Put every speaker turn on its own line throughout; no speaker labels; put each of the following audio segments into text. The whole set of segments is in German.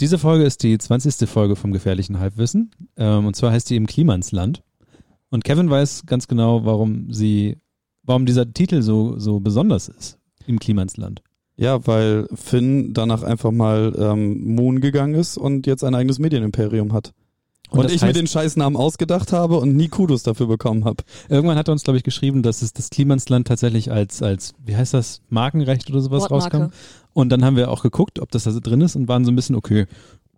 Diese Folge ist die 20. Folge vom Gefährlichen Halbwissen. Ähm, und zwar heißt die im Klimansland. Und Kevin weiß ganz genau, warum sie, warum dieser Titel so, so besonders ist. Im Klimansland.
Ja, weil Finn danach einfach mal ähm, Moon gegangen ist und jetzt ein eigenes Medienimperium hat.
Und
Und,
das
ich mir
heißt-
den Scheißnamen ausgedacht habe und nie Kudos dafür bekommen habe.
Irgendwann hat er uns, glaube ich, geschrieben, dass es das Klimansland tatsächlich als, als, wie heißt das, Markenrecht oder sowas
Wortmarke.
rauskam. Und dann haben wir auch geguckt, ob das da drin ist und waren so ein bisschen, okay,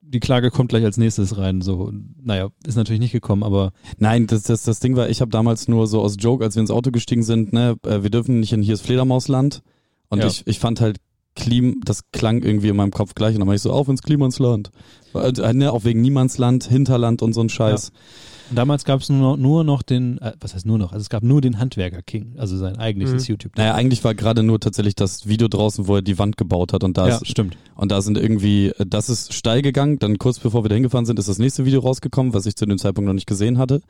die Klage kommt gleich als nächstes rein. So, naja, ist natürlich nicht gekommen, aber
Nein, das, das, das Ding war, ich habe damals nur so aus Joke, als wir ins Auto gestiegen sind, ne, äh, wir dürfen nicht in hier ist Fledermausland. Und
Ja.
ich, ich fand halt Klim, das klang irgendwie in meinem Kopf gleich. Und dann war ich so, auf ins Klimansland. Äh, ne, auch wegen Niemandsland, Hinterland und so ein Scheiß.
damals gab es nur, noch- nur noch den, äh, was heißt nur noch? Also es gab nur den Handwerker King, also sein eigentliches YouTube.
Naja, eigentlich war gerade nur tatsächlich das Video draußen, wo er die Wand gebaut hat und da
ja,
ist
stimmt.
Und da sind irgendwie, äh, das ist steil gegangen. Dann kurz bevor wir da hingefahren sind, ist das nächste Video rausgekommen, was ich zu dem Zeitpunkt noch nicht gesehen hatte.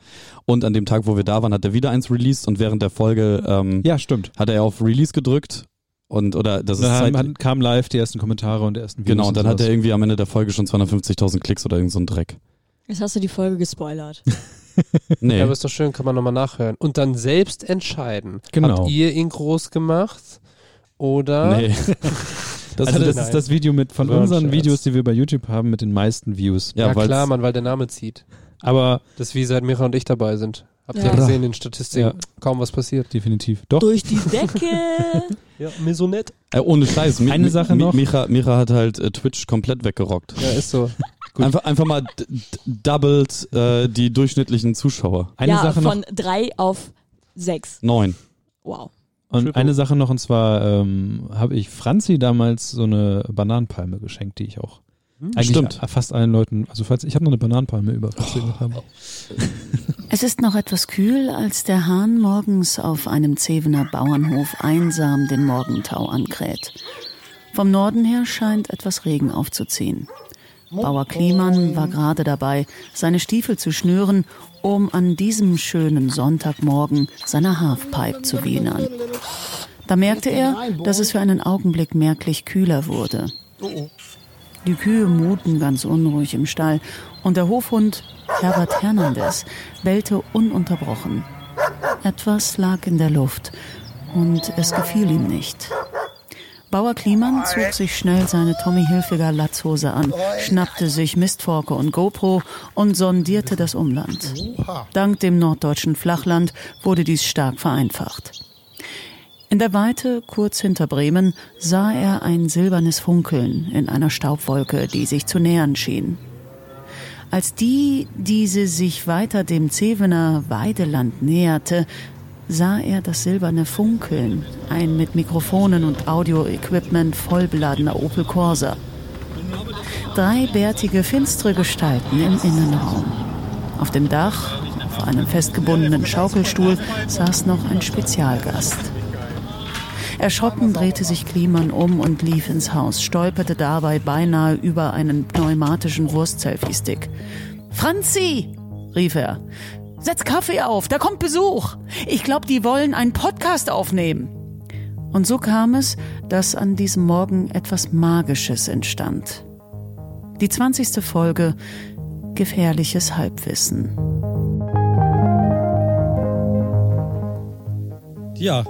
Und an dem Tag, wo wir da waren, hat er wieder eins released und während der Folge ähm,
Ja, stimmt.
hat er auf Release gedrückt. Und oder das ist
Dann
Zeit,
haben, kam live die ersten Kommentare und die ersten Videos.
Genau, und dann hat er
sowas.
irgendwie am Ende der Folge schon 250.000 Klicks oder irgend so ein Dreck.
Jetzt hast du die Folge gespoilert.
Nee,
Ja, aber ist doch schön, kann man nochmal nachhören. Und dann selbst entscheiden.
Genau.
Habt ihr ihn groß gemacht oder?
nee. Das
also
hatte,
das
Nein.
ist das Video mit von
War ein
unseren
Scherz.
Videos, die wir bei YouTube haben, mit den meisten Views.
ja,
Ja,
weil's-
klar, Mann, weil der Name zieht.
Aber
Das ist wie seit Mira und ich dabei sind. Habt ihr
Ja.
ja gesehen in Statistiken?
Ja.
Kaum was passiert.
definitiv. Doch.
Durch die Decke.
Ja, Maisonette.
äh, ohne Scheiß. Mi-
Eine
Mi-
Sache
Mi-
noch.
Micha, Micha hat halt äh, Twitch komplett weggerockt.
Ja, ist so.
Einfach, einfach mal d- d- doubled äh, die durchschnittlichen Zuschauer.
Eine
ja,
Sache noch
von drei auf sechs.
Neun.
Wow.
und
Triple.
eine Sache noch und zwar ähm, habe ich Franzi damals so eine Bananenpalme geschenkt, die ich auch
Hm,
eigentlich
stimmt.
a- fast allen Leuten, also falls ich habe noch eine Bananenpalme über, falls wir noch
Oh,
haben.
Es ist noch etwas kühl, als der Hahn morgens auf einem Zevener Bauernhof einsam den Morgentau ankräht. Vom Norden her scheint etwas Regen aufzuziehen. Bauer Klemann war gerade dabei, seine Stiefel zu schnüren, um an diesem schönen Sonntagmorgen seiner Halfpipe zu wienern. Da merkte er, dass es für einen Augenblick merklich kühler wurde. Die Kühe muten ganz unruhig im Stall und der Hofhund Herbert Hernandez bellte ununterbrochen. Etwas lag in der Luft und es gefiel ihm nicht. Bauer Kliemann zog sich schnell seine Tommy Hilfiger Latzhose an, schnappte sich Mistforke und GoPro und sondierte das Umland. Dank dem norddeutschen Flachland wurde dies stark vereinfacht. In der Weite, kurz hinter Bremen, sah er ein silbernes Funkeln in einer Staubwolke, die sich zu nähern schien. Als die, diese sich weiter dem Zevener Weideland näherte, sah er das silberne Funkeln, ein mit Mikrofonen und Audio-Equipment vollbeladener Opel Corsa. Drei bärtige, finstere Gestalten im Innenraum. Auf dem Dach, auf einem festgebundenen Schaukelstuhl, saß noch ein Spezialgast. Erschrocken drehte sich Kliman um und lief ins Haus, stolperte dabei beinahe über einen pneumatischen Wurst-Selfie-Stick. Franzi! rief er. Setz Kaffee auf, da kommt Besuch. Ich glaube, die wollen einen Podcast aufnehmen. Und so kam es, dass an diesem Morgen etwas Magisches entstand. Die 20. Folge Gefährliches Halbwissen.
Ja,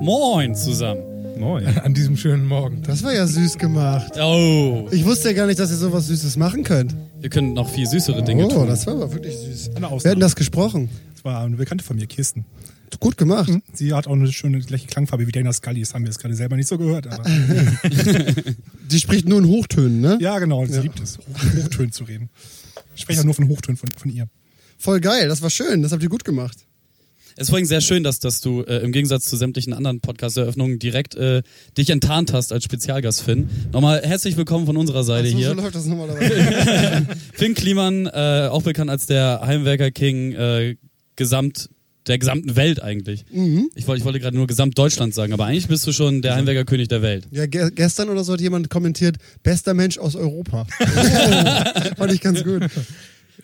moin zusammen.
Moin.
An diesem schönen Morgen.
Das war ja süß gemacht.
Oh,
Ich wusste ja gar nicht, dass ihr sowas Süßes machen könnt.
wir können noch viel süßere Dinge
Oh,
tun.
das war aber wirklich süß.
Eine
Wer hat
Ausnahme.
denn das gesprochen?
Das war eine Bekannte von mir, Kirsten.
Gut gemacht.
Sie hat auch eine schöne die gleiche Klangfarbe wie Dana Scully. Das haben wir jetzt gerade selber nicht so gehört. Aber
Die spricht nur in Hochtönen, ne?
ja, genau. Sie liebt es, hoch- Hochtönen zu reden. Ich spreche auch nur von Hochtönen von, von ihr.
Voll geil, das war schön, das habt ihr gut gemacht.
Es ist vorhin sehr schön, dass, dass du äh, im Gegensatz zu sämtlichen anderen Podcast-Eröffnungen direkt äh, dich enttarnt hast als Spezialgast, Finn. Nochmal herzlich willkommen von unserer Seite
so, so
hier.
läuft das normalerweise.
Finn Kliman, äh, auch bekannt als der Heimwerker King äh, gesamt der gesamten Welt eigentlich.
Mhm.
Ich, wollte, ich wollte gerade nur Gesamtdeutschland sagen, aber eigentlich bist du schon der Heimwerkerkönig der Welt.
ja, ge gestern oder so hat jemand kommentiert, bester Mensch aus Europa. Fand ich ganz gut.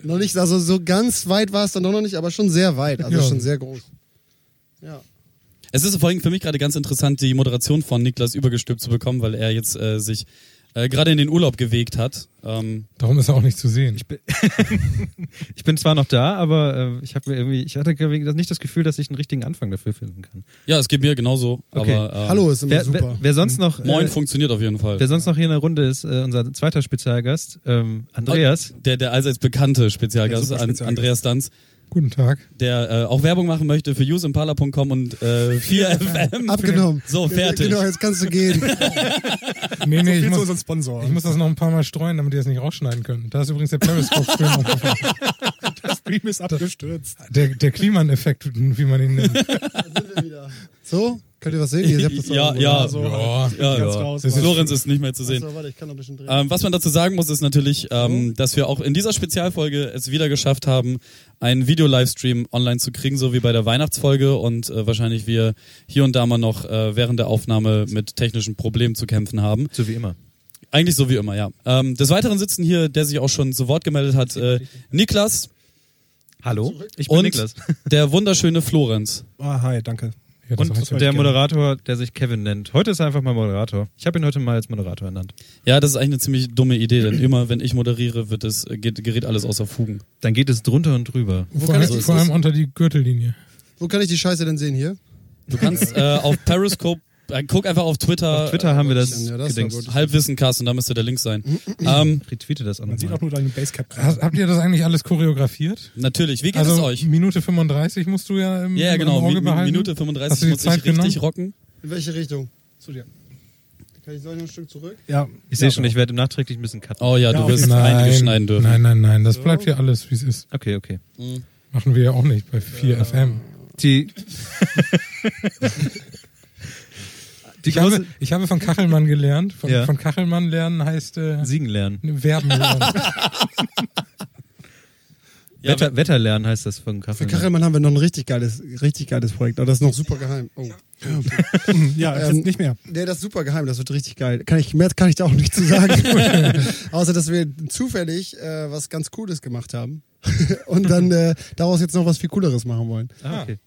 Noch nicht, also so ganz weit war es dann doch noch nicht, aber schon sehr weit. Also
Ja.
schon sehr groß. Ja.
Es ist vor allem für mich gerade ganz interessant, die Moderation von Niklas übergestülpt zu bekommen, weil er jetzt äh, sich
äh, gerade in den Urlaub gewegt hat. Ähm,
Darum ist er auch nicht zu sehen.
Ich bin, ich bin zwar noch da, aber äh, ich habe irgendwie, ich hatte irgendwie das- nicht das Gefühl, dass ich einen richtigen Anfang dafür finden kann.
ja, es geht mir genauso.
Okay.
Aber, ähm,
Hallo Oh, ist immer
Wer,
super.
wer, wer sonst noch,
Moin
äh,
funktioniert auf jeden Fall.
wer sonst noch hier in der Runde ist, äh, unser zweiter Spezialgast, ähm, Andreas.
Ah, Der, der allseits bekannte Spezialgast,
Der
An-
Superspezialgast.
Andreas Danz,
Guten Tag.
der äh, auch Werbung machen möchte für useimpala.com und äh, 4FM.
Abgenommen.
So, fertig.
Genau, jetzt kannst du gehen.
Nee, nee,
Viel
ich
zu
muss,
unserem Sponsor.
ich muss das noch ein paar Mal streuen, damit ihr das nicht rausschneiden könnt. Da ist übrigens der Periscope-Film aufgefallen.
das Stream ist abgestürzt.
Der, der Kliman-Effekt, wie man ihn nennt.
So, könnt ihr was sehen? Ihr habt das doch
Ja,
irgendwo,
ja.
oder?
So. Ja,
Ja,
Ganz
ja.
raus.
Das ist-
Lorenz ist nicht mehr zu sehen.
Achso, warte, ich kann noch ein bisschen drehen.
Ähm, was man dazu sagen muss, ist natürlich, ähm, dass wir auch in dieser Spezialfolge es wieder geschafft haben, einen Video-Livestream online zu kriegen, so wie bei der Weihnachtsfolge und äh, wahrscheinlich wir hier und da mal noch äh, während der Aufnahme mit technischen Problemen zu kämpfen haben.
So wie immer.
Eigentlich so wie immer, ja. Ähm, des Weiteren sitzen hier, der sich auch schon zu Wort gemeldet hat, äh, Niklas,
Hallo, ich bin
Und-
Niklas.
der wunderschöne Florenz.
Ah, hi, danke.
das reicht. genau.
Und
euch
der
gerne.
Moderator, der sich Kevin nennt. Heute ist er einfach mal Moderator. Ich habe ihn heute mal als Moderator ernannt.
Ja, das ist eigentlich eine ziemlich dumme Idee, denn immer, wenn ich moderiere, wird es, geht, gerät alles außer Fugen.
Dann geht es drunter und drüber.
Vor, allem, vor allem unter die Gürtellinie.
Wo kann ich die Scheiße denn sehen hier?
Du kannst äh, auf Periscope, äh, guck einfach auf Twitter,
Auf Twitter haben wir das,
Ja,
ja,
das war gut.
Halbwissencast und da müsste der Link sein. ähm,
Retweete das auch
Man sieht
nochmal.
auch nur deinen Basecap.
Hast- Habt ihr das eigentlich alles choreografiert?
natürlich, wie geht es
also
euch?
Minute 35 musst du ja im,
Ja, ja, genau.
im
Mi
Auge behalten.
Minute
Hast du
35
die
muss ich
Zeit
richtig
genommen?
rocken.
In welche Richtung?
Zu dir.
Kann ich noch ein Stück zurück?
Ja.
Ich sehe
ja,
schon,
aber-
ich werde nachträglich ein bisschen cutten.
Oh ja,
Ja,
du
auf
wirst einige schneiden dürfen.
Nein, nein, nein. Das bleibt hier alles, wie es ist.
Okay, okay.
Machen wir ja auch nicht bei 4FM.
Die, die
Ich habe,
große
ich habe von Kachelmann gelernt. Von,
Ja.
von Kachelmann lernen heißt äh,
Siegen lernen.
Verben lernen.
Ja,
Wetter, Wetter lernen heißt das von
Für
Kaffee.
Kachelmann haben wir noch ein richtig geiles, richtig geiles Projekt, aber das ist noch super geheim. Oh.
Ja, jetzt
Ähm,
nicht mehr.
Nee, das ist super geheim, das wird richtig geil. Kann ich, mehr kann ich da auch nicht zu sagen. Außer, dass wir zufällig äh, was ganz Cooles gemacht haben und dann äh, daraus jetzt noch was viel Cooleres machen wollen.
Ah, okay.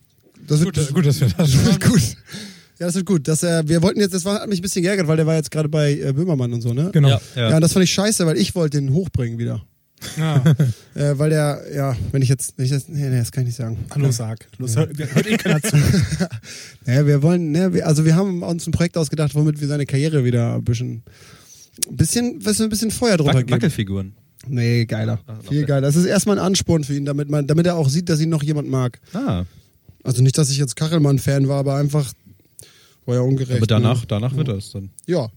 Das wird,
gut, äh, gut, dass wir das
das
schon
wird gut. Ja, das wird gut. Das, äh, wir wollten jetzt, das war, hat mich ein bisschen geärgert, weil der war jetzt gerade bei äh, Böhmermann und so, ne?
Genau.
Ja.
Ja. und das fand ich scheiße, weil ich wollte den hochbringen wieder.
Ah,
Äh, weil der, ja, wenn ich jetzt, wenn ich jetzt, nee, nee, das kann ich nicht sagen.
Hallo, sag. Los, hört, hört eh keiner zu.
Ja, wir wollen, ne, wir, also wir haben uns ein Projekt ausgedacht, womit wir seine Karriere wieder ein bisschen, ein bisschen, weißt du, ein bisschen Feuer drunter
Wac-
geben.
Wackelfiguren.
Nee, geiler.
Ah, noch
Viel
besser.
geiler. Das ist erstmal ein Ansporn für ihn, damit, man, damit er auch sieht, dass ihn noch jemand mag.
Ah,
Also nicht, dass ich jetzt Kachelmann-Fan war, aber einfach war ja ungerecht.
aber danach,
Ne?
danach wird das dann.
Ja.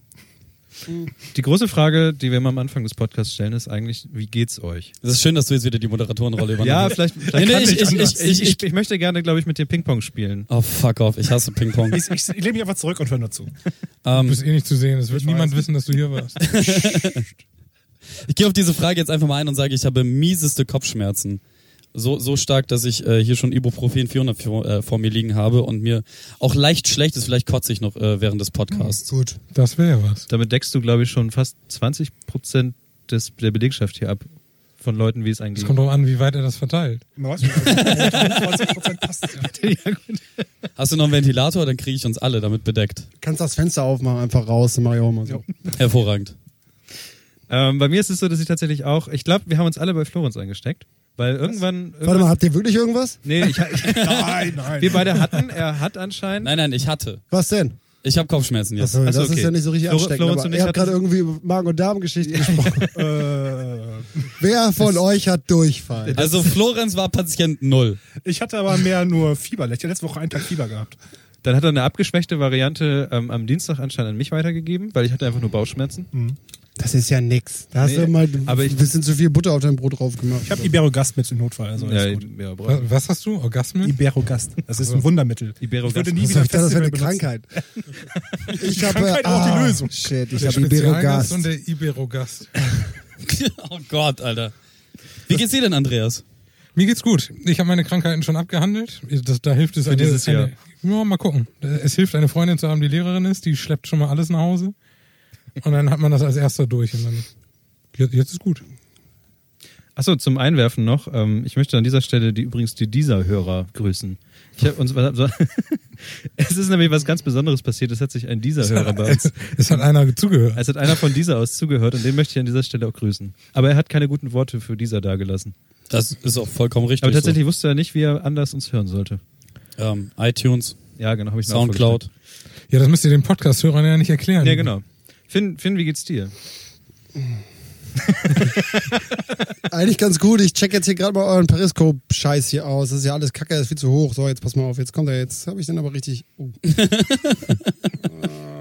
Die große Frage, die wir immer am Anfang des Podcasts stellen, ist eigentlich, wie geht's euch?
Es ist schön, dass du jetzt wieder die Moderatorenrolle übernimmst.
Ja, vielleicht,
Nee, nee,
vielleicht kann
ich- ich-
anders.
ich- ich-
ich, ich möchte gerne, glaube ich, mit dir Ping-Pong spielen.
Oh, fuck off, ich hasse Ping-Pong.
Ich, ich, ich lehne mich einfach zurück und höre nur zu.
Du
ähm,
bist eh nicht zu sehen. Es wird
Ich
niemand
weiß.
wissen, dass du hier warst.
ich gehe auf diese Frage jetzt einfach mal ein und sage, ich habe mieseste Kopfschmerzen. So, so stark, dass ich äh, hier schon Ibuprofen 400 vor, äh, vor mir liegen habe und mir auch leicht schlecht ist. Vielleicht kotze ich noch äh, während des Podcasts.
Gut.
Das wäre ja was.
Damit deckst du, glaube ich, schon fast 20 Prozent des, der Belegschaft hier ab. Von Leuten, wie
Es
es eigentlich
kommt darauf an, wie weit er das verteilt.
Man weiß nicht, 20% passt. Ja.
Hast du noch einen Ventilator? Dann kriege ich uns alle damit bedeckt.
Kannst das Fenster aufmachen, einfach raus, dann mach ich auch mal so.
Hervorragend.
Ähm, bei mir ist es so, dass ich tatsächlich auch, ich glaube, wir haben uns alle bei Florenz eingesteckt. Weil irgendwann.
Warte
irgendwann
mal, habt ihr wirklich irgendwas?
nee, ich,
Nein, nein.
wir beide hatten, er hat anscheinend.
Nein, nein, ich hatte.
Was denn?
Ich habe Kopfschmerzen jetzt.
Achso,
Achso,
das ist
okay.
ja nicht so richtig
Flor-
ansteckend.
Florenz
Aber
und ich
ihr habt
hatten-
gerade irgendwie über Magen- und Darmgeschichte gesprochen.
äh,
Wer von euch hat Durchfall?
Also Florenz war Patient Null.
ich hatte aber mehr nur Fieber. Ich hatte letzte Woche einen Tag Fieber gehabt.
Dann hat er eine abgeschwächte Variante ähm, am Dienstag anscheinend an mich weitergegeben, weil ich hatte einfach nur Bauchschmerzen.
Das ist ja nix. Da hast
Nee,
du mal
aber ich-
ein bisschen zu viel Butter auf dein Brot drauf gemacht.
Ich habe Iberogast mit im Notfall. Also
ja,
ist gut.
ja,
Wa-
brauch-
Was hast du? Also, Orgasmen?
Iberogast. Das ist ein Wundermittel. Ich
Iberogast.
würde nie
Was
wieder
soll ich das für
Festival
eine
benutzen.
Krankheit? Ich Ah,
Krankheit braucht die Lösung.
Shit, ich
Der
habe Iberogast.
Spezialgast und der Iberogast.
oh Gott, Alter. Wie geht's dir denn, Andreas?
Mir geht's gut. Ich habe meine Krankheiten schon abgehandelt. Das, da hilft es eine,
dieses
eine, Ja, mal gucken. Es hilft, eine Freundin zu haben, die Lehrerin ist. Die schleppt schon mal alles nach Hause. Und dann hat man das als erster durch. Und dann, jetzt, jetzt ist gut.
Achso, zum Einwerfen noch. Ähm, ich möchte an dieser Stelle die übrigens die dieser Hörer grüßen. Ich hab uns, es ist nämlich was ganz Besonderes passiert. Es hat sich ein dieser Hörer bei uns.
Es hat einer zugehört.
Es hat einer von dieser aus zugehört und den möchte ich an dieser Stelle auch grüßen. Aber er hat keine guten Worte für dieser dagelassen.
Das ist auch vollkommen richtig.
Aber tatsächlich wusste er nicht, wie er anders uns hören sollte.
So. Ähm, iTunes,
Ja, genau, habe ich mir auch
Soundcloud.
Ja, das müsst ihr den Podcast-Hörern ja nicht erklären.
vorgestellt. Ja, genau. Finn, Finn, wie geht's dir?
Eigentlich ganz gut. Ich check jetzt hier gerade mal euren Periscope-Scheiß hier aus. Das ist ja alles kacke, das ist viel zu hoch. So, jetzt pass mal auf, jetzt kommt er jetzt. Habe ich den aber richtig. Oh.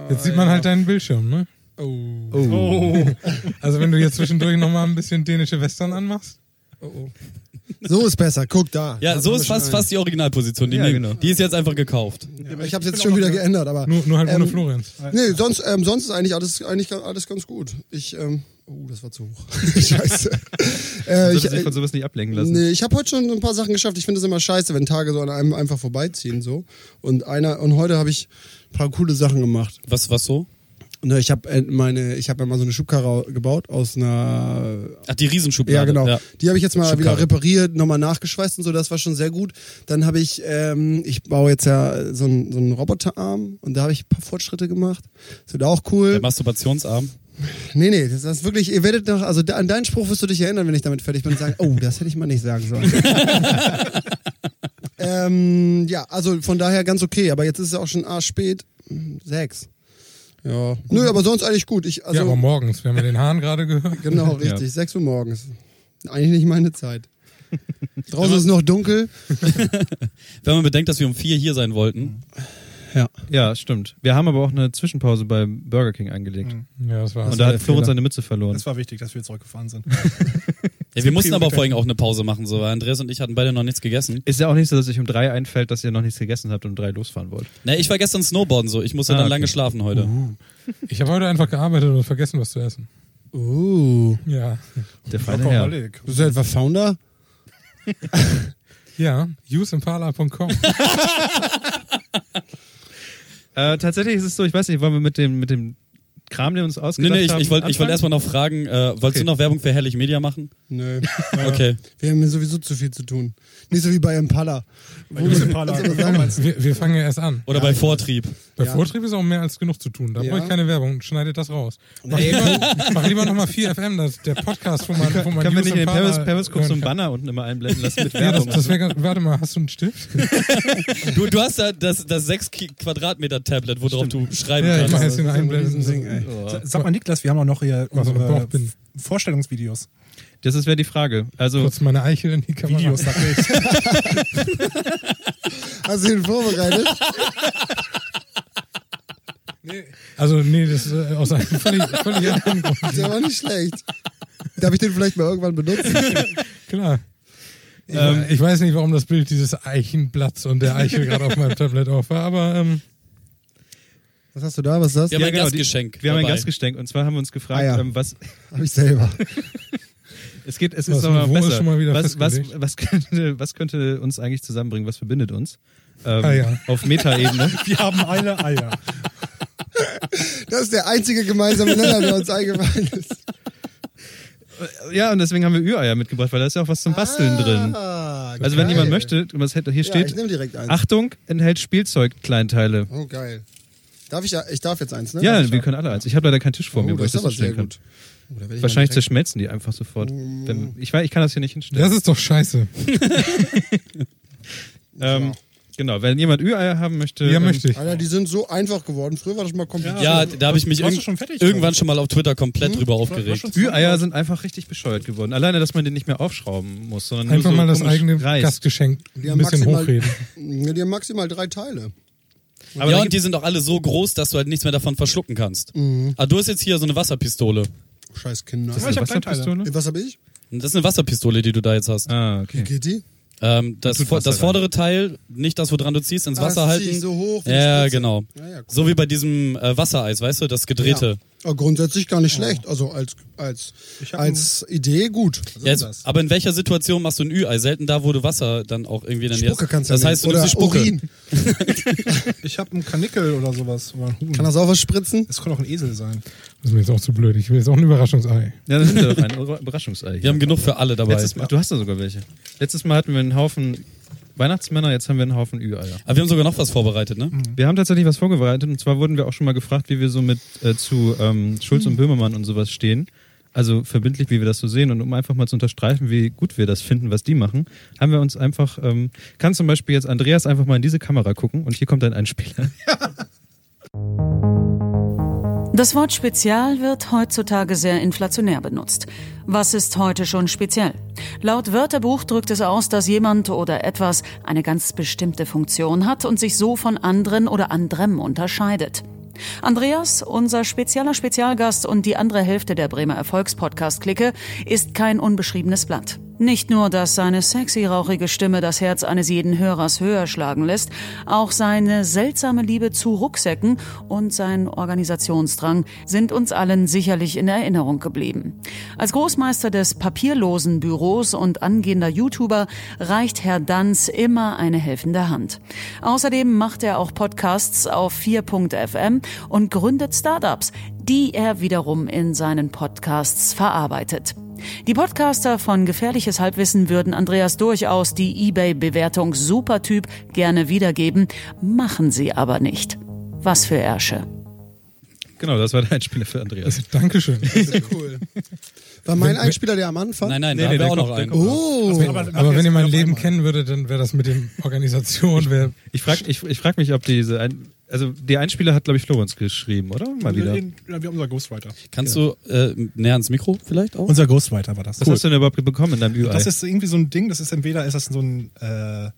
Jetzt sieht man halt deinen Bildschirm, ne?
Oh.
Also wenn du jetzt zwischendurch nochmal ein bisschen dänische Western anmachst.
So ist besser, guck da.
Ja,
Da
so
sind
ist
wir
fast,
schon
fast die Originalposition. Die,
Ja,
nehmen-
genau.
die ist jetzt einfach gekauft.
ein. Ich habe jetzt schon wieder geändert, aber.
Nur, nur halt ohne
Ähm,
Florenz.
Nee, sonst, ähm, sonst ist eigentlich alles, eigentlich alles ganz gut. Ich, ähm, oh, das war zu hoch. Scheiße. äh,
Sollte
ich,
sich
äh,
von sowas nicht ablenken lassen.
nee, ich habe heute schon ein paar Sachen geschafft. Ich finde es immer scheiße, wenn Tage so an einem einfach vorbeiziehen so. Und einer und heute habe ich ein paar coole Sachen gemacht.
Was, was so?
Ne, ich habe äh, meine, ich habe ja mal so eine Schubkarre au- gebaut aus einer
Ach, die Riesenschublade.
ja, genau. Die habe ich jetzt mal
Schubkarre.
wieder repariert, nochmal nachgeschweißt und so, das war schon sehr gut. Dann habe ich, ähm, ich baue jetzt ja so einen, so einen Roboterarm und da habe ich ein paar Fortschritte gemacht. Das wird auch
Der
cool.
Masturbationsarm.
Nee, nee, das ist wirklich, ihr werdet noch, also da- an deinen Spruch wirst du dich erinnern, wenn ich damit fertig bin und sagen, oh, das hätte ich mal nicht sagen sollen. ähm, ja, also von daher ganz okay, aber jetzt ist es auch schon arschspät. Hm, Sechs. Ja. Nö, aber sonst eigentlich gut. Ich, also,
ja, aber morgens. Wir haben ja den Hahn gerade gehört.
Genau, richtig. 6 Uhr morgens. Eigentlich nicht meine Zeit. Draußen ist es noch dunkel.
Wenn man bedenkt, dass wir um vier hier sein wollten.
Ja, stimmt. Wir haben aber auch eine Zwischenpause beim Burger King eingelegt.
Hm.
Ja, das war's.
Und da
war
hat
der
Florenz
Fehler.
seine Mütze verloren.
Das war wichtig, dass wir zurückgefahren sind.
Ja, wir mussten aber
Priorität.
vorhin auch eine Pause machen, so. weil Andreas und ich hatten beide noch nichts gegessen.
Ist ja auch nicht so, dass euch um drei einfällt, dass ihr noch nichts gegessen habt und um drei losfahren wollt.
Ne, ich war gestern Snowboarden so. Ich musste
Ah,
dann
okay.
lange schlafen heute.
Ich habe heute einfach gearbeitet und vergessen, was zu essen.
Uh.
Ja.
Der feine Herr.
Alkoholik.
Bist du etwa Founder?
Ja, useimpala.com.
Äh, tatsächlich ist es so, ich weiß nicht, wollen wir mit dem, mit dem Kram, den wir uns
Nee,
ausgedacht
nee, ich,
haben,
ich wollte ich
anfangen?
wollt erstmal noch fragen, äh, wolltest
Okay.
du noch Werbung für Herrlich Media machen?
Nö.
Okay.
Wir haben sowieso zu viel zu tun. Nicht so wie bei Impala. Also
Bei Jus Impala.
Wir, wir fangen ja erst an.
Oder bei Vortrieb.
Bei
Ja.
Vortrieb ist auch mehr als genug zu tun. Da
Ja.
brauche ich keine Werbung. Schneidet das raus. Mach lieber, mach lieber nochmal 4FM, das, der Podcast, wo man, wo man
Können wir
Jus
nicht in den
Impala
Paris, Periscope so
hören
ein
kann.
Banner unten immer einblenden lassen mit
Ja, das,
Werbung?
das wär, ganz- warte mal, hast du einen Stift?
Du, du hast da das, das 6 Quadratmeter Tablet, worauf du schreiben
Ja, ich mache
kannst.
jetzt den Einblenden.
Riesending, ey.
Sa- Sag mal, Niklas, wir haben auch noch hier
Was ich
unsere
braucht bin.
Vorstellungsvideos.
Das ist wäre die Frage. Also,
Kurz meine Eichel in die Kamera.
Videos, sag ich.
Hast du ihn vorbereitet?
Also, nee, das ist äh, aus einem völlig, völlig anderen Grund.
Der war nicht schlecht. Darf ich den vielleicht mal irgendwann benutzen?
Klar. Ich,
Ähm,
ich weiß nicht, warum das Bild dieses Eichenblatts und der Eichel gerade auf meinem Tablet auf war, aber ähm,
Was hast du da? Was ist das?
Wir haben ein
genau, die-
Gastgeschenk.
wir haben ein
dabei.
Gastgeschenk und zwar haben wir uns gefragt,
Ah, ja.
ähm, was,
Hab ich selber.
Es geht, es
Das
ist aber
Niveau ist
besser.
schon mal wieder
was, was,
festgelegt.
was, könnte, was könnte uns eigentlich zusammenbringen? Was verbindet uns? Ähm,
Ah, ja.
Auf Metaebene.
Wir haben alle Eier.
Das ist der einzige gemeinsame Nenner, der uns eingefallen ist.
ja, und deswegen haben wir Üeier mitgebracht, weil da ist ja auch was zum Basteln drin.
Ah,
Also wenn
geil.
jemand möchte, und was hätte- hier
Ja, ich
steht,
nehme direkt eins.
Achtung, enthält Spielzeug-Kleinteile.
Oh, geil. Darf ich, ich darf jetzt eins, ne?
Ja,
Darf ich
wir können alle eins. Ich habe leider keinen Tisch vor mir,
Oh,
wo ich
das ist
das
aber
hinstellen
sehr
kann.
gut. Oh, da werd ich Mm. mal
Wahrscheinlich
direkt-
zerschmelzen die einfach sofort. Wenn, ich, weiß, ich kann das hier nicht hinstellen.
das ist doch scheiße.
ähm, genau, wenn jemand Üeier haben möchte.
Ja,
ähm,
möchte ich.
Alter, die sind so einfach geworden. Früher war das mal kompliziert.
Ja, da habe ich mich
Warst du
irg-
schon fertig?
irgendwann schon mal auf Twitter komplett drüber
warst
aufgeregt.
schon-
Üeier sind einfach richtig bescheuert geworden. Alleine, dass man den nicht mehr aufschrauben muss, sondern
Einfach
nur so
mal das
komisch
eigene
reißt.
Gastgeschenk
Die
ein
haben
bisschen
maximal-
hochreden.
Ja, die haben maximal drei Teile.
Aber
ja,
dann
und die sind auch alle so groß, dass du halt nichts mehr davon verschlucken kannst. Ah, du hast jetzt hier so eine Wasserpistole.
Scheiß Kinder.
Ja, ich hab Kleinteile.
Was habe ich?
Und Das ist eine Wasserpistole, die du da jetzt hast.
Ah, okay.
Kitty?
Ähm, das,
tut
vo-
Wasser
das
rein.
vordere Teil, nicht das, woran du ziehst, ins
Ah, das
Wasser
zieh
halten.
ich so hoch wie die
ja,
Spitze.
genau.
Ja, ja, cool.
So wie bei diesem äh, Wassereis, weißt du, das gedrehte.
Ja, Ah, grundsätzlich gar nicht schlecht. Also als, als, als Idee gut.
Ja, jetzt, aber in welcher Situation machst du ein Ü-Ei? Selten da, wo du Wasser dann auch irgendwie dann
Spucke
jetzt-
kannst du
Das
ja
heißt, du
nehmen.
nimmst die
Oder
Spucke.
Urin.
Ich habe einen Kanickel oder sowas. Oder einen Huhn.
Kann das auch was spritzen?
Das kann auch ein Esel sein.
Das ist mir jetzt auch zu blöd. Ich will jetzt auch ein Überraschungsei.
Ja, das ist ja doch ein Überraschungsei.
Wir haben genug für alle dabei.
Letztes Mal, Du hast da sogar welche. Letztes Mal hatten wir einen Haufen Weihnachtsmänner, jetzt haben wir einen Haufen Ü-Eier.
Aber wir haben sogar noch was vorbereitet, ne?
Hm,
Mhm. Wir haben tatsächlich was vorbereitet und zwar wurden wir auch schon mal gefragt, wie wir so mit äh, zu ähm, Schulz
Mhm.
und Böhmermann und sowas stehen. Also verbindlich, wie wir das so sehen und um einfach mal zu unterstreichen, wie gut wir das finden, was die machen, haben wir uns einfach, ähm, kann zum Beispiel jetzt Andreas einfach mal in diese Kamera gucken und hier kommt dann ein Spieler.
Das Wort Spezial wird heutzutage sehr inflationär benutzt. Was ist heute schon speziell? Laut Wörterbuch drückt es aus, dass jemand oder etwas eine ganz bestimmte Funktion hat und sich so von anderen oder anderem unterscheidet. Andreas, unser spezieller Spezialgast und die andere Hälfte der Bremer Erfolgspodcast-Clique, ist kein unbeschriebenes Blatt. Nicht nur, dass seine sexy rauchige Stimme das Herz eines jeden Hörers höher schlagen lässt, auch seine seltsame Liebe zu Rucksäcken und sein Organisationsdrang sind uns allen sicherlich in Erinnerung geblieben. Als Großmeister des papierlosen Büros und angehender YouTuber reicht Herr Danz immer eine helfende Hand. Außerdem macht er auch Podcasts auf 4.fm und gründet Startups, die er wiederum in seinen Podcasts verarbeitet. Die Podcaster von Gefährliches Halbwissen würden Andreas durchaus die eBay-Bewertung Supertyp gerne wiedergeben, machen sie aber nicht. Was für Ärsche.
genau, das war der Einspieler für Andreas.
Dankeschön.
Also,
Cool. War mein Einspieler der am Anfang?
Nein, nein, da haben wir
der
auch noch
kommt- der
einen.
kommt noch.
Oh,
Also, Aber wenn ihr mein Leben kennen würdet, dann wäre das mit dem Organisation, wäre
Ich frage ich, ich frag mich, ob diese, ein, also der Einspieler hat, glaube ich, Florenz geschrieben, oder? Mal wieder.
Wir haben unser Ghostwriter.
Kannst du äh, näher ans Mikro vielleicht auch?
Unser Ghostwriter war das.
Was hast du denn überhaupt bekommen in deinem Ü-Ei?
Das ist irgendwie so ein Ding, das ist entweder ist das so ein äh,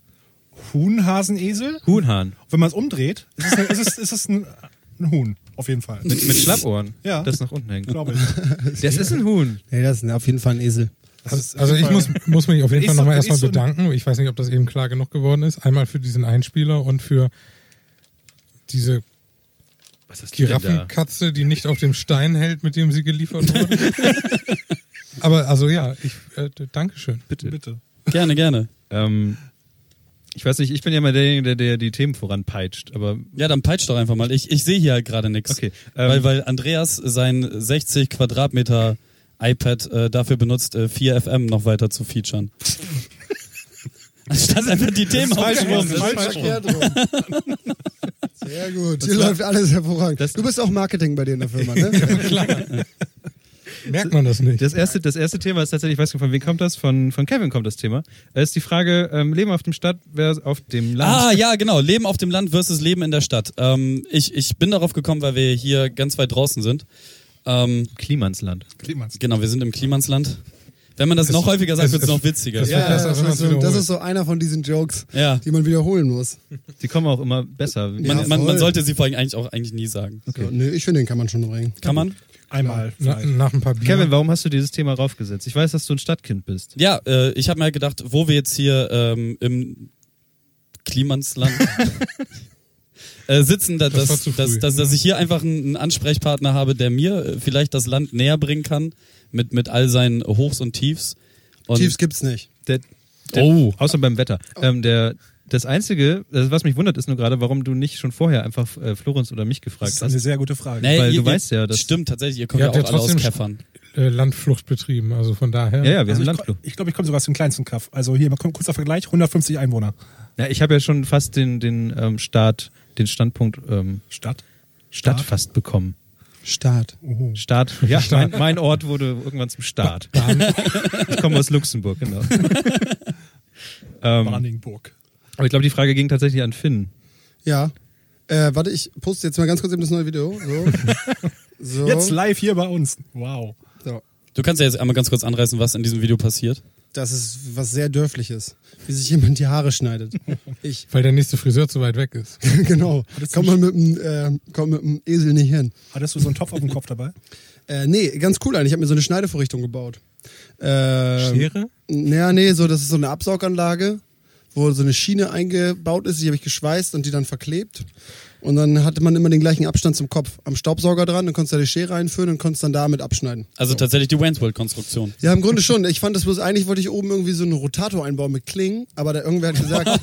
Huhnhasenesel.
Huhnhahn.
Wenn man es umdreht, ist es, ist es, ist es ein, ein Huhn, auf jeden Fall.
Mit, mit Schlappohren,
Ja.
das nach unten hängt.
Glaube ich.
Das ist ein Huhn.
Nee, das ist auf jeden Fall ein Esel.
Das ist auf
Also
jeden
ich
Fall-
muss, muss mich auf jeden
Wenn
Fall
ich so-
nochmal
wenn ich
erstmal
so ein-
bedanken. Ich weiß nicht, ob das eben klar genug geworden ist. Einmal für diesen Einspieler und für diese
Was hast
Giraffenkatze, die nicht auf dem Stein hält, mit dem sie geliefert wurde. Aber also ja, ich äh, d- Dankeschön.
Bitte.
Bitte.
Gerne, gerne.
Ähm, ich weiß nicht, ich bin ja mal derjenige, der, der die Themen voranpeitscht, aber
Ja, dann peitsch doch einfach mal. Ich, ich sehe hier halt gerade nichts.
Okay, ähm,
weil, weil Andreas sein 60 Quadratmeter iPad äh, dafür benutzt, äh, 4FM noch weiter zu featuren. Anstatt einfach die Themen aufzunehmen.
Falsch verkehrt rum. Sehr gut. Hier läuft alles hervorragend. du bist auch Marketing bei dir in der Firma, ne?
Merkt man das nicht?
das erste, das erste Thema ist tatsächlich, ich weiß nicht, von wem kommt das? Von, von Kevin kommt das Thema. Es ist die Frage, ähm, Leben auf dem Stadt, wer auf dem
Ah,
Land?
ja, genau. Leben auf dem Land versus Leben in der Stadt. Ähm, ich, ich bin darauf gekommen, weil wir hier ganz weit draußen sind. Ähm,
Klimansland.
Clemens.
genau, wir sind im Klimansland. Wenn man das noch häufiger sagt,
es-
wird es
es-
noch witziger.
es- Ja, das ist
das, ist so,
wiederholt.
das ist so einer von diesen Jokes,
Ja.
die man wiederholen muss.
Die kommen auch immer besser.
Ja,
man, man, man
voll.
sollte sie vor allem eigentlich auch eigentlich nie sagen.
So, nee, ich finde, den kann man schon bringen.
Kann man?
Einmal.
Na,
vielleicht.
nach ein paar Bier.
Kevin, warum hast du dieses Thema raufgesetzt? Ich weiß, dass du ein Stadtkind bist.
Ja, äh, ich habe mir halt gedacht, wo wir jetzt hier ähm, im Klimansland äh, sitzen, da,
Das war
dass,
zu früh.
dass, dass, dass ich hier einfach einen, einen Ansprechpartner habe, der mir äh, vielleicht das Land näher bringen kann mit, mit all seinen Hochs und Tiefs. Und
Chiefs gibt's nicht.
Der, der, oh. Außer beim Wetter. Ähm, der, das Einzige, das, was mich wundert, ist nur gerade, warum du nicht schon vorher einfach äh, Florenz oder mich
Das
gefragt
ist eine
hast.
sehr gute Frage.
Nee,
weil
ihr,
du
ihr-
weißt ja, dass-
Stimmt, tatsächlich, ihr kommt
Ihr
ja,
habt ja
auch alle aus
trotzdem Sch-
Käffern.
äh, Landflucht betrieben, also von daher.
Ja, ja, wir
Also
haben
ich
Landflur.
ko- ich glaube, ich komme sogar aus dem kleinsten Kaff. Also hier, mal kur- kurzer Vergleich, 150 Einwohner.
Ja, ich habe ja schon fast den, den ähm, Start, den Standpunkt ähm,
Stadt.
Stadt
Staat?
fast bekommen.
Staat.
Oh.
Staat. Ja, Mein, mein Ort wurde irgendwann zum Staat. ich komme aus Luxemburg, genau. ähm,
Barningburg.
aber ich glaube, die Frage ging tatsächlich an Finn.
Ja. Äh, warte, ich poste jetzt mal ganz kurz eben das neue Video. So. so.
Jetzt live hier bei uns. Wow.
so.
Du kannst ja jetzt einmal ganz kurz anreißen, was in diesem Video passiert.
Das ist was sehr dörfliches, wie sich jemand die Haare schneidet. Ich,
Weil der nächste Friseur zu weit weg ist.
genau. Kommt man mit dem, äh, kommt mit dem Esel nicht hin.
Hattest du so einen Topf auf dem Kopf dabei?
Äh, nee, ganz cool eigentlich. Ich habe mir so eine Schneidevorrichtung gebaut. Ähm, Naja, nee, so, das ist so eine Absauganlage, wo so eine Schiene eingebaut ist, die habe ich geschweißt und die dann verklebt. Und dann hatte man immer den gleichen Abstand zum Kopf. Am Staubsauger dran, dann konntest du da die Schere einführen und konntest dann damit abschneiden.
Also tatsächlich die Wayne's World Konstruktion.
Ja, im Grunde schon. Ich fand das bloß, eigentlich wollte ich oben irgendwie so einen Rotator einbauen mit Klingen, aber da irgendwer hat gesagt,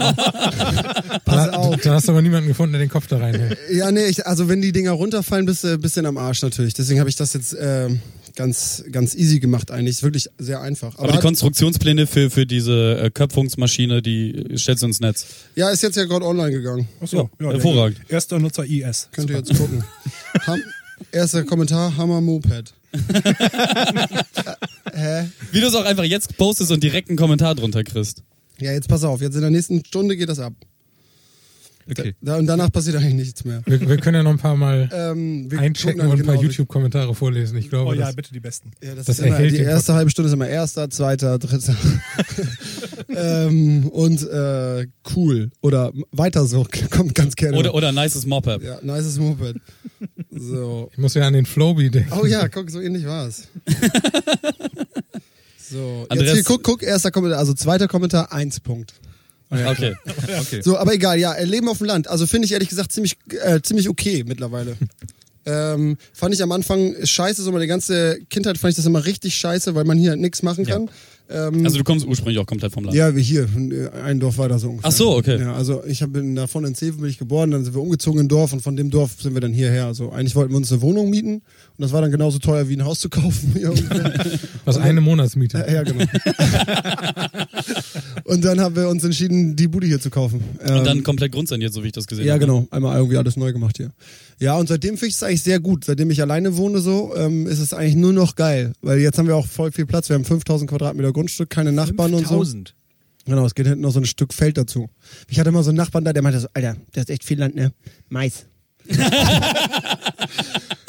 pass
Da,
auf.
da hast du aber niemanden gefunden, der den Kopf da reinhält.
Ja, nee, ich, also wenn die Dinger runterfallen, bist du bisschen am Arsch natürlich. Deswegen habe ich das jetzt ähm, ganz, ganz easy gemacht eigentlich. Ist wirklich sehr einfach.
Aber, die
hat-
Konstruktionspläne für, für diese äh, Köpfungsmaschine, die äh, stellst du ins Netz.
Ja, ist jetzt ja gerade online gegangen.
Achso,
Ja,
ja,
hervorragend.
Der, erster Nutzer IS.
Könnt ihr jetzt gucken. Ham Erster Kommentar, Hammer Moped. Hä?
Wie du es auch einfach jetzt postest und direkt einen Kommentar drunter kriegst.
Ja, jetzt pass auf, jetzt in der nächsten Stunde geht das ab.
Okay.
Da, und danach passiert eigentlich nichts mehr.
Wir, wir können ja noch ein paar Mal
Ähm, wir
einchecken
gucken
und
dann
ein paar
genau, wir-
YouTube-Kommentare vorlesen. Ich glaube,
Oh ja,
das-
bitte die besten.
Ja, das
Das
ist immer,
erhält
die
den
erste halbe Stunde ist immer erster, zweiter, dritter. ähm, und äh, cool. Oder weiter so, kommt ganz gerne.
Oder, oder nices Mop-Up.
ja, nices Moped. So.
ich muss ja an den Flowbee denken.
Oh ja, guck, so ähnlich war's. so, jetzt
Andreas-
hier, guck, guck, erster Kommentar, also zweiter Kommentar, eins Punkt.
Okay.
Okay.
So, aber egal, ja, äh, Leben auf dem Land. Also finde ich ehrlich gesagt ziemlich, äh, ziemlich okay mittlerweile. ähm, fand ich am Anfang scheiße, so meine ganze Kindheit fand ich das immer richtig scheiße, weil man hier halt nichts machen kann. Ähm,
Also du kommst ursprünglich auch komplett vom Land.
ja, wir hier, äh, ein Dorf weiter so ungefähr.
Ach so, okay.
Ja, also ich hab in, davon in Zeven bin ich geboren, dann sind wir umgezogen in ein Dorf und von dem Dorf sind wir dann hierher. Also eigentlich wollten wir uns eine Wohnung mieten und das war dann genauso teuer wie ein Haus zu kaufen. hier ungefähr.
Was eine Monatsmiete.
ja, ja, genau. und dann haben wir uns entschieden, die Bude hier zu kaufen. Ähm,
Und dann ne? komplett grundsaniert, so wie ich das gesehen
ja,
habe.
genau. Einmal irgendwie alles neu gemacht hier. Ja, und seitdem finde ich es eigentlich sehr gut. Seitdem ich alleine wohne so, ähm, ist es eigentlich nur noch geil. Weil jetzt haben wir auch voll viel Platz. Wir haben 5000 Quadratmeter Grundstück, keine Nachbarn und so.
5000.
Genau, es geht hinten noch so ein Stück Feld dazu. Ich hatte mal so einen Nachbarn da, der meinte so, Alter, das ist echt viel Land, ne? Mais.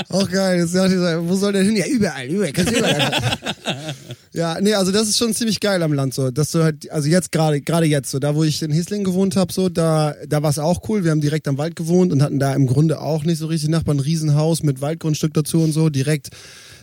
Auch geil. Jetzt dachte ich so, wo soll der hin? Ja, überall, überall. Kannst du überall. ja, nee, also das ist schon ziemlich geil am Land so, dass du halt, also jetzt gerade, gerade jetzt so, da wo ich in Hisling gewohnt habe, so, da, da war es auch cool. Wir haben direkt am Wald gewohnt und hatten da im Grunde auch nicht so richtig Nachbarn, ein Riesenhaus mit Waldgrundstück dazu und so, direkt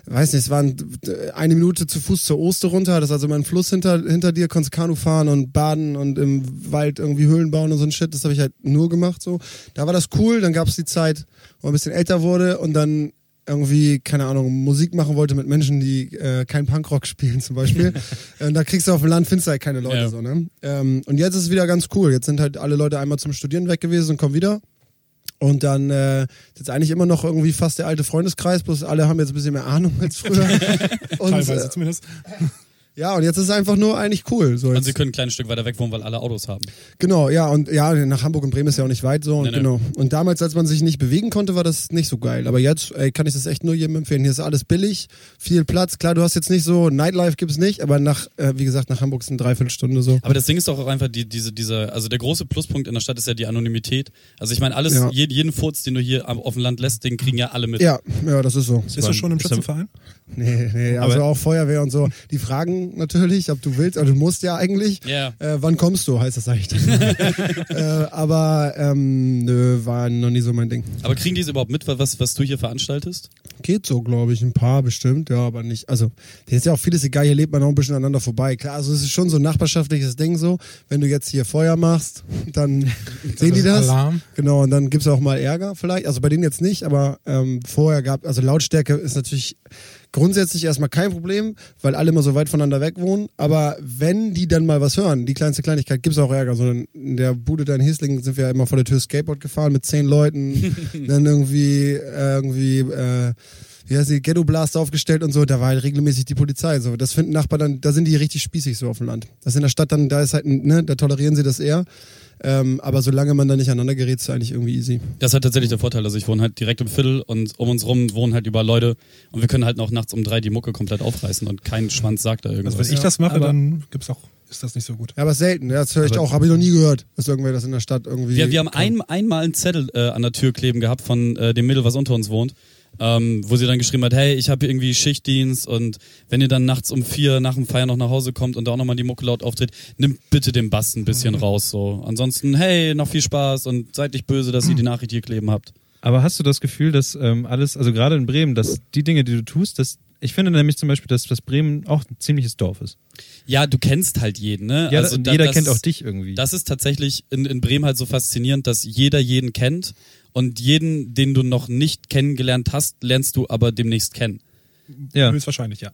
weiß nicht, es waren äh, eine Minute zu Fuß zur Oster runter, das ist also immer ein Fluss hinter, hinter dir, konntest Kanu fahren und baden und im Wald irgendwie Höhlen bauen und so ein Shit, das habe ich halt nur gemacht so. Da war das cool, dann gab es die Zeit, wo man ein bisschen älter wurde und dann irgendwie, keine Ahnung, Musik machen wollte mit Menschen, die äh, kein Punkrock spielen zum Beispiel. und da kriegst du auf dem Land, findest du halt keine Leute
Ja.
so, ne? Ähm, und jetzt ist es wieder ganz cool, jetzt sind halt alle Leute einmal zum Studieren weg gewesen und kommen wieder. Und dann äh, ist jetzt eigentlich immer noch irgendwie fast der alte Freundeskreis, bloß alle haben jetzt ein bisschen mehr Ahnung als früher. und,
Teilweise
äh,
zumindest.
ja, und jetzt ist es einfach nur eigentlich cool. So
Und sie
jetzt,
können ein kleines Stück weiter weg wohnen, weil alle Autos haben.
genau, ja, und ja, nach Hamburg und Bremen ist ja auch nicht weit so. Und,
Nee, nee.
genau. und damals, als man sich nicht bewegen konnte, war das nicht so geil. Aber jetzt ey, kann ich das echt nur jedem empfehlen. Hier ist alles billig, viel Platz. Klar, du hast jetzt nicht so, Nightlife gibt's nicht, aber nach, äh, wie gesagt, nach Hamburg sind Dreiviertelstunde so.
Aber das Ding ist doch auch einfach, die, diese, dieser, also der große Pluspunkt in der Stadt ist ja die Anonymität. Also ich meine, alles,
Ja.
jeden, jeden Furz, den du hier am- auf dem Land lässt, den kriegen ja alle mit.
Ja, ja, das ist so.
Bist du schon im
Ist er-
Schützenverein?
Nee, nee, also
Aber-
auch Feuerwehr und so. Die fragen natürlich, ob du willst, also du musst ja eigentlich.
Ja.
Äh, wann kommst du, heißt das eigentlich. äh, aber ähm, nö, war noch nie so mein Ding.
Aber kriegen die es überhaupt mit, was, was du hier veranstaltest?
Geht so, glaube ich. Ein paar bestimmt, ja, aber nicht. Also, hier ist ja auch vieles egal, hier lebt man auch ein bisschen aneinander vorbei. Klar, also es ist schon so ein nachbarschaftliches Ding so. Wenn du jetzt hier Feuer machst, dann sehen die
ist
das.
Alarm.
Genau, und dann gibt's auch mal Ärger vielleicht. Also bei denen jetzt nicht, aber ähm, vorher gab also Lautstärke ist natürlich grundsätzlich erstmal kein Problem, weil alle immer so weit voneinander weg wohnen. Aber wenn die dann mal was hören, die kleinste Kleinigkeit, gibt's auch Ärger. So in in der Bude da in Hisling sind wir ja immer vor der Tür Skateboard gefahren mit zehn Leuten, dann irgendwie, irgendwie, äh, wie heißt die, Ghetto Blaster aufgestellt und so, da war halt regelmäßig die Polizei. So, das finden Nachbarn dann, da sind die richtig spießig so auf dem Land. Das in der Stadt dann, da ist halt, ne, da tolerieren sie das eher. Ähm, aber solange man da nicht aneinander gerät, ist es eigentlich irgendwie easy.
Das hat tatsächlich der Vorteil, also ich wohne halt direkt im Viertel und um uns rum wohnen halt über Leute und wir können halt auch nachts um drei die Mucke komplett aufreißen und kein Schwanz sagt da irgendwas.
Also wenn ich das mache,
aber-
dann gibt's auch, ist das nicht so gut.
Ja, aber selten. ja, Das höre ich auch, habe ich noch nie gehört, dass irgendwer das in der Stadt irgendwie.
wir, wir haben
kann.
ein, einmal einen Zettel äh, an der Tür kleben gehabt von äh, dem Mädel, was unter uns wohnt, ähm, wo sie dann geschrieben hat, hey, ich habe irgendwie Schichtdienst und wenn ihr dann nachts um vier nach dem Feiern noch nach Hause kommt und da auch nochmal die Mucke laut auftritt, nimmt bitte den Bass ein
Mhm.
bisschen raus. so. Ansonsten, hey, noch viel Spaß und seid nicht böse, dass ihr die Nachricht hier kleben habt.
Aber hast du das Gefühl, dass ähm, alles, also gerade in Bremen, dass die Dinge, die du tust, dass Ich finde nämlich zum Beispiel, dass, dass Bremen auch ein ziemliches Dorf ist.
Ja, du kennst halt jeden, ne?
Ja,
da-
jeder
das
kennt
ist-
auch dich irgendwie.
Das ist tatsächlich in, in Bremen halt so faszinierend, dass jeder jeden kennt und jeden, den du noch nicht kennengelernt hast, lernst du aber demnächst kennen.
Ja.
Höchstwahrscheinlich, ja.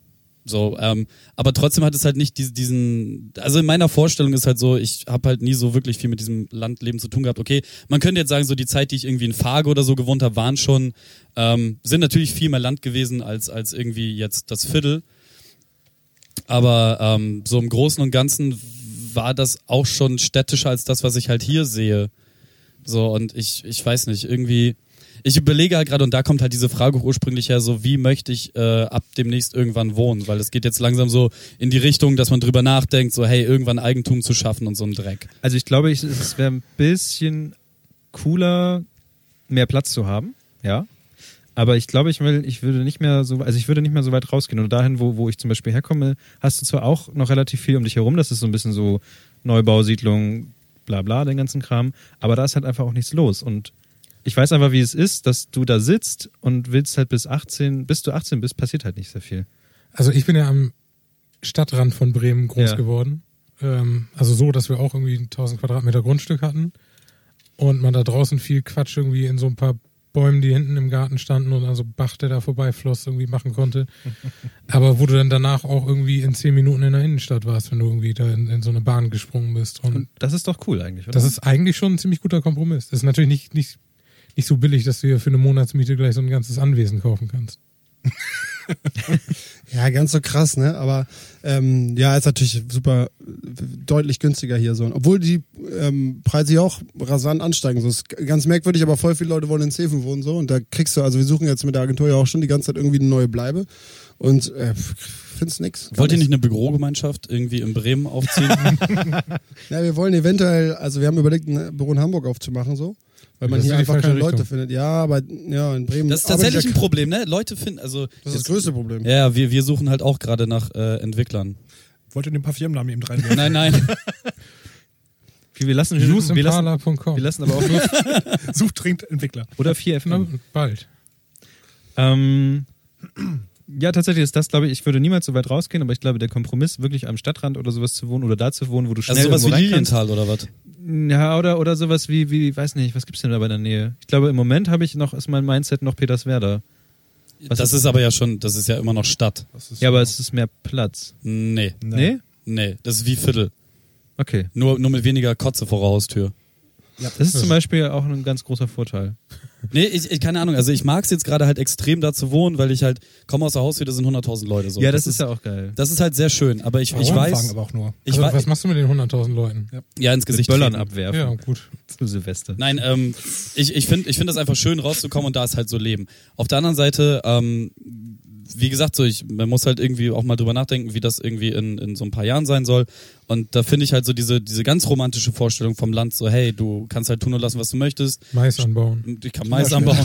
So, ähm, aber trotzdem hat es halt nicht dies- diesen, also in meiner Vorstellung ist halt so, ich habe halt nie so wirklich viel mit diesem Landleben zu tun gehabt. Okay, man könnte jetzt sagen, so die Zeit, die ich irgendwie in Fargo oder so gewohnt habe, waren schon, ähm, sind natürlich viel mehr Land gewesen als, als irgendwie jetzt das Viertel. Aber ähm, so im Großen und Ganzen war das auch schon städtischer als das, was ich halt hier sehe. So, und ich, ich weiß nicht, irgendwie, ich überlege halt gerade, und da kommt halt diese Frage ursprünglich her, so wie möchte ich äh, ab demnächst irgendwann wohnen? Weil es geht jetzt langsam so in die Richtung, dass man drüber nachdenkt, so hey, irgendwann Eigentum zu schaffen und so ein Dreck.
Also ich glaube, ich, es wäre ein bisschen cooler, mehr Platz zu haben, ja. Aber ich glaube, ich will, ich würde nicht mehr so, also ich würde nicht mehr so weit rausgehen. Und dahin, wo, wo ich zum Beispiel herkomme, hast du zwar auch noch relativ viel um dich herum, das ist so ein bisschen so Neubausiedlung, bla bla, den ganzen Kram, aber da ist halt einfach auch nichts los. Und ich weiß einfach, wie es ist, dass du da sitzt und willst halt bis 18, bis du 18 bist, passiert halt nicht sehr viel.
Also ich bin ja am Stadtrand von Bremen groß
Ja.
geworden. Ähm, also so, dass wir auch irgendwie ein 1000 Quadratmeter Grundstück hatten und man da draußen viel Quatsch irgendwie in so ein paar Bäumen, die hinten im Garten standen und also Bach, der da vorbeifloss, irgendwie machen konnte. Aber wo du dann danach auch irgendwie in zehn Minuten in der Innenstadt warst, wenn du irgendwie da in, in so eine Bahn gesprungen bist. Und
Das ist doch cool eigentlich, oder?
das ist eigentlich schon ein ziemlich guter Kompromiss. Das ist natürlich nicht, nicht, nicht so billig, dass du dir für eine Monatsmiete gleich so ein ganzes Anwesen kaufen kannst.
Ja, ganz so krass, ne? Aber ähm, ja, ist natürlich super äh, deutlich günstiger hier so. Obwohl die ähm, Preise hier auch rasant ansteigen. So ist g- ganz merkwürdig, aber voll viele Leute wollen in Zeven wohnen so. Und da kriegst du, also wir suchen jetzt mit der Agentur ja auch schon die ganze Zeit irgendwie eine neue Bleibe. Und äh, f- findest nix. Gar
Wollt ihr
nix.
nicht eine Bürogemeinschaft irgendwie in Bremen aufziehen?
Ja, wir wollen eventuell, also wir haben überlegt, ein Büro in Hamburg aufzumachen so. Weil man
Das
hier
ist die
einfach
falsche
keine
Richtung.
Leute findet. Ja, aber ja, in Bremen.
das ist
arbeitet
tatsächlich
ja
ein
k-
Problem, ne? Leute finden, also
Das ist das
jetzt-
größte Problem.
ja, wir, wir suchen halt auch gerade nach äh, Entwicklern.
Wollte den Parfümnamen eben reinwerfen.
Nein, Also nein.
wir, lassen, wir, lassen, wir, lassen,
Justinpala.com.
wir lassen aber auch nur,
Sucht dringend Entwickler.
oder 4
Na,
FM.
Bald.
Ähm, ja, tatsächlich ist das, glaube ich, ich würde niemals so weit rausgehen, aber ich glaube, der Kompromiss, wirklich am Stadtrand oder sowas zu wohnen oder da zu wohnen, wo du schnell
Also sowas wie
irgendwo rein kannst.
Lilienthal oder was?
Ja, oder, oder sowas wie, wie, weiß nicht, was gibt's denn da bei der Nähe? Ich glaube, im Moment habe ich noch, ist mein Mindset noch Peterswerda. Was
Das
ist-
ist aber ja schon, das ist ja immer noch Stadt.
Das ist
Ja, aber es ist mehr Platz.
Nee,
Nee?
nee, das ist wie Viertel.
Okay.
Nur, nur mit weniger Kotze vor der Haustür.
Das ist zum
also
Beispiel auch ein ganz großer Vorteil.
Nee, ich, ich keine Ahnung. Also ich mag's jetzt gerade halt extrem da zu wohnen, weil ich halt komme aus der Haustür, da sind 100.000 Leute. So.
ja, das, ist ja auch geil.
Das ist halt sehr schön, aber ich, ich
Fragen
weiß,
aber auch nur.
ich
also, was
weiß,
machst du mit den 100.000 Leuten?
ja ins
Mit
Gesicht.
Böllern
treten.
abwerfen
Ja, gut.
zu Silvester.
Nein, ähm, ich, ich finde ich find das einfach schön rauszukommen und da ist halt so Leben. Auf der anderen Seite, ähm, wie gesagt, so ich, man muss halt irgendwie auch mal drüber nachdenken, wie das irgendwie in, in so ein paar Jahren sein soll. Und da finde ich halt so diese, diese ganz romantische Vorstellung vom Land, so hey, du kannst halt tun und lassen, was du möchtest.
Mais anbauen.
Ich kann Mais anbauen.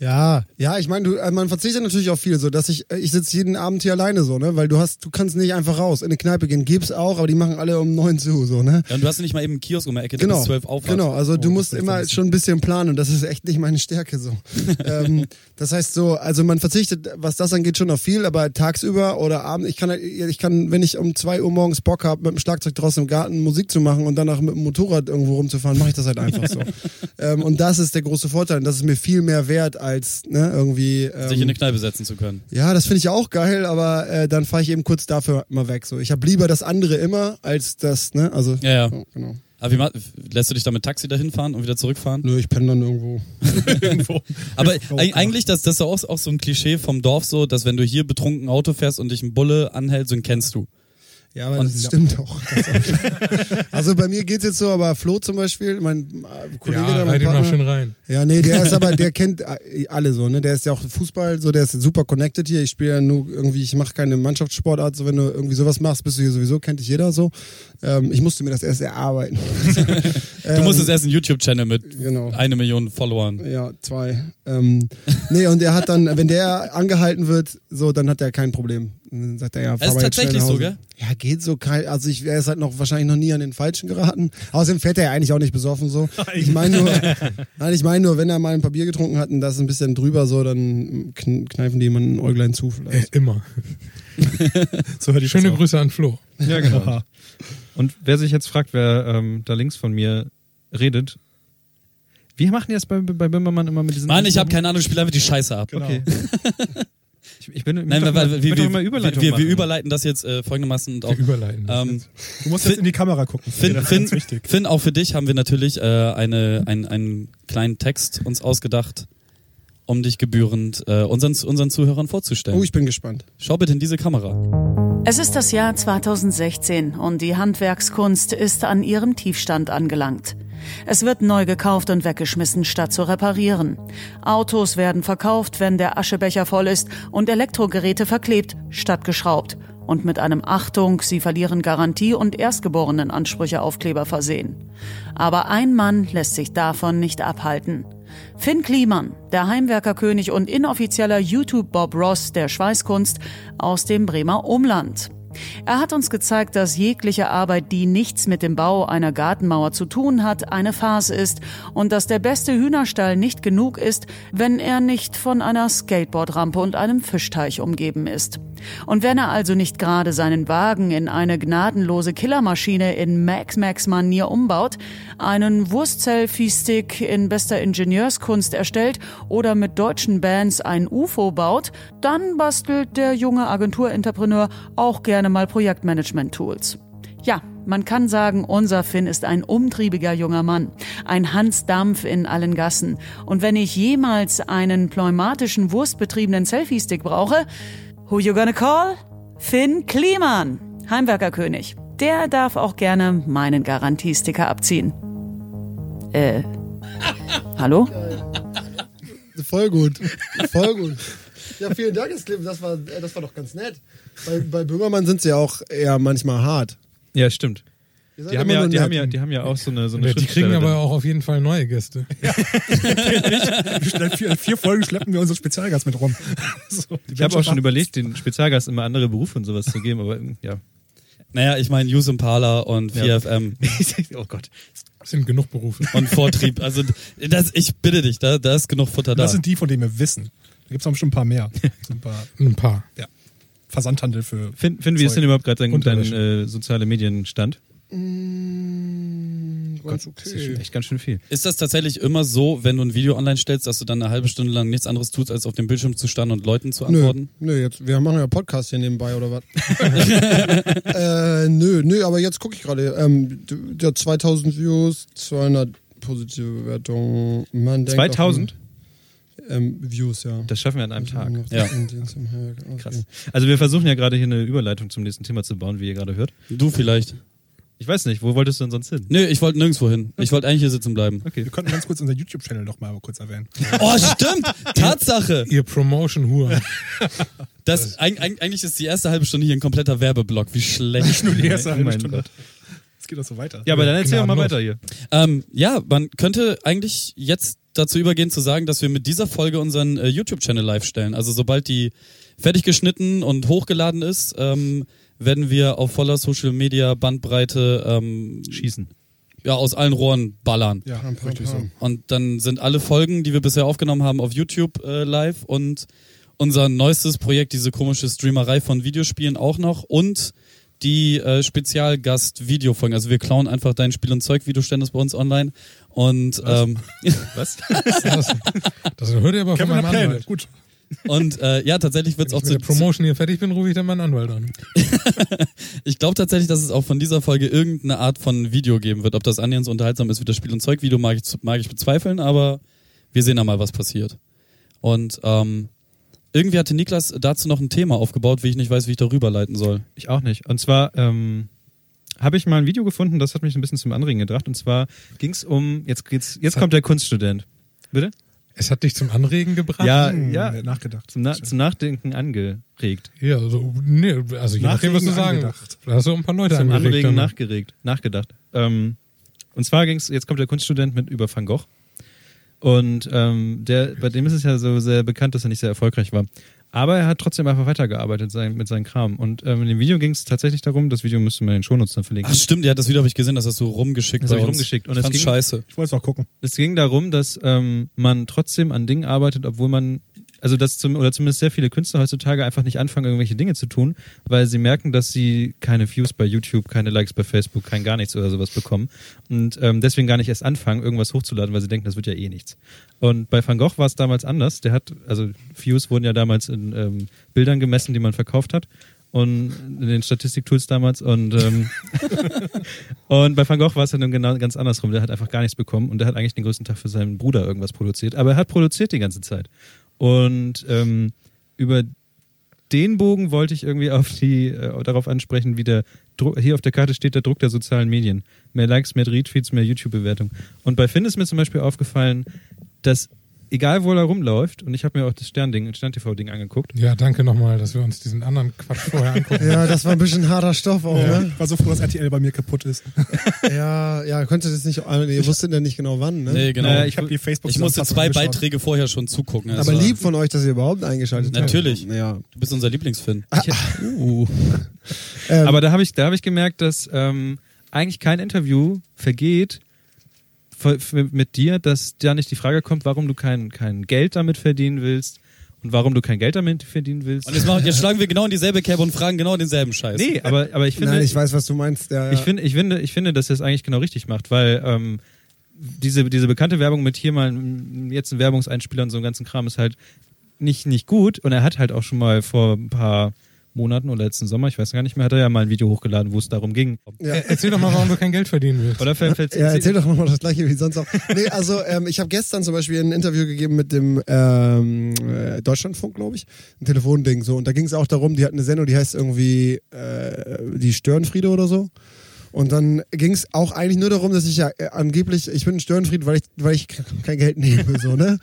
Ja, ja, ich meine, du, äh, man verzichtet natürlich auf viel, so dass ich, äh, ich sitze jeden Abend hier alleine so, ne? Weil du hast, du kannst nicht einfach raus. In eine Kneipe gehen gibt's auch, aber die machen alle um neun zu, so, ne?
Ja, und du hast nicht mal eben einen Kiosk um die Ecke, der
Genau.
bis zwölf aufhat.
Genau, also du
Oh,
musst
das ist
immer
alles-
schon ein bisschen planen und das ist echt nicht meine Stärke so. ähm, das heißt so, also man verzichtet, was das angeht, schon auf viel, aber tagsüber oder abends, ich kann, halt- ich kann, wenn ich um zwei Uhr morgens Bock habe, mit dem Schlagzeug draußen im Garten Musik zu machen und danach mit dem Motorrad irgendwo rumzufahren, mache ich das halt einfach so. ähm, und das ist der große Vorteil und das ist mir viel mehr wert als ne, irgendwie. Ähm,
sich in eine Kneipe setzen zu können.
Ja, das finde ich auch geil, aber äh, dann fahre ich eben kurz dafür mal weg. So, ich habe lieber das andere immer als das, ne? Also
Ja, ja.
ja, genau.
Aber wie, ma- lässt du dich dann mit Taxi dahin fahren und wieder zurückfahren?
Nö, ich penne dann irgendwo.
Aber eig- eigentlich, das, das ist auch, auch so ein Klischee vom Dorf so, dass wenn du hier betrunken Auto fährst und dich ein Bulle anhält, so den kennst du.
Ja, aber
Und-
das stimmt auch. Das auch. also bei mir geht's jetzt so, aber Flo zum Beispiel, mein äh, Kollege
Ja,
da,
reih
mein
den mal schön
Partner,
rein.
ja, nee, der ist aber, der kennt äh, alle so, ne? Der ist ja auch Fußball, so, der ist super connected hier. Ich spiele ja nur irgendwie, ich mache keine Mannschaftssportart, so wenn du irgendwie sowas machst, bist du hier sowieso, kennt dich jeder so. Ähm, ich musste mir das erst erarbeiten.
Du musstest erst einen YouTube-Channel mit
Genau.
eine Million Followern.
Ja, zwei. Ähm, nee, und er hat dann, wenn der angehalten wird, so, dann hat er kein Problem. Und Dann sagt er, ja, fahr
ist
mal jetzt schnell
tatsächlich
nach
so,
Hause. Ja, geht so. Kein, also ich, er ist halt noch wahrscheinlich noch nie an den Falschen geraten. Außerdem fährt er ja eigentlich auch nicht besoffen so. Ich meine nur, nein, ich meine nur, wenn er mal ein paar Bier getrunken hat und das ist ein bisschen drüber so, dann kn kneifen die jemanden ein Äuglein zu
Äh,
vielleicht.
immer.
So hört die
Schöne
Schütze auf.
Grüße an Flo.
Ja, genau. Und wer sich jetzt fragt, wer ähm, da links von mir redet, wie machen die das bei, bei Böhmermann immer mit diesen.
Mann, ich habe keine Ahnung, spiel einfach die Scheiße ab.
Genau.
Okay. ich, ich bin.
Nein, wir, wir, wir,
mal
wir,
Überleitung
wir, wir
machen.
überleiten das jetzt äh, folgendermaßen und auch.
Wir überleiten. das
Ähm,
jetzt.
Du musst jetzt in die Kamera gucken.
Finn,
das ist
Finn,
ganz wichtig.
Finn, auch für dich haben wir natürlich äh, eine, ein, einen kleinen Text uns ausgedacht, um dich gebührend äh, unseren, unseren Zuhörern vorzustellen.
Oh, ich bin gespannt.
Schau bitte in diese Kamera.
Es ist das Jahr 2016 und die Handwerkskunst ist an ihrem Tiefstand angelangt. Es wird neu gekauft und weggeschmissen, statt zu reparieren. Autos werden verkauft, wenn der Aschebecher voll ist und Elektrogeräte verklebt, statt geschraubt. Und mit einem Achtung, sie verlieren Garantie und Erstgeborenenansprüche Aufkleber versehen. Aber ein Mann lässt sich davon nicht abhalten. Finn Kliemann, der Heimwerkerkönig und inoffizieller YouTube-Bob Ross der Schweißkunst aus dem Bremer Umland. Er hat uns gezeigt, dass jegliche Arbeit, die nichts mit dem Bau einer Gartenmauer zu tun hat, eine Farce ist und dass der beste Hühnerstall nicht genug ist, wenn er nicht von einer Skateboardrampe und einem Fischteich umgeben ist. Und wenn er also nicht gerade seinen Wagen in eine gnadenlose Killermaschine in Max-Max-Manier umbaut, einen Wurstzell-Fi-Stick in bester Ingenieurskunst erstellt oder mit deutschen Bands ein UFO baut, dann bastelt der junge Agenturentrepreneur auch gerne mal Projektmanagement-Tools. Ja, man kann sagen, unser Finn ist ein umtriebiger junger Mann, ein Hans Dampf in allen Gassen. Und wenn ich jemals einen pneumatischen, wurstbetriebenen Selfie-Stick brauche, Who you gonna call? Finn Kliman, Heimwerkerkönig. Der darf auch gerne meinen Garantiesticker abziehen. Äh. Hallo?
Voll gut. Voll gut. Ja, vielen Dank, das, das, war, das war doch ganz nett. Bei, bei Böhmermann sind sie ja auch eher manchmal hart.
Ja, stimmt.
Ihr seid
Die haben,
immer
ja,
nur
die,
nett.
haben ja, die haben ja auch so eine, so eine
Die kriegen
Schriftstelle
aber
dann.
auch auf jeden Fall neue Gäste.
Schnell vier, vier Folgen schleppen wir unseren Spezialgast mit rum. So, die
Ich habe auch schon
Menschheit macht-
überlegt, den Spezialgast immer andere Berufe und sowas zu geben, aber ähm, ja.
Naja, ich meine Use Impala und
Ja.
4FM
oh Gott.
Das sind genug Berufe.
und Vortrieb. Also das, ich bitte dich, da, da ist genug Futter da.
Das sind die, von denen wir wissen. Da gibt es noch bestimmt ein paar mehr. So ein paar
Ein paar.
Versandhandel für.
Finn, Finn wie ist
Zeug.
denn überhaupt gerade dein, dein
Unterwäsche.
äh, soziale Medienstand?
Ganz
Hm, Das ist
okay.
schon echt ganz schön viel.
Ist das tatsächlich immer so, wenn du ein Video online stellst, dass du dann eine halbe Stunde lang nichts anderes tust, als auf dem Bildschirm zu starren und Leuten zu
Nö,
antworten?
nö, jetzt, wir machen ja Podcast hier nebenbei, oder was? äh, nö, nö, aber jetzt gucke ich gerade. Ähm, d- ja, 2000 Views, 200 positive Bewertungen. Man denkt
2000?
Auf, ähm, Views, ja. Also
Das schaffen wir an einem Tag.
Ja.
Krass. Also wir versuchen ja gerade hier eine Überleitung zum nächsten Thema zu bauen, wie ihr gerade hört.
Du vielleicht.
Ich weiß nicht, wo wolltest du denn sonst hin?
Nö, ich wollte nirgendwo hin. Ich wollte eigentlich hier sitzen bleiben.
Wir könnten ganz kurz unseren YouTube-Channel noch mal kurz erwähnen.
Oh, stimmt! Tatsache!
Ihr Promotion-Hur.
Das, eig- eig- eigentlich ist die erste halbe Stunde hier ein kompletter Werbeblock. Wie schlecht.
Nur die erste halbe
Mein
Stunde.
Gott.
Es geht doch so weiter.
Ja, aber dann erzähl
genau,
doch mal
los.
weiter hier.
ähm, ja, man könnte eigentlich jetzt dazu übergehen zu sagen, dass wir mit dieser Folge unseren äh, YouTube-Channel live stellen. Also sobald die fertig geschnitten und hochgeladen ist, ähm, werden wir auf voller Social-Media-Bandbreite ähm,
Schießen.
ja, aus allen Rohren ballern.
Ja,
Pam, pam,
richtig so.
pam.
Und dann sind alle Folgen, die wir bisher aufgenommen haben, auf YouTube äh, live und unser neuestes Projekt, diese komische Streamerei von Videospielen auch noch und die äh, Spezialgast-Videofolgen. Also wir klauen einfach dein Spiel- und Zeug-Video, stellen das bei uns online und, ähm,
Was?
Das, das hört ihr aber von
Kevin
meinem
hat Pläne.
Anwalt.
Gut.
und äh, ja, tatsächlich wird es
Wenn
auch
ich mit
zu,
der Promotion hier fertig bin, rufe ich dann meinen Anwalt an.
Ich glaube tatsächlich, dass es auch von dieser Folge irgendeine Art von Video geben wird. Ob das annähernd so unterhaltsam ist wie das Spiel- und Zeug-Video, mag ich, mag ich bezweifeln, aber wir sehen da mal, was passiert. Und ähm, irgendwie hatte Niklas dazu noch ein Thema aufgebaut, wie ich nicht weiß, wie ich darüber leiten soll.
Ich auch nicht. Und zwar ähm, habe ich mal ein Video gefunden, das hat mich ein bisschen zum Anregen gebracht. Und zwar ging es um, jetzt, geht's, jetzt kommt der Kunststudent. Bitte?
Es hat dich zum Anregen gebracht?
Ja,
Hm,
ja.
wer nachgedacht.
Zum, Na zum Nachdenken angeregt.
Ja, also, nee, also je nachdem, was du
Nachregen
sagen.
angedacht.
Da hast du ein paar Leute
Zum
angeregt.
Anregen
damit.
nachgeregt, nachgedacht. Ähm, Und zwar ging's, jetzt kommt der Kunststudent mit über Van Gogh. Und ähm, der, bei dem ist es ja so sehr bekannt, dass er nicht sehr erfolgreich war. Aber er hat trotzdem einfach weitergearbeitet sein, mit seinem Kram. Und ähm, in dem Video ging es tatsächlich darum, das Video müsste man in den Shownotes dann verlinken.
Ach stimmt, ja, das Video habe ich gesehen, das hast du rumgeschickt
Das
bei
hab ich
uns.
rumgeschickt. Und
ich
es
fand's
ging-
scheiße.
Ich wollte es noch gucken.
Es ging darum, dass ähm, man trotzdem an Dingen arbeitet, obwohl man, also dass zum, oder zumindest sehr viele Künstler heutzutage einfach nicht anfangen, irgendwelche Dinge zu tun, weil sie merken, dass sie keine Views bei YouTube, keine Likes bei Facebook, kein gar nichts oder sowas bekommen. Und ähm, deswegen gar nicht erst anfangen, irgendwas hochzuladen, weil sie denken, das wird ja eh nichts. Und bei Van Gogh war es damals anders. Der hat, also Views wurden ja damals in ähm, Bildern gemessen, die man verkauft hat. Und in den Statistiktools damals und ähm, Und bei Van Gogh war es dann genau ganz andersrum. Der hat einfach gar nichts bekommen und der hat eigentlich den größten Tag für seinen Bruder irgendwas produziert. Aber er hat produziert die ganze Zeit. Und ähm, über den Bogen wollte ich irgendwie auf die, äh, darauf ansprechen, wie der Druck, hier auf der Karte steht der Druck der sozialen Medien. Mehr Likes, mehr Retweets, mehr YouTube-Bewertung. Und bei Finn ist mir zum Beispiel aufgefallen, dass egal wo er rumläuft, und ich habe mir auch das Stern-Ding, Stern-TV-Ding angeguckt,
Ja, danke nochmal, dass wir uns diesen anderen Quatsch vorher angucken.
Ja, das war ein bisschen harter Stoff auch,
Ja.
ne?
Ich war so froh, dass RTL bei mir kaputt ist.
Ja, ja, konnte das nicht. ah, nee, Ihr wusstet ja nicht genau wann, ne?
Nee, genau.
Naja,
Ich habe die facebook
ich musste zwei
Beiträge.
Beiträge vorher schon zugucken. Es
Aber
also-
war-
lieb von euch, dass ihr überhaupt eingeschaltet habt.
Natürlich.
Ja.
Du bist unser Lieblingsfin.
Ähm,
Aber da habe ich, da hab ich gemerkt, dass ähm, eigentlich kein Interview vergeht ver- f- mit dir, dass da nicht die Frage kommt, warum du kein, kein Geld damit verdienen willst und warum du kein Geld damit verdienen willst.
Und jetzt, machen, jetzt schlagen wir genau in dieselbe Kerbe und fragen genau denselben Scheiß.
nee, aber, aber ich finde,
Nein, ich weiß, was du meinst. Ja, ja.
ich, finde, ich, finde, ich finde, dass er es eigentlich genau richtig macht, weil ähm, diese, diese bekannte Werbung mit hier mal mm, jetzt ein Werbungseinspieler und so einem ganzen Kram ist halt nicht, nicht gut. Und er hat halt auch schon mal vor ein paar Monaten oder letzten Sommer, ich weiß gar nicht mehr, hat er ja mal ein Video hochgeladen, wo es darum ging.
ja.
Erzähl doch mal, warum du kein Geld verdienen willst.
Oder fällt fällt's-
Ja, erzähl doch nochmal das gleiche wie sonst auch. Nee, also ähm, ich habe gestern zum Beispiel ein Interview gegeben mit dem ähm, äh, Deutschlandfunk, glaube ich, ein Telefonding so. Und da ging es auch darum, die hatten eine Sendung, die heißt irgendwie äh, die Störenfriede oder so. Und dann ging es auch eigentlich nur darum, dass ich ja äh, angeblich, ich bin ein Störenfried, weil ich, weil ich ke- kein Geld nehme, so, ne?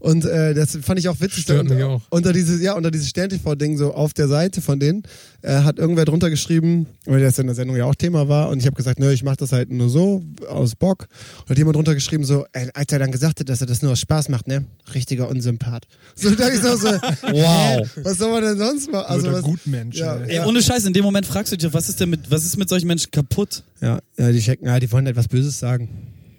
Und äh, das fand ich auch witzig.
Stört
da
mich
unter,
auch.
unter dieses, ja, unter dieses Stern-TV-Ding so auf der Seite von denen äh, hat irgendwer drunter geschrieben, weil das in der Sendung ja auch Thema war. Und ich habe gesagt, nö, ich mache das halt nur so, aus Bock. Und hat jemand drunter geschrieben so, ey, als er dann gesagt hat, dass er das nur aus Spaß macht, ne? Richtiger Unsympath. So, da dachte ich so, so wow. Was soll man denn sonst machen?
Also
was,
gut Mensch.
ja,
ey.
Ey, ohne Scheiß, in dem Moment fragst du dich, was ist denn mit, was ist mit solchen Menschen kaputt?
Ja, ja, die checken, ja, die wollen etwas Böses sagen.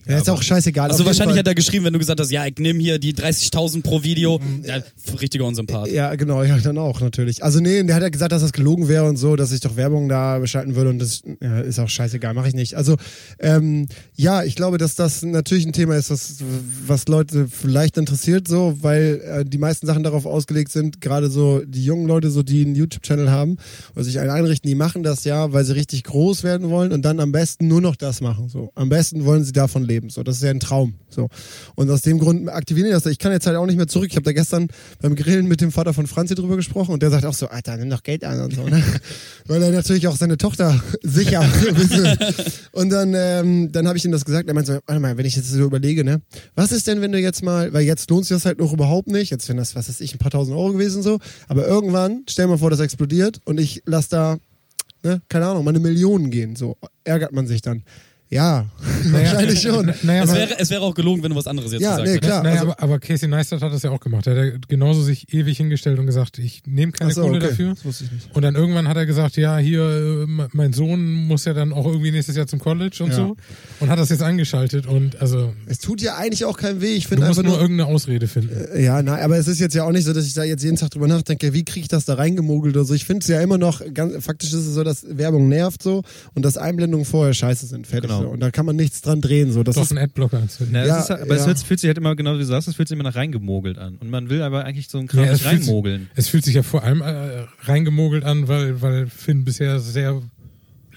Ja, ist auch scheißegal.
Also
Auf jeden
wahrscheinlich
Fall-
hat er geschrieben, wenn du gesagt hast, ja, ich nehme hier die 30.000 pro Video. Ja, f- richtiger Unsympath.
Mhm. Ja, genau, ja, dann auch natürlich. Also nee, der hat ja gesagt, dass das gelogen wäre und so, dass ich doch Werbung da beschalten würde und das ja, ist auch scheißegal, mache ich nicht. Also ähm, ja, ich glaube, dass das natürlich ein Thema ist, was, was Leute vielleicht interessiert, so, weil äh, die meisten Sachen darauf ausgelegt sind, gerade so die jungen Leute, so die einen YouTube-Channel haben oder sich einen einrichten, die machen das ja, weil sie richtig groß werden wollen und dann am besten nur noch das machen. So, am besten wollen sie davon leben. So, das ist ja ein Traum. So und aus dem Grund aktivieren die das. Ich kann jetzt halt auch nicht mehr zurück. Ich habe da gestern beim Grillen mit dem Vater von Franzi drüber gesprochen und der sagt auch so, Alter, nimm doch Geld an und so, ne? weil er natürlich auch seine Tochter sicher wissen. Und dann, ähm, dann habe ich ihm das gesagt. Er meinte so, warte mal, wenn ich jetzt so überlege, ne, was ist denn, wenn du jetzt mal, weil jetzt lohnt sich das halt noch überhaupt nicht. Jetzt wären das, was weiß ich, ein paar tausend Euro gewesen so. Aber irgendwann, stell mal vor, das explodiert und ich lass da, ne, keine Ahnung, meine Millionen gehen. So ärgert man sich dann. Ja, wahrscheinlich schon.
Naja,
Es
aber,
wäre, es wäre auch gelogen, wenn du was anderes jetzt
Ja,
gesagt
nee,
hättest.
klar.
naja,
also-
aber, aber Casey Neistat hat das ja auch gemacht. Er hat ja genauso sich ewig hingestellt und gesagt, ich nehme keine
Ach so,
Kohle
okay.
dafür.
Das wusste ich nicht.
Und dann irgendwann hat er gesagt, ja, hier, äh, me- mein Sohn muss ja dann auch irgendwie nächstes Jahr zum College und
Ja.
so. Und hat das jetzt angeschaltet und also,
Es tut ja eigentlich auch keinem weh. Ich
du
finde
musst
einfach
nur
nur. Äh,
irgendeine Ausrede finden.
Ja, nein, aber es ist jetzt ja auch nicht so, dass ich da jetzt jeden Tag drüber nachdenke, wie kriege ich das da reingemogelt oder so. Ich finde es ja immer noch, ganz, faktisch ist es so, dass Werbung nervt so und dass Einblendungen vorher scheiße sind. Fertig
Genau.
so. Und da kann man nichts dran drehen. So. Das
Doch ne.
ist,
einen Adblocker anzünden.
Na,
Ja,
es ist, halt- aber es
ja.
hört, fühlt sich halt immer genau wie du sagst, es fühlt sich immer nach reingemogelt an. Und man will aber eigentlich so einen Kram
Ja, es
nicht
fühlt sich-
reinmogeln.
Es fühlt sich ja vor allem äh, reingemogelt an, weil, weil Finn bisher sehr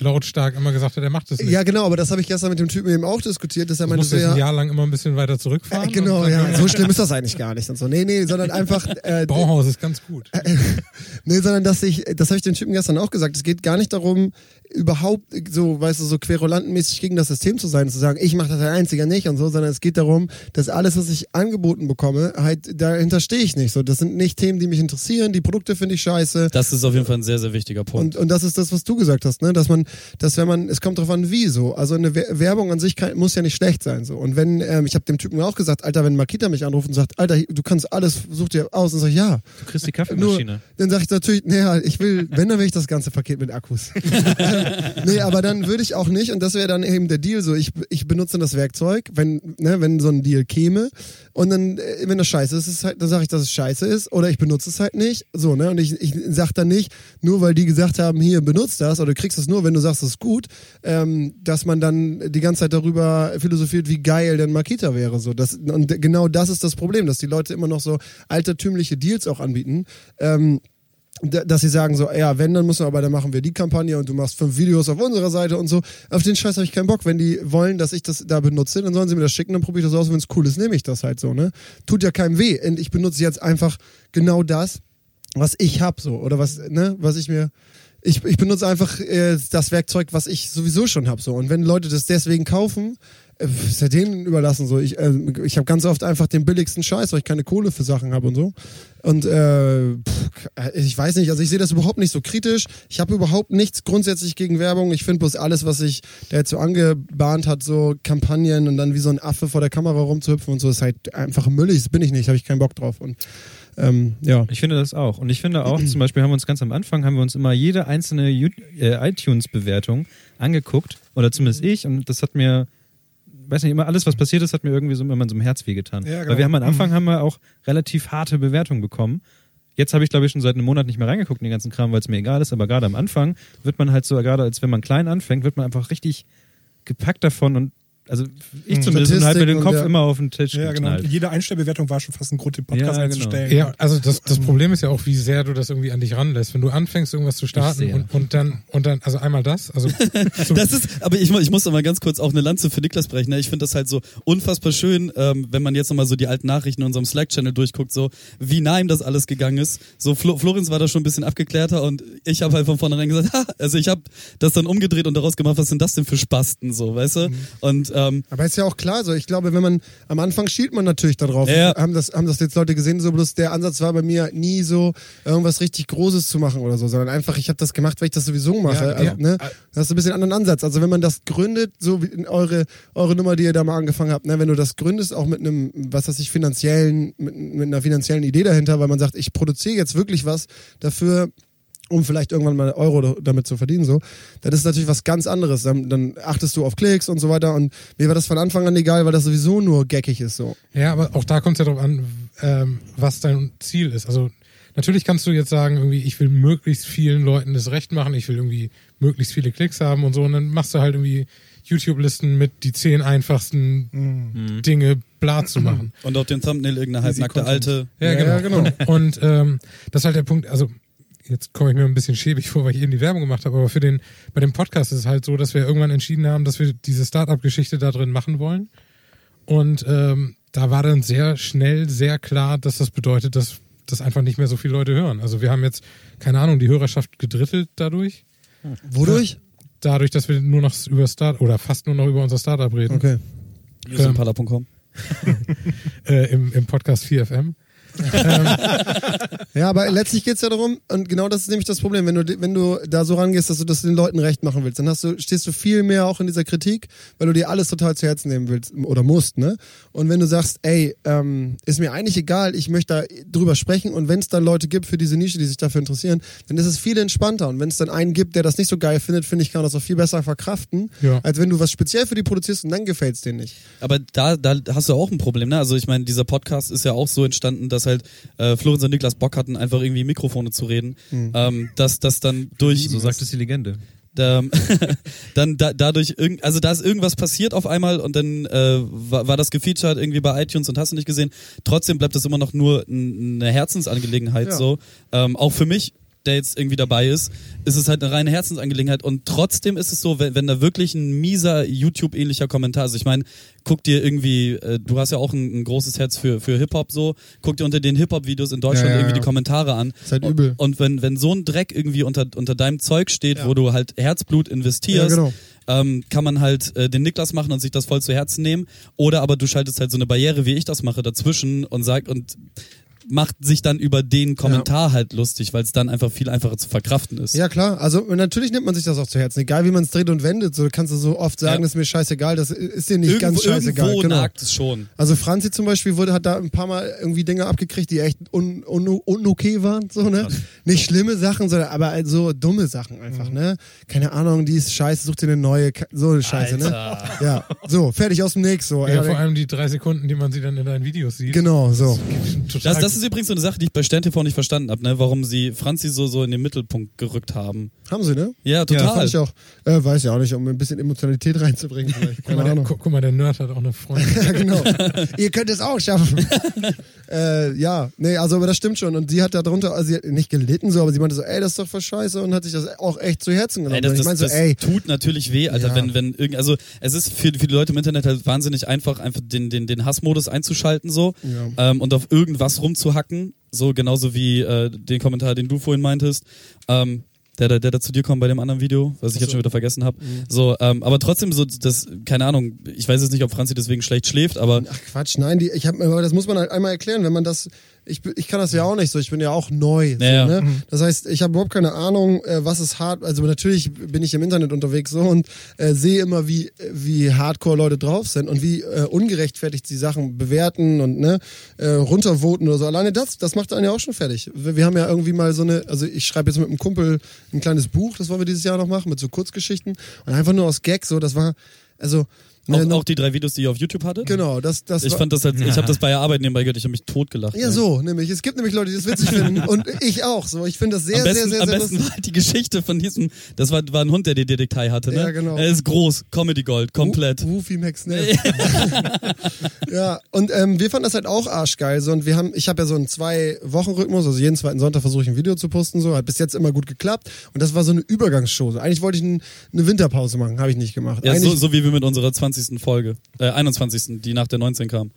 lautstark immer gesagt hat, er macht das nicht.
ja, genau, aber das habe ich gestern mit dem Typen eben auch diskutiert, dass er
Du
meinte,
musst
so,
jetzt
ja.
ein Jahr lang immer ein bisschen weiter
äh,
zurückfahren. und
genau,
dann-
ja. So schlimm ist das eigentlich gar nicht. Und so. Nee, nee, sondern einfach. Äh,
Bauhaus ist ganz gut.
Nee, sondern dass ich, das habe ich den Typen gestern auch gesagt, es geht gar nicht darum, überhaupt so, weißt du, so querulantenmäßig gegen das System zu sein, zu sagen, ich mache das der Einzige nicht und so, sondern es geht darum, dass alles, was ich angeboten bekomme, halt, dahinter stehe ich nicht. So, das sind nicht Themen, die mich interessieren, die Produkte finde ich scheiße. äh,
Das ist auf jeden Fall ein sehr, sehr wichtiger Punkt.
Und, und das ist das, was du gesagt hast, ne? dass man dass wenn man, es kommt drauf an, wie so. Also eine Wer- Werbung an sich kann, muss ja nicht schlecht sein so. Und wenn, ähm, ich habe dem Typen auch gesagt, Alter, wenn Makita mich anruft und sagt, Alter, du kannst alles, such dir aus und sag, ja.
Du kriegst die Kaffeemaschine.
Dann sage ich natürlich, naja, ich will, wenn, dann will ich das ganze Paket mit Akkus. nee, aber dann würde ich auch nicht, und das wäre dann eben der Deal so, ich, ich benutze das Werkzeug, wenn, ne, wenn so ein Deal käme, und dann, äh, wenn das scheiße ist, ist es halt, dann sage ich, dass es scheiße ist, oder ich benutze es halt nicht, so, ne, und ich, ich sage dann nicht, nur weil die gesagt haben, hier, benutzt das, oder du kriegst es nur, wenn du sagst, es ist gut, ähm, dass man dann die ganze Zeit darüber philosophiert, wie geil denn Makita wäre, so, das, und genau das ist das Problem, dass die Leute immer noch so altertümliche Deals auch anbieten, ähm, d- dass sie sagen so, ja, wenn, dann müssen wir aber, dann machen wir die Kampagne und du machst fünf Videos auf unserer Seite und so. Auf den Scheiß habe ich keinen Bock. Wenn die wollen, dass ich das da benutze, dann sollen sie mir das schicken, dann probiere ich das aus. Wenn es cool ist, nehme ich das halt so, ne? Tut ja keinem weh. Und ich benutze jetzt einfach genau das, was ich hab so. Oder was, ne, was ich mir... Ich, ich benutze einfach äh, das Werkzeug, was ich sowieso schon hab so. Und wenn Leute das deswegen kaufen, äh, ist ja denen überlassen so. Ich, äh, ich habe ganz oft einfach den billigsten Scheiß, weil ich keine Kohle für Sachen habe und so. Und äh, pff, ich weiß nicht, also ich sehe das überhaupt nicht so kritisch. Ich habe überhaupt nichts grundsätzlich gegen Werbung. Ich finde bloß alles, was sich der jetzt so angebahnt hat, so Kampagnen und dann wie so ein Affe vor der Kamera rumzuhüpfen und so, ist halt einfach müllig. Das bin ich nicht, habe ich keinen Bock drauf. Und ähm, ja.
Ich finde das auch. Und ich finde auch, zum Beispiel haben wir uns ganz am Anfang, haben wir uns immer jede einzelne Ju- äh, iTunes-Bewertung angeguckt. Oder zumindest ich. Und das hat mir, weiß nicht, immer alles, was passiert ist, hat mir irgendwie so immer in so einem Herz wehgetan.
Ja, genau.
Weil wir haben am Anfang haben wir auch relativ harte Bewertungen bekommen. Jetzt habe ich, glaube ich, schon seit einem Monat nicht mehr reingeguckt in den ganzen Kram, weil es mir egal ist. Aber gerade am Anfang wird man halt so, gerade als wenn man klein anfängt, wird man einfach richtig gepackt davon und also ich
Mhm.
zumindest und halt mit dem
Statistiken
Kopf
und ja.
immer auf den Tisch
Ja, genau.
geknallt.
Jede Einstellbewertung war schon fast ein Grund, den Podcast
Ja, genau.
äh,
einzustellen.
Ja, also das, das Problem ist ja auch, wie sehr du das irgendwie an dich ranlässt. Wenn du anfängst, irgendwas zu starten
sehr.
und, und dann, und dann, also einmal das, also so,
Das ist, aber ich, mu- ich muss da mal ganz kurz auch eine Lanze für Niklas brechen. ne? Ich finde das halt so unfassbar schön, ähm, wenn man jetzt nochmal so die alten Nachrichten in unserem Slack-Channel durchguckt, so wie nah ihm das alles gegangen ist. So Flo, Florenz war da schon ein bisschen abgeklärter und ich habe halt von vornherein gesagt, ha, also ich habe das dann umgedreht und daraus gemacht, was sind das denn für Spasten, so, weißt du?
Mhm.
Und ähm,
Aber ist ja auch klar so. Ich glaube, wenn man am Anfang schielt man natürlich darauf.
Ja.
Haben, das, haben das jetzt Leute gesehen, so bloß der Ansatz war bei mir nie so, irgendwas richtig Großes zu machen oder so, sondern einfach, ich habe das gemacht, weil ich das sowieso mache.
Ja,
also,
ja. Äh.
Ne? Das ist ein bisschen anderen Ansatz. Also wenn man das gründet, so wie in eure, eure Nummer, die ihr da mal angefangen habt, ne? wenn du das gründest, auch mit einem, was weiß ich, finanziellen, mit, mit einer finanziellen Idee dahinter, weil man sagt, ich produziere jetzt wirklich was dafür, um vielleicht irgendwann mal einen Euro da- damit zu verdienen, so, dann ist natürlich was ganz anderes. Dann, dann achtest du auf Klicks und so weiter. Und mir war das von Anfang an egal, weil das sowieso nur geckig ist, so.
Ja, aber auch da kommt es ja drauf an, ähm, was dein Ziel ist. Also natürlich kannst du jetzt sagen, irgendwie, ich will möglichst vielen Leuten das Recht machen, ich will irgendwie möglichst viele Klicks haben und so, und dann machst du halt irgendwie YouTube-Listen mit die zehn einfachsten Dinge bla zu machen.
und auf dem Thumbnail irgendeine halbnackte Alte.
Ja, genau.
ja, genau.
Und ähm, das ist halt der Punkt, also jetzt komme ich mir ein bisschen schäbig vor, weil ich eben die Werbung gemacht habe, aber für den, bei dem Podcast ist es halt so, dass wir irgendwann entschieden haben, dass wir diese Startup-Geschichte da drin machen wollen. Und ähm, da war dann sehr schnell, sehr klar, dass das bedeutet, dass das einfach nicht mehr so viele Leute hören. Also wir haben jetzt, keine Ahnung, die Hörerschaft gedrittelt dadurch.
Wodurch?
Dadurch, dass wir nur noch über Start oder fast nur noch über unser Startup reden.
Okay.
Usenpala.com.
Äh, im, Im Podcast 4FM.
Ja, aber letztlich geht's ja darum, und genau das ist nämlich das Problem, wenn du, wenn du da so rangehst, dass du das den Leuten recht machen willst, dann hast du, stehst du viel mehr auch in dieser Kritik, weil du dir alles total zu Herzen nehmen willst oder musst, ne? Und wenn du sagst, ey, ähm, ist mir eigentlich egal, ich möchte da drüber sprechen und wenn es dann Leute gibt für diese Nische, die sich dafür interessieren, dann ist es viel entspannter. Und wenn es dann einen gibt, der das nicht so geil findet, finde ich, kann man das auch viel besser verkraften,
Ja.
als wenn du was speziell für die produzierst und dann gefällt's denen nicht.
Aber da, da hast du auch ein Problem, ne? Also ich meine, dieser Podcast ist ja auch so entstanden, dass halt äh, Florenz und Niklas Bock hatten, einfach irgendwie Mikrofone zu reden. Ähm, dass das dann durch
So sagt es die Legende.
ähm, dann da, dadurch irgend, also da ist irgendwas passiert auf einmal und dann äh, war, war das gefeatured irgendwie bei iTunes und hast du nicht gesehen. Trotzdem bleibt das immer noch nur n- eine Herzensangelegenheit
Ja.
so. Ähm, auch für mich, der jetzt irgendwie dabei ist, ist es halt eine reine Herzensangelegenheit und trotzdem ist es so, wenn, wenn da wirklich ein mieser YouTube-ähnlicher Kommentar ist. Ich meine, guck dir irgendwie, äh, du hast ja auch ein, ein großes Herz für, für Hip-Hop so, guck dir unter den Hip-Hop-Videos in Deutschland
Ja, ja,
irgendwie
ja.
die Kommentare an.
Ist halt übel.
Und wenn, wenn so ein Dreck irgendwie unter, unter deinem Zeug steht,
Ja.
wo du halt Herzblut investierst,
Ja, genau.
ähm, kann man halt äh, den Niklas machen und sich das voll zu Herzen nehmen. Oder aber du schaltest halt so eine Barriere, wie ich das mache, dazwischen und sag und macht sich dann über den Kommentar halt lustig, weil es dann einfach viel einfacher zu verkraften ist.
Ja, klar. Also natürlich nimmt man sich das auch zu Herzen. Egal, wie man es dreht und wendet. So kannst du so oft
Ja.
sagen, das ist mir scheißegal. Das ist dir nicht
irgendwo
ganz scheißegal.
irgendwo
Genau.
nagt es schon.
Also Franzi zum Beispiel wurde, hat da ein paar Mal irgendwie Dinge abgekriegt, die echt un, un, unokay waren, so, ne? Nicht schlimme Sachen, sondern aber halt so dumme Sachen
Mhm.
einfach, ne? Keine Ahnung, die ist scheiße, such dir eine neue, Ke- so eine Scheiße,
Alter.
ne? Ja. So, fertig aus dem Nix, so.
Ja,
Ey,
Äh, vor allem die drei Sekunden, die man sie dann in deinen Videos sieht.
Genau, so.
Total
Das, das ist übrigens so eine Sache, die ich bei Stern TV nicht verstanden habe, ne? warum sie Franzi so, so in den Mittelpunkt gerückt haben.
Haben sie, ne?
Ja,
Ja,
total.
fand ich auch. Äh, weiß ja auch nicht, um ein bisschen Emotionalität reinzubringen. Vielleicht.
guck,
Keine
mal, der,
Ahnung.
guck, guck mal, der Nerd hat auch eine Freundin.
Ja, genau. Ihr könnt es auch schaffen. äh, ja, nee, also aber das stimmt schon. Und sie hat da drunter, also sie hat nicht gelitten so, aber sie meinte so, ey, das ist doch voll scheiße und hat sich das auch echt zu Herzen genommen.
Ey, das
und Genau, ich
das,
meinte so,
das
ey,
tut natürlich weh, Alter,
Ja.
wenn, wenn irgend, also es ist für, für die Leute im Internet halt wahnsinnig einfach, einfach den, den, den Hassmodus einzuschalten so
Ja.
ähm, und auf irgendwas rumzuhacken, so genauso wie äh, den Kommentar, den du vorhin meintest, ähm, der, da- der da zu dir kommt bei dem anderen Video, was ich jetzt schon wieder vergessen habe.
Mhm.
So, ähm, aber trotzdem so, das, keine Ahnung, ich weiß jetzt nicht, ob Franzi deswegen schlecht schläft, aber
Ach Quatsch, nein, die, ich hab, aber das muss man halt einmal erklären, wenn man das, ich, bin- ich kann das ja auch nicht so, ich bin ja auch neu. So,
Ja, ja.
ne? Das heißt, ich habe überhaupt keine Ahnung, äh, was ist hart, also natürlich bin ich im Internet unterwegs so und äh, sehe immer, wie, wie hardcore Leute drauf sind und wie äh, ungerechtfertigt sie Sachen bewerten und ne, äh, runtervoten oder so. Alleine das, das macht einen ja auch schon fertig. Wir, wir haben ja irgendwie mal so eine, also ich schreibe jetzt mit einem Kumpel ein kleines Buch, das wollen wir dieses Jahr noch machen, mit so Kurzgeschichten und einfach nur aus Gag, so, das war, also...
auch,
ne, noch-
auch die drei Videos, die ihr auf YouTube hattet.
Genau, das, das
Ich
war,
fand das halt, ich habe das bei der Arbeit nebenbei gehört, ich habe mich totgelacht.
ja,
ne?
so, nämlich. Es gibt nämlich Leute, die das witzig finden. Und ich auch. So, ich finde das sehr,
am besten,
sehr, sehr,
am
sehr
besten war halt die Geschichte von diesem, das war, war ein Hund, der die Detektei hatte, ne?
Ja, genau.
Er ist groß, Comedy Gold, komplett.
Wufi Max Snell. ja, und ähm, wir fanden das halt auch arschgeil. So, und wir haben, ich habe ja so einen Zwei-Wochen-Rhythmus, also jeden zweiten Sonntag versuche ich ein Video zu posten. So, hat bis jetzt immer gut geklappt. Und das war so eine Übergangsshow. So, eigentlich wollte ich ein, eine Winterpause machen, habe ich nicht gemacht.
Ja,
eigentlich,
so, so wie wir mit unserer 20. Folge, äh, 21., die nach der 19 kam.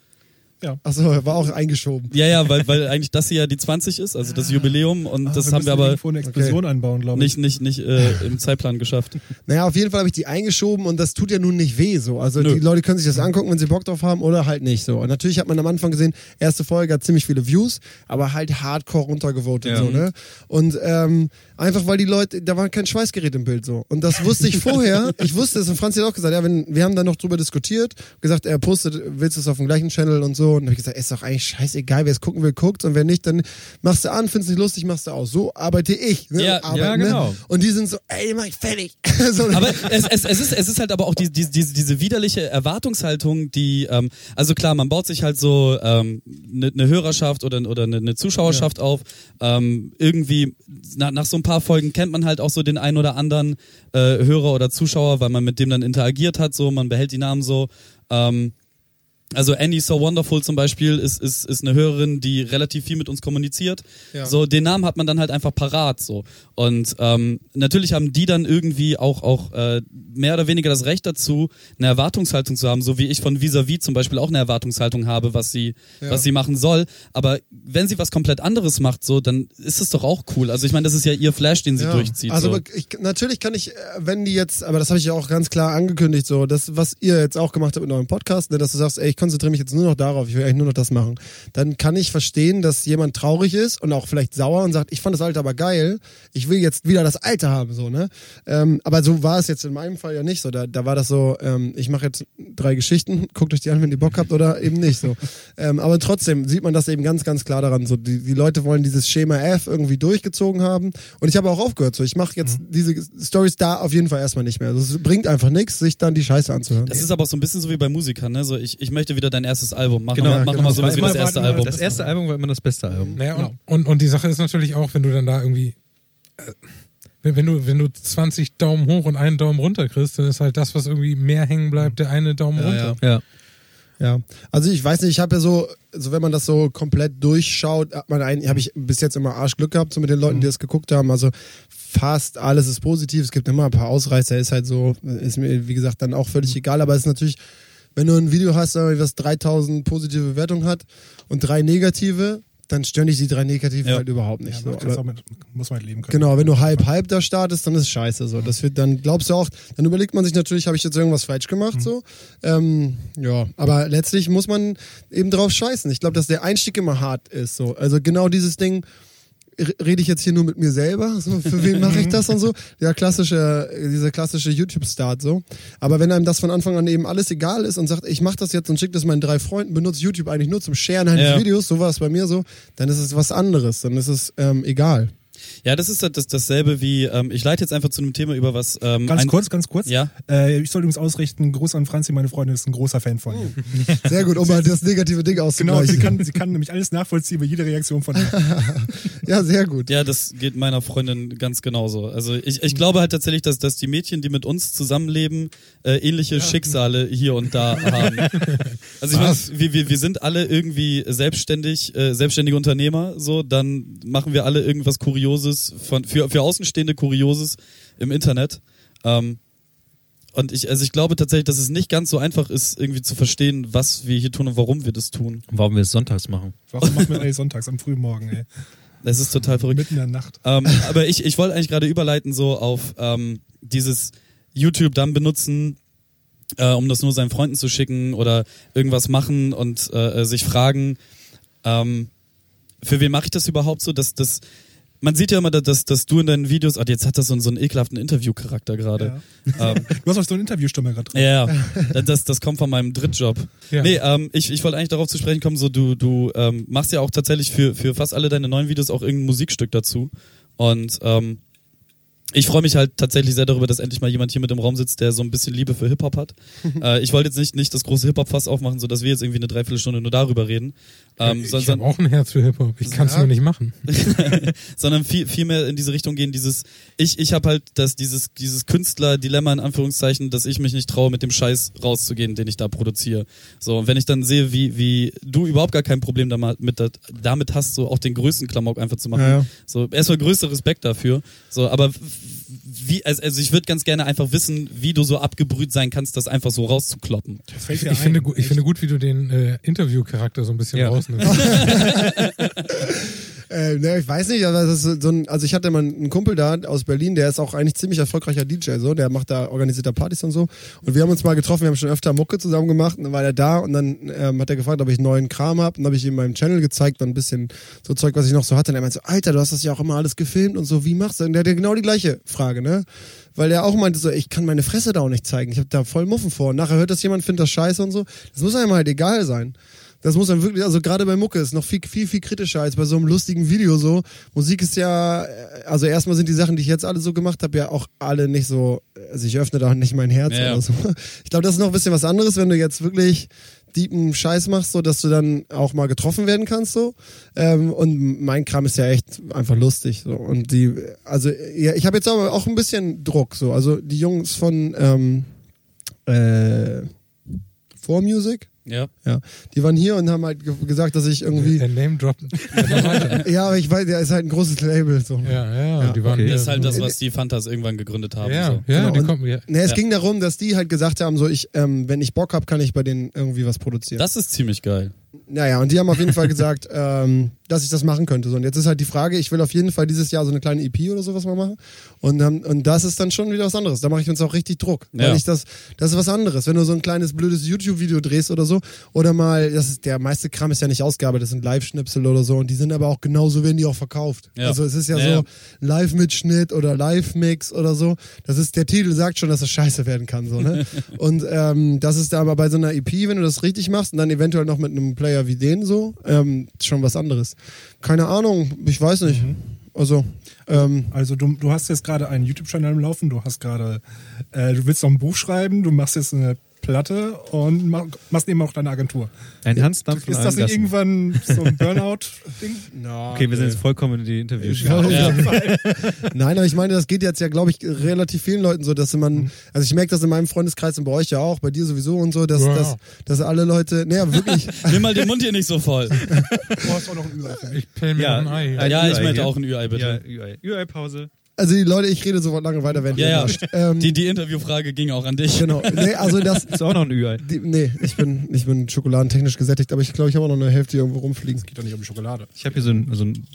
Achso, war auch eingeschoben.
Ja, ja, weil, weil eigentlich das hier ja die 20 ist, also das Jubiläum und
Ah,
das haben
müssen
wir aber
irgendwo eine Explosion einbauen, glaube ich.
nicht, nicht, nicht äh, im Zeitplan geschafft.
Naja, auf jeden Fall habe ich die eingeschoben und das tut ja nun nicht weh so. Also
Nö.
die Leute können sich das angucken, wenn sie Bock drauf haben oder halt nicht so. Und natürlich hat man am Anfang gesehen, erste Folge hat ziemlich viele Views, aber halt hardcore runtergevotet
Ja.
so, ne? Und ähm, einfach weil die Leute, da war kein Schweißgerät im Bild so. Und das wusste ich vorher, ich wusste es und Franz hat auch gesagt, ja, wenn, wir haben da noch drüber diskutiert, gesagt, er postet, willst du es auf dem gleichen Channel und so. Und habe ich gesagt, ist doch eigentlich scheißegal, wer es gucken will, guckt und wer nicht, dann machst du an, findest nicht lustig, machst du aus. So arbeite ich. Ne?
Ja,
Und arbeite,
ja, genau.
Ne? Und die sind so, ey, mach ich fertig. so,
Aber es, es, es, ist, es ist halt aber auch die, die, diese, diese widerliche Erwartungshaltung, die, ähm, also klar, man baut sich halt so eine ähm, ne ne Hörerschaft oder, oder eine ne Zuschauerschaft auf. Ähm, irgendwie, nach, nach so ein paar Folgen kennt man halt auch so den einen oder anderen äh, Hörer oder Zuschauer, weil man mit dem dann interagiert hat, so, man behält die Namen so. Ähm, also Annie So Wonderful zum Beispiel ist, ist, ist eine Hörerin, die relativ viel mit uns kommuniziert.
Ja.
So, den Namen hat man dann halt einfach parat. So. Und ähm, natürlich haben die dann irgendwie auch, auch äh, mehr oder weniger das Recht dazu, eine Erwartungshaltung zu haben, so wie ich von Vis-a-vis zum Beispiel auch eine Erwartungshaltung habe, was sie,
Ja.
was sie machen soll. Aber wenn sie was komplett anderes macht, so, dann ist es doch auch cool. Also ich meine, das ist ja ihr Flash, den sie
Ja.
durchzieht.
Also
so.
aber ich, natürlich kann ich, äh, wenn die jetzt, aber das habe ich ja auch ganz klar angekündigt, so das, was ihr jetzt auch gemacht habt mit eurem Podcast, ne, dass du sagst, ey, ich konzentriere mich jetzt nur noch darauf, ich will eigentlich nur noch das machen, dann kann ich verstehen, dass jemand traurig ist und auch vielleicht sauer und sagt, ich fand das Alte aber geil, ich will jetzt wieder das Alte haben, so ne. Ähm, aber so war es jetzt in meinem Fall ja nicht so. Da, da war das so, ähm, ich mache jetzt drei Geschichten, guckt euch die an, wenn ihr Bock habt oder eben nicht so. Ähm, aber trotzdem sieht man das eben ganz, ganz klar daran. So, die, die Leute wollen dieses Schema F irgendwie durchgezogen haben. Und ich habe auch aufgehört. So, ich mache jetzt diese Stories da auf jeden Fall erstmal nicht mehr. Also, es bringt einfach nichts, sich dann die Scheiße anzuhören.
das ist aber auch so ein bisschen so wie bei Musikern, ne? So, ich, ich möchte wieder dein erstes Album. Mach
Genau,
nochmal mach
genau.
noch mal so was wie das
Erstmal
erste
warten,
Album.
Das erste Album war immer das beste Album.
Naja, und, und, und die Sache ist natürlich auch, wenn du dann da irgendwie, äh, wenn, wenn du, wenn du 20 Daumen hoch und einen Daumen runter kriegst, dann ist halt das, was irgendwie mehr hängen bleibt, der eine Daumen runter.
Ja.
Ja, also ich weiß nicht, ich habe ja so, so wenn man das so komplett durchschaut, hat man einen, habe ich bis jetzt immer Arschglück gehabt so mit den Leuten, die das geguckt haben. Also fast alles ist positiv. Es gibt immer ein paar Ausreißer, ist halt so, ist mir wie gesagt dann auch völlig egal. Aber es ist natürlich, wenn du ein Video hast, sagen wir, was 3000 positive Bewertungen hat und drei negative, dann stören dich die drei Negativen
Ja.
halt überhaupt nicht.
Ja,
so.
man kann's
Aber-
Also, auch mit, muss man halt leben können.
Genau, wenn du halb halb da startest, dann ist scheiße so. Das wird dann glaubst du auch, dann überlegt man sich natürlich, habe ich jetzt irgendwas falsch gemacht so. Ähm, ja, aber letztlich muss man eben drauf scheißen. Ich glaube, dass der Einstieg immer hart ist so. Also genau dieses Ding re- rede ich jetzt hier nur mit mir selber, so, für wen mache ich das und so. Ja, klassische dieser klassische YouTube Start so. Aber wenn einem das von Anfang an eben alles egal ist und sagt, ich mache das jetzt und schicke das meinen drei Freunden, benutze YouTube eigentlich nur zum Sharen eines
Ja.
Videos, so war es bei mir so, dann ist es was anderes, dann ist es ähm, egal.
Ja, das ist das, das, dasselbe wie, ähm, ich leite jetzt einfach zu einem Thema über, was ähm,
Ganz
ein-
kurz, ganz kurz.
Ja.
Äh, ich soll übrigens ausrichten, Gruß an Franzi, meine Freundin ist ein großer Fan von ihr.
Sehr gut, um mal das negative Ding
Genau, sie
auszugleichen.
kann, sie kann nämlich alles nachvollziehen über jede Reaktion von mir.
ja, sehr gut.
Ja, das geht meiner Freundin ganz genauso. Also ich, ich glaube halt tatsächlich, dass, dass die Mädchen, die mit uns zusammenleben, äh, ähnliche Schicksale hier und da haben. Also ich
Was?
meine, wir, wir, wir sind alle irgendwie selbstständig, äh, selbstständige Unternehmer, so, dann machen wir alle irgendwas Kurioses, von, für, für Außenstehende Kurioses im Internet. Ähm, und ich, also ich glaube tatsächlich, dass es nicht ganz so einfach ist, irgendwie zu verstehen, was wir hier tun und warum wir das tun.
Warum wir es sonntags machen.
Warum machen wir das eigentlich sonntags am frühen Morgen, ey?
Es ist total verrückt.
Mitten in der Nacht.
Ähm, aber ich, ich wollte eigentlich gerade überleiten so auf ähm, dieses YouTube dann benutzen, äh, um das nur seinen Freunden zu schicken oder irgendwas machen und äh, äh, sich fragen, ähm, für wen mache ich das überhaupt so? Dass, dass, man sieht ja immer, dass, dass du in deinen Videos, ah, jetzt hat das so, einen- so einen ekelhaften Interviewcharakter gerade. Ja. Ähm,
Du hast auch so eine Interviewstimme gerade drin.
ja, ja. das, das kommt von meinem Drittjob.
Ja.
Nee, ähm, ich, ich wollte eigentlich darauf zu sprechen kommen, so du, du ähm, machst ja auch tatsächlich für, für fast alle deine neuen Videos auch irgendein Musikstück dazu. Und ähm, ich freue mich halt tatsächlich sehr darüber, dass endlich mal jemand hier mit im Raum sitzt, der so ein bisschen Liebe für Hip-Hop hat. äh, ich wollte jetzt nicht, nicht das große Hip-Hop-Fass aufmachen, so dass wir jetzt irgendwie eine Dreiviertelstunde nur darüber reden. Ähm,
ich
sondern-
habe auch ein Herz für Hip-Hop. Ich kann es
Ja.
nur nicht machen.
sondern viel, viel mehr in diese Richtung gehen, dieses, ich, ich habe halt das, dieses, dieses Künstler-Dilemma in Anführungszeichen, dass ich mich nicht traue, mit dem Scheiß rauszugehen, den ich da produziere. So, und wenn ich dann sehe, wie, wie du überhaupt gar kein Problem damit, damit hast, so auch den größten Klamauk einfach zu machen.
Ja, ja.
So, erstmal größter Respekt dafür. So, aber w- wie, also, also ich würde ganz gerne einfach wissen, wie du so abgebrüht sein kannst, das einfach so rauszukloppen.
Fällt
Ich
dir ein,
finde, gu- ich
echt.
finde gut, wie du den äh, Interviewcharakter so ein bisschen rausnimmst.
Äh, ne, ich weiß nicht, aber das ist so ein, also ich hatte mal einen Kumpel da aus Berlin, der ist auch eigentlich ziemlich erfolgreicher DJ, so, der macht da organisierter Partys und so. Und wir haben uns mal getroffen, wir haben schon öfter Mucke zusammen gemacht und dann war er da und dann ähm, hat er gefragt, ob ich neuen Kram habe. Dann habe ich ihm meinem Channel gezeigt, dann ein bisschen so Zeug, was ich noch so hatte. Und er meinte so, Alter, du hast das ja auch immer alles gefilmt und so, wie machst du? Und der hat ja genau die gleiche Frage, ne? Weil er auch meinte so, ich kann meine Fresse da auch nicht zeigen, ich habe da voll Muffen vor. Und nachher hört das jemand, findet das scheiße und so. Das muss einem halt egal sein. Das muss dann wirklich, also gerade bei Mucke ist noch viel, viel, viel kritischer als bei so einem lustigen Video so. Musik ist ja, äh, also erstmal sind die Sachen, die ich jetzt alle so gemacht habe, ja auch alle nicht so, also ich öffne da nicht mein Herz
Ja.
oder so. Ich glaube, das ist noch ein bisschen was anderes, wenn du jetzt wirklich deepen Scheiß machst, so dass du dann auch mal getroffen werden kannst so. Ähm, und mein Kram ist ja echt einfach lustig so. Und die, also ja, ich habe jetzt aber auch ein bisschen Druck so. Also die Jungs von ähm, äh, 4 Music
Ja.
ja. Die waren hier und haben halt ge gesagt, dass ich irgendwie.
Der Name Drop.
Ja, aber ich weiß, der ist halt ein großes Label. So.
Ja, ja,
Ja,
die waren
okay.
hier
Das ist halt
so-
das, was die Fantas irgendwann gegründet haben.
Ja,
So.
ja,
Genau,
die
und-
kommen. Ja.
Ne, es
Ja.
ging darum, dass die halt gesagt haben, so ich, ähm, wenn ich Bock hab, kann ich bei denen irgendwie was produzieren.
Das ist ziemlich geil.
Naja, und die haben auf jeden Fall gesagt, ähm, dass ich das machen könnte. So, und jetzt ist halt die Frage, ich will auf jeden Fall dieses Jahr so eine kleine EP oder sowas mal machen. Und, ähm, und das ist dann schon wieder was anderes. Da mache ich uns auch richtig Druck.
Ja.
Weil ich das, das ist was anderes. Wenn du so ein kleines blödes YouTube-Video drehst oder so, oder mal, das ist, der meiste Kram ist ja nicht Ausgabe, das sind Live-Schnipsel oder so. Und die sind aber auch genauso, werden die auch verkauft.
Ja.
Also es ist ja,
Ja, ja.
so Live-Mitschnitt oder Live-Mix oder so. Das ist, der Titel sagt schon, dass es scheiße werden kann. So, ne? Und ähm, das ist aber bei so einer EP, wenn du das richtig machst und dann eventuell noch mit einem Player wie den so, ähm, schon was anderes. Keine Ahnung, ich weiß nicht.
Mhm.
Also, ähm,
Also du, du hast jetzt gerade einen YouTube-Channel am Laufen, du hast gerade, äh, du willst noch ein Buch schreiben, du machst jetzt eine Platte und mach, machst eben auch deine Agentur.
Ein Hansdampf von
Ist das
allen
nicht
Gassen.
irgendwann so ein Burnout-Ding?
Okay, wir sind jetzt vollkommen in die Interviews.
Ja.
Ja.
Nein, aber ich meine, das geht jetzt ja, glaube ich, relativ vielen Leuten so, dass
Mhm.
man, also ich merke das in meinem Freundeskreis und bei euch ja auch, bei dir sowieso und so, dass,
Ja.
dass, dass alle Leute, naja, wirklich,
Nimm mal den Mund hier nicht so voll.
Du hast auch noch einen Überfall.
Äh, Ich pell mir
Ja.
noch ein Ei.
Ein
Ja, ich
Ü-Ei
meinte
hier.
auch ein Ü-Ei, bitte.
UI-Pause.
Also die Leute, ich rede sofort lange weiter, wenn
Ja,
ihr
ja.
überrascht. Ähm,
Die, die Interviewfrage ging auch an dich.
Genau. Nee, also das.
Ist auch noch ein Ü-Ei.
Die, nee, ich bin, ich bin schokoladentechnisch gesättigt, aber ich glaube, ich habe auch noch eine Hälfte irgendwo rumfliegen.
Es geht doch nicht um Schokolade.
Ich habe hier so einen, so einen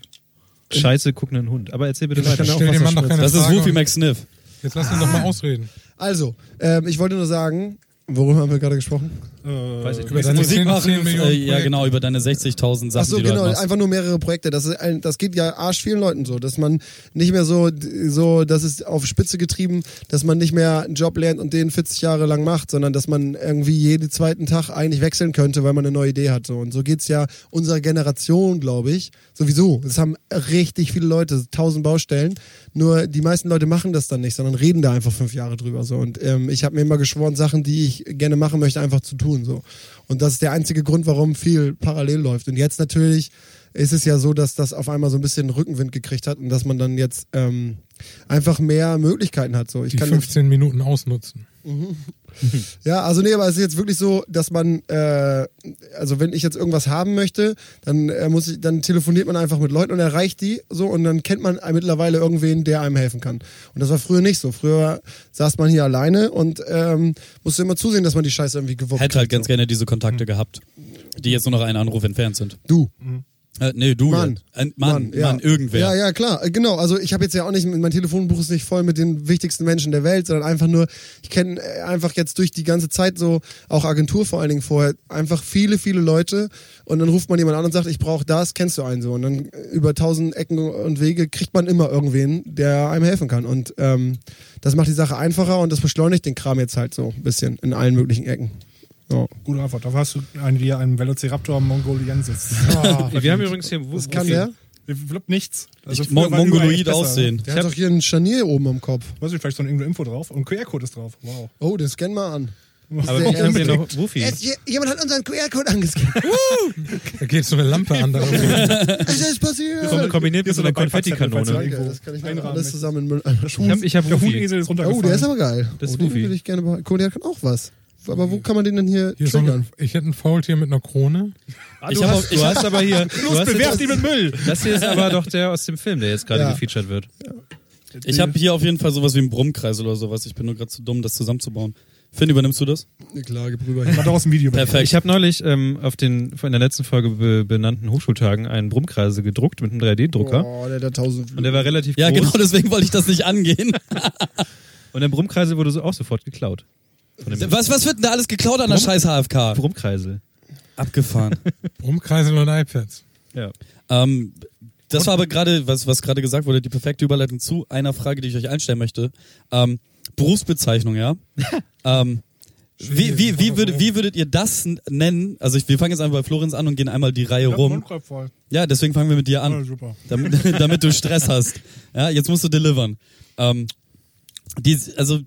scheiße guckenden Hund. Aber erzähl bitte weiter.
Stell dem Mann doch keine
Das ist
Frage
Wolfie
und-
McSniff.
Äh,
Jetzt lass ihn doch
Ah.
mal ausreden.
Also, ähm, ich wollte nur sagen, worüber haben wir gerade gesprochen?
Weiß ich
Über
nicht.
deine
Musik
10,
machen,
10 Millionen
äh, ja
Projekte.
genau, über deine 60.000 Sachen,
Ach so,
die du
genau,
halt machst.
einfach nur mehrere Projekte. Das, ist ein, das geht ja arsch vielen Leuten so, dass man nicht mehr so, so, das ist auf Spitze getrieben, dass man nicht mehr einen Job lernt und den 40 Jahre lang macht, sondern dass man irgendwie jeden zweiten Tag eigentlich wechseln könnte, weil man eine neue Idee hat. So. Und so geht's ja unserer Generation, glaube ich, sowieso. Es haben richtig viele Leute, tausend Baustellen. Nur die meisten Leute machen das dann nicht, sondern reden da einfach fünf Jahre drüber. So. Und ähm, ich habe mir immer geschworen, Sachen, die ich gerne machen möchte, einfach zu tun. So. Und das ist der einzige Grund, warum viel parallel läuft. Und jetzt natürlich ist es ja so, dass das auf einmal so ein bisschen Rückenwind gekriegt hat und dass man dann jetzt ähm, einfach mehr Möglichkeiten hat. So, ich
die
kann
15 Minuten ausnutzen.
ja, also nee, aber es ist jetzt wirklich so, dass man, äh, also wenn ich jetzt irgendwas haben möchte, dann äh, muss ich, dann telefoniert man einfach mit Leuten und erreicht die so und dann kennt man mittlerweile irgendwen, der einem helfen kann. Und das war früher nicht so. Früher saß man hier alleine und ähm, musste immer zusehen, dass man die Scheiße irgendwie gewuppt
Hätte halt
kriegt,
ganz gerne diese Kontakte gehabt, die jetzt nur noch einen Anruf entfernt sind.
Du.
Äh, nee, du.
Mann.
Äh, Mann, Mann,
ja.
irgendwer.
Ja, ja, klar, äh, genau. Also ich habe jetzt ja auch nicht, mein Telefonbuch ist nicht voll mit den wichtigsten Menschen der Welt, sondern einfach nur, ich kenne äh, einfach jetzt durch die ganze Zeit so, auch Agentur vor allen Dingen vorher, einfach viele, viele Leute und dann ruft man jemand an und sagt, ich brauche das, kennst du einen so? Und dann äh, über tausend Ecken und Wege kriegt man immer irgendwen, der einem helfen kann. Und ähm, das macht die Sache einfacher und das beschleunigt den Kram jetzt halt so ein bisschen in allen möglichen Ecken. Ja.
Gute Antwort. Da warst du einen, wie einem Velociraptor mongoliensis. Ah,
Wir haben übrigens hier.
Was kann der?
Flippt nichts. Also
Ich,
früher
Mo
war überall
Mongoloid
ne?
besser.
aussehen.
Der hat doch hier ein Scharnier oben am Kopf.
Weiß ich, vielleicht so eine irgendeine Info drauf. Und QR-Code ist drauf. Wow.
Oh, den scan mal an.
Aber
Sehr
ich habe hier
ernst.
noch Wuffi.
Jetzt, je- jemand hat unseren QR-Code angescannt.
Da geht so eine Lampe an. Da irgendwie.
Es ist passiert.
Kom kombiniert mit
Hier ist
so
so
einer
eine Konfettikanone.
Konfettikanone.
Danke, das kann ich
Einrahmen
mir alles
mit-
zusammen in Müll einschmeißen.
Ich habe ich hab
Der
Wuffi.
Hufenesel ist runtergefallen.
Oh, der ist aber geil.
Das ist
oh, den
Wufi.
würde ich gerne behalten. Guck mal, der kann auch was. Aber wo kann man den denn hier,
Hier ist so
triggern?
ein, ich hätte ein Faultier mit einer Krone.
Ah, du, hast, du hast aber hier. du hast jetzt,
Bewerft ihn mit Müll!
das hier ist aber doch der aus dem Film, der jetzt gerade
Ja.
gefeatured wird.
Ich habe hier auf jeden Fall sowas wie einen Brummkreis oder sowas. Ich bin nur gerade zu dumm, das zusammenzubauen. Finn, übernimmst du das?
Eine Klage drüber.
Mach daraus ein Video. bitte.
Perfekt.
Ich habe neulich ähm, auf den in der letzten Folge be benannten Hochschultagen einen Brummkreise gedruckt mit einem 3D-Drucker.
Oh, der hat da tausend
Und der war relativ
ja,
groß.
genau, deswegen wollte ich das nicht angehen.
Und der Brummkreise wurde so auch sofort geklaut. Von dem
Was, was wird denn da alles geklaut an der
Brumm-
scheiß HFK?
Brummkreise.
Abgefahren.
Rumkreisel und iPads.
Ja.
ähm, das war aber gerade, was, was gerade gesagt wurde, die perfekte Überleitung zu einer Frage, die ich euch einstellen möchte. Ähm, Berufsbezeichnung, ja? ähm, wie, wie, wie, würd, wie würdet ihr das n- nennen? Also ich, wir fangen jetzt einfach bei Florenz an und gehen einmal die Reihe
Ich hab einen
rum.
Mundkorb voll.
Ja, deswegen fangen wir mit dir
Ja,
an.
super.
damit, damit du Stress hast. Ja, jetzt musst du delivern. Ähm, die, also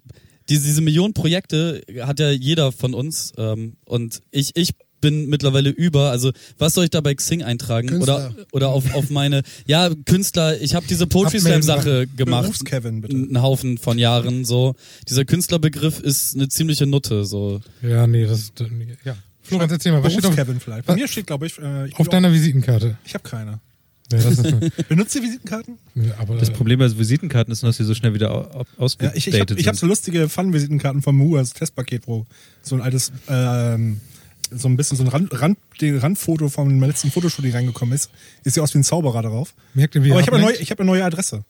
die, diese Millionen Projekte hat ja jeder von uns ähm, und ich, ich bin mittlerweile über, also was soll ich da bei Xing eintragen
Künstler.
oder oder auf, auf meine ja Künstler, ich habe diese Poetry Slam
Abmelden.
Sache gemacht,
Berufs-Kevin, bitte.
einen Haufen von Jahren so. Dieser Künstlerbegriff ist eine ziemliche Nutte so.
Ja, nee, das ist. Ja. Florenz, erzähl mal, was steht auf,
Berufs-Kevin vielleicht. Bei mir steht, glaube ich, äh, ich,
auf
bin auch-
deiner Visitenkarte?
ich habe keine.
Ja, das ist,
Benutzt ihr Visitenkarten?
ja, aber
Das Problem bei Visitenkarten ist, nur, dass sie so schnell wieder au- au-
Ja,
ausgedatet
ich, ich habe
sind.
ich hab so lustige Fun-Visitenkarten vom Mu als Testpaket, Bro. So ein altes, ähm, so ein bisschen so ein Rand, Rand, den Randfoto vom letzten Fotostudio reingekommen ist. Ist ja aus wie ein Zauberer darauf.
Merkt ihr, wie ihr
aber ich habe eine, neue-
ablenkt?
ich hab eine neue Adresse.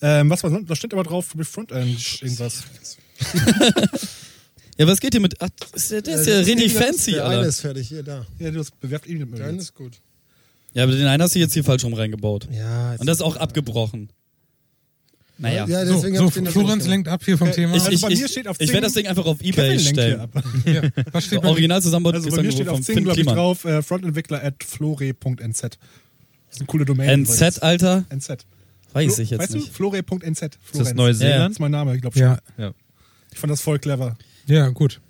Ähm, was war sonst? Da steht aber drauf für Frontend irgendwas.
Ja, was geht hier mit? Ach, ist der, der ist ja richtig fancy,
Der eine
Alter.
ist fertig, hier, da.
Ja, du bewerft eh ihn mit
Der eine
mir.
ist gut.
Ja, aber den einen hast du jetzt hier falsch rum reingebaut.
Ja,
Und das ist auch abgebrochen. Naja.
ja
So,
deswegen hab
so,
ich den das
Florenz
nicht
lenkt ab hier vom Thema.
Ich,
Also
ich,
bei mir
ich,
steht auf
ich
Zing-
werde das Ding einfach auf Ebay
Kevin lenkt hier
stellen.
ab.
ja, was
So,
steht bei,
original zusammenbaut
Also
ist
bei
dann
mir
nur
steht auf
vom
Zing,
Finn
glaube ich,
Kliman.
drauf, äh, Frontentwickler at flore.nz. Das ist eine coole Domain. übrigens.
NZ, Alter?
NZ.
Weiß ich
weißt
jetzt nicht.
du? Flore.nz.
ist das
Florenz.
Neuseeland?
Das ist mein Name, ich glaube schon.
ja,
Ich fand das voll clever.
ja, gut.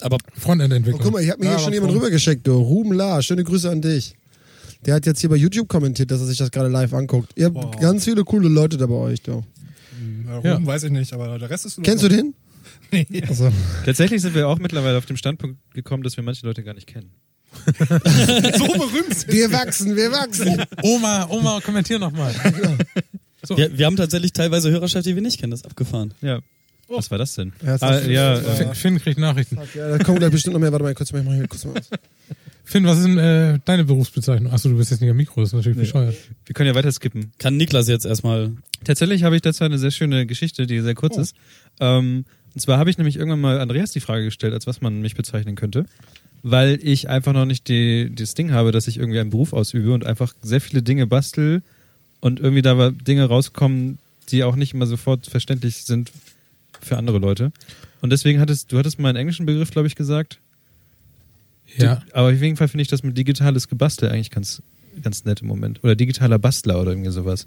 Aber
Oh,
Frontend-Entwicklung.
guck mal, ich habe mir
Ja,
hier schon
aber
jemand
komm.
rübergeschickt, du. Ruben La, schöne Grüße an dich. Der hat jetzt hier bei YouTube kommentiert, dass er sich das gerade live anguckt. Ihr habt
Boah.
ganz viele coole Leute da bei euch, du.
Warum
Ja.
weiß ich nicht, aber der Rest ist
Kennst du den? Nee. Also,
Tatsächlich sind wir auch mittlerweile auf dem Standpunkt gekommen, dass wir manche Leute gar nicht kennen.
so berühmt?
wir wachsen, wir wachsen.
Oma, Oma, kommentier nochmal. So.
Wir, wir haben tatsächlich teilweise Hörerschaft, die wir nicht kennen. Das ist abgefahren.
Ja. Was war das denn?
Ja, das
ah,
ist-
ja,
das
äh,
war-
Finn, Finn kriegt Nachrichten.
Fuck, ja, da kommt gleich bestimmt noch mehr. Warte mal, kurz mal, ich mach hier kurz mal aus.
Finn, was ist denn äh, deine Berufsbezeichnung? Achso, du bist jetzt nicht am Mikro, das ist natürlich
Nee.
bescheuert.
wir können ja weiter skippen.
Kann Niklas jetzt erstmal.
Tatsächlich habe ich dazu eine sehr schöne Geschichte, die sehr kurz ist. Ähm, und zwar habe ich nämlich irgendwann mal Andreas die Frage gestellt, als was man mich bezeichnen könnte, weil ich einfach noch nicht die, das Ding habe, dass ich irgendwie einen Beruf ausübe und einfach sehr viele Dinge bastel und irgendwie dabei Dinge rauskommen, die auch nicht immer sofort verständlich sind für andere Leute. Und deswegen hattest du hattest mal einen englischen Begriff, glaube ich, gesagt.
Ja.
Aber auf jeden Fall finde ich das mit digitales Gebastel eigentlich ganz, ganz nett im Moment. Oder digitaler Bastler oder irgendwie sowas.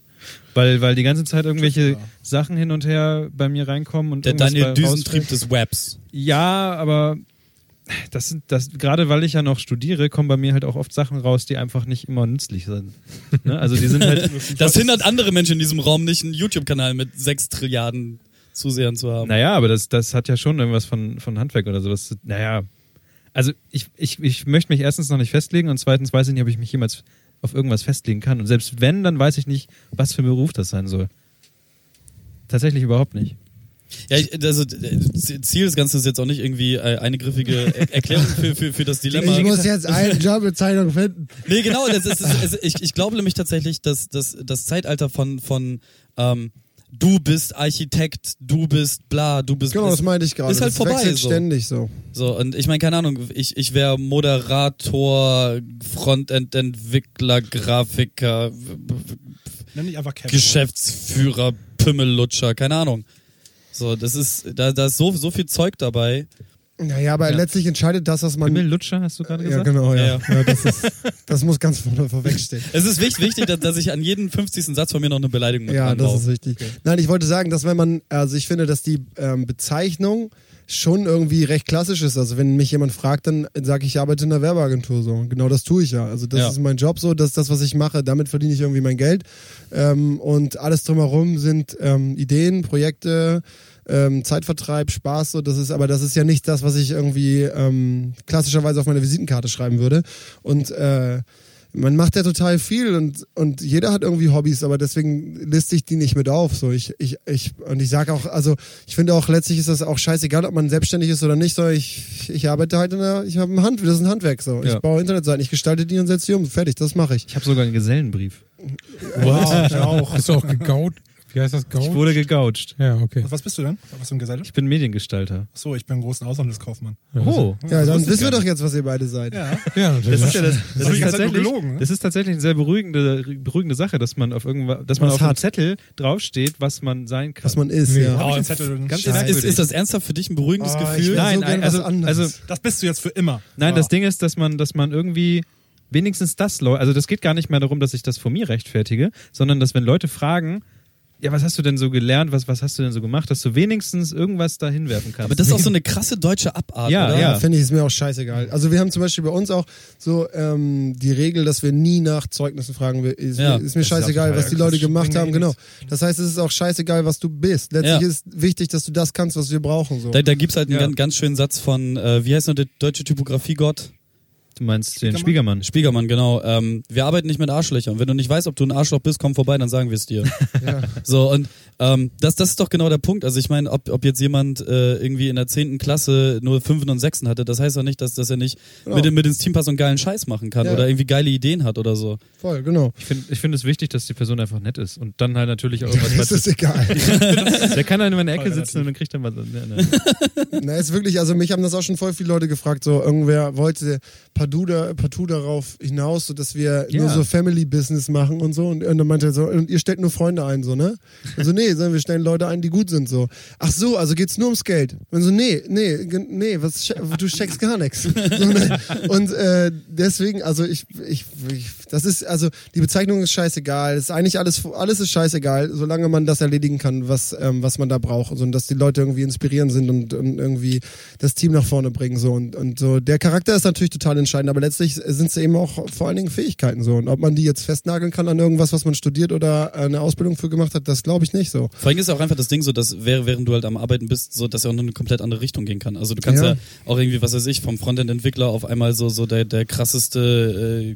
Weil, weil die ganze Zeit irgendwelche Sachen hin und her bei mir reinkommen und
Der
irgendwas
Daniel
bei
Düsentrieb
rausfällt.
des Webs.
Ja, aber das sind das gerade weil ich ja noch studiere, kommen bei mir halt auch oft Sachen raus, die einfach nicht immer nützlich sind. ne? Also die sind halt
Das hindert andere Menschen in diesem Raum nicht, einen YouTube-Kanal mit sechs Trilliarden Zusehern zu haben.
Naja, aber das, das hat ja schon irgendwas von, von Handwerk oder sowas. Naja, also ich, ich, ich möchte mich erstens noch nicht festlegen und zweitens weiß ich nicht, ob ich mich jemals auf irgendwas festlegen kann. Und selbst wenn, dann weiß ich nicht, was für ein Beruf das sein soll. Tatsächlich überhaupt nicht.
Ja, ich, also äh, Ziel des Ganzen ist jetzt auch nicht irgendwie äh, eine griffige Er- Erklärung für, für, für das Dilemma.
Ich muss jetzt eine Jobbezeichnung finden.
Nee, genau. Das ist, das ist, ich, ich glaube nämlich tatsächlich, dass, dass das Zeitalter von, von ähm, du bist Architekt, du bist bla, du bist.
Genau, das meinte ich gerade.
Ist halt
das
vorbei,
wechselt
so.
ständig so.
so, und ich meine, keine Ahnung, ich, ich wäre Moderator, Frontend-Entwickler, Grafiker, w- w-
Nenn dich einfach Kevin.
Geschäftsführer, Pimmellutscher, keine Ahnung. So, das ist, da, da ist so, so viel Zeug dabei.
Naja, aber
Ja.
letztlich entscheidet das, was man.
Himmel Lutscher, hast du gerade
Ja,
gesagt?
genau, ja.
Ja,
ja. das, ist, das muss ganz vorne vorwegstehen.
Es ist wichtig, wichtig dass, dass ich an jeden 50. Satz von mir noch eine Beleidigung mit
Ja, das
ranbaue.
ist richtig. Nein, ich wollte sagen, dass wenn man, also ich finde, dass die ähm, Bezeichnung schon irgendwie recht klassisch ist. Also wenn mich jemand fragt, dann sage ich, ich arbeite in der Werbeagentur so. Genau das tue ich ja. Also das
Ja.
ist mein Job so, das ist das, was ich mache. Damit verdiene ich irgendwie mein Geld. Ähm, und alles drumherum sind ähm, Ideen, Projekte, ähm, Zeitvertreib, Spaß, so das ist, aber das ist ja nicht das, was ich irgendwie ähm, klassischerweise auf meine Visitenkarte schreiben würde. Und äh, man macht ja total viel und, und jeder hat irgendwie Hobbys, aber deswegen liste ich die nicht mit auf. So, ich, ich, ich, und ich sage auch, also ich finde auch letztlich ist das auch scheißegal, ob man selbstständig ist oder nicht, so ich, ich arbeite halt in der, ich habe ein Handwerk, das ist ein Handwerk so.
Ja.
Ich baue Internetseiten, ich gestalte die und setze die um. Fertig, das mache ich.
Ich habe sogar einen Gesellenbrief.
Wow, auch. Bist du auch gegaut? Wie heißt das?
Oh.
Ich
Gaut?
wurde gegautscht.
Ja, okay.
Was bist du denn? Was für ein Geselle?
Ich bin Mediengestalter.
Achso, ich bin ein großen Auslandskaufmann.
Oh.
Ja, dann
wusste ich
wissen wir
gar
doch jetzt, was ihr beide seid.
Ja.
Ja, natürlich.
Das ist ja das, das,
Hab
ist
ich ganz
tatsächlich,
gelogen, ne?
das ist tatsächlich eine sehr beruhigende, beruhigende Sache, dass man auf irgendwas, dass man
Was
auf einem
hat.
Zettel draufsteht, was man sein kann.
Was man ist,
Nee.
ja.
Hab ich den
Oh,
Zettel denn?
ganz
Scheiße.
ehrlich.
Ist, ist das ernsthaft für dich ein beruhigendes
Oh, ich
Gefühl?
wär
Nein,
so gern
also-
was anderes.
also-
Das bist du jetzt für immer.
Nein,
Ah.
das Ding ist, dass man, dass man irgendwie wenigstens das Leute, also das geht gar nicht mehr darum, dass ich das von mir rechtfertige, sondern dass wenn Leute fragen, ja, was hast du denn so gelernt, was, was hast du denn so gemacht, dass du wenigstens irgendwas da hinwerfen kannst.
Aber das ist auch so eine krasse deutsche Abart,
Ja,
oder?
ja.
Finde ich, ist mir auch scheißegal. Also wir haben zum Beispiel bei uns auch so ähm, die Regel, dass wir nie nach Zeugnissen fragen. Wir- Ist,
Ja.
mir, ist
Das
mir
ist
scheißegal,
auch
was die
total
Leute gemacht
Quatsch.
haben. Genau. Das heißt, es ist auch scheißegal, was du bist. Letztlich
Ja.
ist wichtig, dass du das kannst, was wir brauchen. So.
Da, da gibt's halt einen
Ja.
ganz, ganz schönen Satz von, äh, wie heißt noch der deutsche Typografiegott?
du meinst den
Spiegelmann?
Spiegermann.
Spiegermann, genau. Ähm, wir arbeiten nicht mit Arschlöchern. Wenn du nicht weißt, ob du ein Arschloch bist, komm vorbei, dann sagen wir es dir.
Ja.
So, und ähm, das, das ist doch genau der Punkt. Also ich meine, ob, ob jetzt jemand äh, irgendwie in der 10. Klasse nur Fünfen und Sechsen hatte, das heißt doch nicht, dass, dass er nicht
Genau.
mit, mit ins Team passt und geilen Scheiß machen kann
Ja.
oder irgendwie geile Ideen hat oder so.
Voll, genau.
Ich finde ich find es wichtig, dass die Person einfach nett ist und dann halt natürlich auch
Das ist
irgendwas.
egal.
der kann dann in meiner Ecke
Voll
sitzen und dann kriegt er was. Ne, ne.
Na, ist wirklich, also mich haben das auch schon voll viele Leute gefragt, so irgendwer wollte partout, da, partout darauf hinaus, so dass wir
Ja.
nur so Family Business machen und so und, und dann meinte er so, und ihr stellt nur Freunde ein, so, ne? Und so, nee, sondern wir stellen Leute ein, die gut sind, so. Ach so, also geht's nur ums Geld. Und so, nee, nee, gen- nee, was, che- du checkst gar nichts. So, ne? Und äh, deswegen, also ich, ich, ich, das ist, also die Bezeichnung ist scheißegal, ist eigentlich alles, alles ist scheißegal, solange man das erledigen kann, was, ähm, was man da braucht. So, und dass die Leute irgendwie inspirieren sind und, und irgendwie das Team nach vorne bringen. So. Und, und so der Charakter ist natürlich total entscheidend, aber letztlich sind es eben auch vor allen Dingen Fähigkeiten so. Und ob man die jetzt festnageln kann an irgendwas, was man studiert oder eine Ausbildung für gemacht hat, das glaube ich nicht so.
Vor allem ist auch einfach das Ding so, dass wäre- während du halt am Arbeiten bist, so dass er auch in eine komplett andere Richtung gehen kann. Also du kannst ja,
Ja.
auch irgendwie, was weiß ich, vom Frontend-Entwickler auf einmal so, so der, der krasseste äh,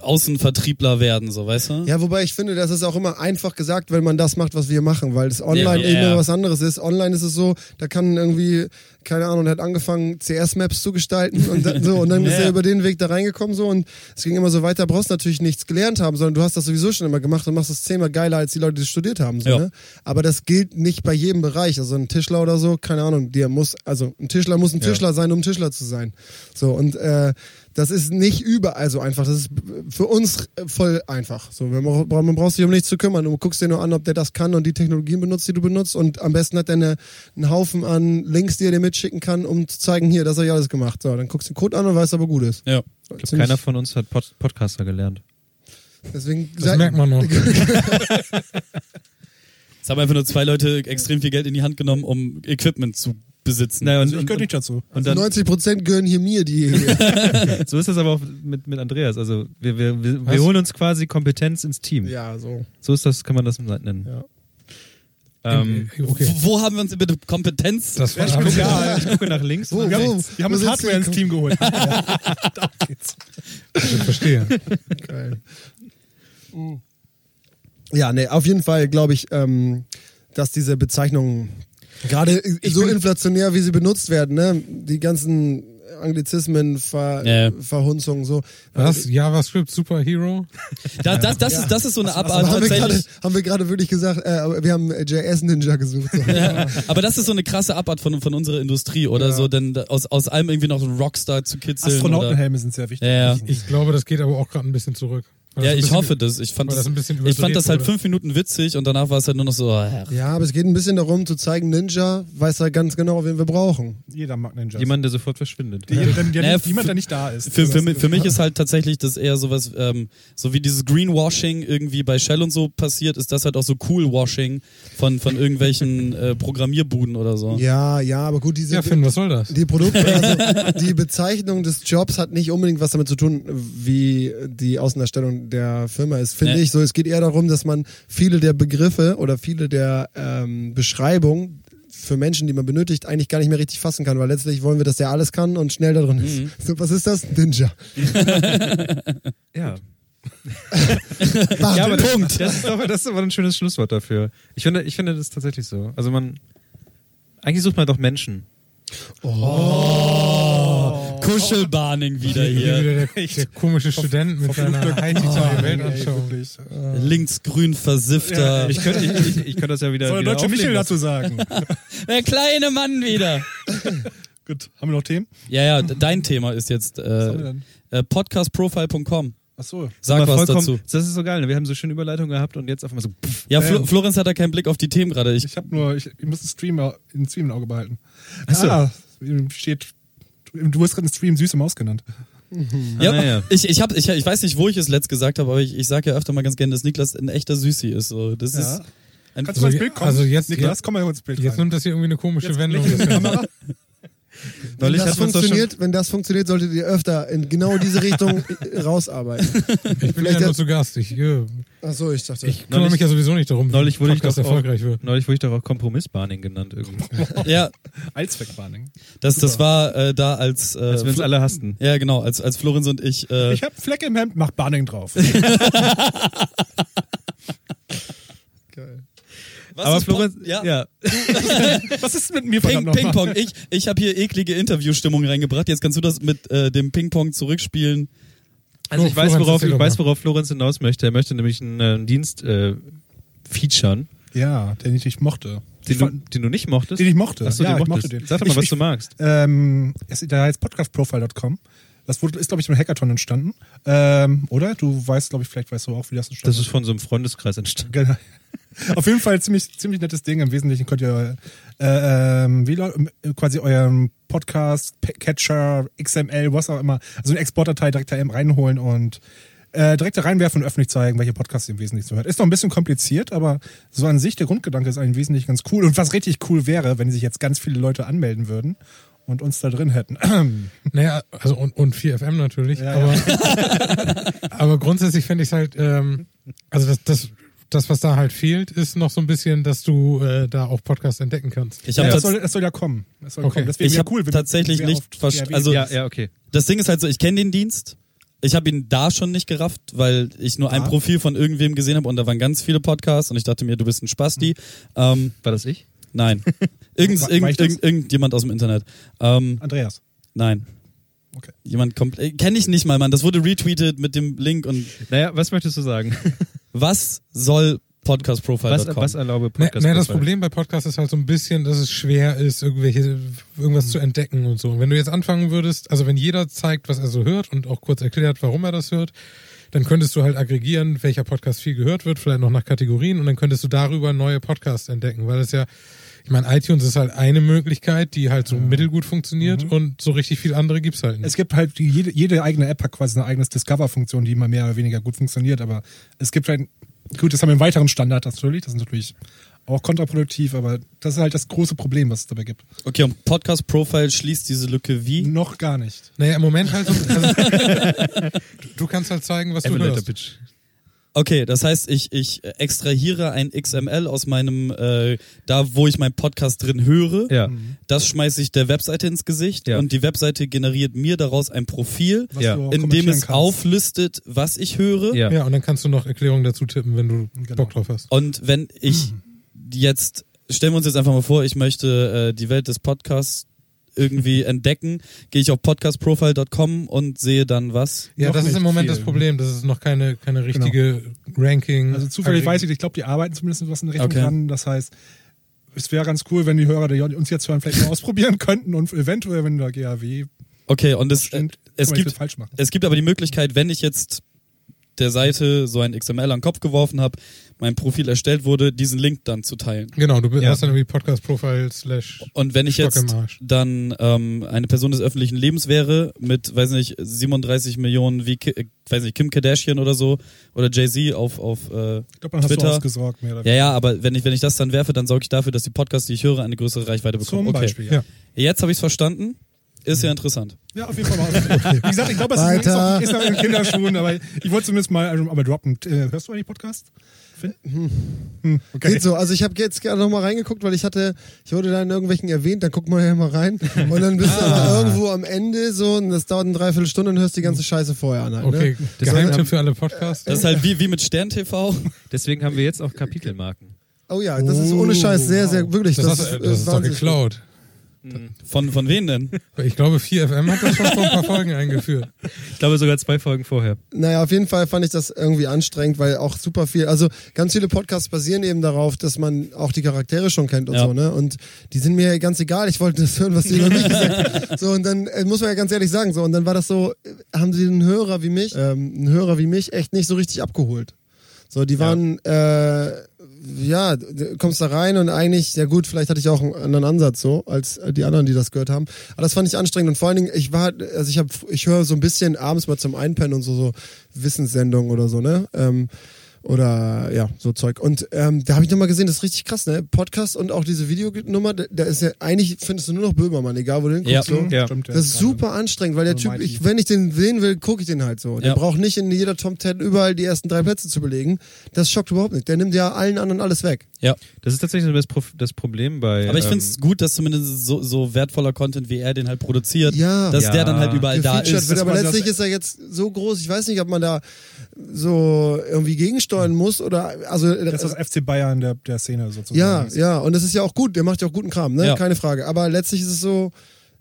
Außenvertriebler werden, so weißt du?
Ja, wobei ich finde, das ist auch immer einfach gesagt, wenn man das macht, was wir machen, weil das online
Ja,
eben
ja.
was anderes ist. Online ist es so, da kann irgendwie, keine Ahnung, der hat angefangen, CS-Maps zu gestalten und dann, so, und dann ist
Ja.
er über den Weg da reingekommen so und es ging immer so weiter, brauchst natürlich nichts gelernt haben, sondern du hast das sowieso schon immer gemacht und machst das zehnmal geiler als die Leute, die es studiert haben. So,
Ja.
ne? Aber das gilt nicht bei jedem Bereich. Also ein Tischler oder so, keine Ahnung, der muss, also ein Tischler muss ein Tischler sein, um Tischler zu sein. So, und äh, das ist nicht überall so einfach. Das ist für uns voll einfach. So, wir brauchen- man braucht sich um nichts zu kümmern. Du guckst dir nur an, ob der das kann und die Technologien benutzt, die du benutzt. Und am besten hat er eine, einen Haufen an Links, die er dir mitschicken kann, um zu zeigen, hier, das habe ich alles gemacht. So, dann guckst du den Code an und weißt, ob er gut ist.
Ja.
Ich glaub, keiner von uns hat Pod Podcaster gelernt.
Deswegen
Das merkt man noch.
Es haben einfach nur zwei Leute extrem viel Geld in die Hand genommen, um Equipment zu besitzen. Also,
Naja, und,
Also Ich
und,
gehöre
und,
nicht dazu.
dann,
90 Prozent gehören hier mir, die.
so ist das aber auch mit, mit Andreas. Also wir, wir, wir,
Was?
wir holen uns quasi Kompetenz ins Team.
ja, so.
So ist das, kann man das nennen.
Ja.
Ähm,
okay.
Wo wo haben wir uns denn bitte Kompetenz?
Das war
ich, gucke, nach- ich gucke nach links.
Wo,
nach
wo?
rechts.
Wir haben
Wo
das
sitzt
Hardware
die-
ins Team geholt.
ich verstehe.
Geil. Ja, nee, auf jeden Fall glaube ich, ähm, dass diese Bezeichnungen gerade so inflationär, wie sie benutzt werden, ne? die ganzen Anglizismen, Ver
Ja.
Verhunzungen, so.
Was? JavaScript Superhero?
Da, das, das, ist, das ist so eine Abart
Aber haben wir gerade-
tatsächlich.
haben wir gerade wirklich gesagt, äh, aber wir haben äh, JS Ninja gesucht. So.
Aber das ist so eine krasse Abart von, von unserer Industrie, oder so, denn da- aus, aus allem irgendwie noch so einen Rockstar zu kitzeln. oder,
Astronautenhelme sind sehr wichtig.
Ja, ja.
Ich glaube, das geht aber auch gerade ein bisschen zurück. Weil
ja,
das ein
ich
bisschen-
hoffe das. Ich fand
weil
das,
das ein bisschen
ich fand
überdreht
das halt
wurde.
fünf Minuten witzig und danach war es halt nur noch so, oh, Herr.
Ja, aber es geht ein bisschen darum zu zeigen, Ninja weiß ja ganz genau, wen wir brauchen.
Jeder mag Ninjas.
Jemand, der sofort verschwindet.
Die- der, der,
Naja,
nicht- jemand,
für-
der nicht da ist.
Für, für, mi- für mich ist halt tatsächlich das eher sowas, ähm, so wie dieses Greenwashing irgendwie bei Shell und so passiert, ist das halt auch so Coolwashing von, von irgendwelchen äh, Programmierbuden oder so.
Ja, ja, aber gut, diese,
Ja, Finn, was soll das?
Die Produkte, also die Bezeichnung des Jobs hat nicht unbedingt was damit zu tun, wie die Außendarstellung der Firma ist, finde
Nee.
ich. So, es geht eher darum, dass man viele der Begriffe oder viele der ähm, Beschreibungen für Menschen, die man benötigt, eigentlich gar nicht mehr richtig fassen kann, weil letztlich wollen wir, dass der alles kann und schnell da drin ist. So, was ist das? Ninja.
Ja.
Bam.
ja, aber Punkt. Das, ist aber, das ist aber ein schönes Schlusswort dafür. Ich finde, ich finde das tatsächlich so. Also man, eigentlich sucht man doch Menschen.
Kuschelbahning wieder
Hier
hier.
wieder der, der komische Student mit seiner
Oh,
heizitalen Weltanschauung.
Linksgrün versiffter.
Ich könnte, ich, ich, ich könnte das ja wieder.
Soll der
wieder
deutsche
genau. auflegen lassen.
Michel dazu sagen?
Der kleine Mann wieder.
Gut, haben wir noch Themen?
Ja, ja, d- dein Thema ist jetzt
Was haben wir
äh,
denn?
äh, podcastprofile.com.
Achso.
Sag
Aber
was
vollkommen-
dazu.
Das ist so geil. Ne? Wir haben so schöne Überleitung gehabt und jetzt auf einmal so. Pff,
Ja, Flo Florenz hat da keinen Blick auf die Themen gerade. Ich,
Ich habe nur, ich, ich muss den Stream, den Stream im Auge behalten.
Achso.
Ah, steht, du hast gerade den Stream süße Maus genannt.
ja,
Ah, naja.
ich, ich, hab, ich, ich weiß nicht, wo ich es letzt gesagt habe, aber ich, ich sage ja öfter mal ganz gerne, dass Niklas ein echter Süßi ist. So. Das
Ja.
ist ein
Kannst du
Also
mal ins
je-
Bild kommen?
also jetzt-
Niklas,
jetzt-
komm mal ins Bild
Jetzt
rein.
nimmt das hier irgendwie eine komische Wendung.
lächelst du in die Kamera.
Wenn
Neulich
das,
hatten wir uns doch schon,
funktioniert, wenn das funktioniert, solltet ihr öfter in genau diese Richtung rausarbeiten.
Ich bin ja
Vielleicht
nur
hat-
zu Gast. Ich, äh,
Achso, ich dachte.
ich kümmere mich ja sowieso nicht darum,
neulich wurde ich doch
das erfolgreich
auch,
wird.
Neulich wurde ich doch auch Kompromissbahning genannt irgendwie.
ja,
Allzweckwarning.
das, das war äh, da als. Äh,
Als wir uns
Flo-
alle hassten.
ja, genau, als, als Florenz und ich. Äh,
Ich habe einen Fleck im Hemd, mach Barning drauf.
Geil.
was
aber
ist Pod-
Florenz,
ja.
ja,
Was ist mit mir
Ping,
verdammt
Ping
nochmal?
Pong. Ich, ich habe hier eklige Interviewstimmung reingebracht. Jetzt kannst du das mit äh, dem Ping Pong zurückspielen.
Also ich
Flo-
weiß,
Florenz,
worauf,
erzähl
ich
doch
weiß,
mal.
worauf Florenz hinaus möchte. Er möchte nämlich einen äh, Dienst äh, featuren,
Ja, den ich nicht mochte. Ich
den du,
fand-
den du nicht mochtest.
den ich mochte.
Achso,
ja,
den
ich
mochtest.
mochte den.
Sag doch mal,
ich,
was
ich,
du magst.
Ähm, es, da heißt podcastprofile.com. Das wurde, ist, glaube ich, beim Hackathon entstanden. Ähm, oder? Du weißt, glaube ich, vielleicht weißt du auch, wie das entstanden
Das ist von so einem Freundeskreis entstanden.
Genau. Auf jeden Fall ziemlich, ziemlich nettes Ding. Im Wesentlichen könnt ihr äh, ähm, wie lau- äh, quasi euren Podcast, P- Catcher, XML, was auch immer, also eine Exportdatei direkt da eben reinholen und äh, direkt da reinwerfen und öffentlich zeigen, welche Podcasts ihr im Wesentlichen so hört. Ist noch ein bisschen kompliziert, aber so an sich der Grundgedanke ist eigentlich wesentlich ganz cool. Und was richtig cool wäre, wenn sich jetzt ganz viele Leute anmelden würden und uns da drin hätten.
Naja, also und, und 4FM natürlich.
Ja,
aber, aber grundsätzlich fände ich es halt, ähm, also das, das, das, was da halt fehlt, ist noch so ein bisschen, dass du äh, da auch Podcasts entdecken kannst.
Ich
Ja,
habe
das, soll, das soll ja kommen. Das soll
Okay.
kommen. Das wäre
ich
ja
hab
cool. wenn-
tatsächlich
wenn wir
nicht
auf- ja,
verstanden.
wie-
Also
Ja, ja, okay.
das Ding ist halt so, ich kenne den Dienst, ich habe ihn da schon nicht gerafft, weil ich nur ein
Ja.
Profil von irgendwem gesehen habe und da waren ganz viele Podcasts und ich dachte mir, du bist ein Spasti.
Mhm.
Ähm,
War das ich?
nein. Irgend,
War- war ich
irgend,
das?
irgend, irgendjemand aus dem Internet. Ähm,
Andreas.
nein.
Okay.
Jemand kommt. Äh, Kenne ich nicht mal, Mann. Das wurde retweetet mit dem Link und
Naja, was möchtest du sagen?
was soll
Was,
podcastprofile.com?
äh,
was erlaube
Na,
Podcast?
na, das Problem bei Podcasts ist halt so ein bisschen, dass es schwer ist, irgendwelche, irgendwas zu entdecken und so. Und wenn du jetzt anfangen würdest, also wenn jeder zeigt, was er so hört und auch kurz erklärt, warum er das hört, dann könntest du halt aggregieren, welcher Podcast viel gehört wird, vielleicht noch nach Kategorien und dann könntest du darüber neue Podcasts entdecken, weil es ja, ich meine, iTunes ist halt eine Möglichkeit, die halt so mittelgut funktioniert und so richtig viel andere gibt's halt nicht.
Mhm. Es gibt halt, die- jede, jede eigene App hat quasi eine eigene Discover-Funktion, die immer mehr oder weniger gut funktioniert, aber es gibt halt, gut, das haben wir einen weiteren Standard natürlich, das ist natürlich auch kontraproduktiv, aber das ist halt das große Problem, was es dabei gibt.
Okay, und Podcast Profile schließt diese Lücke wie?
Noch gar nicht.
Naja, im Moment halt so, also, du- du kannst halt zeigen, was du
Emulator
hörst.
Bitch.
Okay, das heißt, ich, ich extrahiere ein XML aus meinem, äh, da wo ich meinen Podcast drin höre.
Ja,
Das schmeiße ich der Webseite ins Gesicht
Ja.
und die Webseite generiert mir daraus ein Profil,
Was
Ja.
du auch
in dem
kommentieren
es
kannst.
auflistet, was ich höre.
ja.
Ja, und dann kannst du noch Erklärungen dazu tippen, wenn du
Genau.
Bock drauf hast.
Und wenn ich
Mhm.
jetzt, stellen wir uns jetzt einfach mal vor, ich möchte äh, die Welt des Podcasts irgendwie entdecken, gehe ich auf podcastprofile.com und sehe dann was.
Ja,
Noch
das ist
nicht
im Moment
viel. Genau.
das Problem, dass es noch keine, keine richtige Ranking.
Also zufällig weiß ich, ich glaube, die arbeiten zumindest was in der Richtung
Okay.
dran. Das heißt, es wäre ganz cool, wenn die Hörer, die uns jetzt hören, vielleicht mal ausprobieren könnten und eventuell, wenn der GAW
Okay, und es, äh,
stimmt,
es
zum Beispiel
gibt
falsch machen.
Es gibt aber die Möglichkeit, wenn ich jetzt der Seite so ein XML an den Kopf geworfen habe, mein Profil erstellt wurde, diesen Link dann zu teilen.
Genau, du
Ja.
hast dann irgendwie Podcast Profile slash.
Und wenn ich
Stock
jetzt
im Arsch.
dann ähm, eine Person des öffentlichen Lebens wäre, mit, weiß nicht, 37 Millionen wie, Ki äh, weiß nicht, Kim Kardashian oder so, oder Jay-Z auf, auf äh,
Ich glaube, dann hast
Twitter.
du ausgesorgt, mehr oder
ja, ja, aber wenn ich, wenn ich das dann werfe, dann sorge ich dafür, dass die Podcasts, die ich höre, eine größere Reichweite bekommen.
Zum
Okay,
Beispiel, ja.
Ja.
jetzt habe ich es verstanden. Ist ja interessant.
Ja, auf jeden Fall mal. ausprobieren. Wie gesagt, ich glaube, es ist, ist,
Weiter.
noch, ist noch in den Kinderschuhen, aber ich wollte zumindest mal ähm, aber droppen. Äh, hörst du eigentlich Podcast? Hm, okay.
Geht so. Also ich habe jetzt gerade nochmal reingeguckt, weil ich hatte, ich wurde da in irgendwelchen erwähnt, dann guck mal hier mal rein. Und dann
Ah.
bist du aber irgendwo am Ende so und das dauert eine Dreiviertelstunde und hörst die ganze Scheiße vorher an. Halt,
Okay,
Ne?
Geheimtipp für alle Podcasts.
Das ist halt wie, wie mit Stern TV.
Deswegen haben wir jetzt auch Kapitelmarken.
Oh ja, das ist ohne Scheiß sehr, sehr, wirklich.
das, hast,
ist,
äh, das ist doch
wahnsinnig gut.
geklaut.
Von, von wem denn?
Ich glaube, 4FM hat das schon vor ein paar Folgen eingeführt.
Ich glaube sogar zwei Folgen vorher.
Naja, auf jeden Fall fand ich das irgendwie anstrengend, weil auch super viel, also ganz viele Podcasts basieren eben darauf, dass man auch die Charaktere schon kennt und
Ja.
so, ne? Und die sind mir ganz egal, ich wollte das hören, was die über mich gesagt haben. So, und dann äh, muss man ja ganz ehrlich sagen, so, und dann war das so, äh, haben sie einen Hörer wie mich, ähm, einen Hörer wie mich echt nicht so richtig abgeholt. So, die waren, ja. äh, ja, du kommst da rein und eigentlich, ja gut, vielleicht hatte ich auch einen anderen Ansatz so, als äh, die anderen, die das gehört haben. Aber das fand ich anstrengend und vor allen Dingen, ich war, also ich habe, ich höre so ein bisschen abends mal zum Einpennen und so, so Wissenssendungen oder so, ne? Ähm, oder ja, so Zeug. Und ähm, da habe ich nochmal gesehen, das ist richtig krass, ne? Podcast und auch diese Videonummer, da, da ist ja, eigentlich findest du nur noch Böhmermann, egal wo du hinguckst.
Ja.
so.
Ja. Mhm.
Stimmt, ja.
Das ist super anstrengend, weil der
Also
Typ,
Mighty.
ich, wenn ich den sehen will, gucke ich den halt so. Der
Ja.
braucht nicht in jeder Tom 10 überall die ersten drei Plätze zu belegen. Das schockt überhaupt nicht. Der nimmt ja allen anderen alles weg.
Das ist tatsächlich so das, Pro das Problem bei.
Aber ich finde es gut, dass zumindest so, so wertvoller Content, wie er den halt produziert,
Ja.
dass
Ja.
der dann halt überall da
gefeatured
ist.
wird, aber
quasi das-
letztlich ist er jetzt so groß, ich weiß nicht, ob man da so irgendwie gegensteuern muss oder also
Das ist das FC Bayern der, der Szene sozusagen.
ja, ja, und das ist ja auch gut, der macht ja auch guten Kram, ne?
Ja.
Keine Frage. Aber letztlich ist es so,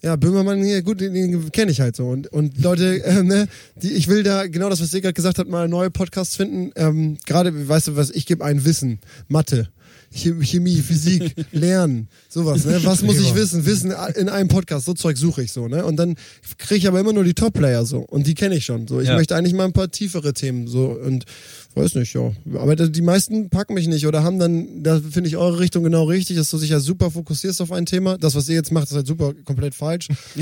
ja, Böhmermann hier, gut, den, den kenne ich halt so. Und, und Leute, äh, ne, die, ich will da, genau das, was ihr gerade gesagt habt, mal neue Podcasts finden. Ähm, gerade, weißt du was, ich gebe ein Wissen, Mathe. Chem- Chemie, Physik, Lernen, sowas. Ne? Was muss ich wissen? Wissen in einem Podcast, so Zeug suche ich so. Ne? Und dann kriege ich aber immer nur die Top-Player so. Und die kenne ich schon. So. Ich
Ja.
möchte eigentlich mal ein paar tiefere Themen so. Und weiß nicht, ja. Aber da- die meisten packen mich nicht oder haben dann, da finde ich eure Richtung genau richtig, dass du dich ja super fokussierst auf ein Thema. Das, was ihr jetzt macht, ist halt super komplett falsch.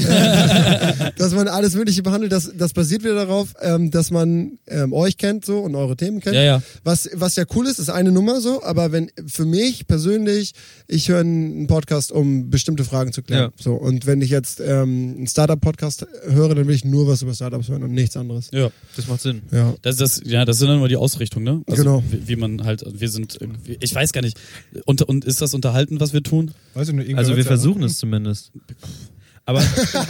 dass man alles Mögliche behandelt, das, das basiert wieder darauf, ähm, dass man ähm, euch kennt so und eure Themen kennt.
Ja, ja.
Was, was ja cool ist, ist eine Nummer so, aber wenn für mich persönlich, ich höre einen Podcast, um bestimmte Fragen zu klären. So, und wenn ich jetzt ähm, einen Startup-Podcast höre, dann will ich nur was über Startups hören und nichts anderes.
Ja,
ähm, Das macht Sinn.
Ja.
Oh,
das, das, ja, das sind dann immer die Ausrichtung, ne?
Genau.
Wie, wie man halt, wir sind, äh, ich weiß gar nicht, und, und ist das unterhalten, was wir tun?
Weiß ich nicht, irgendwie
Also wir
hört's ja, ne?
versuchen es zumindest. Aber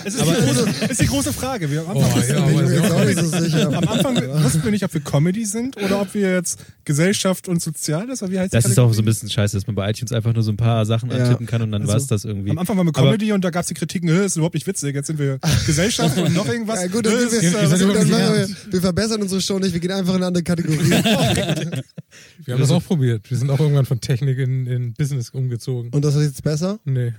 Es ist, die große, ist die große Frage. Wir, am,
Boah,
Anfang
Oh, ja,
bin ich mir jetzt auch
aber
nicht so sicher.
am Anfang wussten wir nicht, ob wir Comedy sind oder ob wir jetzt Gesellschaft und Soziales, oder wie heißt die
das ist
Kategorie?
auch so ein bisschen scheiße, dass man bei iTunes einfach nur so ein paar Sachen
Ja.
antippen kann und dann
Also,
war's das irgendwie.
Am Anfang waren wir
Aber-
Comedy und da gab es die Kritiken, "Hö, ist überhaupt nicht witzig, jetzt sind wir Gesellschaft und noch irgendwas.
Ja, gut,
Hö,
dann,
ist,
sind wir,
äh,
dann,
was
dann
sind
machen wir,
wir-
wir verbessern unsere Show nicht, wir gehen einfach in eine andere Kategorie.
Wir haben das auch probiert. Wir sind auch irgendwann von Technik in, in Business umgezogen.
Und das ist jetzt besser?
Nee.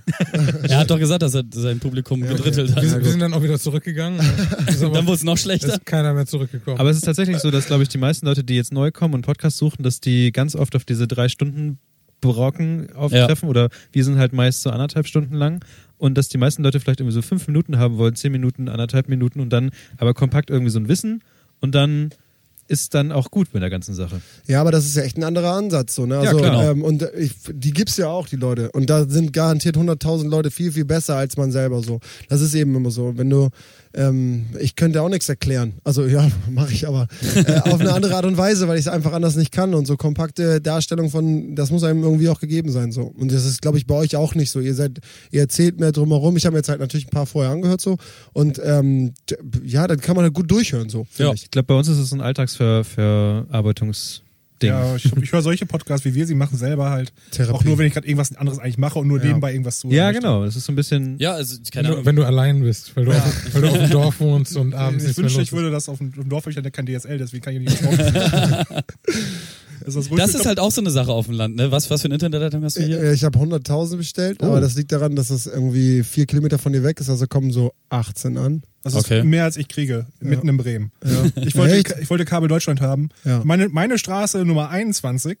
Er hat doch gesagt, dass er sein Publikum gedrittelt
Wir, sind-
hat.
wir sind dann auch wieder zurückgegangen. Ist aber-
Dann wurde es noch schlechter.
ist keiner mehr zurückgekommen.
Aber es ist tatsächlich so, dass, glaube ich, die meisten Leute, die jetzt neu kommen und Podcasts suchen, dass die ganz oft auf diese drei Stunden Brocken auftreffen oder wir sind halt meist so anderthalb Stunden lang und dass die meisten Leute vielleicht irgendwie so fünf Minuten haben wollen, zehn Minuten, anderthalb Minuten und dann aber kompakt irgendwie so ein Wissen und dann ist dann auch gut mit der ganzen Sache.
Ja, aber das ist ja echt ein anderer Ansatz. So, ne? also,
klar.
ähm, und ich, die gibt's ja auch, die Leute. Und da sind garantiert 100.000 Leute viel, viel besser als man selber. So. Das ist eben immer so. Wenn du, ähm, ich könnte auch nichts erklären. Also ja, mache ich aber äh, auf eine andere Art und Weise, weil ich es einfach anders nicht kann. Und so kompakte Darstellung von, das muss einem irgendwie auch gegeben sein. So. Und das ist, glaube ich, bei euch auch nicht so. Ihr seid, ihr erzählt mehr drumherum. Ich habe mir jetzt halt natürlich ein paar vorher angehört so. Und ähm, d- ja, dann kann man halt gut durchhören so. finde
Ja.
Ich.
Ich glaube, bei uns ist es ein Alltagsverarbeitungsding.
Ja, ich, ich höre solche Podcasts, wie wir sie machen, selber halt. Auch nur, wenn ich gerade irgendwas anderes eigentlich mache und nur
Ja.
nebenbei irgendwas zu.
Ja, genau. Es ist so ein bisschen.
Ja, also keine
wenn, du,
Ahnung.
wenn du allein bist, weil du, auf, weil du auf dem Dorf wohnst und abends
Ähm,
nichts
Ich
mehr
wünschte,
los
ich würde das auf dem, auf dem Dorf, weil ich hatte kein DSL, deswegen kann ich nicht ins Dorf. das ist,
Das ist halt auch so eine Sache auf dem Land, ne? Was, was für eine Internetleitung hast du hier?
Äh, Ich habe 100.000 bestellt,
Oh.
aber das liegt daran, dass das irgendwie vier Kilometer von dir weg ist, also kommen so 18 an.
Das ist
Okay.
mehr als ich kriege, mitten in Bremen. Ich, wollte, ich wollte Kabel Deutschland haben.
Ja.
Meine, meine Straße Nummer 21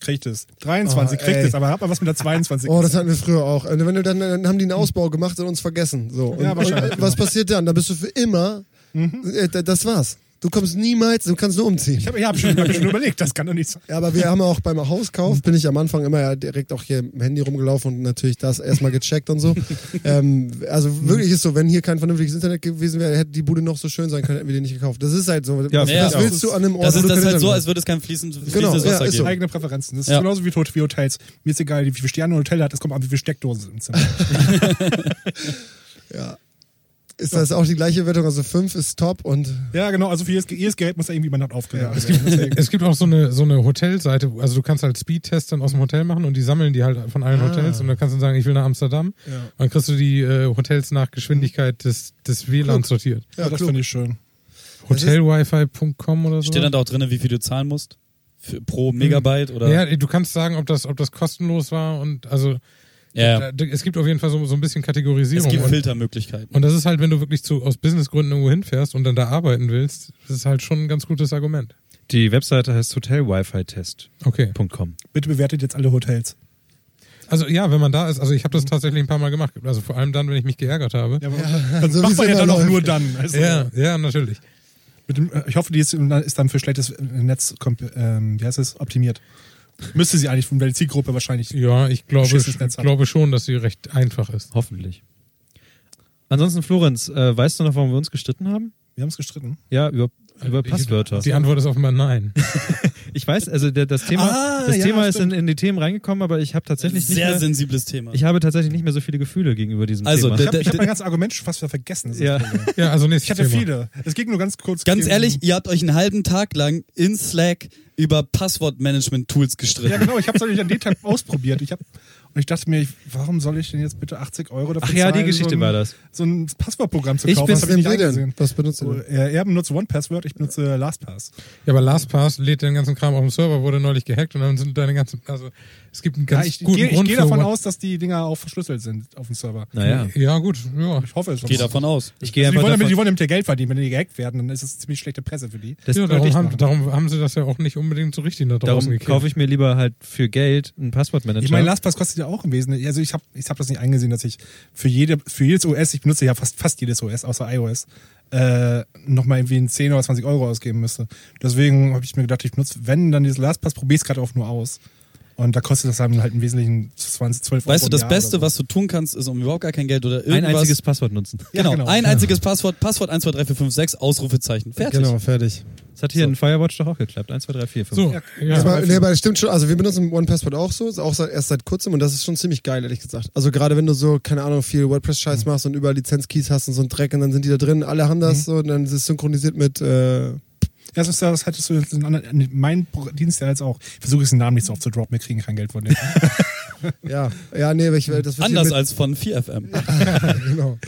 kriegt es. 23
Oh,
kriegt
ey.
es, aber hat mal was mit der 22.
Oh, das hatten wir früher auch. Und wenn du dann, dann haben die einen Ausbau gemacht und uns vergessen. So. Und,
Ja, wahrscheinlich,
und was
genau.
passiert dann? Dann bist du für immer.
Mhm.
Äh, da- Das war's. Du kommst niemals, du kannst nur umziehen.
ich habe hab schon, hab schon überlegt, das kann doch nicht sein.
Ja, aber wir haben auch beim Hauskauf, bin ich am Anfang immer ja direkt auch hier im Handy rumgelaufen und natürlich das erstmal gecheckt und so. ähm, also wirklich ist so, wenn hier kein vernünftiges Internet gewesen wäre, hätte die Bude noch so schön sein können, hätten wir die nicht gekauft. Das ist halt so.
Ja,
was
ja,
was
ja.
willst du an einem Ort,
Das
wo
ist
also
das ist
du kein
halt so,
Internet
als würde es kein fließendes,
Genau,
fließendes
ja,
Wasser
ist so.
geben.
Eigene Präferenzen. Das ist
Ja.
genauso wie tot- wie Hotels. Mir ist egal, wie viele Sterne ein Hotel hat, es kommt an, wie viele Steckdosen sind im Zimmer.
Ist das auch die gleiche Wertung? Also 5 ist top und
ja, genau. Also für jedes, jedes Gerät muss da irgendwie über Nacht aufgeladen
Ja,
werden. Deswegen-
Äh, Es gibt auch so eine, so eine Hotelseite, wo- also du kannst halt Speedtests dann aus dem Hotel machen und die sammeln die halt von allen Hotels und dann kannst du sagen, ich will nach Amsterdam.
Ja.
Dann kriegst du die äh, Hotels nach Geschwindigkeit des, des WLAN sortiert.
ja, das
klug.
finde ich schön.
Das ist-
Hotelwifi.com oder so.
Steht dann da auch drin, wie viel du zahlen musst? Für, pro Megabyte oder?
ja, du kannst sagen, ob das, ob das kostenlos war und also
Ja.
da, es gibt auf jeden Fall so, so ein bisschen Kategorisierung.
Es gibt
und,
Filtermöglichkeiten.
und das ist halt, wenn du wirklich zu, aus Businessgründen irgendwo hinfährst und dann da arbeiten willst, das ist halt schon ein ganz gutes Argument.
Die Webseite heißt hotelwifitest.com.
Okay.
Bitte bewertet jetzt alle Hotels.
Also ja, wenn man da ist, also ich habe das tatsächlich ein paar Mal gemacht. Also vor allem dann, wenn ich mich geärgert habe.
Ja,
so
dann
wie
macht
es
man ja
immer
dann auch
läuft.
nur dann. Also,
Ja, ja, natürlich.
mit dem, äh, ich hoffe, die ist, ist dann für schlechtes äh, Netz, komp- ähm, wie heißt es, optimiert. Müsste sie eigentlich von der Zielgruppe wahrscheinlich.
Ja, ich glaube,
Beschissenes Netz
ich
hat.
glaube schon, dass sie recht einfach ist.
Hoffentlich. Ansonsten, Florenz, äh, weißt du noch, warum wir uns gestritten haben?
Wir haben es gestritten.
Ja, über, über
Ich-
Passwörter.
Die Antwort ist offenbar nein.
Ich weiß, also der, das Thema,
Ah,
das
ja,
Thema ist in,
stimmt.
in die Themen reingekommen, aber ich habe tatsächlich nicht
Sehr
mehr,
sensibles Thema.
ich habe tatsächlich nicht mehr so viele Gefühle gegenüber diesem
Also,
Thema.
Ich habe
Der-
hab
der-
mein ganzes Argument schon fast wieder vergessen. Das ist
Ja.
das Problem.
Ja, also nächstes
Ich hatte
Thema.
viele. Es ging nur ganz kurz.
Ganz
um-
ehrlich, ihr habt euch einen halben Tag lang in Slack über Passwortmanagement-Tools gestritten.
Ja, genau. Ich habe es natürlich an dem Tag ausprobiert. Ich hab, und ich dachte mir, ich- warum soll ich denn jetzt bitte 80 Euro dafür
Ach ja, die
zahlen,
Geschichte
so ein,
war das.
So ein Passwortprogramm zu
Ich
kaufen.
bin-
das hab ich nicht
wir
eingesehen.
Was benutzt
So,
ihr denn?
äh, er benutzt OnePassword, ich benutze LastPass.
Ja, aber LastPass lädt den ganzen Kram auf dem Server, wurde neulich gehackt und dann sind deine ganzen, also es gibt einen
Ja,
ganz
ich ich
guten
gehe
Grund
geh
für
davon
One-
aus, dass die Dinger auch verschlüsselt sind auf dem Server.
Naja,
Ja, gut, ja.
Ich hoffe es.
Ich gehe davon aus.
ich gehe
Also die,
einfach
wollen damit, die
davon,
wollen damit ja Geld verdienen. Wenn die gehackt werden, dann ist es ziemlich schlechte Presse für die.
das,
ja
deutlich
darum, haben,
machen.
darum haben sie das ja auch nicht unbedingt so richtig da draußen
darum
gekriegt.
kaufe ich mir lieber halt für Geld einen Passwortmanager.
Ich meine, LastPass kostet ja auch im Wesentlichen. Also ich habe ich hab das nicht eingesehen, dass ich für, jede, für jedes OS, ich benutze ja fast, fast jedes OS außer iOS, äh, nochmal irgendwie einen 10 oder 20 Euro ausgeben müsste. Deswegen habe ich mir gedacht, ich benutze, wenn, dann dieses LastPass, probier es gerade auch nur aus. Und da kostet das dann halt im Wesentlichen 20, 12 Euro.
Weißt du,
im
das
Jahr
Beste,
oder
was du tun kannst, ist um überhaupt gar kein Geld oder
ein
irgendwas.
einziges Passwort nutzen.
genau,
Ja, genau.
ein einziges Passwort, Passwort 123456, Ausrufezeichen. Fertig.
Genau, fertig.
Das hat hier in Firewatch doch auch geklappt. 1, 2, 3, 4, 5.
So, ja.
Das war, nee, aber das stimmt schon. Also wir benutzen OnePassword auch so, ist auch seit, erst seit kurzem und das ist schon ziemlich geil, ehrlich gesagt. Also gerade wenn du so, keine Ahnung, viel WordPress-Scheiß machst und überall Lizenzkeys hast und so ein Dreck und dann sind die da drin, alle haben das so und dann ist es synchronisiert mit äh,
Erstens, das hattest du jetzt einen anderen, mein Pro- Dienst ja jetzt auch. Ich versuche jetzt den Namen nicht so oft zu droppen, wir kriegen kein Geld von dem.
ja, ja, nee, aber ich, das wird
Anders
hier
als von 4FM.
mit, genau.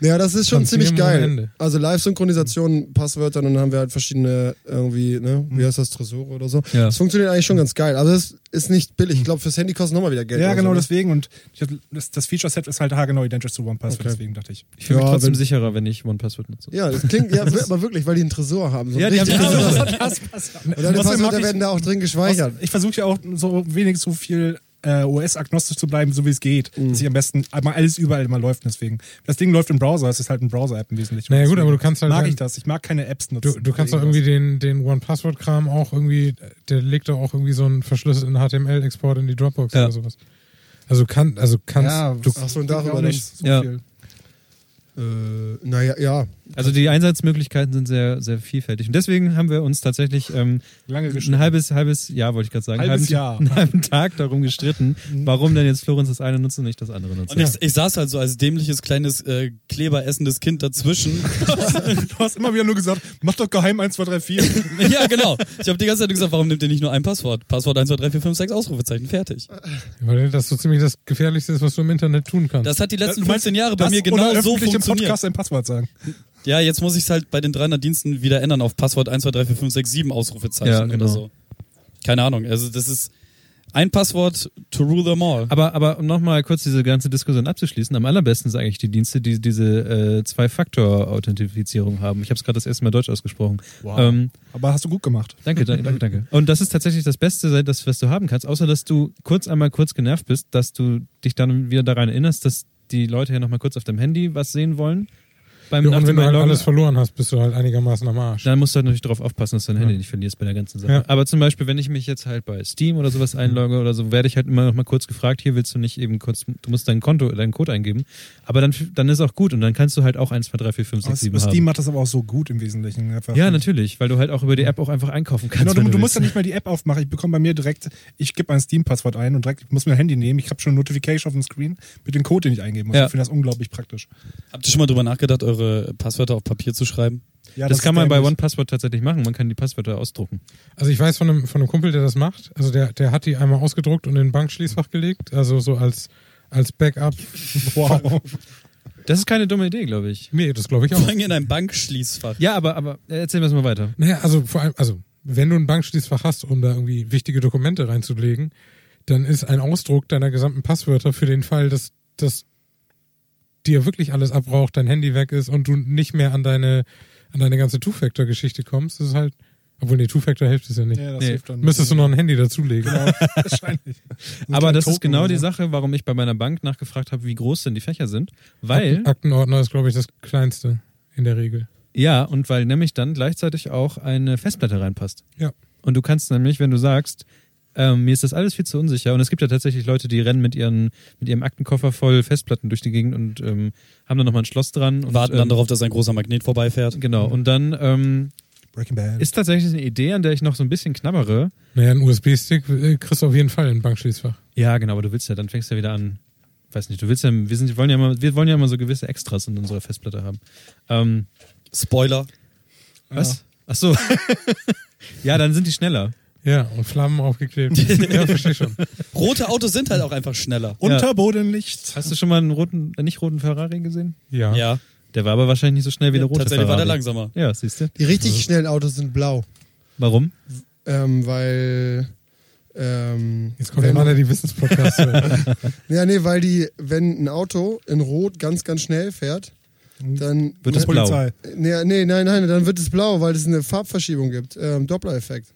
Naja, das ist schon
Von
ziemlich
vier
geil.
Ende.
Also Live-Synchronisation, Passwörter, und dann haben wir halt verschiedene irgendwie, ne, wie heißt das, Tresore oder so.
Ja.
Das funktioniert eigentlich schon ganz geil, aber es ist nicht billig. Ich glaube, fürs Handy kostet nochmal wieder Geld.
ja,
oder
genau
so, ne?
deswegen. Und ich hab, das, das Feature-Set ist halt haargenau identisch zu OnePassword,
Okay.
deswegen dachte ich.
Ich fühle mich
Ja,
trotzdem
wenn-
sicherer, wenn ich OnePassword nutze.
Ja, das klingt, ja, aber wirklich, weil die einen Tresor haben. So
Ja,
einen
die haben
richtigen
einen Tresor.
Und deine
Außerdem mag
Passwörter
ich-
werden da auch drin gespeichert.
Aus- Ich versuche ja auch so wenig so viel äh, OS-agnostisch zu bleiben, so wie es geht.
Mhm.
Dass ich am besten einmal alles überall immer läuft. Deswegen. Das Ding läuft im Browser, es ist halt ein Browser-App im Wesentlichen.
Naja, gut,
Deswegen
aber du kannst halt
Mag
dann-
ich das. Ich mag keine Apps
Du,
nutzen.
du kannst doch irgendwie den, den One-Password-Kram auch irgendwie, der legt doch auch irgendwie so einen verschlüsselten HTML-Export in die Dropbox
Ja.
oder sowas. Also kann, also kannst
Ja,
du.
Ach so, und
Bringt
darüber
auch
dann.
nicht so
Ja.
viel.
Äh, naja, ja.
Also die Einsatzmöglichkeiten sind sehr, sehr vielfältig. Und deswegen haben wir uns tatsächlich ähm,
Lange
ein
gestritten.
halbes, halbes Jahr, wollte ich gerade sagen,
Halbes Jahr. Mhm.
einen halben Tag darum gestritten, warum denn jetzt Florenz das eine nutzt und nicht das andere nutzt.
Und ich, ich saß halt so als dämliches kleines äh, kleberessendes Kind dazwischen.
Du hast immer wieder nur gesagt, mach doch geheim 1, 2, 3, 4.
ja, genau. Ich habe die ganze Zeit gesagt, warum nimmt ihr nicht nur ein Passwort? Passwort 1, 2, 3, 4, 5, 6, Ausrufezeichen, fertig.
Weil das so ziemlich das Gefährlichste ist, was du im Internet tun kannst.
Das hat
Äh,
die letzten
Du meinst,
15 Jahre bei
das
mir
oder
genau so
öffentlich im
funktioniert.
Podcast dein Passwort sagen.
Ja, jetzt muss ich es halt bei den 300 Diensten wieder ändern auf Passwort 1, 2, 3, 4, 5, 6, 7 Ausrufezeichen
Ja, genau.
oder so. Keine Ahnung. Also das ist ein Passwort to rule them all.
Aber, aber um nochmal kurz diese ganze Diskussion abzuschließen, am allerbesten sind eigentlich die Dienste, die diese äh, Zwei-Faktor-Authentifizierung haben. Ich habe es gerade das erste Mal deutsch ausgesprochen. Ähm,
Aber hast du gut gemacht.
danke, danke, danke, danke. Und das ist tatsächlich das Beste, das, was du haben kannst, außer dass du kurz einmal kurz genervt bist, dass du dich dann wieder daran erinnerst, dass die Leute ja nochmal kurz auf deinem Handy was sehen wollen. Beim
ja, und wenn du halt
Login.
alles verloren hast, bist du halt einigermaßen am Arsch.
Dann musst du halt natürlich darauf aufpassen, dass du dein Handy nicht verlierst bei der ganzen Sache.
Ja.
Aber zum Beispiel, wenn ich mich jetzt halt bei Steam oder sowas einlogge oder so, werde ich halt immer noch mal kurz gefragt, hier willst du nicht eben kurz, du musst dein Konto, deinen Code eingeben. Aber dann, dann ist auch gut und dann kannst du halt auch 1, 2, 3, 4, 5, 6, 7
Steam
haben.
macht das aber auch so gut im Wesentlichen. Einfach.
Ja, natürlich, weil du halt auch über die App auch einfach einkaufen kannst.
Genau,
wenn
du, du musst ja
willst.
nicht mal die App aufmachen. Ich bekomme bei mir direkt, ich gebe mein Steam-Passwort ein und direkt, ich muss mein Handy nehmen. Ich habe schon eine Notification auf dem Screen mit dem Code, den ich eingeben muss.
Ja.
Ich finde das unglaublich praktisch.
Habt ihr schon mal drüber nachgedacht, eure Passwörter auf Papier zu schreiben?
Ja,
das,
ist
kann man bei
dämlich.
OnePassword tatsächlich machen. Man kann die Passwörter ausdrucken.
Also ich weiß von einem, von einem Kumpel, der das macht. Also der, der hat die einmal ausgedruckt und in ein Bankschließfach gelegt. Also so als, als Backup.
Wow.
Das ist keine dumme Idee, glaube ich.
Nee, das glaube ich auch.
Vor allem in einem Bankschließfach.
Ja, aber, aber äh, erzählen wir es mal weiter.
Naja, also vor allem, also wenn du ein Bankschließfach hast, um da irgendwie wichtige Dokumente reinzulegen, dann ist ein Ausdruck deiner gesamten Passwörter für den Fall, dass, dass dir wirklich alles abraucht, dein Handy weg ist und du nicht mehr an deine, an deine ganze Two-Factor-Geschichte kommst, das ist halt, obwohl nee, Two-Factor hilft es ja nicht.
Ja, das
Nee.
hilft dann.
Müsstest du noch ein Handy dazulegen.
wahrscheinlich.
Aber das
Token
ist genau
oder
die
so.
Sache, warum ich bei meiner Bank nachgefragt habe, wie groß denn die Fächer sind. Weil
Aktenordner ist, glaube ich, das kleinste in der Regel.
Ja, und weil nämlich dann gleichzeitig auch eine Festplatte reinpasst.
Ja.
Und du kannst nämlich, wenn du sagst, ähm, mir ist das alles viel zu unsicher. Und es gibt ja tatsächlich Leute, die rennen mit, ihren, mit ihrem Aktenkoffer voll Festplatten durch die Gegend und ähm, haben dann nochmal ein Schloss dran. Und,
Warten dann
ähm,
darauf, dass ein großer Magnet vorbeifährt.
Genau. Und dann ähm,
Breaking Bad.
ist tatsächlich eine Idee, an der ich noch so ein bisschen knabbere.
Naja, ein USB-Stick äh, kriegst du auf jeden Fall in ein Bankschließfach.
Ja, genau, aber du willst ja, dann fängst du ja wieder an. Weiß nicht, du willst ja, wir, sind, wir, wollen, ja immer, wir wollen ja immer so gewisse Extras in unserer Festplatte haben. Ähm,
Spoiler.
Was? Ach so. ja, dann sind die schneller.
Ja, und Flammen aufgeklebt. ja, verstehe schon.
Rote Autos sind halt auch einfach schneller.
Unterbodenlicht.
Hast du schon mal einen roten, äh, nicht roten Ferrari gesehen?
Ja.
Ja,
Der war aber wahrscheinlich nicht so schnell wie der rote
tatsächlich war
Ferrari.
der langsamer.
Ja, siehst du.
Die richtig schnellen Autos sind blau.
Warum?
Ähm, weil. Ähm,
Jetzt kommt
wenn-
ja mal die Wissenspodcast.
Ja, nee, weil die, wenn ein Auto in Rot ganz, ganz schnell fährt,
Mhm.
dann.
Wird es blau?
Polizei.
Nee, nee, nein, nein, dann wird es blau, weil es eine Farbverschiebung gibt. Ähm, Doppler-Effekt.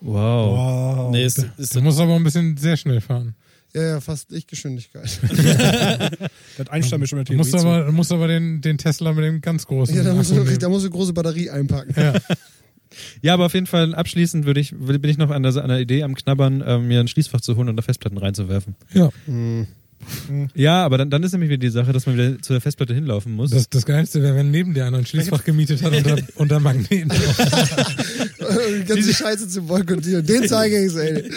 Wow.
Wow.
Nee, ist, ist,
Du musst aber ein bisschen sehr schnell fahren.
Ja, ja, fast Lichtgeschwindigkeit.
Das Einstein ist schon mit
Du musst aber, du musst aber den, den Tesla mit dem ganz großen.
ja, da musst,
Akku
du,
nehmen.
da musst du große Batterie einpacken.
Ja, aber auf jeden Fall abschließend würde ich, will- bin ich noch an der, an der Idee am Knabbern, ähm, mir ein Schließfach zu holen und da Festplatten reinzuwerfen.
ja.
Hm.
Ja, aber dann, dann ist nämlich wieder die Sache, dass man wieder zu der Festplatte hinlaufen muss.
Das, das Geilste wäre, wenn neben dir einer ein Schließfach gemietet hat und da, und da Magneten drauf.
die ganze Scheiße zu boykottieren. Den zeige ich ey.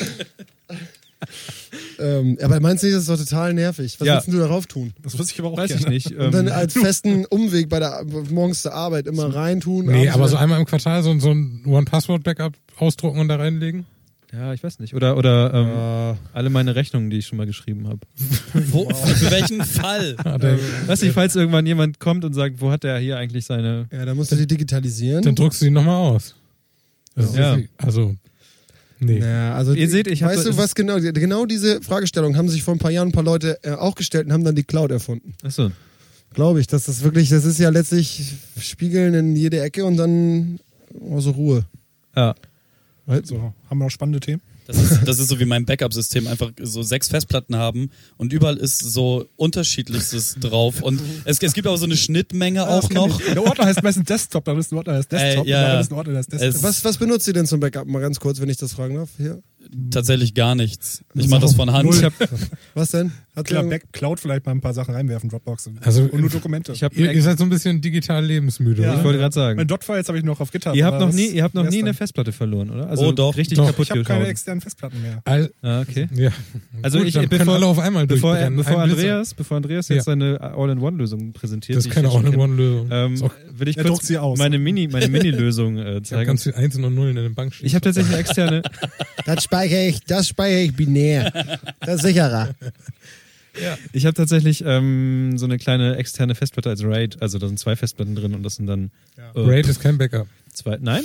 ähm, aber meinst du nicht, das ist doch total nervig? Was
Ja.
willst denn du darauf tun?
Das wusste ich aber auch
weiß ich
gerne.
nicht.
Und dann
Ähm,
als festen Umweg bei der morgens zur Arbeit immer reintun.
Nee,
abends
aber so
wieder-
einmal im Quartal so, ein- so ein One-Password-Backup ausdrucken und da reinlegen.
ja, ich weiß nicht. Oder, oder ähm, alle meine Rechnungen, die ich schon mal geschrieben habe.
Wo, Für welchen Fall?
Ja, da,
Weiß nicht, falls irgendwann jemand kommt und sagt, wo hat der hier eigentlich seine.
Ja, da musst du die
dann
digitalisieren.
druckst du die nochmal aus. Das ist
Ja.
nicht- Also, nee.
Ja, also
Ihr seht, ich hab
weißt
so-
du, was genau, genau diese Fragestellung haben sich vor ein paar Jahren ein paar Leute äh, auch gestellt und haben dann die Cloud erfunden.
Achso.
Glaube ich, dass das wirklich, das ist ja letztlich Spiegeln in jede Ecke und dann oh, so Ruhe.
Ja.
Also, haben wir noch spannende Themen?
Das ist, das ist so wie mein Backup-System, einfach so sechs Festplatten haben und überall ist so unterschiedlichstes drauf und es, es gibt auch so eine Schnittmenge auch noch.
Der Ordner heißt meistens Desktop, da ist ein Ordner, da ist Desktop,
Ey, ja,
und da
ja.
ist ein Ordner, da ist Desktop.
Es-
Was, was benutzt ihr denn zum Backup? Mal ganz kurz, wenn ich das fragen darf. Hier.
Tatsächlich gar nichts. Ich mache das von Hand.
Null.
Was denn? Hat
Klar,
irgend-
Back Cloud vielleicht mal ein paar Sachen reinwerfen, Dropbox. Und,
Also,
und nur Dokumente.
Ich hab,
Ihr, ihr seid so ein bisschen digital lebensmüde.
Ja.
ich
Oder?
wollte gerade
meine
sagen.
Dotfiles habe ich noch auf GitHub.
Ihr habt
aber
noch
das
nie, ihr habt noch
wär's
nie
dann.
eine Festplatte verloren, oder? Also
Oh, doch.
richtig
Doch.
kaputt
Ich habe keine
gehauen.
externen Festplatten mehr.
Al-
Ah, okay.
ja.
Also
Gut,
ich-
dann können
bevor-
alle auf einmal
Bevor,
durchbrennen.
bevor,
Ein Blitz.
Andreas, bevor Andreas jetzt
Ja.
seine All-in-One-Lösung präsentiert,
Das
die
ist
ich
keine
jetzt schon
All-in-One-Lösung.
kenne,
Ist
Ähm,
auch-
will ich
Er druckt
kurz
sie aus.
meine Mini- meine Mini-Lösung äh,
ich habe
zeigen.
ganz viel Einsen und Nullen in den Bank
Ich habe tatsächlich eine externe.
Das speichere ich, das speichere ich binär. Das ist sicherer.
Ich habe tatsächlich ähm, so eine kleine externe Festplatte als RAID. Also da sind zwei Festplatten drin und das sind dann äh,
Raid ist kein Backup.
zwei. Nein,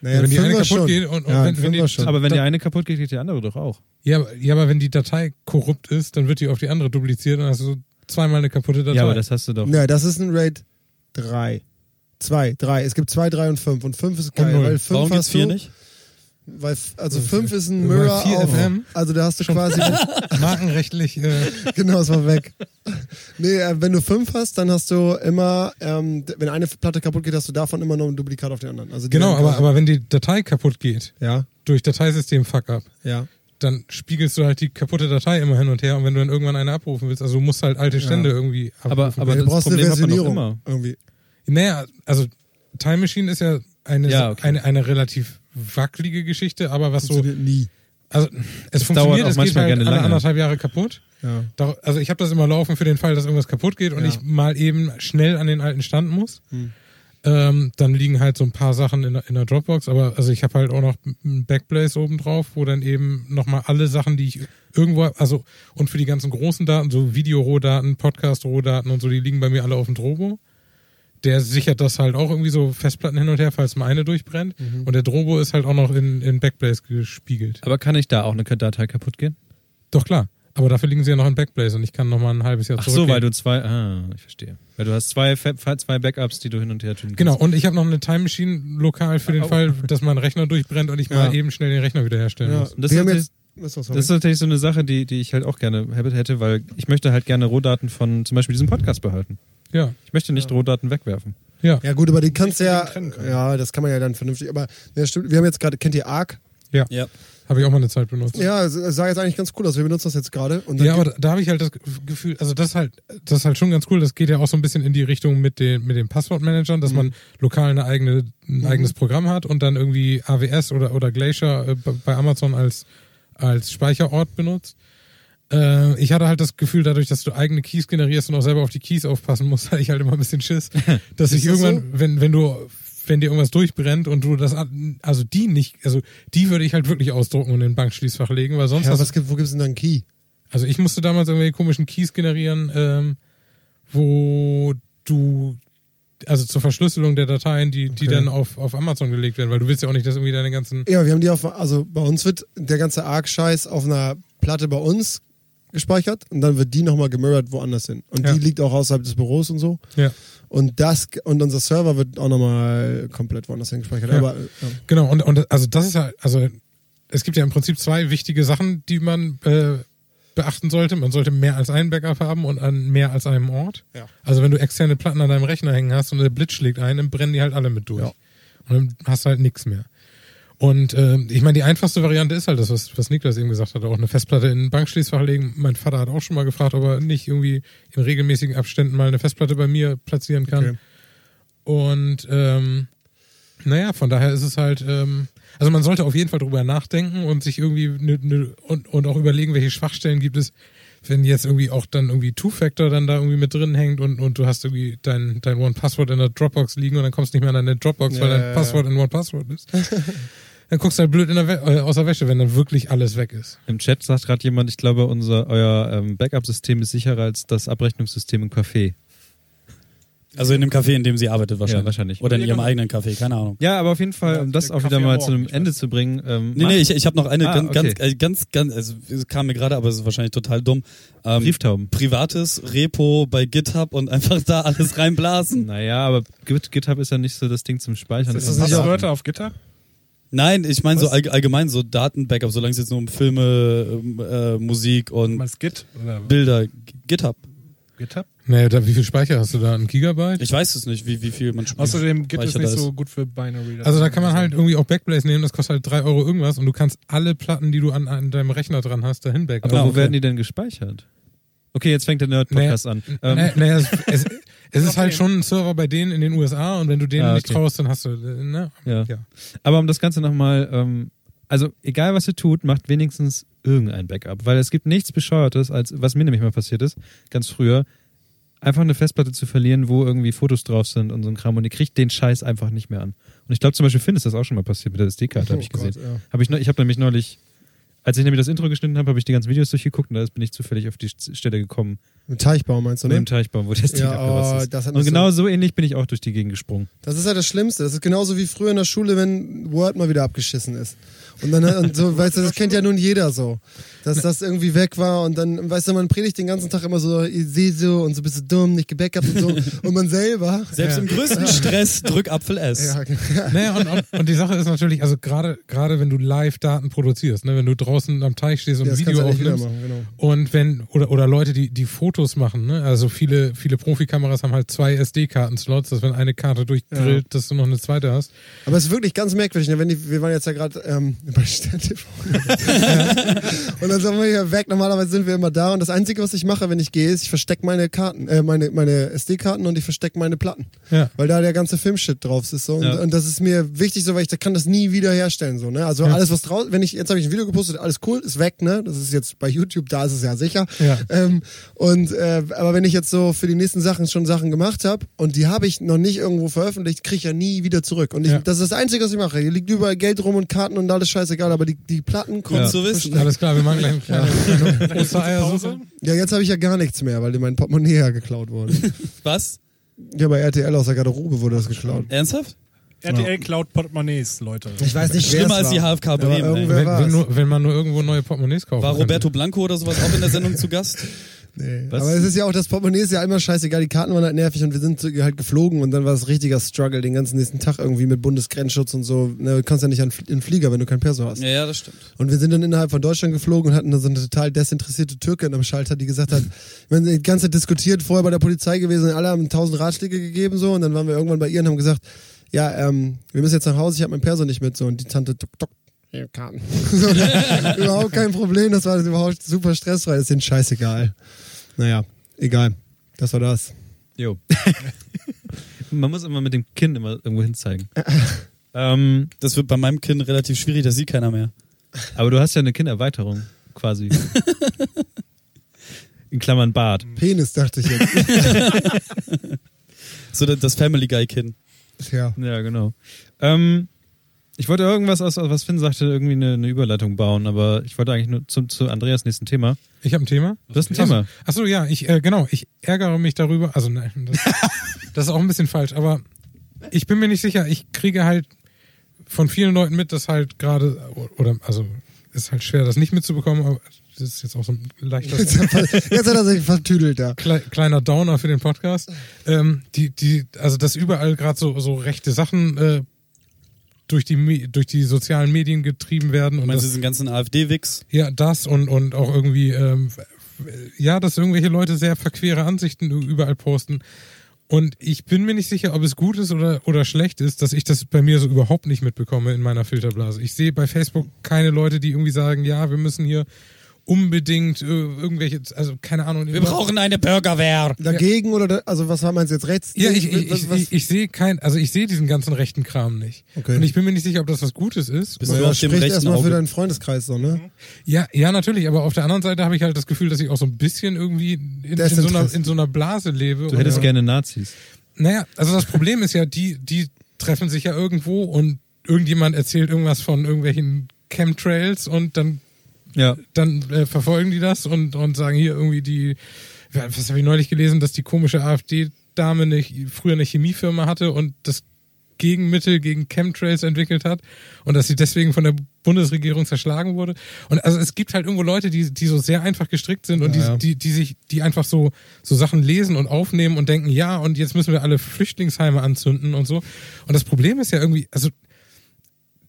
Naja,
wenn die eine
Fünfer
kaputt geht und- und
ja,
wenn- wenn
Fünfer
die-
schon.
aber wenn
Da-
die eine kaputt geht, geht die andere doch auch.
Ja, aber- ja, aber wenn die Datei korrupt ist, dann wird die auf die andere dupliziert und hast du so zweimal eine kaputte Datei.
Ja, aber das hast du doch.
Na, das ist ein Raid 3. 2, 3. Es gibt 2, 3 und 5. Und 5 ist geil,
null.
weil 5
Warum
hast
gibt's vier
du,
nicht?
Weil, f- also
Weil
5 ist ein
weil
Mirror
vier
auf.
FM.
Also da hast du quasi,
markenrechtlich. Äh,
genau, es war weg. Nee, äh, wenn du 5 hast, dann hast du immer, ähm, d- wenn eine Platte kaputt geht, hast du davon immer noch ein Duplikat auf der anderen. Also die
genau,
werden
aber,
quasi-
aber wenn die Datei kaputt geht,
Ja,
durch Dateisystem-Fuck-up,
ja.
dann spiegelst du halt die kaputte Datei immer hin und her und wenn du dann irgendwann eine abrufen willst, also du musst halt alte Stände irgendwie abrufen.
Aber, aber
du
das
brauchst
Problem
eine
hat man doch
Versionierung.
immer.
Irgendwie.
Naja, also Time Machine ist ja eine,
Ja, okay.
eine, eine relativ wackelige Geschichte, aber was so.
Funktioniert nie.
Also es
dauert
funktioniert,
auch
es geht
manchmal
halt
gerne
alle
lange.
anderthalb Jahre kaputt.
Ja.
Dar- Also ich habe das immer laufen für den Fall, dass irgendwas kaputt geht und
Ja.
ich mal eben schnell an den alten Stand muss.
Hm.
Ähm, dann liegen halt so ein paar Sachen in, der- in der Dropbox, aber also ich habe halt auch noch ein Backblaze oben drauf, wo dann eben nochmal alle Sachen, die ich irgendwo, also und für die ganzen großen Daten, so Video-Rohdaten, Podcast-Rohdaten und so, die liegen bei mir alle auf dem Drobo. Der sichert das halt auch irgendwie so Festplatten hin und her, falls mal eine durchbrennt.
Mhm.
Und der Drobo ist halt auch noch in, in Backblaze gespiegelt.
Aber kann ich da auch eine Datei kaputt gehen?
Doch klar. Aber dafür liegen sie ja noch in Backblaze und ich kann nochmal ein halbes Jahr
Ach
zurückgehen.
so, weil du zwei. Ah, ich verstehe. Weil du hast zwei, Fa- Fa- zwei Backups, die du hin und her tun kannst.
Genau, und ich habe noch eine Time Machine lokal für den Fall, dass mein Rechner durchbrennt und ich
Ja.
mal eben schnell den Rechner wiederherstellen
Ja.
muss.
Und das
Wir
hat
haben
sich-
jetzt, Was ist
Das ist natürlich so eine Sache, die, die ich halt auch gerne hätte, weil ich möchte halt gerne Rohdaten von zum Beispiel diesem Podcast behalten.
Ja,
Ich möchte nicht Rohdaten wegwerfen.
ja,
Ja gut, aber den kannst du ja,
trennen können.
ja, das kann man ja dann vernünftig, aber ja, stimmt, wir haben jetzt gerade, kennt ihr Arc?
Ja.
habe ich auch mal eine Zeit benutzt. Ja,
Ja, es sah jetzt eigentlich ganz cool aus, wir benutzen das jetzt gerade. Und dann
aber da, da habe ich halt das Gefühl, also das ist halt, das ist halt schon ganz cool, das geht ja auch so ein bisschen in die Richtung mit den, mit den Passwortmanagern,
Mhm.
dass man lokal eine eigene, ein eigenes Programm hat und dann irgendwie AWS oder, oder Glacier äh, bei- bei Amazon als, als Speicherort benutzt. Äh, ich hatte halt das Gefühl, dadurch, dass du eigene Keys generierst und auch selber auf die Keys aufpassen musst, hatte ich halt immer ein bisschen Schiss, dass ich
Ist das
irgendwann, wenn, wenn du, wenn dir irgendwas durchbrennt und du das, an- also die nicht, also die würde ich halt wirklich ausdrucken und in ein Bankschließfach legen, weil sonst
ja,
hast,
was gibt, wo gibt's denn dann Key?
also ich musste damals irgendwelche komischen Keys generieren, ähm, wo du also zur Verschlüsselung der Dateien, die, die
Okay.
dann auf, auf Amazon gelegt werden, weil du willst ja auch nicht, dass irgendwie deine ganzen
Ja, wir haben die auf, also bei uns wird der ganze Arc-Scheiß auf einer Platte bei uns gespeichert und dann wird die nochmal gemirrored woanders hin. Und
Ja.
die liegt auch außerhalb des Büros und so.
Ja.
Und das, und unser Server wird auch nochmal komplett woanders hin gespeichert.
Ja.
Aber, äh, ja.
Genau, und, und also das ist halt, also es gibt ja im Prinzip zwei wichtige Sachen, die man äh, beachten sollte. Man sollte mehr als einen Backup haben und an mehr als einem Ort.
Ja.
Also wenn du externe Platten an deinem Rechner hängen hast und der Blitz schlägt ein, dann brennen die halt alle mit durch.
Ja.
Und dann hast du halt nichts mehr. Und äh, ich meine, die einfachste Variante ist halt das, was, was Niklas eben gesagt hat, auch eine Festplatte in ein Bankschließfach legen. Mein Vater hat auch schon mal gefragt, ob er nicht irgendwie in regelmäßigen Abständen mal eine Festplatte bei mir platzieren kann.
Okay.
Und ähm, naja, von daher ist es halt, ähm, also man sollte auf jeden Fall drüber nachdenken und sich irgendwie ne, ne, und, und auch überlegen, welche Schwachstellen gibt es, wenn jetzt irgendwie auch dann irgendwie Two-Factor dann da irgendwie mit drin hängt und, und du hast irgendwie dein, dein One-Password in der Dropbox liegen und dann kommst du nicht mehr an deine Dropbox, weil
Ja,
dein
ja, ja.
Passwort in One-Passwort ist. dann guckst du halt blöd in der We äh, aus der Wäsche, wenn dann wirklich alles weg ist.
Im Chat sagt gerade jemand, ich glaube, unser euer ähm, Backup-System ist sicherer als das Abrechnungssystem im Café.
Also in dem Café, in dem sie arbeitet wahrscheinlich.
Ja, wahrscheinlich.
Oder in ihrem eigenen Café, keine Ahnung.
Ja, aber auf jeden Fall,
Ja,
um das
der
auch wieder
Kaffee
mal
am
zu einem
Morgen, ich
Ende zu bringen. Ähm,
Nee, nee, ich, ich habe noch eine
Ah,
ganz,
okay.
ganz, äh, ganz, ganz, also es kam mir gerade, aber es ist wahrscheinlich total dumm. Ähm,
Brieftauben.
privates Repo bei GitHub und einfach da alles reinblasen.
Naja, aber Git- GitHub ist ja nicht so das Ding zum Speichern.
Ist
Das
das
ist-
nicht Passwörter auf GitHub?
Nein, ich meine so
Was?
all, allgemein so Datenbackup, solange es jetzt nur um Filme, ähm, äh, Musik und
Meinst Git? Oder
Bilder, G- GitHub.
GitHub?
Naja, da, wie viel Speicher hast du da? Ein Gigabyte?
Ich weiß es nicht, wie, wie viel man spielt.
Außerdem Git ist
Speicher
nicht
da
so gut für Binary.
Also da kann man halt irgendwie auch Backblaze nehmen, das kostet halt drei Euro irgendwas und du kannst alle Platten, die du an, an deinem Rechner dran hast, dahin backen. Also,
aber wo
genau.
okay.
werden die denn gespeichert? Okay, jetzt fängt der Nerd-Podcast an. Ähm,
naja, naja, es, es, es ist halt schon ein Server bei denen in den USA und wenn du denen
Ah,
nicht
okay.
traust, dann hast du, äh, ne?
Ja.
Ja.
Aber um das Ganze nochmal, ähm, also egal was ihr tut, macht wenigstens irgendein Backup, weil es gibt nichts Bescheuertes, als was mir nämlich mal passiert ist, ganz früher, einfach eine Festplatte zu verlieren, wo irgendwie Fotos drauf sind und so ein Kram und ihr kriegt den Scheiß einfach nicht mehr an. Und ich glaube zum Beispiel Finn ist das auch schon mal passiert mit der SD-Karte,
Oh
habe ich gesehen. Hab ich, neu- ich habe nämlich neulich, als ich nämlich das Intro geschnitten habe, habe ich die ganzen Videos durchgeguckt und da ist- bin ich zufällig auf die St- Stelle gekommen,
Ein Teichbau meinst du,
zu dem
ne?
Teichbaum, wo der SD
Ja, oh,
abgewasst ist.
das hat mich
und
so-
genau so ähnlich bin ich auch durch die Gegend gesprungen.
Das ist ja das Schlimmste. Das ist genauso wie früher in der Schule, wenn Word mal wieder abgeschissen ist. Und dann, und so, weißt du, das kennt ja nun jeder so. Dass das irgendwie weg war und dann, weißt du, man predigt den ganzen Tag immer so, ihr seht so und so bist du dumm, nicht gebackupt und so. Und man selber.
Selbst im größten Stress drück Apfel S.
Ja,
Naja, und, und, und die Sache ist natürlich, also gerade gerade wenn du Live-Daten produzierst, ne, wenn du draußen am Teich stehst und ein
das kannst
Video
du nicht wieder
aufnimmst,
machen, genau.
Und wenn, oder, oder Leute, die, die Fotos machen, ne? Also viele, viele Profikameras haben halt zwei SD-Karten-Slots, dass wenn eine Karte durchgrillt, dass du noch eine zweite hast.
Aber es ist wirklich ganz merkwürdig. Ne? Wenn die, wir waren jetzt ja gerade ähm, bei Sterntipp. und dann sind wir hier weg. Normalerweise sind wir immer da. Und das Einzige, was ich mache, wenn ich gehe, ist, ich verstecke meine Karten, äh, meine, meine SD-Karten und ich verstecke meine Platten.
Ja.
Weil da der ganze Filmshit drauf ist. So. Und,
Ja.
und das ist mir wichtig, so, weil ich da kann das nie wieder herstellen. So, ne? Also alles, was draus, wenn ich, jetzt habe ich ein Video gepostet, alles cool, ist weg, ne? Das ist jetzt bei YouTube, da ist es ja sicher.
Ja.
Ähm, und äh, aber wenn ich jetzt so für die nächsten Sachen schon Sachen gemacht habe und die habe ich noch nicht irgendwo veröffentlicht, kriege ich ja nie wieder zurück. Und ich,
Ja.
das ist das Einzige, was ich mache. Hier liegt überall Geld rum und Karten und alles scheißegal, aber die, die Platten kommen.
Gut
Ja.
zu wissen.
Alles klar, wir machen gleich eine kleine kleine Ostereiersuppe.
jetzt habe ich ja gar nichts mehr, weil dir mein Portemonnaie ja geklaut wurde.
Was?
ja, bei RTL aus der Garderobe wurde das geklaut.
Ernsthaft?
RTL Cloud Portemonnaies, Leute.
Ich weiß nicht, wer
Schlimmer
es
als die
war.
HFK
Aber
Bremen. ey.
irgendwer-
Wenn,
war's?
wenn, nur, wenn man nur irgendwo neue Portemonnaies kauft.
War Roberto Blanco oder sowas auch in der Sendung zu Gast?
Nee.
Was?
Aber es ist ja auch, das Portemonnaie ist ja immer scheißegal, die Karten waren halt nervig und wir sind so- halt geflogen und dann war es richtiger Struggle den ganzen nächsten Tag irgendwie mit Bundesgrenzschutz und so. Ne, Du kannst ja nicht an Fl- in den Flieger, wenn du kein Perso hast.
Ja, ja, das stimmt.
Und wir sind dann innerhalb von Deutschland geflogen und hatten da so eine total desinteressierte Türkin am Schalter, die gesagt hat, wir haben die ganze Zeit diskutiert, vorher bei der Polizei gewesen, alle haben tausend Ratschläge gegeben so und dann waren wir irgendwann bei ihr und haben gesagt, ja, ähm, wir müssen jetzt nach Hause, ich habe mein Perso nicht mit so und die Tante tuk, tuk, hier, Karten. so, überhaupt kein Problem, das war überhaupt super stressfrei, ist denen scheißegal. Naja, egal. Das war das.
Jo. Man muss immer mit dem Kinn immer irgendwo hinzeigen. ähm,
Das wird bei meinem Kind relativ schwierig, das sieht keiner mehr.
aber du hast ja eine Kindererweiterung, quasi. In Klammern Bart.
Penis dachte ich jetzt.
So das- das Family Guy Kind.
ja.
Ja, genau. Ähm, ich wollte irgendwas aus, aus was Finn sagte, irgendwie eine, eine Überleitung bauen, aber ich wollte eigentlich nur zum, zu Andreas nächsten Thema.
Ich habe ein Thema.
Du hast ein Thema.
Achso, ja, ich, äh, genau, ich ärgere mich darüber. Also nein, das, das ist auch ein bisschen falsch, aber ich bin mir nicht sicher. Ich kriege halt von vielen Leuten mit, dass halt gerade, oder also ist halt schwer, das nicht mitzubekommen, aber das ist jetzt auch so ein leichter
Jetzt hat er- jetzt hat er sich vertüdelt da.
Kle kleiner Downer für den Podcast. Ähm, die, die, also dass überall gerade so, so rechte Sachen äh, durch, die, Me- durch die sozialen Medien getrieben werden und
Meinst du
das,
diesen ganzen AfD-Wichs?
ja, das und, und auch irgendwie, ähm, ja, dass irgendwelche Leute sehr verquere Ansichten überall posten. Und ich bin mir nicht sicher, ob es gut ist oder, oder schlecht ist, dass ich das bei mir so überhaupt nicht mitbekomme in meiner Filterblase. Ich sehe bei Facebook keine Leute, die irgendwie sagen, ja, wir müssen hier unbedingt äh, irgendwelche, also keine Ahnung.
Wir brauchen eine Bürgerwehr.
Dagegen oder, da, also was meinst du jetzt rechts?
Ja, ich, ich,
was,
ich,
was,
ich, ich sehe kein, also ich sehe diesen ganzen rechten Kram nicht.
Okay.
Und ich bin mir nicht sicher, ob das was Gutes ist.
Bist du
naja,
auf dem
spricht
rechten
erstmal für
Auge?
deinen Freundeskreis so,
Mhm.
ne?
Ja, ja, natürlich, aber auf der anderen Seite habe ich halt das Gefühl, dass ich auch so ein bisschen irgendwie in, in, so, einer,
Desinteresse.
in so einer Blase lebe.
Du hättest
und,
gerne Nazis.
Naja, also das Problem ist ja, die, die treffen sich ja irgendwo und irgendjemand erzählt irgendwas von irgendwelchen Chemtrails und dann,
Ja.
dann äh, verfolgen die das und, und sagen hier irgendwie die, was habe ich neulich gelesen, dass die komische AfD-Dame nicht, früher eine Chemiefirma hatte und das Gegenmittel gegen Chemtrails entwickelt hat und dass sie deswegen von der Bundesregierung zerschlagen wurde. Und also es gibt halt irgendwo Leute, die, die so sehr einfach gestrickt sind und die,
Ja.
die, die sich, die einfach so, so Sachen lesen und aufnehmen und denken, ja, und jetzt müssen wir alle Flüchtlingsheime anzünden und so. Und das Problem ist ja irgendwie, also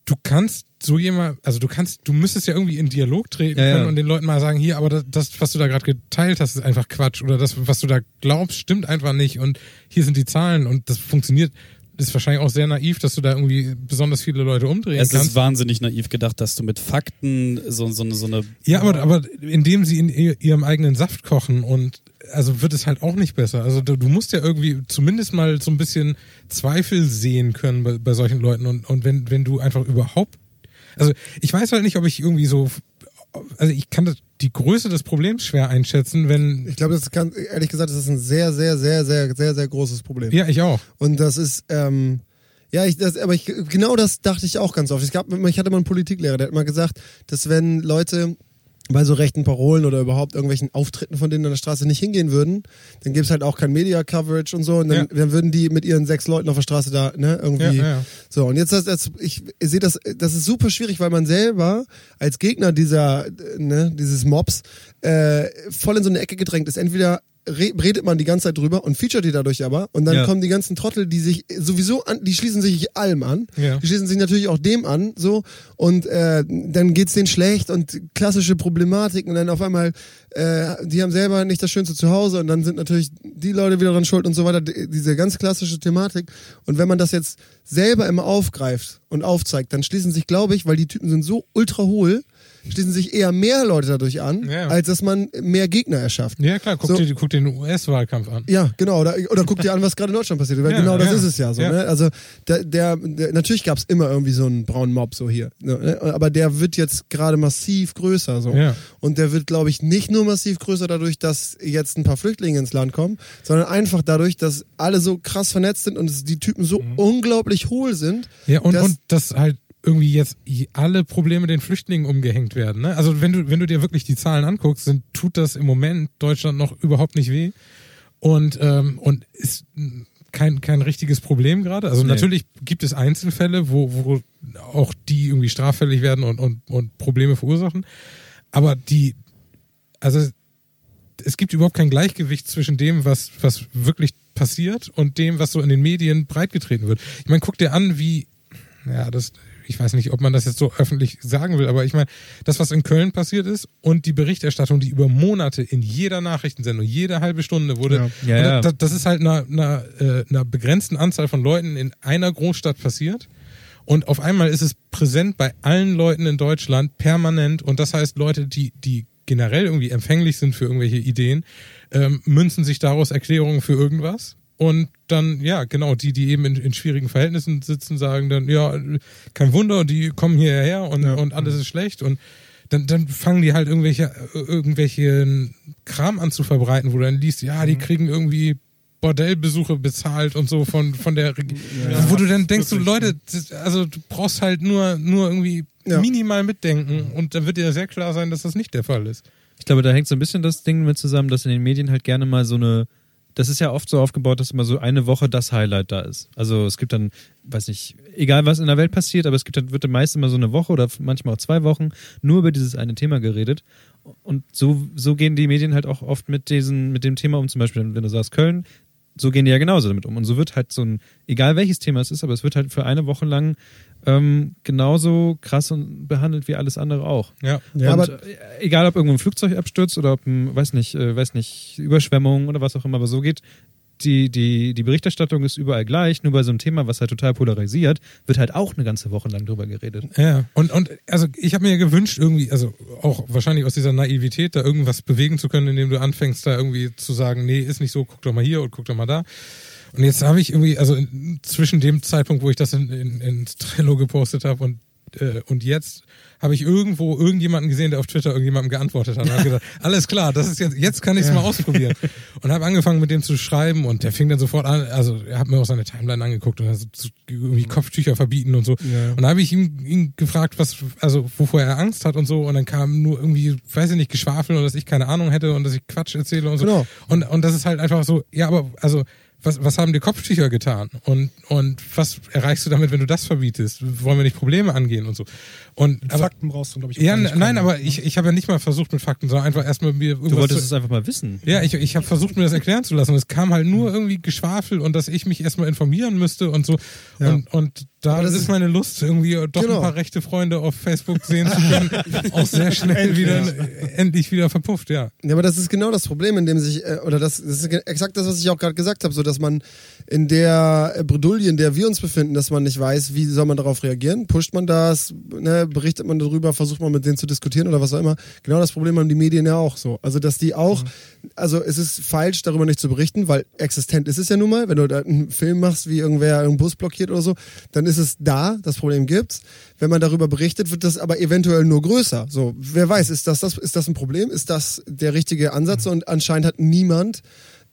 du kannst so jemand, also du kannst, du müsstest ja irgendwie in Dialog treten
Ja, ja.
können und den Leuten mal sagen, hier, aber das, das was du da gerade geteilt hast, ist einfach Quatsch oder das, was du da glaubst, stimmt einfach nicht und hier sind die Zahlen und das funktioniert. Ist wahrscheinlich auch sehr naiv, dass du da irgendwie besonders viele Leute umdrehen
Es
kannst.
ist wahnsinnig naiv gedacht, dass du mit Fakten so, so, eine- so eine.
Ja, aber, aber indem sie in ihr- ihrem eigenen Saft kochen und also wird es halt auch nicht besser. Also du, du musst ja irgendwie zumindest mal so ein bisschen Zweifel sehen können bei, bei solchen Leuten und, und wenn, wenn du einfach überhaupt, also ich weiß halt nicht, ob ich irgendwie so, also ich kann das, die Größe des Problems schwer einschätzen, wenn,
Ich glaube, das kann, ehrlich gesagt, das ist ein sehr, sehr, sehr, sehr, sehr, sehr großes Problem.
ja, ich auch.
Und das ist, ähm, ja, ich, das, aber ich, genau das dachte ich auch ganz oft. Es gab, ich hatte mal einen Politiklehrer, der hat mal gesagt, dass wenn Leute bei so rechten Parolen oder überhaupt irgendwelchen Auftritten von denen an der Straße nicht hingehen würden, dann gibt's halt auch kein Media-Coverage und so. Und dann,
Ja.
dann würden die mit ihren sechs Leuten auf der Straße da, ne, irgendwie.
Ja, ja, ja.
So, und jetzt, das, das, ich sehe das, das ist super schwierig, weil man selber als Gegner dieser, äh, ne, dieses Mobs äh, voll in so eine Ecke gedrängt ist. Entweder re- redet man die ganze Zeit drüber und featuret die dadurch aber und dann
Ja.
kommen die ganzen Trottel, die sich sowieso an, die schließen sich allem an,
Ja.
die schließen sich natürlich auch dem an, so und äh, dann geht's denen schlecht und klassische Problematiken und dann auf einmal, äh, die haben selber nicht das schönste Zuhause und dann sind natürlich die Leute wieder dran schuld und so weiter, D- diese ganz klassische Thematik und wenn man das jetzt selber immer aufgreift und aufzeigt, dann schließen sich, glaube ich, weil die Typen sind so ultra hohl, schließen sich eher mehr Leute dadurch an,
Ja.
als dass man mehr Gegner erschafft.
Ja klar, guck
So.
dir, guck dir den US-Wahlkampf an.
Ja, genau. Oder, oder guck dir an, was gerade in Deutschland passiert. Weil
Ja,
genau das
ja.
ist es ja so.
Ja.
Ne? Also der, der, der natürlich gab's immer irgendwie so einen braunen Mob so hier. Ne? Aber der wird jetzt gerade massiv größer. So.
Ja.
Und der wird, glaube ich, nicht nur massiv größer dadurch, dass jetzt ein paar Flüchtlinge ins Land kommen, sondern einfach dadurch, dass alle so krass vernetzt sind und es- die Typen so unglaublich hohl sind.
Mhm. Ja, und
dass-
das, und dass halt irgendwie jetzt i- alle Probleme den Flüchtlingen umgehängt werden. Ne? Also wenn du, wenn du dir wirklich die Zahlen anguckst, dann tut das im Moment Deutschland noch überhaupt nicht weh. Und, ähm, und ist mm, kein, kein richtiges Problem gerade. Also natürlich gibt es Einzelfälle, wo, wo auch die irgendwie straffällig werden und, und, und Probleme verursachen. Aber die, also es gibt überhaupt kein Gleichgewicht zwischen dem, was, was wirklich passiert und dem, was so in den Medien breitgetreten wird. Ich meine, guck dir an, wie, ja, das, ich weiß nicht, ob man das jetzt so öffentlich sagen will, aber ich meine, das, was in Köln passiert ist und die Berichterstattung, die über Monate in jeder Nachrichtensendung, jede halbe Stunde wurde,
Ja. Ja,
und
ja.
Das, das ist halt einer, einer, äh, einer begrenzten Anzahl von Leuten in einer Großstadt passiert. Und auf einmal ist es präsent bei allen Leuten in Deutschland permanent. Und das heißt, Leute, die, die generell irgendwie empfänglich sind für irgendwelche Ideen, ähm, münzen sich daraus Erklärungen für irgendwas. Und dann, ja, genau, die, die eben in, in schwierigen Verhältnissen sitzen, sagen dann, ja, kein Wunder, die kommen hierher und, und alles ist schlecht. Und dann, dann fangen die halt irgendwelche, irgendwelchen Kram an zu verbreiten, wo du dann liest, ja, die
Mhm.
kriegen irgendwie Bordellbesuche bezahlt und so von, von der Regierung. wo du dann denkst, so, Leute, das, also du brauchst halt nur, nur irgendwie
Ja.
minimal mitdenken und dann wird dir sehr klar sein, dass das nicht der Fall ist.
Ich glaube, da hängt so ein bisschen das Ding mit zusammen, dass in den Medien halt gerne mal so eine. Das ist ja oft so aufgebaut, dass immer so eine Woche das Highlight da ist. Also es gibt dann, weiß nicht, egal was in der Welt passiert, aber es gibt dann, wird dann meist immer so eine Woche oder manchmal auch zwei Wochen nur über dieses eine Thema geredet. Und so, so gehen die Medien halt auch oft mit diesen, mit dem Thema um. Zum Beispiel, wenn du sagst Köln, so gehen die ja genauso damit um. Und so wird halt so ein, egal welches Thema es ist, aber es wird halt für eine Woche lang ähm, genauso krass und behandelt wie alles andere auch.
Ja.
Ja,
und
aber-
aber egal, äh, ob irgendwo ein Flugzeug abstürzt oder ob, ein, weiß nicht, äh, weiß nicht, Überschwemmung oder was auch immer, aber so geht die, die, die Berichterstattung ist überall gleich, nur bei so einem Thema, was halt total polarisiert, wird halt auch eine ganze Woche lang drüber geredet.
Ja, und, und also ich habe mir gewünscht, irgendwie, also auch wahrscheinlich aus dieser Naivität, da irgendwas bewegen zu können, indem du anfängst, da irgendwie zu sagen, nee, ist nicht so, guck doch mal hier und guck doch mal da. Und jetzt habe ich irgendwie, also in, zwischen dem Zeitpunkt, wo ich das in, in, in Trello gepostet habe und äh, und jetzt habe ich irgendwo irgendjemanden gesehen, der auf Twitter irgendjemandem geantwortet hat. Und habe gesagt, alles klar, das ist jetzt, jetzt kann ich es mal ausprobieren. Und habe angefangen mit dem zu schreiben und der fing dann sofort an, also er hat mir auch seine Timeline angeguckt und hat so zu- irgendwie Kopftücher verbieten und so. Und da habe ich ihn, ihn gefragt, was, also wovor er Angst hat und so. Und dann kam nur irgendwie, weiß ich nicht, Geschwafel und dass ich keine Ahnung hätte und dass ich Quatsch erzähle und so.
Genau.
Und, und das ist halt einfach so, ja, aber also was, was haben die Kopftücher getan? Und, und was erreichst du damit, wenn du das verbietest? Wollen wir nicht Probleme angehen und so? Und
Mit
aber,
Fakten brauchst du, glaube ich. auch
ja,
gar nicht
n- nein,
kommen.
aber ich, ich habe ja nicht mal versucht mit Fakten, sondern einfach erstmal mir irgendwas
Du wolltest es
zu,
einfach mal wissen.
Ja, ich, ich habe versucht, mir das erklären zu lassen. Es kam halt nur irgendwie Geschwafel und dass ich mich erstmal informieren müsste und so.
Ja.
Und, und da
Aber das
ist,
ist-
meine Lust, irgendwie doch
Genau.
ein paar rechte Freunde auf Facebook sehen zu können, auch sehr schnell wieder endlich wieder verpufft, ja.
Ja, aber das ist genau das Problem, in dem sich, äh, oder das, das ist ge- exakt das, was ich auch gerade gesagt habe, so dass man in der äh, Bredouille, in der wir uns befinden, dass man nicht weiß, wie soll man darauf reagieren, pusht man das, ne, berichtet man darüber, versucht man mit denen zu diskutieren oder was auch immer. Genau das Problem haben die Medien ja auch so. Also, dass die auch, also es ist falsch, darüber nicht zu berichten, weil existent ist es ja nun mal, wenn du da einen Film machst, wie irgendwer einen Bus blockiert oder so, dann ist es da, das Problem gibt's. Wenn man darüber berichtet, wird das aber eventuell nur größer. So, wer weiß, ist das, das, ist das ein Problem? Ist das der richtige Ansatz? Und anscheinend hat niemand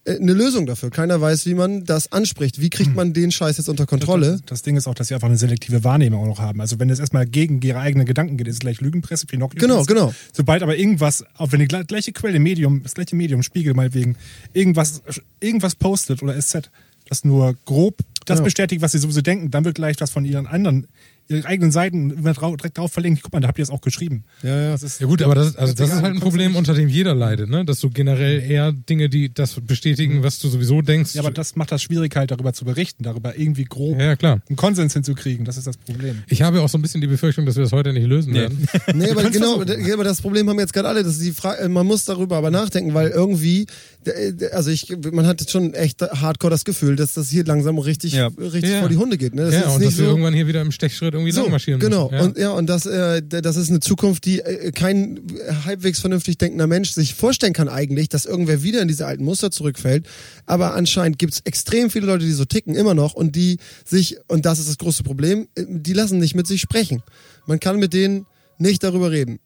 äh, eine Lösung dafür. Keiner weiß, wie man das anspricht. Wie kriegt man den Scheiß jetzt unter Kontrolle?
Das, das Ding ist auch, dass sie einfach eine selektive Wahrnehmung auch noch haben. Also wenn es erstmal gegen ihre eigenen Gedanken geht, ist es gleich Lügenpresse, Pinocchio.
Genau, genau.
Sobald aber irgendwas, auch wenn die gle- gleiche Quelle, Medium, das gleiche Medium, Spiegel meinetwegen, irgendwas, irgendwas postet oder SZ, das nur grob das
Ja.
bestätigt, was sie sowieso denken, dann wird gleich was von ihren anderen, ihren eigenen Seiten wird drau- direkt drauf verlinkt. Guck mal, da habt ihr das auch geschrieben.
Ja, ja.
Das ist,
Ja gut, aber das, also das ist halt ein
kommst du
Problem,
nicht-
unter dem jeder leidet, ne? Dass du generell eher Dinge, die das
Mhm.
bestätigen, was du sowieso denkst.
Ja, aber das macht das schwierig halt, darüber zu berichten, darüber irgendwie grob
ja, ja, klar.
einen Konsens hinzukriegen. Das ist das Problem.
Ich habe auch so ein bisschen die Befürchtung, dass wir das heute nicht lösen werden.
Nee, aber genau, d- aber das Problem haben jetzt gerade alle. Das ist die Frage, man muss darüber aber nachdenken, weil irgendwie, d- d- also ich, man hat jetzt schon echt hardcore das Gefühl, dass das hier langsam richtig,
Ja.
richtig
Ja.
vor die Hunde geht. Ne? Das
ja,
ist
und
nicht
dass wir
so-
irgendwann hier wieder im Stechschritt irgendwie
so,
langmarschieren
genau.
müssen. Ja.
Und, ja, und das, äh, d- das ist eine Zukunft, die äh, kein halbwegs vernünftig denkender Mensch sich vorstellen kann eigentlich, dass irgendwer wieder in diese alten Muster zurückfällt. Aber anscheinend gibt's extrem viele Leute, die so ticken, immer noch, und die sich, und das ist das große Problem, äh, die lassen nicht mit sich sprechen. Man kann mit denen nicht darüber reden.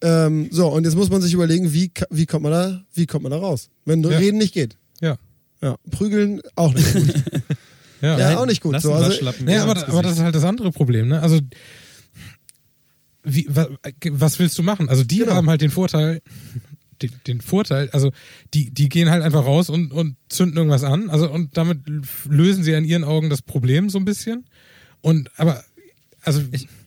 Ähm, so, und jetzt muss man sich überlegen, wie, ka- wie, kommt man da, wie kommt man da raus, wenn
Ja.
Reden nicht geht.
Ja.
Ja, prügeln auch nicht gut.
ja.
ja, auch nicht gut.
Lass
So,
ein
also,
paar Schlappen
Ja, aber,
ins
aber das
Gesicht.
ist halt das andere Problem, ne? Also wie, wa, was willst du machen? Also die
Genau.
haben halt den Vorteil, den, den Vorteil, also die, die gehen halt einfach raus und, und zünden irgendwas an. Also und damit lösen sie in ihren Augen das Problem so ein bisschen. Und aber also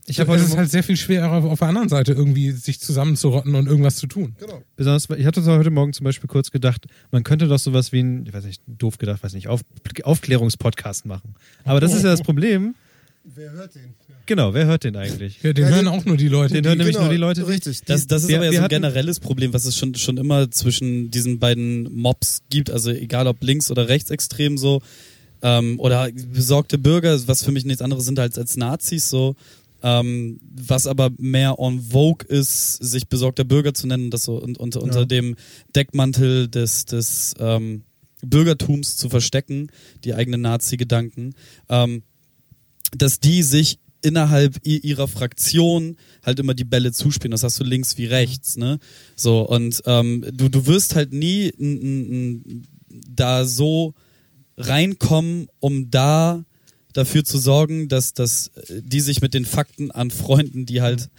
ich hab heute
es ist
Mo-
halt sehr viel schwerer auf, auf der anderen Seite irgendwie sich zusammenzurotten und irgendwas zu tun.
Besonders, ich hatte uns heute Morgen zum Beispiel kurz gedacht, man könnte doch sowas wie ein, ich weiß nicht, doof gedacht, weiß nicht, auf, Aufklärungspodcast machen. Aber das ist ja das Problem.
wer hört den?
Genau, wer hört den eigentlich?
Ja, den
Ja,
hören
den-
auch nur die Leute.
Den
die-
hören nämlich nur die Leute.
genau, Richtig.
Das, das ist
Wir-
aber ja
wir
so ein
hatten-
generelles Problem, was es schon, schon immer zwischen diesen beiden Mobs gibt, also egal ob links oder rechtsextrem so, ähm, oder besorgte Bürger, was für mich nichts anderes sind als, als Nazis so, ähm, was aber mehr on vogue ist, sich besorgter Bürger zu nennen, das so und, und, unter dem Deckmantel des, des ähm, Bürgertums zu verstecken, die eigenen Nazi-Gedanken. Ähm, dass die sich innerhalb i- ihrer Fraktion halt immer die Bälle zuspielen. Das hast du links wie rechts, ne? So, und ähm, du, du wirst halt nie n, n, n, da so reinkommen, um da dafür zu sorgen, dass, dass äh, die sich mit den Fakten anfreunden, die halt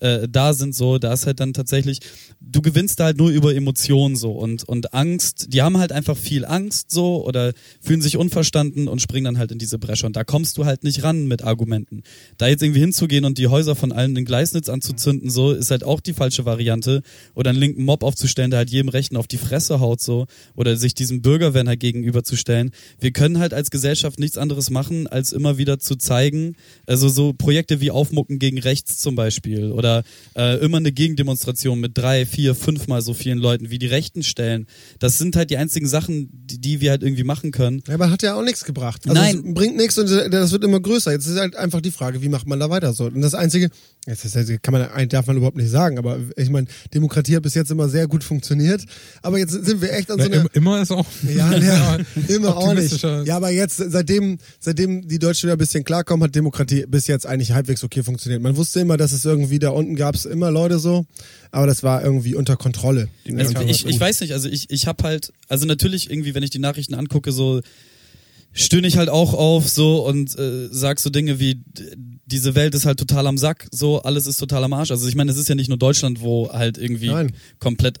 äh, da sind, so, da ist halt dann tatsächlich, du gewinnst da halt nur über Emotionen so und, und Angst, die haben halt einfach viel Angst so oder fühlen sich unverstanden und springen dann halt in diese Bresche und da kommst du halt nicht ran mit Argumenten. Da jetzt irgendwie hinzugehen und die Häuser von allen in Gleisnitz anzuzünden, so, ist halt auch die falsche Variante oder einen linken Mob aufzustellen, der halt jedem Rechten auf die Fresse haut so oder sich diesem Bürgerwerner halt gegenüberzustellen. Wir können halt als Gesellschaft nichts anderes machen, als immer wieder zu zeigen, also so Projekte wie Aufmucken gegen Rechts zum Beispiel oder oder äh, immer eine Gegendemonstration mit drei, vier, fünfmal so vielen Leuten wie die Rechten stellen. Das sind halt die einzigen Sachen, die, die wir halt irgendwie machen können.
Ja, aber hat ja auch nichts gebracht. Also
Nein.
Es bringt nichts und das wird immer größer. Jetzt ist halt einfach die Frage, wie macht man da weiter so? Und das Einzige, jetzt ist, das kann man, darf man überhaupt nicht sagen, aber ich meine, Demokratie hat bis jetzt immer sehr gut funktioniert. Aber jetzt sind wir echt an so
Na,
einer...
im- immer ist auch.
Ja, ja, immer auch nicht.
optimistischer.
Ja, aber jetzt, seitdem, seitem die Deutschen wieder ein bisschen klarkommen, hat Demokratie bis jetzt eigentlich halbwegs okay funktioniert. Man wusste immer, dass es irgendwie da unten gab es immer Leute so, aber das war irgendwie unter Kontrolle.
Also
Ja,
ich,
gut.
ich weiß nicht, also ich, ich habe halt, also natürlich irgendwie, wenn ich die Nachrichten angucke, so stöhne ich halt auch auf so und äh, sag so Dinge wie d- diese Welt ist halt total am Sack, so alles ist total am Arsch. Also ich meine, es ist ja nicht nur Deutschland, wo halt irgendwie
Nein.
komplett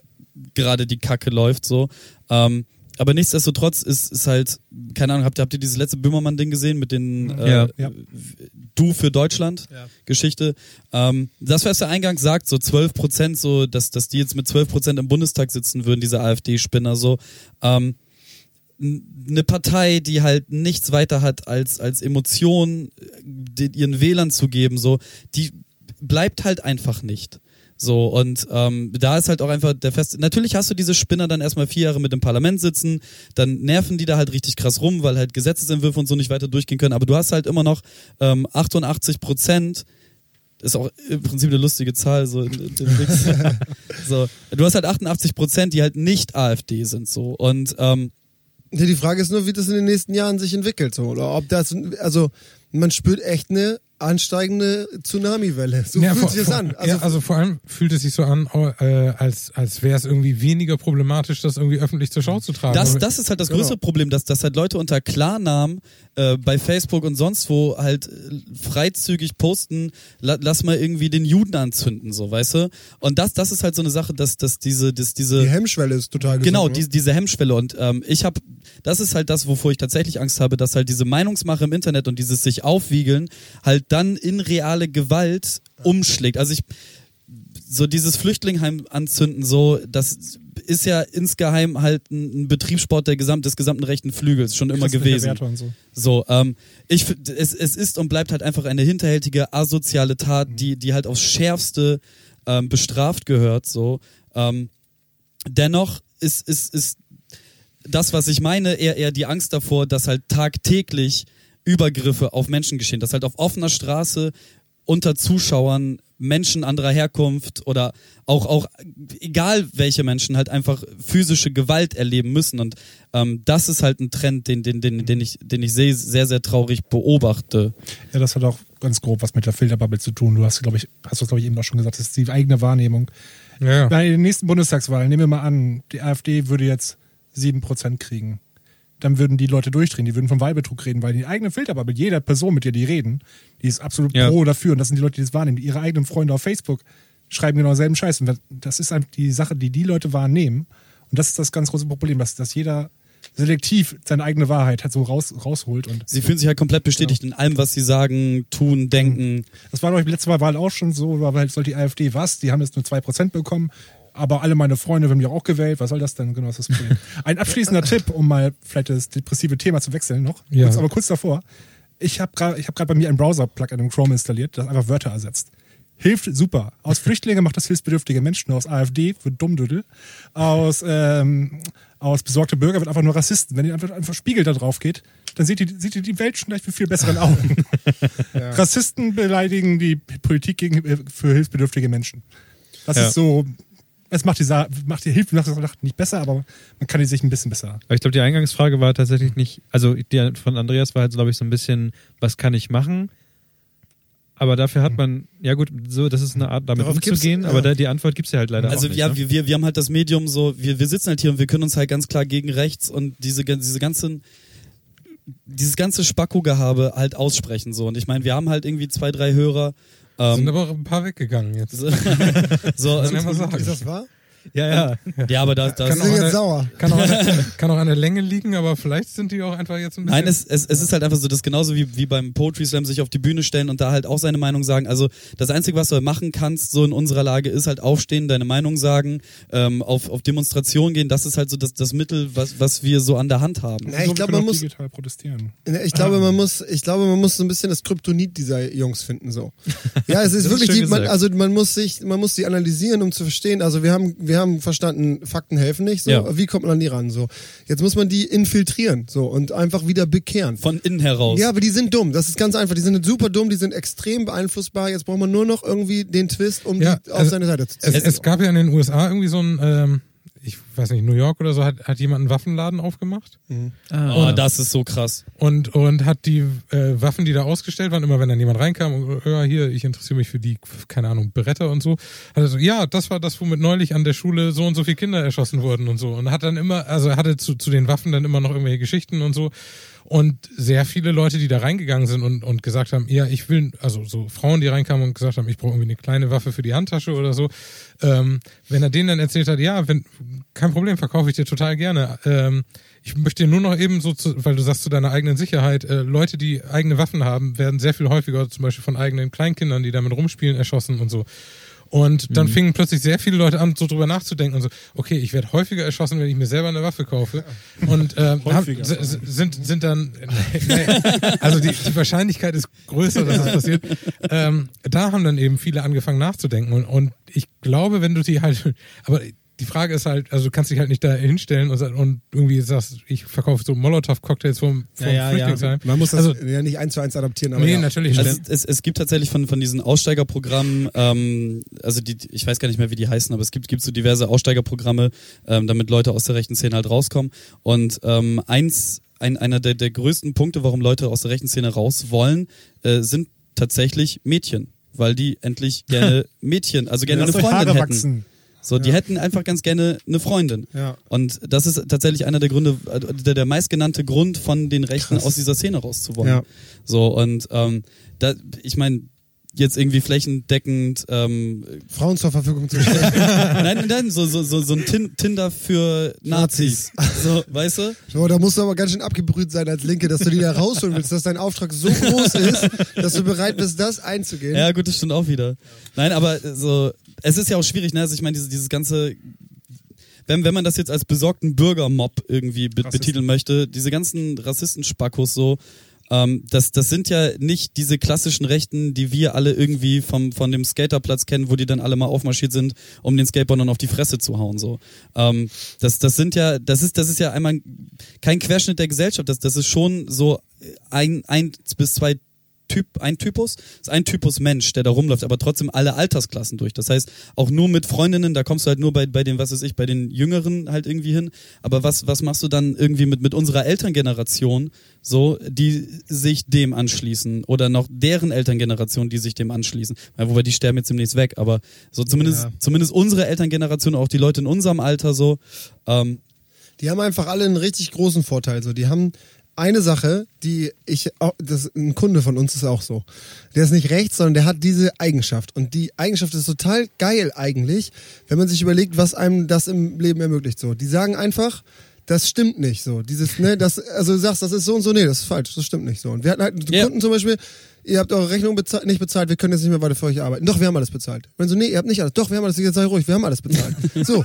gerade die Kacke läuft so. Ähm, aber nichtsdestotrotz ist, ist halt, keine Ahnung, habt ihr, habt ihr dieses letzte Böhmermann-Ding gesehen mit den äh,
Ja.
Ja.
Du für Deutschland? Geschichte. Ähm, das, was er eingangs sagt, so 12 Prozent, so, dass, dass die jetzt mit 12 Prozent im Bundestag sitzen würden, diese AfD-Spinner, so. Ähm, n- eine Partei, die halt nichts weiter hat, als, als Emotionen äh, den, ihren Wählern zu geben, so, die bleibt halt einfach nicht. So, und ähm, da ist halt auch einfach der Fest. Natürlich hast du diese Spinner dann erstmal vier Jahre mit im Parlament sitzen, dann nerven die da halt richtig krass rum, weil halt Gesetzesentwürfe und so nicht weiter durchgehen können. Aber du hast halt immer noch ähm, 88 Prozent, ist auch im Prinzip eine lustige Zahl, so, in, in dem Dings. so. Du hast halt 88 Prozent, die halt nicht AfD sind, so. Und ähm,
Ja, die Frage ist nur, wie das in den nächsten Jahren sich entwickelt. So. Oder ob das, also man spürt echt eine ansteigende Tsunami-Welle. So
Ja,
fühlt
vor-
sich das
vor-
an.
ja, also vor allem fühlt es sich so an, au- äh, als, als wäre es irgendwie weniger problematisch, das irgendwie öffentlich zur Schau zu tragen.
Das,
Aber-
das ist halt das größere Problem, dass, dass halt Leute unter Klarnamen äh, bei Facebook und sonst wo halt äh, freizügig posten, la, lass mal irgendwie den Juden anzünden, so, weißt du? Und das, das ist halt so eine Sache, dass, dass diese, dass diese
die Hemmschwelle ist total gesunken, ne?
Genau,
oder?
die, diese Hemmschwelle. Und ähm, ich habe, das ist halt das, wovor ich tatsächlich Angst habe, dass halt diese Meinungsmache im Internet und dieses sich aufwiegeln halt dann in reale Gewalt umschlägt. Also ich, so dieses Flüchtlingheim anzünden, so, das ist ja insgeheim halt ein, ein Betriebssport der gesam des gesamten rechten Flügels schon immer
Christliche
gewesen.
Werte und so.
So, ähm, ich, f- es, es ist und bleibt halt einfach eine hinterhältige, asoziale Tat, die, die halt aufs Schärfste ähm, bestraft gehört, so. Ähm, dennoch ist, ist, ist das, was ich meine, eher, eher die Angst davor, dass halt tagtäglich Übergriffe auf Menschen geschehen, dass halt auf offener Straße unter Zuschauern Menschen anderer Herkunft oder auch, auch egal welche Menschen halt einfach physische Gewalt erleben müssen. Und ähm, das ist halt ein Trend, den, den, den, den ich, den ich sehr, sehr, sehr traurig beobachte.
Ja, das hat auch ganz grob was mit der Filterbubble zu tun. Du hast, glaube ich, hast du, glaube ich, eben auch schon gesagt, das ist die eigene Wahrnehmung.
ja, ja.
Bei den nächsten Bundestagswahlen, nehmen wir mal an, die AfD würde jetzt 7% kriegen. Dann würden die Leute durchdrehen, die würden vom Wahlbetrug reden, weil die eigene Filterbubble, jeder Person, mit der die reden, die ist absolut
Ja.
pro oder dafür. Und das sind die Leute, die das wahrnehmen. Ihre eigenen Freunde auf Facebook schreiben genau denselben Scheiß. Und das ist einfach die Sache, die die Leute wahrnehmen. Und das ist das ganz große Problem, dass, dass jeder selektiv seine eigene Wahrheit halt so raus, rausholt. Und
Sie fühlen sich halt komplett bestätigt in allem, was sie sagen, tun, denken.
Das war, glaube ich, letzte Mal Wahl auch schon so, aber halt soll die AfD was? Die haben jetzt nur 2% bekommen. Aber alle meine Freunde haben ja auch gewählt. Was soll das denn? Genau, das ist das Problem. Ein abschließender Tipp, um mal vielleicht das depressive Thema zu wechseln noch.
Ja.
Kurz, aber kurz davor. Ich habe gerade hab grad bei mir ein Browser-Plugin im Chrome installiert, das einfach Wörter ersetzt. Hilft super. Aus Flüchtlingen macht das hilfsbedürftige Menschen. Aus AfD wird Dummdüdel. Aus, ähm, aus besorgte Bürger wird einfach nur Rassisten. Wenn ihr einfach, einfach Spiegel da drauf geht, dann seht ihr, seht ihr die Welt schon gleich mit viel besseren Augen. Rassisten beleidigen die Politik gegen, äh, für hilfsbedürftige Menschen. Das
Ja.
ist so. Es macht die, Sa macht die Hilfe nach Nacht nicht besser, aber man kann die sich ein bisschen besser.
Aber ich glaube, die Eingangsfrage war tatsächlich nicht, also die von Andreas war halt, glaube ich, so ein bisschen, was kann ich machen? Aber dafür hat man, ja gut, so, das ist eine Art, damit
Darauf gibt's-
umzugehen,
ja.
aber da, die Antwort gibt's ja halt leider
also
auch nicht.
ja,
ne?
wir, wir, wir haben halt das Medium so, wir, wir sitzen halt hier und wir können uns halt ganz klar gegen rechts und diese, gan- diese ganzen, dieses ganze Spacko-Gehabe halt aussprechen so. Und ich meine, wir haben halt irgendwie zwei, drei Hörer.
sind
Ähm,
aber auch ein paar weggegangen jetzt.
so, so,
Muss man ja mal
Ist
sagen.
das wahr?
ne? Ja, ja.
Ja, aber da, da
Kann
Die sind
auch
jetzt
eine-
sauer.
Kann auch, an, kann auch an der Länge liegen, aber vielleicht sind die auch einfach jetzt ein bisschen.
Nein, es, es, es ist halt einfach so, das genauso wie, wie beim Poetry Slam sich auf die Bühne stellen und da halt auch seine Meinung sagen. Also das Einzige, was du halt machen kannst, so in unserer Lage, ist halt aufstehen, deine Meinung sagen, ähm, auf, auf Demonstrationen gehen. Das ist halt so das, das Mittel, was, was wir so an der Hand haben.
Na, ich glaube, man muss,
digital protestieren.
Ne, Ich glaube, man muss, ich glaube, man muss so ein bisschen das Kryptonit dieser Jungs finden, so. Ja, es ist
ist
wirklich,
schön
die, man,
gesagt.
also man muss sich, man muss sie analysieren, um zu verstehen. Also wir haben, wir haben verstanden, Fakten helfen nicht, so.
Ja.
Wie kommt man an die ran, so. Jetzt muss man die infiltrieren, so, und einfach wieder bekehren.
Von innen heraus.
Ja, aber die sind dumm. Das ist ganz einfach. Die sind super dumm, die sind extrem beeinflussbar. Jetzt braucht man nur noch irgendwie den Twist, um
Ja,
die auf
also
seine Seite zu ziehen.
Es, es gab ja in den USA irgendwie so ein, ähm, ich weiß nicht, New York oder so, hat, hat jemand einen Waffenladen aufgemacht
Oh, das ist so krass.
und, und hat die äh, Waffen, die da ausgestellt waren, immer wenn dann jemand reinkam, und, äh, ja, hier, ich interessiere mich für die, keine Ahnung, Bretter und so, hat er so, ja, das war das, womit neulich an der Schule so und so viele Kinder erschossen wurden und so. Und hat dann immer, also er hatte zu, zu den Waffen dann immer noch irgendwelche Geschichten und so. Und sehr viele Leute, die da reingegangen sind und, und gesagt haben, ja, ich will, also so Frauen, die reinkamen und gesagt haben, ich brauche irgendwie eine kleine Waffe für die Handtasche oder so. Ähm, wenn er denen dann erzählt hat, ja, wenn, kein Problem, verkaufe ich dir total gerne. Ähm, ich möchte dir nur noch eben so, zu, weil du sagst zu deiner eigenen Sicherheit, äh, Leute, die eigene Waffen haben, werden sehr viel häufiger zum Beispiel von eigenen Kleinkindern, die damit rumspielen, erschossen und so. Und dann fingen plötzlich sehr viele Leute an, so drüber nachzudenken und so, okay, ich werde häufiger erschossen, wenn ich mir selber eine Waffe kaufe. Und ähm, haben,
Häufiger.
s- s- sind, sind dann, nee, also die, die Wahrscheinlichkeit ist größer, dass das passiert. Ähm, da haben dann eben viele angefangen nachzudenken. Und, und ich glaube, wenn du die halt, aber die Frage ist halt, also du kannst dich halt nicht da hinstellen und, sa- und irgendwie sagst, ich verkaufe so Molotow-Cocktails vom, vom Flüchtlingsheim.
Man muss das
Also-
ja nicht eins zu eins adaptieren, aber
Nee,
ja. genau.
natürlich
Also
nicht.
es, es, es gibt tatsächlich von, von diesen Aussteigerprogrammen, ähm, also die, die- ich weiß gar nicht mehr, wie die heißen, aber es gibt, gibt so diverse Aussteigerprogramme, ähm, damit Leute aus der rechten Szene halt rauskommen. Und ähm, eins, ein, einer der, der größten Punkte, warum Leute aus der rechten Szene raus wollen, äh, sind tatsächlich Mädchen. Weil die endlich gerne Mädchen, also gerne
Lasst
eine
euch
Freundin
Haare
hätten.
wachsen.
So, die hätten einfach ganz gerne eine Freundin.
Ja.
Und das ist tatsächlich einer der Gründe, äh, der, der meistgenannte Grund von den Rechten aus dieser Szene rauszuwollen.
Ja.
So, und ähm, da, ich meine, jetzt irgendwie flächendeckend, ähm,
Frauen zur Verfügung zu stellen.
nein, nein, so, so, so, so ein Tin Tinder für Nazis. So, weißt du?
So, da musst du aber ganz schön abgebrüht sein als Linke, dass du die da rausholen willst, dass dein Auftrag so groß ist, dass du bereit bist, das einzugehen.
Ja, gut, das stimmt auch wieder. Nein, aber äh, so, es ist ja auch schwierig, ne? Also ich meine, dieses, dieses ganze. Wenn, wenn man das jetzt als besorgten Bürgermob irgendwie be betiteln möchte, diese ganzen Rassistenspackos so, ähm, das, das sind ja nicht diese klassischen Rechten, die wir alle irgendwie vom, von dem Skaterplatz kennen, wo die dann alle mal aufmarschiert sind, um den Skateboard dann auf die Fresse zu hauen. So. Ähm, das, das sind ja, das ist, das ist ja einmal kein Querschnitt der Gesellschaft. Das, das ist schon so ein, ein bis zwei Typ, ein Typus, ist ein Typus Mensch, der da rumläuft, aber trotzdem alle Altersklassen durch. Das heißt, auch nur mit Freundinnen, da kommst du halt nur bei, bei den, was weiß ich, bei den Jüngeren halt irgendwie hin. Aber was, was machst du dann irgendwie mit, mit unserer Elterngeneration, so, die sich dem anschließen oder noch deren Elterngeneration, die sich dem anschließen? Ja, wobei die sterben jetzt demnächst weg, aber so zumindest,
Ja.
zumindest unsere Elterngeneration, auch die Leute in unserem Alter so, ähm,
Die haben einfach alle einen richtig großen Vorteil. So, die haben eine Sache, die ich, au- das, ein Kunde von uns ist auch so. Der ist nicht rechts, sondern der hat diese Eigenschaft. Und die Eigenschaft ist total geil eigentlich, wenn man sich überlegt, was einem das im Leben ermöglicht. So, die sagen einfach, das stimmt nicht so. Dieses, ne, das, also du sagst, das ist so und so, nee, das ist falsch, das stimmt nicht so. Und wir hatten halt einen
Ja.
Kunden zum Beispiel, ihr habt eure Rechnung bezahlt, nicht bezahlt, wir können jetzt nicht mehr weiter für euch arbeiten. Doch, wir haben alles bezahlt. Wenn so, nee, ihr habt nicht alles. Doch, wir haben alles, jetzt sei ruhig, wir haben alles bezahlt. So.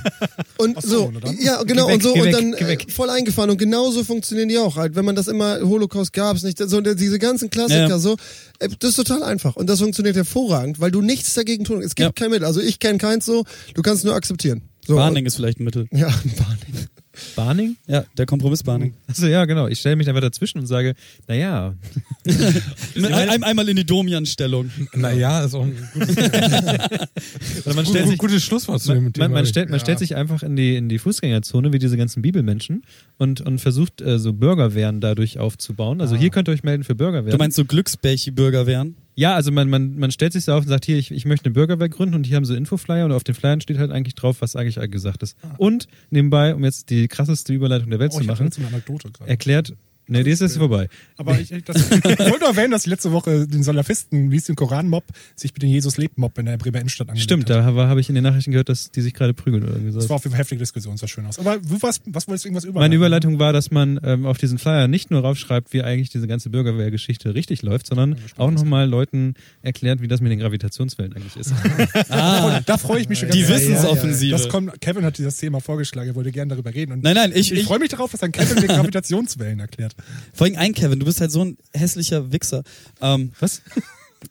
Und so. Ja, genau,
Geh weg,
und so,
geh
und
weg,
dann
geh weg.
äh, voll eingefahren. Und genauso funktionieren die auch. Halt, wenn man das immer, Holocaust gab's nicht, so der- diese ganzen Klassiker,
Ja.
so, äh, das ist total einfach. Und das funktioniert hervorragend, weil du nichts dagegen tun kannst. Es gibt
Ja.
kein Mittel. Also ich kenne keins so, du kannst nur akzeptieren. So.
Barning ist vielleicht ein Mittel.
Ja, Barning.
Barning?
Ja, der Kompromiss Barning.
Achso, ja, genau. Ich stelle mich einfach dazwischen und sage, naja,
Ein, ein- einmal in die Domian-Stellung.
Naja, ist auch ein gutes,
oder man
gut,
stellt sich,
gutes Schlusswort zu
man,
dem Thema.
man, man, stellt, man
Ja.
stellt sich einfach in die, in die Fußgängerzone wie diese ganzen Bibelmenschen und, und versucht äh, so Bürgerwehren dadurch aufzubauen. Also hier könnt ihr euch melden für Bürgerwehren.
Du meinst so Glücksbärchi-Bürger wären?
Ja, also man, man, man stellt sich so auf und sagt, hier, ich, ich möchte eine Bürgerwehr gründen und hier haben sie Infoflyer und auf den Flyern steht halt eigentlich drauf, was eigentlich
Ah.
gesagt ist. Und nebenbei, um jetzt die krasseste Überleitung der Welt
Oh,
zu
ich hatte
machen,
jetzt eine Anekdote gerade.
erklärt Nee, die ist jetzt vorbei.
Aber ich, ich- das, ich wollte noch erwähnen, dass ich letzte Woche den Salafisten, wie es den Koran-Mob, sich mit dem Jesus-Lebt-Mob in der Bremer Innenstadt angelegt
Stimmt,
hat.
da habe hab ich in den Nachrichten gehört, dass die sich gerade prügeln oder irgendwie
Das
so.
war auf jeden Fall heftige Diskussion, sah schön aus. Aber du warst, was wolltest du irgendwas über?
Meine Überleitung war, dass man ähm, auf diesen Flyer nicht nur raufschreibt, wie eigentlich diese ganze Bürgerwehrgeschichte richtig läuft, sondern auch nochmal Leuten erklärt, wie das mit den Gravitationswellen eigentlich ist.
Ah,
Da freue ich mich schon
die
ganz doll.
Wissensoffensive.
Das kommt, Kevin hat dieses Thema vorgeschlagen, er wollte gerne darüber reden. Und
Nein, nein, ich,
ich,
ich,
freue mich darauf, dass dann Kevin die Gravitationswellen erklärt.
vor allem ein Kevin, du bist halt so ein hässlicher Wichser. Ähm,
Was?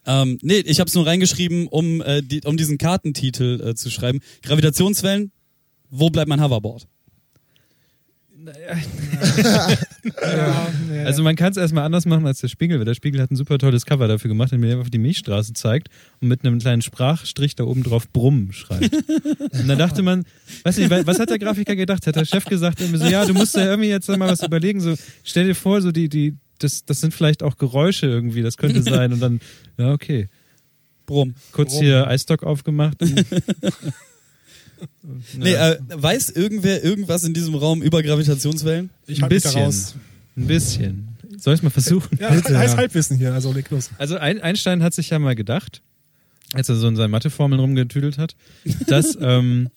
Ähm, nee, ich habe es nur reingeschrieben, um, äh, die, um diesen Kartentitel äh, zu schreiben. Gravitationswellen, wo bleibt mein Hoverboard?
Also man kann es erstmal anders machen als der Spiegel, weil der Spiegel hat ein super tolles Cover dafür gemacht, indem er auf die Milchstraße zeigt und mit einem kleinen Sprachstrich da oben drauf Brumm schreibt. Und dann dachte man, weiß nicht, was hat der Grafiker gedacht? Hat der Chef gesagt, irgendwie so, ja, du musst da irgendwie jetzt mal was überlegen. So, stell dir vor, so die, die, das, das sind vielleicht auch Geräusche irgendwie, das könnte sein. Und dann, ja, okay.
Brumm.
Kurz hier Eisstock aufgemacht. Und,
Nee, äh, weiß irgendwer irgendwas in diesem Raum über Gravitationswellen?
Ich
ein
halte mich da
bisschen.
raus.
Ein bisschen. Soll ich mal versuchen?
Ja, heiß Halbwissen hier, also leg los.
Also Ein- Einstein hat sich ja mal gedacht, als er so in seinen Matheformeln rumgetüdelt hat, dass ähm,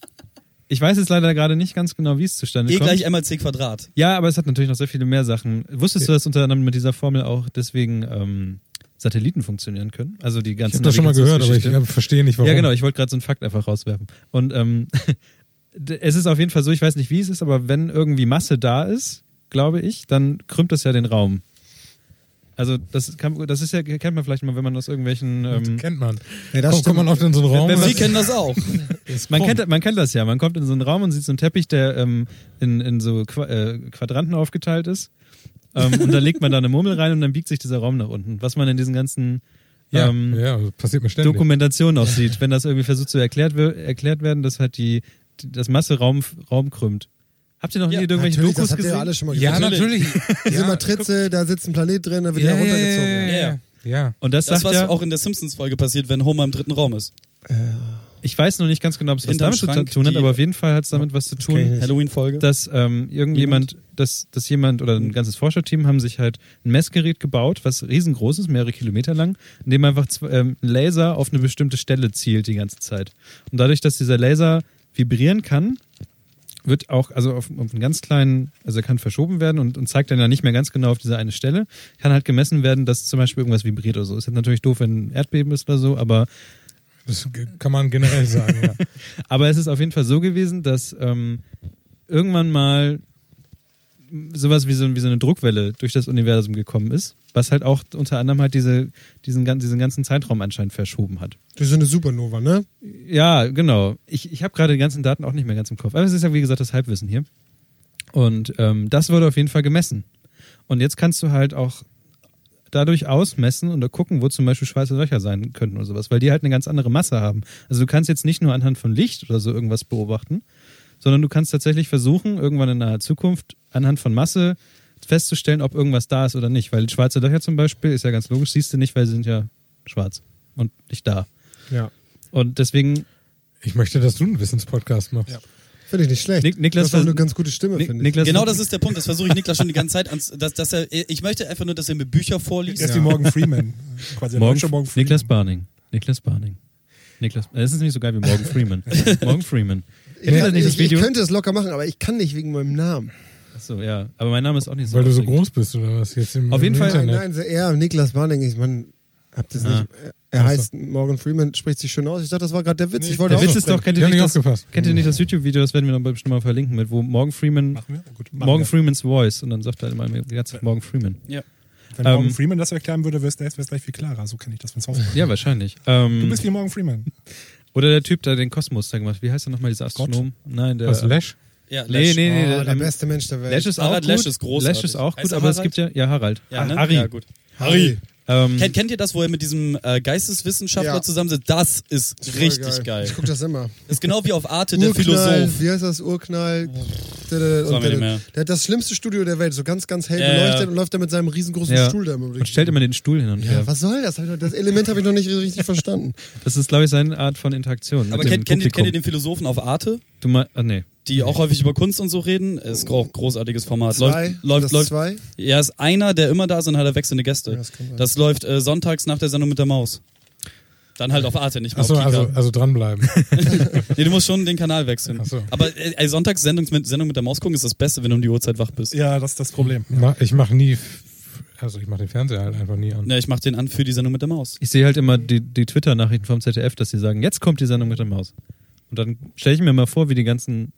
ich weiß jetzt leider gerade nicht ganz genau, wie es zustande
E
kommt.
gleich einmal C Quadrat.
Ja, aber es hat natürlich noch sehr viele mehr Sachen. Wusstest du, dass unter anderem mit dieser Formel auch deswegen ähm, Satelliten funktionieren können? Also die
Ich
ganzen.
habe das schon mal gehört, aber ich
Navigationsgeschichte.
äh, verstehe nicht, warum.
Ja, genau, ich wollte gerade so einen Fakt einfach rauswerfen. Und ähm, d- es ist auf jeden Fall so, ich weiß nicht, wie es ist, aber wenn irgendwie Masse da ist, glaube ich, dann krümmt das ja den Raum. Also das, kann, das ist ja, kennt man vielleicht mal, wenn man aus irgendwelchen...
Das
Ähm,
kennt man.
Ja,
Kommt, kommt man oft in so einen Raum.
Wenn- wenn
Sie
man-
kennen das auch.
man, kennt, man kennt das ja, man kommt in so einen Raum und sieht so einen Teppich, der ähm, in, in so Qua äh, Quadranten aufgeteilt ist. Ähm, und da legt man da eine Murmel rein und dann biegt sich dieser Raum nach unten. Was man in diesen ganzen...
ja,
ähm,
ja,
also,
das passiert mir ständig.
Dokumentation auch sieht, wenn das irgendwie versucht zu erklärt, wir- erklärt werden, dass halt die, die das Masse Raum, Raum krümmt. Habt ihr noch nie irgendwelche
Natürlich, das
Dokus
habt ihr ja
gesehen?
alle schon mal
ja,
gesehen.
natürlich.
Diese
ja,
Matrize, da sitzt ein Planet drin, da wird
ja,
der
ja, ja,
runtergezogen.
ja, ja, ja. ja.
Und das,
Das,
sagt
was
ja,
auch in der Simpsons-Folge passiert, wenn Homer im dritten Raum ist.
ich weiß noch nicht ganz genau, ob es was
Hinterm
damit zu
Schrank
tun hat,
die-
aber auf jeden Fall hat es damit was zu tun,
kenn ich nicht.
Halloween-Folge.
dass ähm, irgendjemand, dass, dass jemand oder ein ganzes Forscherteam haben sich halt ein Messgerät gebaut, was riesengroß ist, mehrere Kilometer lang, in dem einfach zwei, ähm, ein Laser auf eine bestimmte Stelle zielt die ganze Zeit. Und dadurch, dass dieser Laser vibrieren kann, wird auch, also auf, auf einen ganz kleinen, also er kann verschoben werden und, und zeigt dann ja nicht mehr ganz genau auf diese eine Stelle. Kann halt gemessen werden, dass zum Beispiel irgendwas vibriert oder so. Ist jetzt natürlich doof, wenn ein Erdbeben ist oder so, aber
Das ge- kann man generell sagen, ja.
aber es ist auf jeden Fall so gewesen, dass ähm, irgendwann mal sowas wie so, wie so eine Druckwelle durch das Universum gekommen ist, was halt auch unter anderem halt diese, diesen, gan- diesen ganzen Zeitraum anscheinend verschoben hat.
Das ist eine Supernova, ne?
Ja, genau. Ich, ich habe gerade die ganzen Daten auch nicht mehr ganz im Kopf. Aber es ist ja, wie gesagt, das Halbwissen hier. Und ähm, das wurde auf jeden Fall gemessen. Und jetzt kannst du halt auch dadurch ausmessen und gucken, wo zum Beispiel schwarze Löcher sein könnten oder sowas, weil die halt eine ganz andere Masse haben. Also du kannst jetzt nicht nur anhand von Licht oder so irgendwas beobachten, sondern du kannst tatsächlich versuchen, irgendwann in naher Zukunft anhand von Masse festzustellen, ob irgendwas da ist oder nicht. Weil schwarze Löcher zum Beispiel, ist ja ganz logisch, siehst du nicht, weil sie sind ja schwarz und nicht da.
Ja.
Und deswegen
Ich möchte, dass du einen Wissenspodcast machst.
Finde ich nicht schlecht.
Nik- Niklas
das ist auch eine
vers-
ganz gute Stimme,
Ni-
finde ich.
Niklas
Genau das ist der Punkt. Das versuche ich Niklas schon die ganze Zeit an. Dass, dass er, ich möchte einfach nur, dass er mir Bücher vorliest.
Er ist wie Morgan Freeman. Quasi der deutsche Morgan Freeman.
Niklas Barning. Niklas Barning. Niklas, es ist nicht so geil wie Morgan Freeman. Morgan Freeman.
Ich,
Kennt ihr
kann,
nicht das
ich, ich
Video?
könnte es locker machen, aber ich kann nicht wegen meinem Namen.
Achso, ja. Aber mein Name ist auch nicht so.
Weil du so
aufregend.
groß bist oder was jetzt im,
Auf
im
jeden Fall-
Nein,
Internet.
nein, so eher Niklas Barning. Ich man habt das
Ah.
nicht. Er heißt Morgan Freeman, spricht sich schön aus. Ich dachte, das war gerade der Witz.
Nee,
ich wollte
Der
auch
Witz ist doch, kennt
Ich
ihr
habe
nicht das,
nicht aufgepasst.
kennt ihr nicht das YouTube-Video, das werden wir dann bestimmt mal verlinken, mit wo Morgan Freeman,
Machen wir? Oh, Gut, machen
Morgan
wir.
Freemans Voice und dann sagt er immer die ganze Zeit Morgan Freeman.
Wenn Morgan
ähm,
Freeman das erklären würde, wäre es gleich viel klarer. So kenne ich das von South Park.
Ja, wahrscheinlich.
Du
Ähm,
bist wie Morgan Freeman.
oder der Typ, der den Kosmos da gemacht hat. Wie heißt er nochmal, dieser Astronom? Nein, der.
Was, Also Lash?
Ja,
Nee, nee,
Oh,
nee.
der
ähm,
beste Mensch der Welt.
Lash ist auch
Harald
gut.
Lash ist großartig.
Lash ist auch
Heißt
gut,
er
aber es
Harald?
gibt ja. Ja, Harald.
Ja, ne?
Harry.
ja gut.
Harry.
Ähm,
Kennt, kennt ihr das, wo er mit diesem äh, Geisteswissenschaftler
Ja.
zusammensitzt? Das ist
Voll
richtig geil.
Ich gucke das immer.
Ist genau wie auf Arte der
Urknall,
Philosoph.
wie heißt das? Urknall.
Sag mir
Und
nicht
der,
mehr.
der hat das schlimmste Studio der Welt, so ganz, ganz hell
Ja,
beleuchtet
ja.
und läuft da mit seinem riesengroßen
Ja.
Stuhl da immer
Man stellt immer den Stuhl hin und
ja,
her.
was soll das? Hab ich noch- Das Element habe ich noch nicht richtig verstanden.
Das ist, glaube ich, seine Art von Interaktion.
Aber
mit dem
kennt, kennt, ihr-
Publikum.
kennt ihr den Philosophen auf Arte?
Du mal, ah, nee.
die auch häufig über Kunst und so reden. Ist gro- großartiges Format.
Oh. Zwei?
läuft, läuft,
das
läuft.
Zwei?
Ja, ist einer, der immer da ist und hat er wechselnde Gäste.
Ja,
das
das kann sein.
läuft äh, sonntags nach der Sendung mit der Maus. Dann halt auf Arte, nicht mehr
Achso,
auf Kika.
also, also dranbleiben.
Nee, du musst schon den Kanal wechseln.
Ach so.
Aber äh, äh, sonntags Sendung mit, Sendung mit der Maus gucken ist das Beste, wenn du um die Uhrzeit wach bist.
Ja, das ist das Problem.
Ma- Ich mache nie, f- also ich mache den Fernseher halt einfach nie an.
Ja, Ne, ich mach den an für die Sendung mit der Maus.
Ich sehe halt immer die, die Twitter-Nachrichten vom ZDF, dass sie sagen, jetzt kommt die Sendung mit der Maus. Und dann stelle ich mir mal vor, wie die ganzen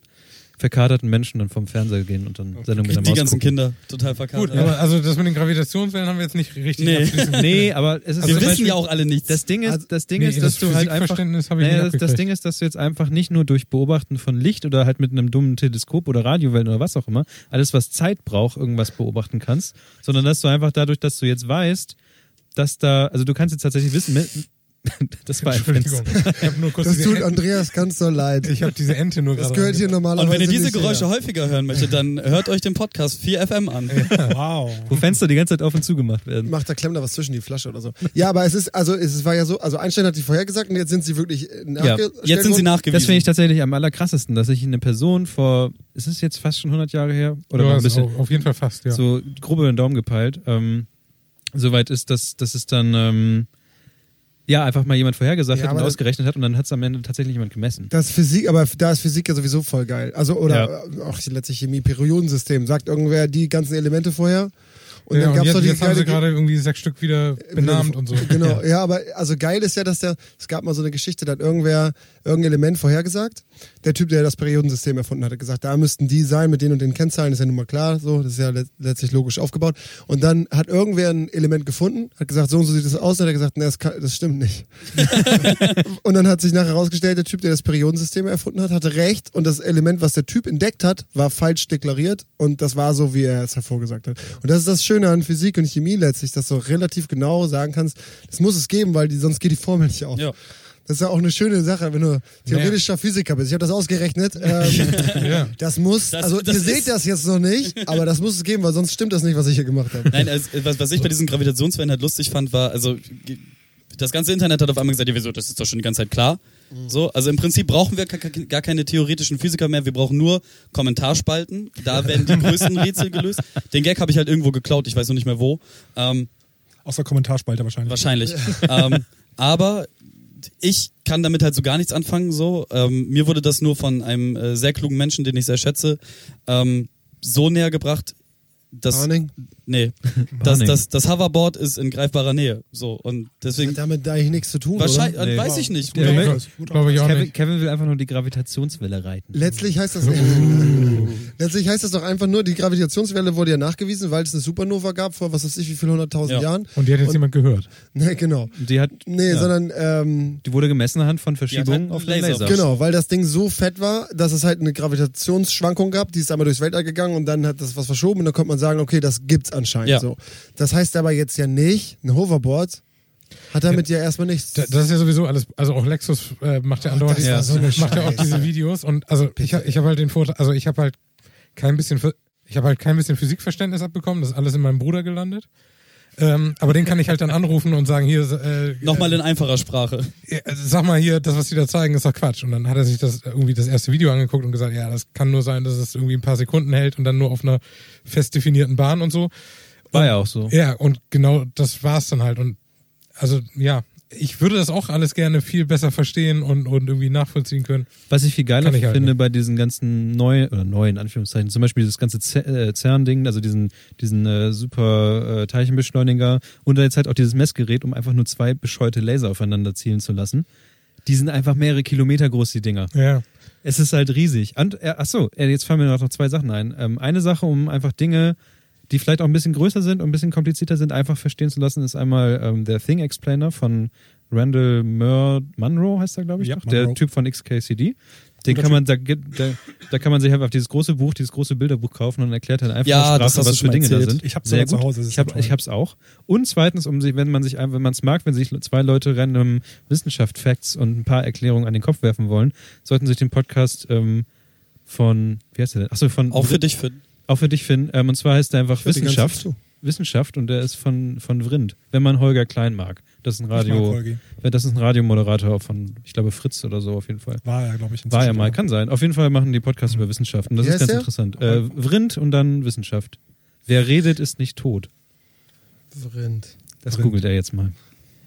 verkaterten Menschen dann vom Fernseher gehen und dann Sendung mit der
Die
Maus
ganzen
gucken.
Kinder, total verkatert.
Gut, aber also das mit den Gravitationswellen haben wir jetzt nicht richtig
Nee.
abschließend.
Nee, aber es ist
Also
Wir
zum
wissen
Beispiel-
ja auch alle nichts.
Das Ding ist, das Ding
Nee,
ist,
das
dass du halt einfach
Physikverständnis habe ich
Naja,
nicht
das, das
abgekriegt.
Ding ist, dass du jetzt einfach nicht nur durch Beobachten von Licht oder halt mit einem dummen Teleskop oder Radiowellen oder was auch immer, alles was Zeit braucht, irgendwas beobachten kannst, sondern dass du einfach dadurch, dass du jetzt weißt, dass da, also du kannst jetzt tatsächlich wissen, mit, das war ein
Entschuldigung.
Fenster.
Ich habe nur kurz
Das tut
diese, Ent-
Andreas ganz so leid.
ich hab diese Ente nur gerade.
Das gehört hier
Und
normalerweise
wenn ihr diese
nicht her.
Geräusche häufiger hören möchtet, dann hört euch den Podcast 4FM an.
Wow.
Wo Fenster die ganze Zeit auf und zu gemacht werden.
Macht da klemmt da was zwischen die Flasche oder so. Ja, aber es ist, also es war ja so, also Einstein hat die vorhergesagt und jetzt sind sie wirklich äh, nachge-
Jetzt
Das
sind sie
finde ich
nachgewiesen.
tatsächlich am allerkrassesten, dass ich eine Person vor, ist es jetzt fast schon 100 Jahre her? Oder
Oder
noch
ja,
ein bisschen,
Auf jeden Fall fast, ja.
so grob über den Daumen gepeilt, ähm, soweit ist, dass, dass es dann ähm, ja einfach mal jemand vorhergesagt
Ja,
hat und
aber-
ausgerechnet hat und dann hat es am Ende tatsächlich jemand gemessen.
Das Physik, aber da ist Physik ja sowieso voll geil. Also, oder auch die letzte Chemie, Periodensystem. Sagt irgendwer die ganzen Elemente vorher? Und
ja,
dann
und
gab's
jetzt,
doch die
jetzt haben
geile-
sie gerade irgendwie sechs Stück wieder Äh, benannt und so.
Genau, ja. aber also geil ist ja, dass der, es gab mal so eine Geschichte, da hat irgendwer irgendein Element vorhergesagt. Der Typ, der das Periodensystem erfunden hat, hat gesagt, da müssten die sein mit den und den Kennzahlen, ist ja nun mal klar, so, das ist ja let letztlich logisch aufgebaut. Und dann hat irgendwer ein Element gefunden, hat gesagt, so und so sieht das aus, und hat er gesagt, nee, das, kann, das stimmt nicht. und dann hat sich nachher herausgestellt, der Typ, der das Periodensystem erfunden hat, hatte recht und das Element, was der Typ entdeckt hat, war falsch deklariert und das war so, wie er es hervorgesagt hat. Und das ist das Schöne an Physik und Chemie letztlich, dass du relativ genau sagen kannst, das muss es geben, weil die, sonst geht die Formel nicht auf.
Ja.
Das ist ja auch eine schöne Sache, wenn du theoretischer Physiker bist. Ich habe das ausgerechnet. Ähm,
Ja.
das muss,
Das-
also
das
ihr
ist-
seht das jetzt noch nicht, aber das muss es geben, weil sonst stimmt das nicht, was ich hier gemacht habe.
Nein, also, was, was ich bei diesen Gravitationswellen halt lustig fand, war, also ge- das ganze Internet hat auf einmal gesagt, ja, wieso, das ist doch schon die ganze Zeit klar.
Mhm.
So, also im Prinzip brauchen wir ka- ka- gar keine theoretischen Physiker mehr, wir brauchen nur Kommentarspalten. Da werden die größten Rätsel gelöst. Den Gag habe ich halt irgendwo geklaut, ich weiß noch nicht mehr wo. Ähm,
Aus der Kommentarspalte wahrscheinlich.
Wahrscheinlich. ähm, aber ich kann damit halt so gar nichts anfangen. So. Ähm, mir wurde das nur von einem äh, sehr klugen Menschen, den ich sehr schätze, ähm, so näher gebracht, dass,
Arning,
nee, dass,
Barning.
dass das Hoverboard ist in greifbarer Nähe. So. Und
hat
deswegen,
damit eigentlich nichts zu tun.
wahrscheinlich,
oder?
äh, weiß ich nicht.
Der Moment-
Glaube ich auch
ne? Kevin,
nicht.
Kevin will einfach nur die Gravitationswelle reiten.
Letztlich heißt das. Letztlich heißt das doch einfach nur, die Gravitationswelle wurde ja nachgewiesen, weil es eine Supernova gab vor was weiß ich wie viel hunderttausend
Ja.
Jahren.
Und die hat jetzt
Und-
jemand gehört.
Ne, genau.
Die hat,
Nee,
ja.
sondern ähm,
die wurde gemessen anhand von Verschiebungen
einen
auf den
Laser.
Laser.
Genau, weil das Ding so fett war, dass es halt eine Gravitationsschwankung gab, die ist einmal durchs Weltall gegangen und dann hat das was verschoben und dann konnte man sagen, okay, das gibt's anscheinend
Ja.
so. Das heißt aber jetzt ja nicht, ein Hoverboard hat damit ja, erstmal nichts.
Da- Das ist ja sowieso alles, also auch Lexus äh, macht ja andauernd
das
diese,
war so eine
macht ja auch
Scheiße.
diese Videos und also ich, hab- ich habe halt den Vorteil, also ich habe halt kein bisschen, Phy- ich habe halt kein bisschen Physikverständnis abbekommen, das ist alles in meinem Bruder gelandet. Ähm, aber den kann ich halt dann anrufen und sagen, hier, äh,
Nochmal in einfacher Sprache.
äh, sag mal hier, das, was die da zeigen, ist doch Quatsch. Und dann hat er sich das irgendwie das erste Video angeguckt und gesagt, ja, das kann nur sein, dass es irgendwie ein paar Sekunden hält und dann nur auf einer fest definierten Bahn und so.
War ja auch so.
Ja, und genau das war's dann halt. Und also, ja, ich würde das auch alles gerne viel besser verstehen und, und irgendwie nachvollziehen können.
Was ich viel geiler
Kann ich halt,
finde
ne?
bei diesen ganzen neuen, oder neuen Anführungszeichen, zum Beispiel dieses ganze Z- äh, CERN-Ding, also diesen, diesen äh, super äh, Teilchenbeschleuniger und dann jetzt halt auch dieses Messgerät, um einfach nur zwei bescheute Laser aufeinander zielen zu lassen. Die sind einfach mehrere Kilometer groß, die Dinger.
Ja.
Es ist halt riesig. Und, äh, achso, äh, jetzt fallen mir noch noch zwei Sachen ein. Ähm, eine Sache, um einfach Dinge, die vielleicht auch ein bisschen größer sind und ein bisschen komplizierter sind, einfach verstehen zu lassen, ist einmal ähm, der Thing Explainer von Randall Mur Munro, heißt er, glaube ich,
Ja,
doch, der
Munro.
Typ von XKCD. Den kann man, da, gibt- da, da kann man sich einfach dieses große Buch, dieses große Bilderbuch kaufen und erklärt halt dann einfach
Ja,
auf Sprache,
das hast du
was für
schon
Dinge da
erzählt.
sind.
Ich hab's
Sehr
sogar zu
gut.
Hause, das ist
Ich, hab,
toll.
ich hab's auch. Und zweitens, um sich, wenn man sich, ein- wenn man es mag, wenn sich zwei Leute random Wissenschaft-Facts und ein paar Erklärungen an den Kopf werfen wollen, sollten sich den Podcast ähm, von, wie heißt der denn? Achso, von
Auch für dich, Finn.
auch für dich, Finn. Ähm, und zwar heißt er einfach
Hört die ganze Zeit
Wissenschaft.
zu.
Wissenschaft und der ist von, von Vrind, wenn man Holger Klein mag. Das ist ein
Ich mag
Radio,
Holgi.
das ist ein Radiomoderator von, ich glaube, Fritz oder so auf jeden Fall.
War er, glaube ich.
War ja
inzwischen.
mal, kann sein. Auf jeden Fall machen die Podcasts über Wissenschaft und das
Wie
ist
heißt
ganz
der?
interessant. Äh, Vrind und dann Wissenschaft. Wer redet, ist nicht tot.
Rind.
Das
Vrind.
googelt er jetzt mal.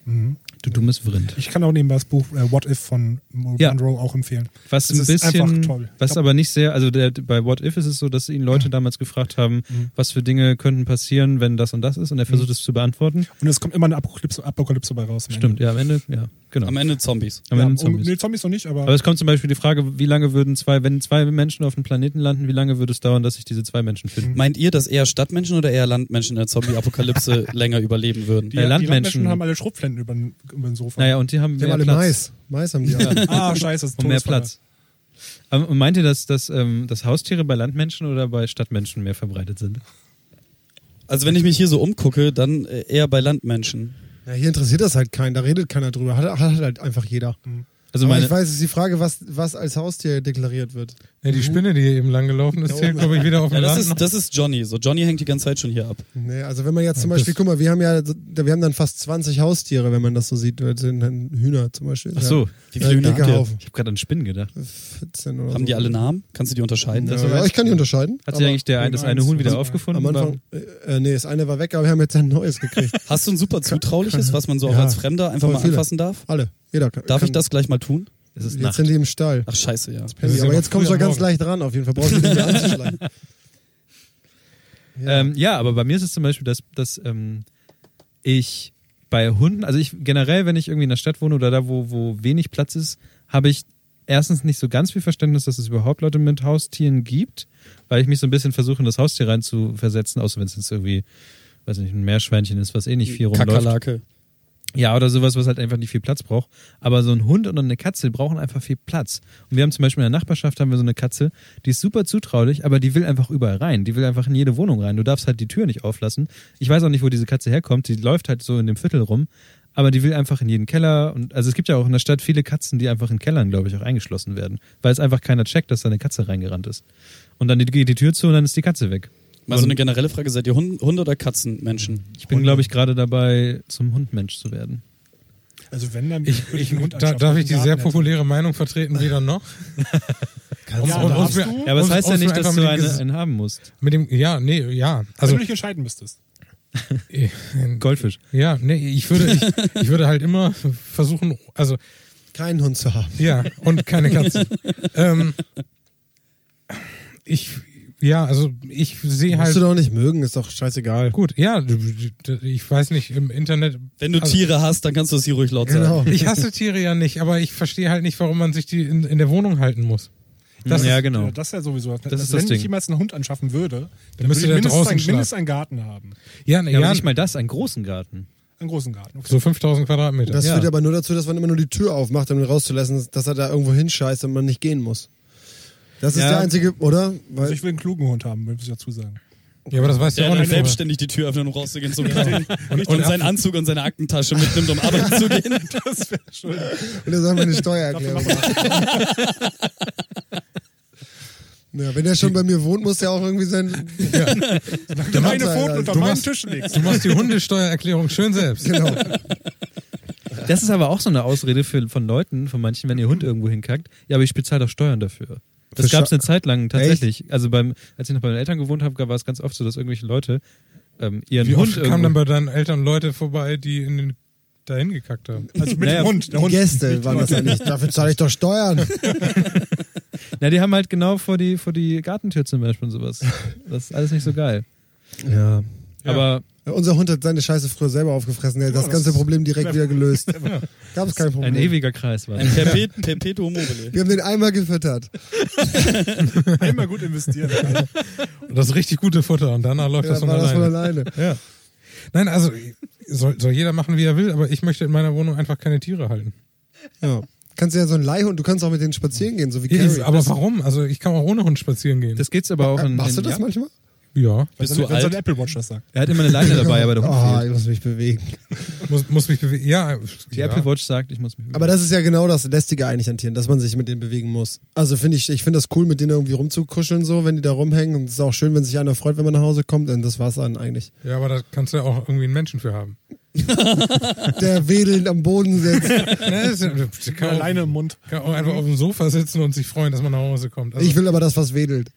Mhm.
Du dummes Vrind.
Ich kann auch nebenbei das Buch äh, What If von Mo-
Ja.
Monroe auch empfehlen.
Was
Es
ein
ist
bisschen,
einfach toll.
was
Ja.
aber nicht sehr, also der, bei What If ist es so, dass ihn Leute damals gefragt haben,
Mhm.
was für Dinge könnten passieren, wenn das und das ist und er versucht es zu beantworten.
Und es kommt immer eine Apokalypse, Apokalypse bei raus. am Ende.
Stimmt, ja, am Ende, ja, genau.
Am Ende Zombies.
Am
ja,
Ende
Zombies.
Zombies.
Nee, Zombies noch nicht, aber,
Aber es kommt zum Beispiel die Frage, wie lange würden zwei, wenn zwei Menschen auf dem Planeten landen, wie lange würde es dauern, dass sich diese zwei Menschen finden?
Meint ihr, dass eher Stadtmenschen oder eher Landmenschen in der Zombie-Apokalypse länger überleben würden?
die,
äh,
die
Landmenschen-
Landmenschen haben alle Schrotflinten über, den- über den Sofa.
Naja, und die haben
Die
mehr
haben alle
Platz.
Mais. Mais haben die alle.
Ah, scheiße, das ist
Und mehr
Todesfalle.
Platz. Aber- Und meint ihr, dass, dass, ähm, dass Haustiere bei Landmenschen oder bei Stadtmenschen mehr verbreitet sind?
Also wenn ich mich hier so umgucke, dann äh, eher bei Landmenschen.
Ja, hier interessiert das halt keinen, da redet keiner drüber. Hat, hat halt einfach jeder.
Also
Aber
meine,
ich weiß, es ist die Frage, was, was als Haustier deklariert wird.
Ja, die Spinne, die hier eben langgelaufen ist, hier glaube ich wieder auf
Ja,
dem
das
Land.
ist,
noch.
das ist Johnny. So, Johnny hängt die ganze Zeit schon hier ab.
Nee, also wenn man jetzt zum
Ja,
Beispiel,
das-
guck mal, wir haben ja, so- wir haben dann fast 20 Haustiere, wenn man das so sieht. Das sind dann Hühner zum Beispiel.
ach so,
Wie
Ja,
viele Hühner habt
dicker
ihr?
Haufen.
ich habe gerade an Spinnen gedacht.
14 oder
Haben
so.
die alle Namen? Kannst du die unterscheiden?
Ja,
Das war-
ja, ich kann die
Hat
unterscheiden.
sich
aber Also
eigentlich der ein, das eine Huhn wieder
am-
aufgefunden?
am Anfang, äh, äh, nee, das eine war weg, aber wir haben jetzt ein neues gekriegt.
Hast du ein super zutrauliches, was man so auch
Ja,
als Fremder einfach
voll
mal
viele.
anfassen darf?
Alle. Jeder kann,
Darf
kann,
ich das gleich mal tun?
Es ist
Jetzt
Nacht.
sind die im Stall.
Ach scheiße, ja.
Penny,
Das ist
aber
ja
jetzt
noch
kommst du
früh
da
am
ganz
Morgen.
leicht ran, auf jeden Fall. Brauchst du nicht mehr anzuschlagen. Ja.
Ähm, ja, aber bei mir ist es zum Beispiel, dass, dass ähm, ich bei Hunden, also ich generell, wenn ich irgendwie in der Stadt wohne oder da, wo, wo wenig Platz ist, habe ich erstens nicht so ganz viel Verständnis, dass es überhaupt Leute mit Haustieren gibt, weil ich mich so ein bisschen versuche, in das Haustier reinzuversetzen, außer wenn es jetzt irgendwie, weiß nicht, ein Meerschweinchen ist, was eh nicht viel rumläuft.
Kakerlake.
Ja, oder sowas, was halt einfach nicht viel Platz braucht. Aber so ein Hund und eine Katze brauchen einfach viel Platz. Und wir haben zum Beispiel in der Nachbarschaft haben wir so eine Katze, die ist super zutraulich, aber die will einfach überall rein. Die will einfach in jede Wohnung rein. Du darfst halt die Tür nicht auflassen. Ich weiß auch nicht, wo diese Katze herkommt. Die läuft halt so in dem Viertel rum. Aber die will einfach in jeden Keller. Und also es gibt ja auch in der Stadt viele Katzen, die einfach in Kellern, glaube ich, auch eingeschlossen werden. Weil es einfach keiner checkt, dass da eine Katze reingerannt ist. Und dann geht die Tür zu und dann ist die Katze weg.
Mal so eine generelle Frage, seid ihr Hund, Hunde oder Katzenmenschen?
Ich bin, glaube ich, gerade dabei, zum Hundmensch zu werden.
Also wenn, dann
ich,
würde
ich,
einen Hund
da,
anschaffen,
darf
der
ich die
einen
sehr
Garten hätte.
populäre Meinung vertreten, weder noch?
Ja,
Und- und-
darfst
und-
du?
Ja, aber es
und-
heißt ja
und
nicht, dass
einfach
du
mit dem
eine,
Ges-
einen haben musst.
Mit dem, ja, nee, ja. Also,
wenn du dich entscheiden müsstest.
Goldfisch.
ja, nee, ich würde, ich, ich würde halt immer versuchen, also,
Keinen Hund zu haben.
ja, und keine Katze. ähm, ich, ja, also, ich sehe
Musst du
halt,
doch nicht mögen, ist doch scheißegal.
gut, ja, ich weiß nicht, im Internet,
Wenn du
Also-
Tiere hast, dann kannst du es hier ruhig laut sagen.
Genau.
ich hasse Tiere ja nicht, aber ich verstehe halt nicht, warum man sich die in, in der Wohnung halten muss.
Das ja,
ist,
genau.
Ja, äh, das ist ja sowieso. Das
ist das
wenn
Ding.
ich jemals einen Hund anschaffen würde,
müsste
dann würde ich
der
mindestens,
draußen
einen,
schlafen.
mindestens einen Garten haben.
Ja, nee,
ja,
ja,
aber nicht mal das, einen großen Garten.
Einen großen Garten. Okay.
so 5000 Quadratmeter.
Das
Ja.
führt aber nur dazu, dass man immer nur die Tür aufmacht, um ihn rauszulassen, dass er da irgendwo hinscheißt und man nicht gehen muss. Das ist
Ja.
der einzige, oder? Weil
Also ich will einen klugen Hund haben, muss ich dazu sagen.
ja, aber das weißt du
Der
auch
dann
nicht. vorher.
selbstständig die Tür öffnet, um rauszugehen zum
Genau.
Kaffee. Und, um
und-
seinen Anzug und seine Aktentasche mitnimmt, um arbeiten zu gehen.
Das wäre schön.
Und das ist einfach eine
Dafür
Steuererklärung.
machen wir das.
Ja, wenn er schon bei mir wohnt, muss er auch irgendwie sein.
Wenn du meine
Alter,
Pfoten unter
du
meinen
machst-
Tisch legst.
Du machst die Hundesteuererklärung schön selbst.
Genau.
Das ist aber auch so eine Ausrede für, von Leuten, von manchen, wenn ihr Hund irgendwo hinkackt. Ja, aber ich bezahle doch Steuern dafür. Das
Für
gab es
Scha-
eine Zeit lang tatsächlich. Also beim, als ich noch bei meinen Eltern gewohnt habe, war es ganz oft so, dass irgendwelche Leute ähm, ihren
Wie
Hund
oft kamen dann
irgendwo.
bei deinen Eltern Leute vorbei, die in den, dahin gekackt haben?
Also mit
Naja,
dem Hund. Der
Die
Hund
Gäste waren das ja nicht. Dafür zahle ich doch Steuern.
Na, die haben halt genau vor die, vor die Gartentür zum Beispiel und sowas. Das ist alles nicht so geil.
Ja.
Aber
Unser Hund hat seine Scheiße früher selber aufgefressen. Der hat das
das
ganze
ist-
Problem direkt wieder gelöst. Gab es kein Problem.
ein ewiger Kreis war das.
Ein Perpet Perpetuum mobile.
Wir haben den einmal gefüttert.
einmal gut investiert.
Und Das ist richtig gute Futter und danach läuft
Ja,
das
dann
von
war das von
alleine.
alleine.
ja. Nein, also soll, soll jeder machen, wie er will, aber ich möchte in meiner Wohnung einfach keine Tiere halten.
Ja. Kannst ja so einen Leihhund, du kannst auch mit denen spazieren gehen, so wie Carrie.
aber warum? Also ich kann auch ohne Hund spazieren gehen.
Das geht's aber auch in,
Machst du
in
das
Japan.
manchmal?
ja.
Bist
wenn
du
so ein
alt?
Apple Watch das sagt.
Er hat immer eine Leine dabei, aber der Hund
Ah,
fehlt.
ich muss mich bewegen.
Muss, muss mich bewegen. Ja,
Die
ja.
Apple Watch sagt, ich muss mich
Aber das ist ja genau das Lästige eigentlich an Tieren, dass man sich mit denen bewegen muss. Also finde ich, ich finde das cool, mit denen irgendwie rumzukuscheln, so, wenn die da rumhängen. Und es ist auch schön, wenn sich einer freut, wenn man nach Hause kommt. Und das war's dann eigentlich.
ja, aber da kannst du ja auch irgendwie einen Menschen für haben.
Der wedelnd am Boden sitzt.
Ne? Das- das kann auch-
Alleine im Mund.
Kann auch einfach auf dem Sofa sitzen und sich freuen, dass man nach Hause kommt. Also,
Ich will aber das, was wedelt.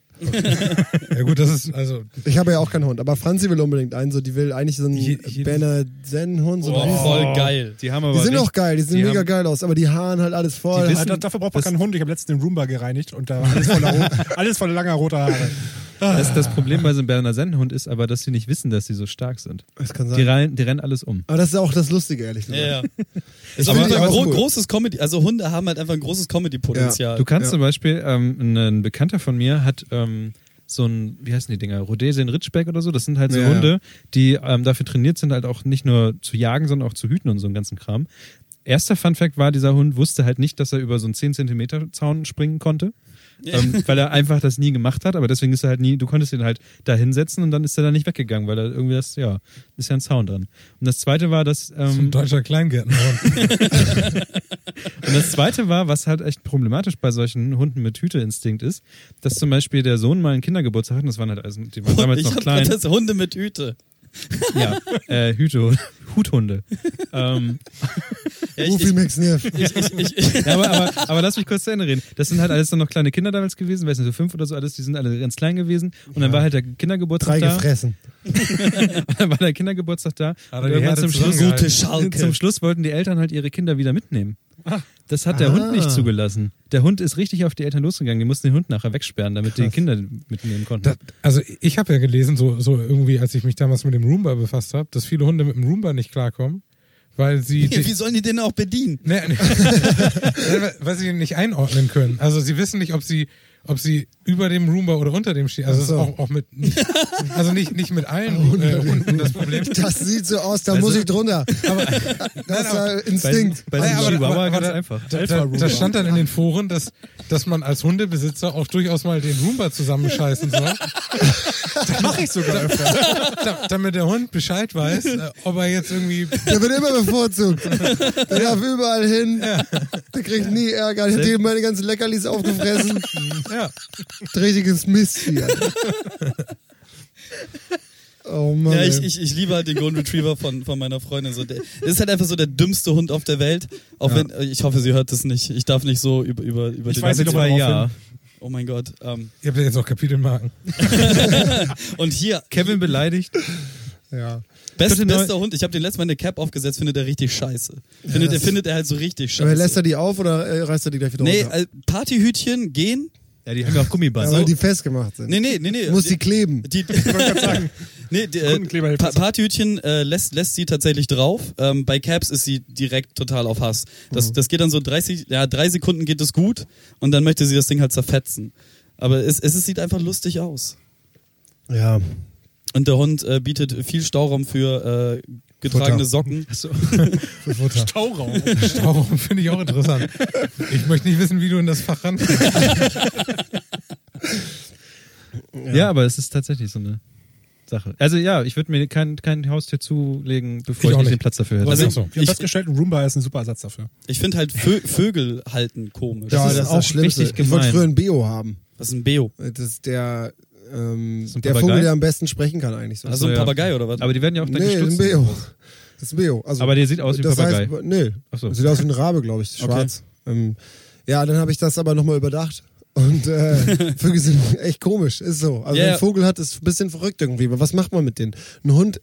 ja gut, das ist also
Ich habe ja auch keinen Hund, aber Franzi will unbedingt einen, so die will eigentlich so
Je-
einen
jedes-
Berner-Zen-Hund. So
Oh,
einen riesen-
voll geil.
Die haben aber
die sind
richtig-
auch geil, die sehen
die
mega
haben-
geil aus, aber die Haaren halt alles voll.
Ja,
Die wissen-
da,
Ah,
dafür braucht man
das-
keinen Hund. Ich habe letztens den Roomba gereinigt und da war alles voller, ro- alles voller langer roter Haare.
das, das Problem bei so einem Berner Sennenhund ist aber, dass sie nicht wissen, dass sie so stark sind.
das kann
Die
sein.
rennen, die rennen alles um.
Aber das ist auch das Lustige, ehrlich gesagt.
Ja, ja.
Ich
Aber
finde die
ein
auch
gro
cool.
großes Comedy, also Hunde haben halt einfach ein großes Comedy-Potenzial.
Du kannst
Ja.
zum Beispiel, ähm, ein Bekannter von mir hat ähm, so ein, wie heißen die Dinger, Rhodesien Ridgeback oder so, das sind halt so
Ja, ja.
Hunde, die ähm, dafür trainiert sind, halt auch nicht nur zu jagen, sondern auch zu hüten und so einen ganzen Kram. Erster Funfact war, dieser Hund wusste halt nicht, dass er über so einen 10 Zentimeter Zaun springen konnte. ähm, weil er einfach das nie gemacht hat, aber deswegen ist er halt nie, du konntest ihn halt da hinsetzen und dann ist er da nicht weggegangen, weil er irgendwie das, ja, ist ja ein Zaun dran. Und das zweite war, dass.
so
Ähm,
ein deutscher Kleingärtnerhund.
und das Zweite war, was halt echt problematisch bei solchen Hunden mit Hüteinstinkt ist, dass zum Beispiel der Sohn mal einen Kindergeburtstag hat, und das waren halt, also, die waren damals
ich
noch
hab
klein.
grad das Hunde mit Hüte.
Ja, äh, Hüte, Huthunde. ähm,
Ja, ich,
Rufi
ich,
McSniff.
ich, ich, ich,
ja, aber, aber, aber lass mich kurz zu Ende reden. Das sind halt alles dann noch kleine Kinder damals gewesen, weiß nicht, so fünf oder so alles, die sind alle ganz klein gewesen. Und dann war halt der Kindergeburtstag
Drei
da.
gefressen.
Und dann war der Kindergeburtstag da.
Hat er
und
die
irgendwann
Herde
zum Schluss,
zusammengehalten.
Gute Schalke.
zum Schluss wollten die Eltern halt ihre Kinder wieder mitnehmen. Das hat der
Ah.
Hund nicht zugelassen. Der Hund ist richtig auf die Eltern losgegangen. Die mussten den Hund nachher wegsperren, damit die Kinder mitnehmen konnten.
Da- also ich habe ja gelesen, so, so irgendwie, als ich mich damals mit dem Roomba befasst habe, dass viele Hunde mit dem Roomba nicht klarkommen, weil sie...
wie sollen die den auch bedienen?
Nee, nee. Weil- weil sie ihn nicht einordnen können. Also sie wissen nicht, ob sie, ob sie über dem Roomba oder unter dem stehen. Also das ist
Ach so.
auch, auch mit, nicht, also nicht, nicht mit allen äh, Hunden das Problem.
Das sieht so aus, da muss ich drunter. Aber
Genau.
das war Instinkt.
Bei, bei
Ja,
dem
aber-
Chihuahua
aber-
ganz
aber-
einfach.
Da, da, da stand dann in den Foren, dass, dass man als Hundebesitzer auch durchaus mal den Roomba zusammenscheißen soll. Das mache ich sogar öfter. Da, damit der Hund Bescheid weiß, äh, ob er jetzt irgendwie.
Der wird immer bevorzugt. Der darf überall hin. Der kriegt nie Ärger. Ich hab dir meine ganzen Leckerlis aufgefressen.
Ja.
Richtiges Mist hier. Oh Mann.
Ja, ich,
ey.
ich, ich liebe halt den Golden Retriever von, von meiner Freundin. So, der, das ist halt einfach so der dümmste Hund auf der Welt. Auch wenn, ich hoffe, sie hört das nicht. Ich darf nicht so über, über, über
Ich weiß nicht, ob
Zwei
man darauf
Jahre.
Oh mein Gott. Ähm,
Ihr habt ja jetzt auch Kapitelmarken.
und hier,
Kevin beleidigt.
ja.
best,
Könnte neu-
bester Hund. Ich habe den letzten Mal eine Cap aufgesetzt, findet er richtig scheiße. Findet, er,
das-
findet er halt so richtig
Aber lässt
scheiße.
er die auf oder äh, reißt er die gleich wieder
Nee,
runter?
äh, Partyhütchen gehen.
Ja, die haben ja auch
Ja,
Gummiband.
weil
so-
die festgemacht sind.
Nee, nee, nee, nee.
muss die kleben.
Die, nee, die, äh,
Kundenkleber
pa Partyhütchen äh, lässt, lässt sie tatsächlich drauf. Ähm, bei Caps ist sie direkt total auf Hass. Das, das geht dann so 30, ja, drei Sekunden geht es gut und dann möchte sie das Ding halt zerfetzen. Aber es, es, es sieht einfach lustig aus.
Ja.
Und der Hund äh, bietet viel Stauraum für äh, getragene
Futter.
Socken.
Für Futter.
Stauraum.
Stauraum finde ich auch interessant. Ich möchte nicht wissen, wie du in das Fach rankommst.
ja. aber es ist tatsächlich so eine Sache. Also ja, ich würde mir kein, kein Haustier zulegen, bevor
Ich
ich,
auch
nicht den
nicht.
Platz dafür hätte.
Also-
Also,
so.
Wir haben
Ich-
festgestellt, ein Roomba ist ein super Ersatz dafür.
Ich finde halt Vö Vögel halten komisch.
ja,
ist
das ist
auch
das Schlimmste.
richtig
Ich wollte
gemein.
früher ein Beo haben.
Das ist ein Beo.
Das ist der, ähm,
Ist ein
der
Papagei?
Vogel, der am besten sprechen kann eigentlich. So.
Also ein
ja.
Papagei oder was?
aber die werden ja auch dann
nee, oh. das ist ein
gestutzt.
Beo. Das ist ein Beo. Also,
Aber der sieht aus wie ein
das
Papagei.
Heißt, nee,
Ach so.
sieht aus wie ein Rabe, glaube ich. Schwarz. Ähm, ja, dann habe ich das aber nochmal überdacht. Und äh, Vögel sind echt komisch, ist so. Also
Ja,
wenn
ja.
ein Vogel hat, ist ein bisschen verrückt irgendwie. Aber was macht man mit denen? Ein Hund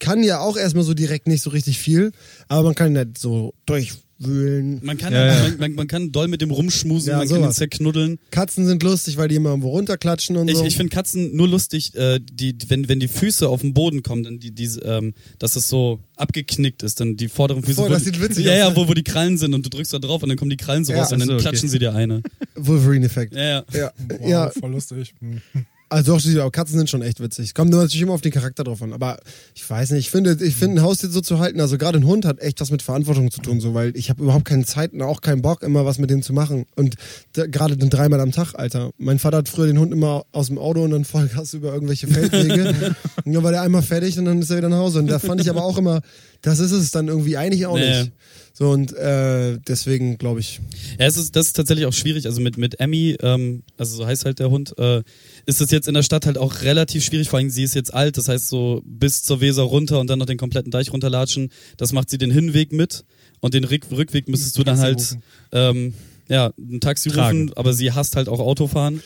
kann ja auch erstmal so direkt nicht so richtig viel, aber man kann ihn halt so durchwühlen.
Man kann, halt,
Ja, ja.
Man, man, man kann doll mit dem rumschmusen,
Ja,
man kann ihn
sowas.
zerknuddeln.
Katzen sind lustig, weil die immer irgendwo runterklatschen und
Ich,
so.
ich finde Katzen nur lustig, äh, die, wenn, wenn die Füße auf den Boden kommen, dann die, die, ähm, dass es so abgeknickt ist, dann die vorderen Füße.
Oh,
wo
das
die-
sieht witzig
ja,
aus.
Ja, wo, wo die Krallen sind und du drückst da drauf und dann kommen die Krallen so
Ja.
raus und dann
Ach so, okay.
klatschen sie dir eine.
Wolverine-Effekt.
Ja, ja.
Ja,
Wow,
ja,
voll lustig. Hm.
Also doch, die- aber Katzen sind schon echt witzig. Es Kommt nur natürlich immer auf den Charakter drauf an. Aber ich weiß nicht, ich finde, ich finde ein Haustier so zu halten, also gerade ein Hund hat echt was mit Verantwortung zu tun, so, weil ich habe überhaupt keine Zeit und auch keinen Bock, immer was mit dem zu machen. Und da, gerade dann dreimal am Tag, Alter. Mein Vater hat früher den Hund immer aus dem Auto und dann Vollgas über irgendwelche Feldwege. und dann war der einmal fertig und dann ist er wieder nach Hause. Und da fand ich aber auch immer, Das ist es dann irgendwie eigentlich auch
Nee.
nicht. So und äh, deswegen glaube ich.
Ja, es ist, das ist tatsächlich auch schwierig. Also mit, mit Emmy, ähm, also so heißt halt der Hund, äh, ist es jetzt in der Stadt halt auch relativ schwierig. Vor allem, sie ist jetzt alt. Das heißt, so bis zur Weser runter und dann noch den kompletten Deich runterlatschen. Das macht sie den Hinweg mit. Und den Rick Rückweg müsstest du dann halt, ähm, ja, ein Taxi
Tragen.
rufen. Aber sie hasst halt auch Autofahren.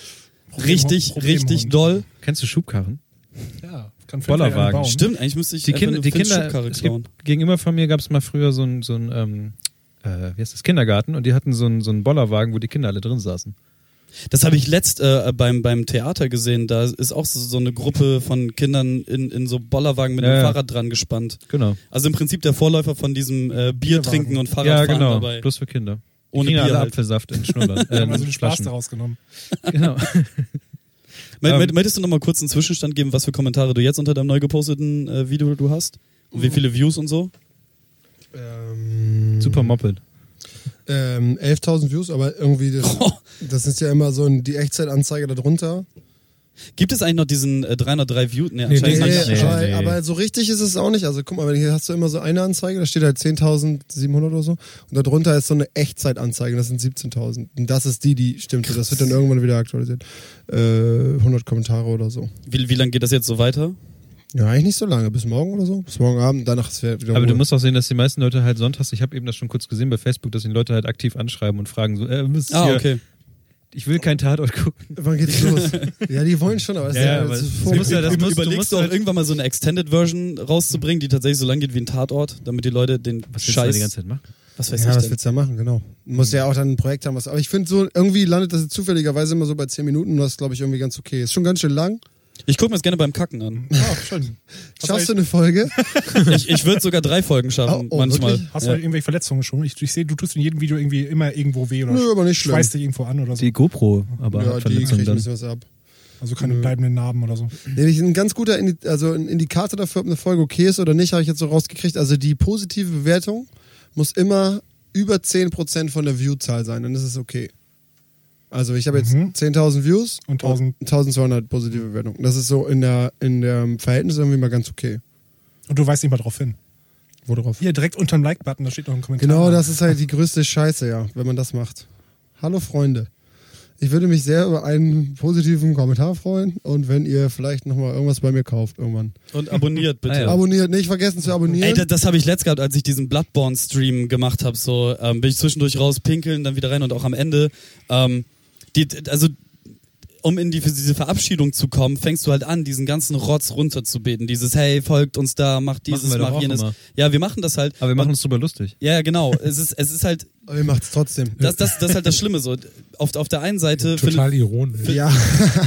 Richtig, richtig doll.
Kennst du Schubkarren?
Ja, kann
Bollerwagen.
Bollerwagen.
Stimmt, eigentlich müsste ich
Die, Kinder,
einfach
die
eine
Kinder,
Schuhkarre
es
klauen.
gibt, gegenüber von mir gab es mal früher so ein, so ein ähm, äh, wie heißt das, Kindergarten und die hatten so einen so einen Bollerwagen, wo die Kinder alle drin saßen.
Das habe ich letzt äh, beim, beim Theater gesehen. Da ist auch so, so eine Gruppe von Kindern in, in so Bollerwagen mit
Ja,
dem
ja.
Fahrrad dran gespannt.
Genau.
Also im Prinzip der Vorläufer von diesem äh, Bier trinken und
ja,
Fahrradfahren
genau.
dabei.
Bloß für Kinder. Die
Ohne
kriegen
Bier
alle
halt.
Apfelsaft in Schnullern.
Wir
äh,
haben also
in
den Spaß
Flaschen.
daraus genommen.
Genau.
Mö-
Ähm,
mö- Möchtest du noch mal kurz einen Zwischenstand geben, was für Kommentare du jetzt unter deinem neu geposteten äh, Video du hast? Und wie viele Views und so?
Ähm,
Super Moped.
Ähm, 11.000 Views, aber irgendwie das, das ist ja immer so ein, die Echtzeitanzeige darunter.
Gibt es eigentlich noch diesen äh, 303 View? Nee,
Nee,
anscheinend nicht.
nee,
aber,
nee.
aber so richtig ist es auch nicht. Also guck mal, wenn hier hast du immer so eine Anzeige, da steht halt 10.700 oder so. Und darunter ist so eine Echtzeitanzeige, das sind 17.000. Und das ist die, die stimmt. Das wird dann irgendwann wieder aktualisiert. Äh, 100 Kommentare oder so.
Wie, wie lange geht das jetzt so weiter?
Ja, eigentlich nicht so lange. Bis morgen oder so. Bis morgen Abend. Danach ist wieder wieder
Aber du
Ruhe.
musst auch sehen, dass die meisten Leute halt sonntags, ich habe eben das schon kurz gesehen bei Facebook, dass die Leute halt aktiv anschreiben und fragen so, äh, müsst
Ah,
ihr,
okay.
ich will kein Tatort gucken.
Wann geht's los? ja, die wollen schon, aber das
Ja, ja, aber
ist
es-
ja,
es muss ja- das
Über-
musst- du
Überlegst
musst
du auch
halt-
irgendwann mal so eine Extended-Version rauszubringen, die tatsächlich so lang geht wie ein Tatort, damit die Leute den
Was willst du da
Scheiß...
die ganze Zeit machen?
was weiß
ja,
ich
was
denn?
willst du da machen, genau. Du musst ja auch dann ein Projekt haben. Was, aber ich finde so, irgendwie landet das zufälligerweise immer so bei 10 Minuten, was glaube ich irgendwie ganz okay ist. Schon ganz schön lang.
Ich gucke mir das gerne beim Kacken an.
Ah,
Ja, schön.
Schaffst du eine Folge?
Ich, ich würde sogar drei Folgen schaffen,
Oh, oh,
manchmal.
wirklich?
Hast du
Ja.
irgendwelche Verletzungen schon? Ich, ich sehe, du tust in jedem Video irgendwie immer irgendwo weh oder
Nö, aber nicht schlimm.
schweißt dich irgendwo an oder so.
Die GoPro, aber
Ja,
hat
die
Verletzungen
kriegt ein
dann.
bisschen was ab.
Also keine
Nö.
bleibenden Narben oder so.
Nämlich ein ganz guter Indi also ein Indikator dafür, ob eine Folge okay ist oder nicht, habe ich jetzt so rausgekriegt. Also die positive Bewertung muss immer über 10% von der Viewzahl sein, dann ist es okay. Also ich habe jetzt
Mhm.
10.000 Views
Und 1000.
1200 positive Bewertungen. Das ist so in der in dem Verhältnis irgendwie mal ganz okay.
Und du weißt nicht mal drauf hin.
Wo drauf?
Hier direkt unter dem Like-Button, da steht noch ein Kommentar.
Genau, das ist halt die größte Scheiße, ja, wenn man das macht. Hallo Freunde. Ich würde mich sehr über einen positiven Kommentar freuen und wenn ihr vielleicht nochmal irgendwas bei mir kauft irgendwann.
Und abonniert bitte.
Ah, ja.
Abonniert, nicht vergessen zu abonnieren.
Ey, das, das habe ich letzt gehabt, als ich diesen Bloodborne-Stream gemacht habe. So ähm, bin ich zwischendurch raus, pinkeln, dann wieder rein und auch am Ende. Ähm, die, also um in die, für diese Verabschiedung zu kommen, fängst du halt an, diesen ganzen Rotz runterzubeten. Dieses Hey, folgt uns da, macht dieses,
wir doch
macht
auch
jenes.
immer.
Ja, wir machen das halt.
Aber wir machen uns drüber lustig.
Ja, ja, genau. es ist, es ist halt,
Aber ihr macht's trotzdem.
das, das, das ist halt das Schlimme. So auf, auf der einen Seite findet-
Total ironisch.
ja.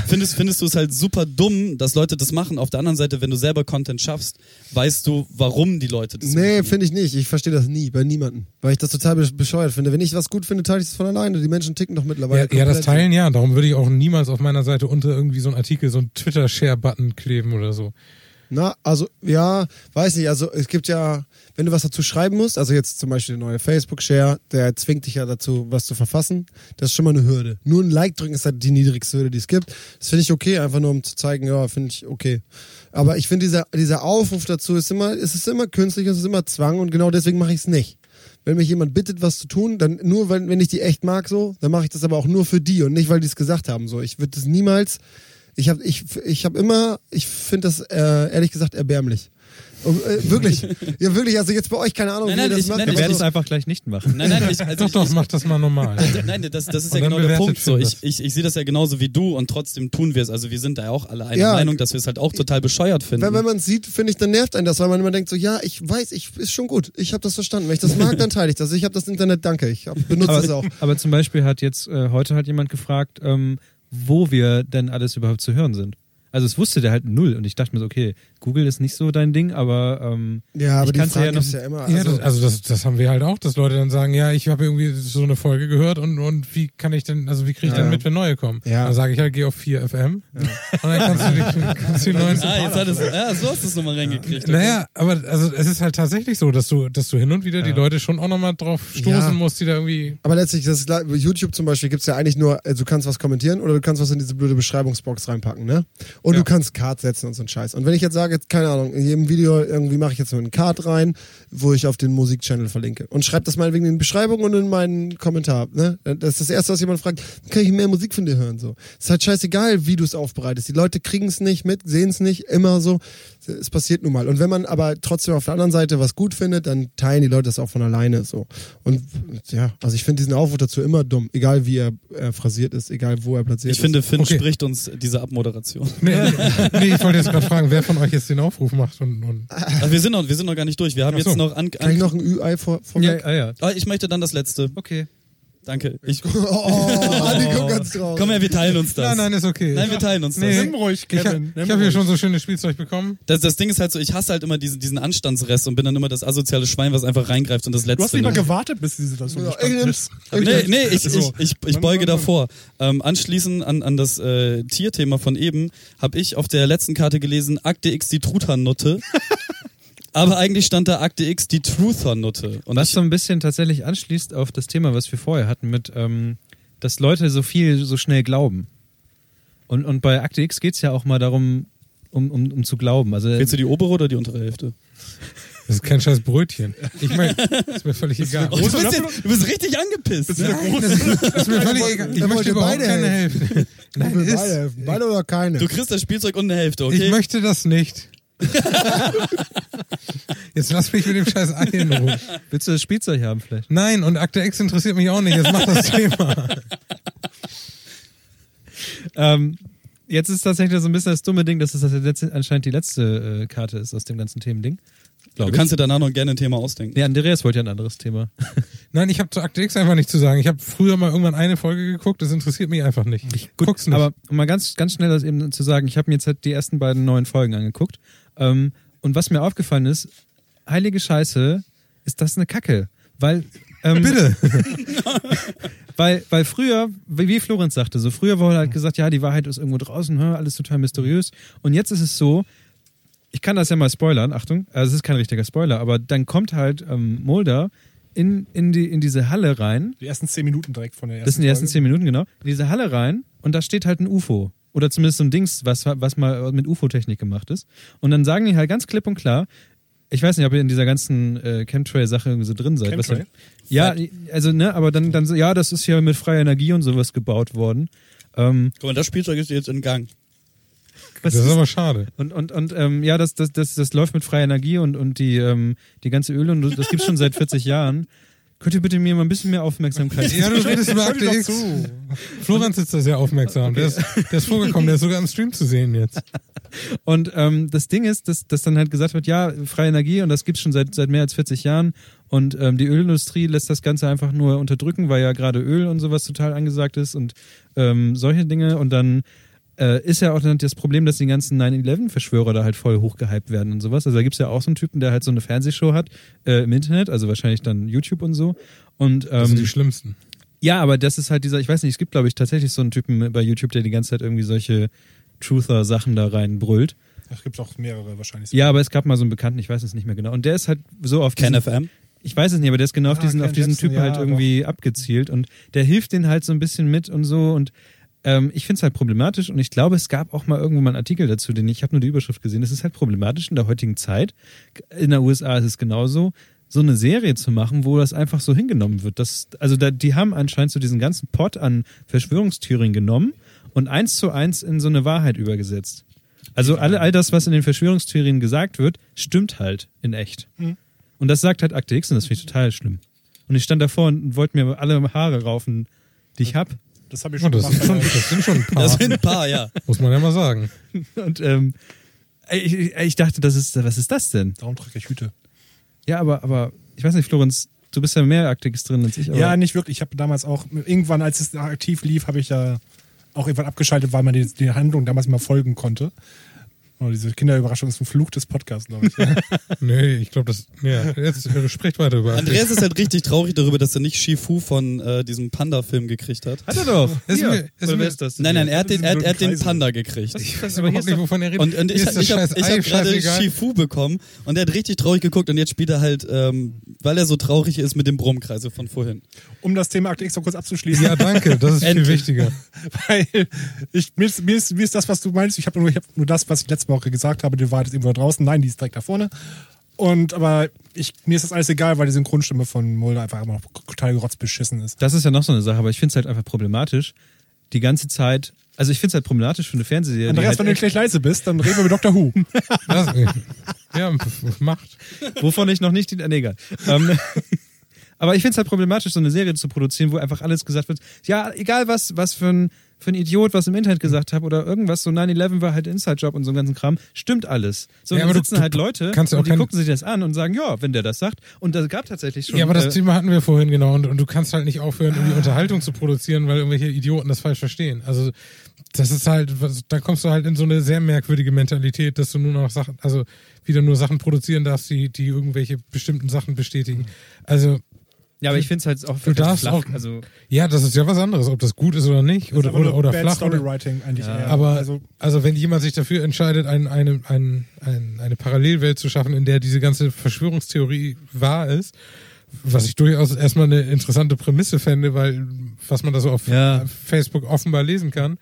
findest, findest du es halt super dumm, dass Leute das machen. Auf der anderen Seite, wenn du selber Content schaffst, weißt du, warum die Leute das machen.
Nee, finde ich nicht. Ich verstehe das nie, bei niemandem. Weil ich das total besch- bescheuert finde. Wenn ich was gut finde, teile ich es von alleine. Die Menschen ticken doch mittlerweile.
Ja, ja, das
komplett.
Teilen ja. Darum würde ich auch niemals auf meiner Seite unter irgendwie so einen Artikel, so einen Twitter-Share-Button kleben oder so.
Na, also, ja, weiß nicht. Also, es gibt ja, wenn du was dazu schreiben musst, also jetzt zum Beispiel der neue Facebook-Share, der zwingt dich ja dazu, was zu verfassen. Das ist schon mal eine Hürde. Nur ein Like drücken ist halt die niedrigste Hürde, die es gibt. Das finde ich okay, einfach nur um zu zeigen, ja, finde ich okay. Aber ich finde, dieser, dieser Aufruf dazu ist immer, es ist immer künstlich, es ist immer Zwang und genau deswegen mache ich es nicht. Wenn mich jemand bittet, was zu tun, dann nur, wenn, wenn ich die echt mag, so, dann mache ich das aber auch nur für die und nicht, weil die es gesagt haben. So, ich würde das niemals. Ich habe ich, ich hab immer, ich finde das äh, ehrlich gesagt erbärmlich. Und, äh, wirklich. ja, wirklich. Also jetzt bei euch, keine Ahnung,
Nein,
wie
nein,
ihr das
ich-
macht.
nein,
Dann
ich-
aber
werde ich es
so,
einfach gleich nicht machen.
Nein, nein, ich, also
Doch,
ich,
doch, mach das mal normal. Also,
ich, Also, nein, das, das ist
Und
ja
dann
genau der
bewertet
Punkt. So,
man
ich,
das.
ich, ich sehe das ja genauso wie du und trotzdem tun wir es. Also wir sind da ja auch alle einer
Ja.
Meinung, dass wir es halt auch total bescheuert finden.
wenn wenn man es sieht, finde ich, dann nervt einen das, weil man immer denkt so, ja, ich weiß, ich ist schon gut. Ich habe das verstanden. Wenn ich das mag, dann teile ich das. Ich habe das Internet, danke. Ich hab, benutze es auch.
Aber, aber zum Beispiel hat jetzt äh, heute hat jemand gefragt, ähm, wo wir denn alles überhaupt zu hören sind. Also es wusste der halt null und ich dachte mir so, okay, Google ist nicht so dein Ding, aber ähm,
Ja, aber
ich
die
kann's
Frage
ja noch,
ist ja immer. Also,
ja, das, also das, das haben wir halt auch, dass Leute dann sagen, ja, ich habe irgendwie so eine Folge gehört und, und wie kann ich denn, also wie kriege ich
Ja.
denn mit, wenn neue kommen?
Ja.
Dann sage ich halt, geh auf 4 FM und dann kannst du die, kannst du die neuen
ah, jetzt hat es, ja, so hast du es nochmal reingekriegt.
Naja, aber also es ist halt tatsächlich so, dass du, dass du hin und wieder die Leute schon auch nochmal drauf stoßen
Ja.
musst, die da irgendwie.
aber letztlich, das ist, gleich- bei YouTube zum Beispiel gibt's ja eigentlich nur, äh, du kannst was kommentieren oder du kannst was in diese blöde Beschreibungsbox reinpacken, ne? Und du kannst Cards setzen und so einen Scheiß. Und wenn ich jetzt sage, packe jetzt, keine Ahnung, in jedem Video irgendwie mache ich jetzt so einen Card rein, wo ich auf den Musikchannel verlinke. Und schreibt das meinetwegen in die Beschreibung und in meinen Kommentar. Ne? Das ist das Erste, was jemand fragt, kann ich mehr Musik von dir hören? So. Ist halt scheißegal, wie du es aufbereitest. Die Leute kriegen es nicht mit, sehen es nicht, immer so. Es passiert nun mal. Und wenn man aber trotzdem auf der anderen Seite was gut findet, dann teilen die Leute das auch von alleine so. Und ja, also ich finde diesen Aufruf dazu immer dumm, egal wie er äh, phrasiert ist, egal wo er platziert
Ich finde,
ist.
Finn
Okay.
spricht uns diese Abmoderation.
Nee, nee, ich wollte jetzt gerade fragen, wer von euch jetzt den Aufruf macht und, und
Also wir, sind noch, wir sind noch gar nicht durch. Wir haben
Ach so.
jetzt noch an.
Kann ich
an
noch ein Ü-Ei vor, vor
Ja, ah, ja.
Ah, ich möchte dann das letzte.
Okay.
Danke. Ich,
Oh, Adi, guck ganz drauf.
komm her, wir teilen uns das.
Nein, nein, ist okay.
Nein, wir teilen uns das.
Nee.
Nimm ruhig,
ich habe
Kevin.
hab hier schon so schönes Spielzeug bekommen.
das. Das Ding ist halt so, ich hasse halt immer diesen, diesen Anstandsrest und bin dann immer das asoziale Schwein, was einfach reingreift und das letzte.
Du hast nicht mal
nimmt.
gewartet, bis die Situation
Ja,
gestanden
ich
ist.
Nee, nee, ich, Also,
So.
ich, ich, ich beuge davor. Ähm, anschließend an, an das äh, Tierthema von eben habe ich auf der letzten Karte gelesen, Akte X die Truthahnnutte. Aber eigentlich stand da Akte X die Truthahnnutte. Und
Was
ich-
so ein bisschen tatsächlich anschließt auf das Thema, was wir vorher hatten, mit, ähm, dass Leute so viel so schnell glauben. Und, und bei Akte X geht es ja auch mal darum, um, um, um zu glauben. Also,
Willst du die obere oder die untere Hälfte?
Das ist kein scheiß Brötchen. Ich meine, ist mir völlig egal.
Oh, du, bist jetzt, du bist richtig angepisst. ne?
ist mir völlig egal. Ich
Er
möchte
wollte
überhaupt
beide
keine Hälfte. Nein,
Will beide,
ist,
helfen. beide oder keine?
Du kriegst das Spielzeug und eine Hälfte,
ich
okay?
möchte das nicht. Jetzt lass mich mit dem scheiß Ei in Ruhe.
willst du das Spielzeug haben vielleicht?
Nein, und Akte X interessiert mich auch nicht. Jetzt mach das Thema.
Ähm, jetzt ist tatsächlich so ein bisschen das dumme Ding, dass es das letzte, anscheinend die letzte äh, Karte ist aus dem ganzen Themending.
du kannst dir danach noch gerne ein Thema ausdenken.
Nee, Andreas wollte ja ein anderes Thema.
Nein, ich habe zu Akte X einfach nichts zu sagen. Ich habe früher mal irgendwann eine Folge geguckt. Das interessiert mich einfach nicht. Ich guck's nicht.
Aber um mal ganz, ganz schnell das eben zu sagen, ich habe mir jetzt halt die ersten beiden neuen Folgen angeguckt. Ähm, und was mir aufgefallen ist, heilige Scheiße, ist das eine Kacke. Weil. Ähm, Bitte! weil, weil früher, wie wie Florenz sagte, so früher wurde halt gesagt, ja, die Wahrheit ist irgendwo draußen, hm, alles total mysteriös. Und jetzt ist es so, ich kann das ja mal spoilern, Achtung, also es ist kein richtiger Spoiler, aber dann kommt halt ähm, Mulder in, in, die, in diese Halle rein
Die ersten zehn Minuten direkt von der ersten
das sind die ersten
Folge.
zehn Minuten, genau. In diese Halle rein und da steht halt ein UFO. Oder zumindest so ein Dings, was, was mal mit UFO-Technik gemacht ist. Und dann sagen die halt ganz klipp und klar, ich weiß nicht, ob ihr in dieser ganzen äh, Chemtrail-Sache irgendwie so drin seid. Was
Chemtrail?
dann- ja, also, ne, aber dann, dann so, ja, das ist ja mit freier Energie und sowas gebaut worden. Ähm,
Guck mal, das Spielzeug ist jetzt in Gang.
was
das ist aber schade.
und und, und ähm, ja, das, das, das, das läuft mit freier Energie und, und die, ähm, die ganze Öle und das gibt's schon seit 40 Jahren. Könnt ihr bitte mir mal ein bisschen mehr Aufmerksamkeit
Ja, du redest über
Hör
Akte
dir doch
X.
zu.
Florenz ist da sehr aufmerksam. Der, ist, der ist vorgekommen, der ist sogar im Stream zu sehen jetzt.
Und ähm, das Ding ist, dass, dass dann halt gesagt wird, ja, freie Energie und das gibt's schon seit, seit mehr als 40 Jahren und ähm, die Ölindustrie lässt das Ganze einfach nur unterdrücken, weil ja gerade Öl und sowas total angesagt ist und ähm, solche Dinge und dann äh, ist ja auch dann das Problem, dass die ganzen 9-11-Verschwörer da halt voll hochgehypt werden und sowas. Also da gibt's ja auch so einen Typen, der halt so eine Fernsehshow hat äh, im Internet, also wahrscheinlich dann YouTube und so. Und, ähm,
Das sind Also die Schlimmsten.
ja, aber das ist halt dieser, ich weiß nicht, es gibt glaube ich tatsächlich so einen Typen bei YouTube, der die ganze Zeit irgendwie solche Truther-Sachen da reinbrüllt.
Da gibt auch mehrere wahrscheinlich.
Ja, aber es gab mal so einen Bekannten, ich weiß es nicht mehr genau. Und der ist halt so auf
Ken
diesen,
FM.
ich weiß es nicht, aber der ist genau auf
Ah,
diesen,
Ken
auf diesen
Jebsen,
Typ
ja,
halt irgendwie abgezielt und der hilft den halt so ein bisschen mit und so und ähm, ich finde es halt problematisch und ich glaube, es gab auch mal irgendwo mal einen Artikel dazu, den ich habe nur die Überschrift gesehen. Es ist halt problematisch in der heutigen Zeit. In der USA ist es genauso, so eine Serie zu machen, wo das einfach so hingenommen wird. Das, also da, die haben anscheinend so diesen ganzen Pot an Verschwörungstheorien genommen und eins zu eins in so eine Wahrheit übergesetzt. Also all, all das, was in den Verschwörungstheorien gesagt wird, stimmt halt in echt. Und das sagt halt Akte X und das finde ich total schlimm. Und ich stand davor und wollte mir alle Haare raufen, die ich habe.
Das habe ich
Oh,
schon
das, sind schon,
gemacht.
das sind schon ein paar,
Das sind ein paar, ja.
muss man ja mal sagen.
Und ähm, ich, ich- ich dachte, das ist, was ist das denn?
Darum trage ich Hüte.
Ja, aber, aber ich weiß nicht, Florenz, du bist ja mehr Akte X drin als ich. Aber
Ja, nicht wirklich. Ich habe damals auch, irgendwann, als es aktiv lief, habe ich ja auch irgendwann abgeschaltet, weil man die, die Handlung damals nicht mal folgen konnte. Oh, diese Kinderüberraschung ist ein Fluch des Podcasts, glaube ich.
Nee, ich glaube, das. Ja, jetzt äh, spricht weiter über.
Andreas ist halt richtig traurig darüber, dass er nicht Shifu von äh, diesem Panda-Film gekriegt hat.
Hat er doch.
Ist
Hier.
mir- ist
Oder
mir-
wer ist das?
Nein, nein, er hat den, er, hat- er hat den
Kreisel.
Panda gekriegt.
das, das,
Ich weiß überhaupt nicht, wovon er redet.
Und, und ich
Mir
habe ich hab, ich
Ei
hab gerade
scheißegal.
Shifu bekommen und er hat richtig traurig geguckt und jetzt spielt er halt, ähm, weil er so traurig ist mit dem Brummkreisel von vorhin.
Um das Thema Akte X noch kurz abzuschließen.
Ja, danke, das ist viel
Endlich.
wichtiger.
weil ich, mir, ist, mir, ist, mir ist das, was du meinst, ich habe nur, ich hab nur das, was ich letztes Mal Woche gesagt habe, die war jetzt irgendwo da draußen. Nein, die ist direkt da vorne. Und aber ich, mir ist das alles egal, weil die Synchronstimme von Mulder einfach immer noch total rotzbeschissen ist.
Das ist ja noch so eine Sache, aber ich finde es halt einfach problematisch, die ganze Zeit. Also ich finde es halt problematisch für eine Fernsehserie. die
Andreas,
halt
wenn du
echt-
gleich leise bist, dann reden wir mit Dr. Who.
Das, ja, macht.
Wovon ich noch nicht die. Nee, egal. Ähm, aber ich finde es halt problematisch, so eine Serie zu produzieren, wo einfach alles gesagt wird. Ja, egal was, was für ein, für ein Idiot was im Internet gesagt hat oder irgendwas, so 9-11 war halt Inside-Job und so einen ganzen Kram. Stimmt alles. So,
Ja,
ja,
aber du-
sitzen
du
halt Leute
kannst ja auch
und die
kein-
gucken sich das an und sagen, ja, wenn der das sagt. Und das gab tatsächlich schon.
Ja, aber das
äh,
Thema hatten wir vorhin genau und, und du kannst halt nicht aufhören, irgendwie Unterhaltung zu produzieren, weil irgendwelche Idioten das falsch verstehen. Also das ist halt, was- da kommst du halt in so eine sehr merkwürdige Mentalität, dass du nur noch Sachen, also wieder nur Sachen produzieren darfst, die, die irgendwelche bestimmten Sachen bestätigen.
Mhm.
Also
ja, aber ich finde es halt auch
du darfst
flach.
auch,
Also,
ja, das ist ja was anderes, ob das gut ist oder nicht
Das ist
oder
aber
oder,
nur
oder
Bad
flach. Oder,
Storywriting eigentlich eher.
Aber also,
also,
wenn jemand sich dafür entscheidet, ein, eine, ein, ein, eine Parallelwelt zu schaffen, in der diese ganze Verschwörungstheorie wahr ist, was ich durchaus erstmal eine interessante Prämisse fände, weil was man da so auf
Ja.
Facebook offenbar lesen kann,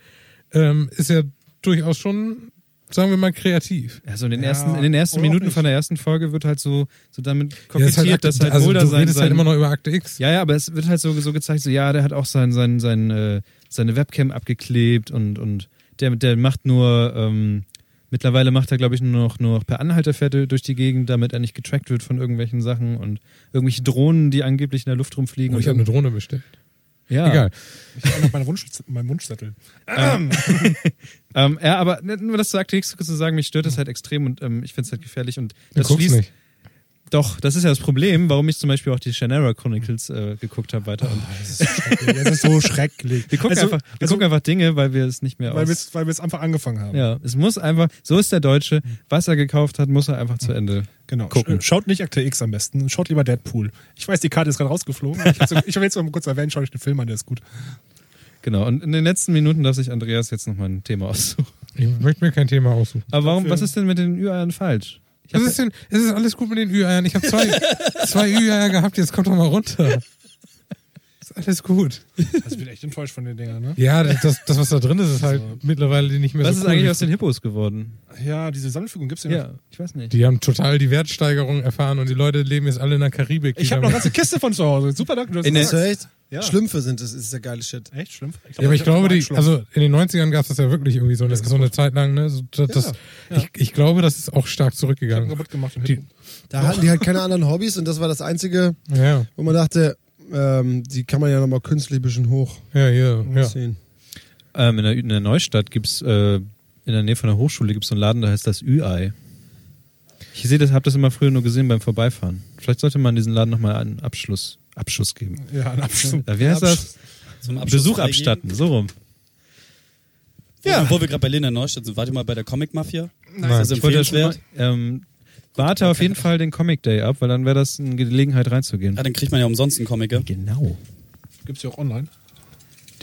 ähm, ist ja durchaus schon, sagen wir mal, kreativ.
also in den
Ja,
ersten, in den ersten
oder auch
Minuten von
nicht.
der ersten Folge wird halt so, so damit
Ja, ist
kokettiert,
Akte-
dass halt
also
Mulder
du
sein,
redest
sein
halt immer noch über Akte X.
Ja, ja, aber es wird halt so, so gezeigt, so, ja, der hat auch sein, sein, sein, äh, seine Webcam abgeklebt und, und der, der macht nur, ähm, mittlerweile macht er, glaube ich, nur noch, nur noch per Anhalter fährt er durch die Gegend, damit er nicht getrackt wird von irgendwelchen Sachen und irgendwelche Drohnen, die angeblich in der Luft rumfliegen.
Und Oh, ich habe eine Drohne bestellt.
ja.
Egal.
ich habe noch meine Wunsch, meinen Wunschzettel.
Ähm, ja, aber ne, nur das sagt nichts zu sagen, mich stört das halt extrem und ähm, ich finde es halt gefährlich und
Du
das
guckst
schließt
nicht.
doch, das ist ja das Problem, warum ich zum Beispiel auch die Shannara Chronicles äh, geguckt habe weiter. Und
Das ist so schrecklich.
wir gucken,
Also-
einfach, wir gucken einfach Dinge, weil wir es nicht mehr
Weil
aus-
wir es weil wir's einfach angefangen haben.
Ja, es muss einfach, so ist der Deutsche, was er gekauft hat, muss er einfach zu Ende.
Mhm. Genau.
Gucken.
Sch- Schaut nicht Akte X am besten, schaut lieber Deadpool. Ich weiß, die Karte ist gerade rausgeflogen. Ich, hab's- ich will jetzt mal kurz erwähnen, schaut euch den Film an, der ist gut.
Genau, und in den letzten Minuten darf sich Andreas jetzt nochmal ein Thema aussuchen.
Ich möchte mir kein Thema aussuchen.
Aber warum,
Dafür-
was ist denn mit den Ü-Eiern falsch? Ich hab,
Was ist denn, es ist alles gut mit den Ü-Eiern. Ich habe zwei, zwei Ü-Eier gehabt, jetzt kommt doch mal runter. Ist alles gut.
Also ich bin echt enttäuscht von den Dingern, ne?
Ja, das, das, das was da drin ist, ist halt mittlerweile nicht mehr
was
so
ist
cool.
eigentlich aus den Hippos geworden?
Ja, diese Sammelfigur gibt's ja, noch.
Ja, ich weiß nicht.
Die haben total die Wertsteigerung erfahren und die Leute leben jetzt alle in der Karibik.
Ich habe noch eine ganze Kiste von zu Hause. Super, danke. Du hast
In
das
Ist das
gesagt.
echt?
Ja.
Schlümpfe sind das, ist ja geile Shit.
Echt schlimm.
ja, aber ich glaube, die,
Schlümpfe.
also in den 90ern gab es das ja wirklich irgendwie so eine, so eine Zeit lang. Ne? So, das, das, Ich, ich glaube, das ist auch stark
ich hab ihn
zurückgegangen.
kaputt gemacht. im
Die-
Hinten.
Da hatten die halt keine anderen Hobbys und das war das Einzige,
Ja,
wo man dachte, ähm, die kann man ja nochmal künstlich ein bisschen hoch
ja, ja. ja.
ziehen.
Ähm, in, der, in der Neustadt gibt's äh, in der Nähe von der Hochschule gibt's so einen Laden, da heißt das Ü-Ei. Ich sehe das, habe das immer früher nur gesehen beim Vorbeifahren. Vielleicht sollte man diesen Laden nochmal einen Abschluss, Abschuss geben.
Ja, ein Abschluss.
Äh, wie heißt das?
Zum Abschluss
Besuch
freigeben.
abstatten, so rum.
Ja. Wo wir gerade bei Lena Neustadt sind, wart ihr mal bei der Comic Mafia? Nein. Ist das
Ich wollte ja schon mal,
empfehlenswert?
ähm, warte auf jeden Fall den Comic Day ab, weil dann wäre das eine Gelegenheit reinzugehen.
Ah, dann kriegt man ja umsonst einen Comic, gell?
Genau.
Gibt's ja auch online.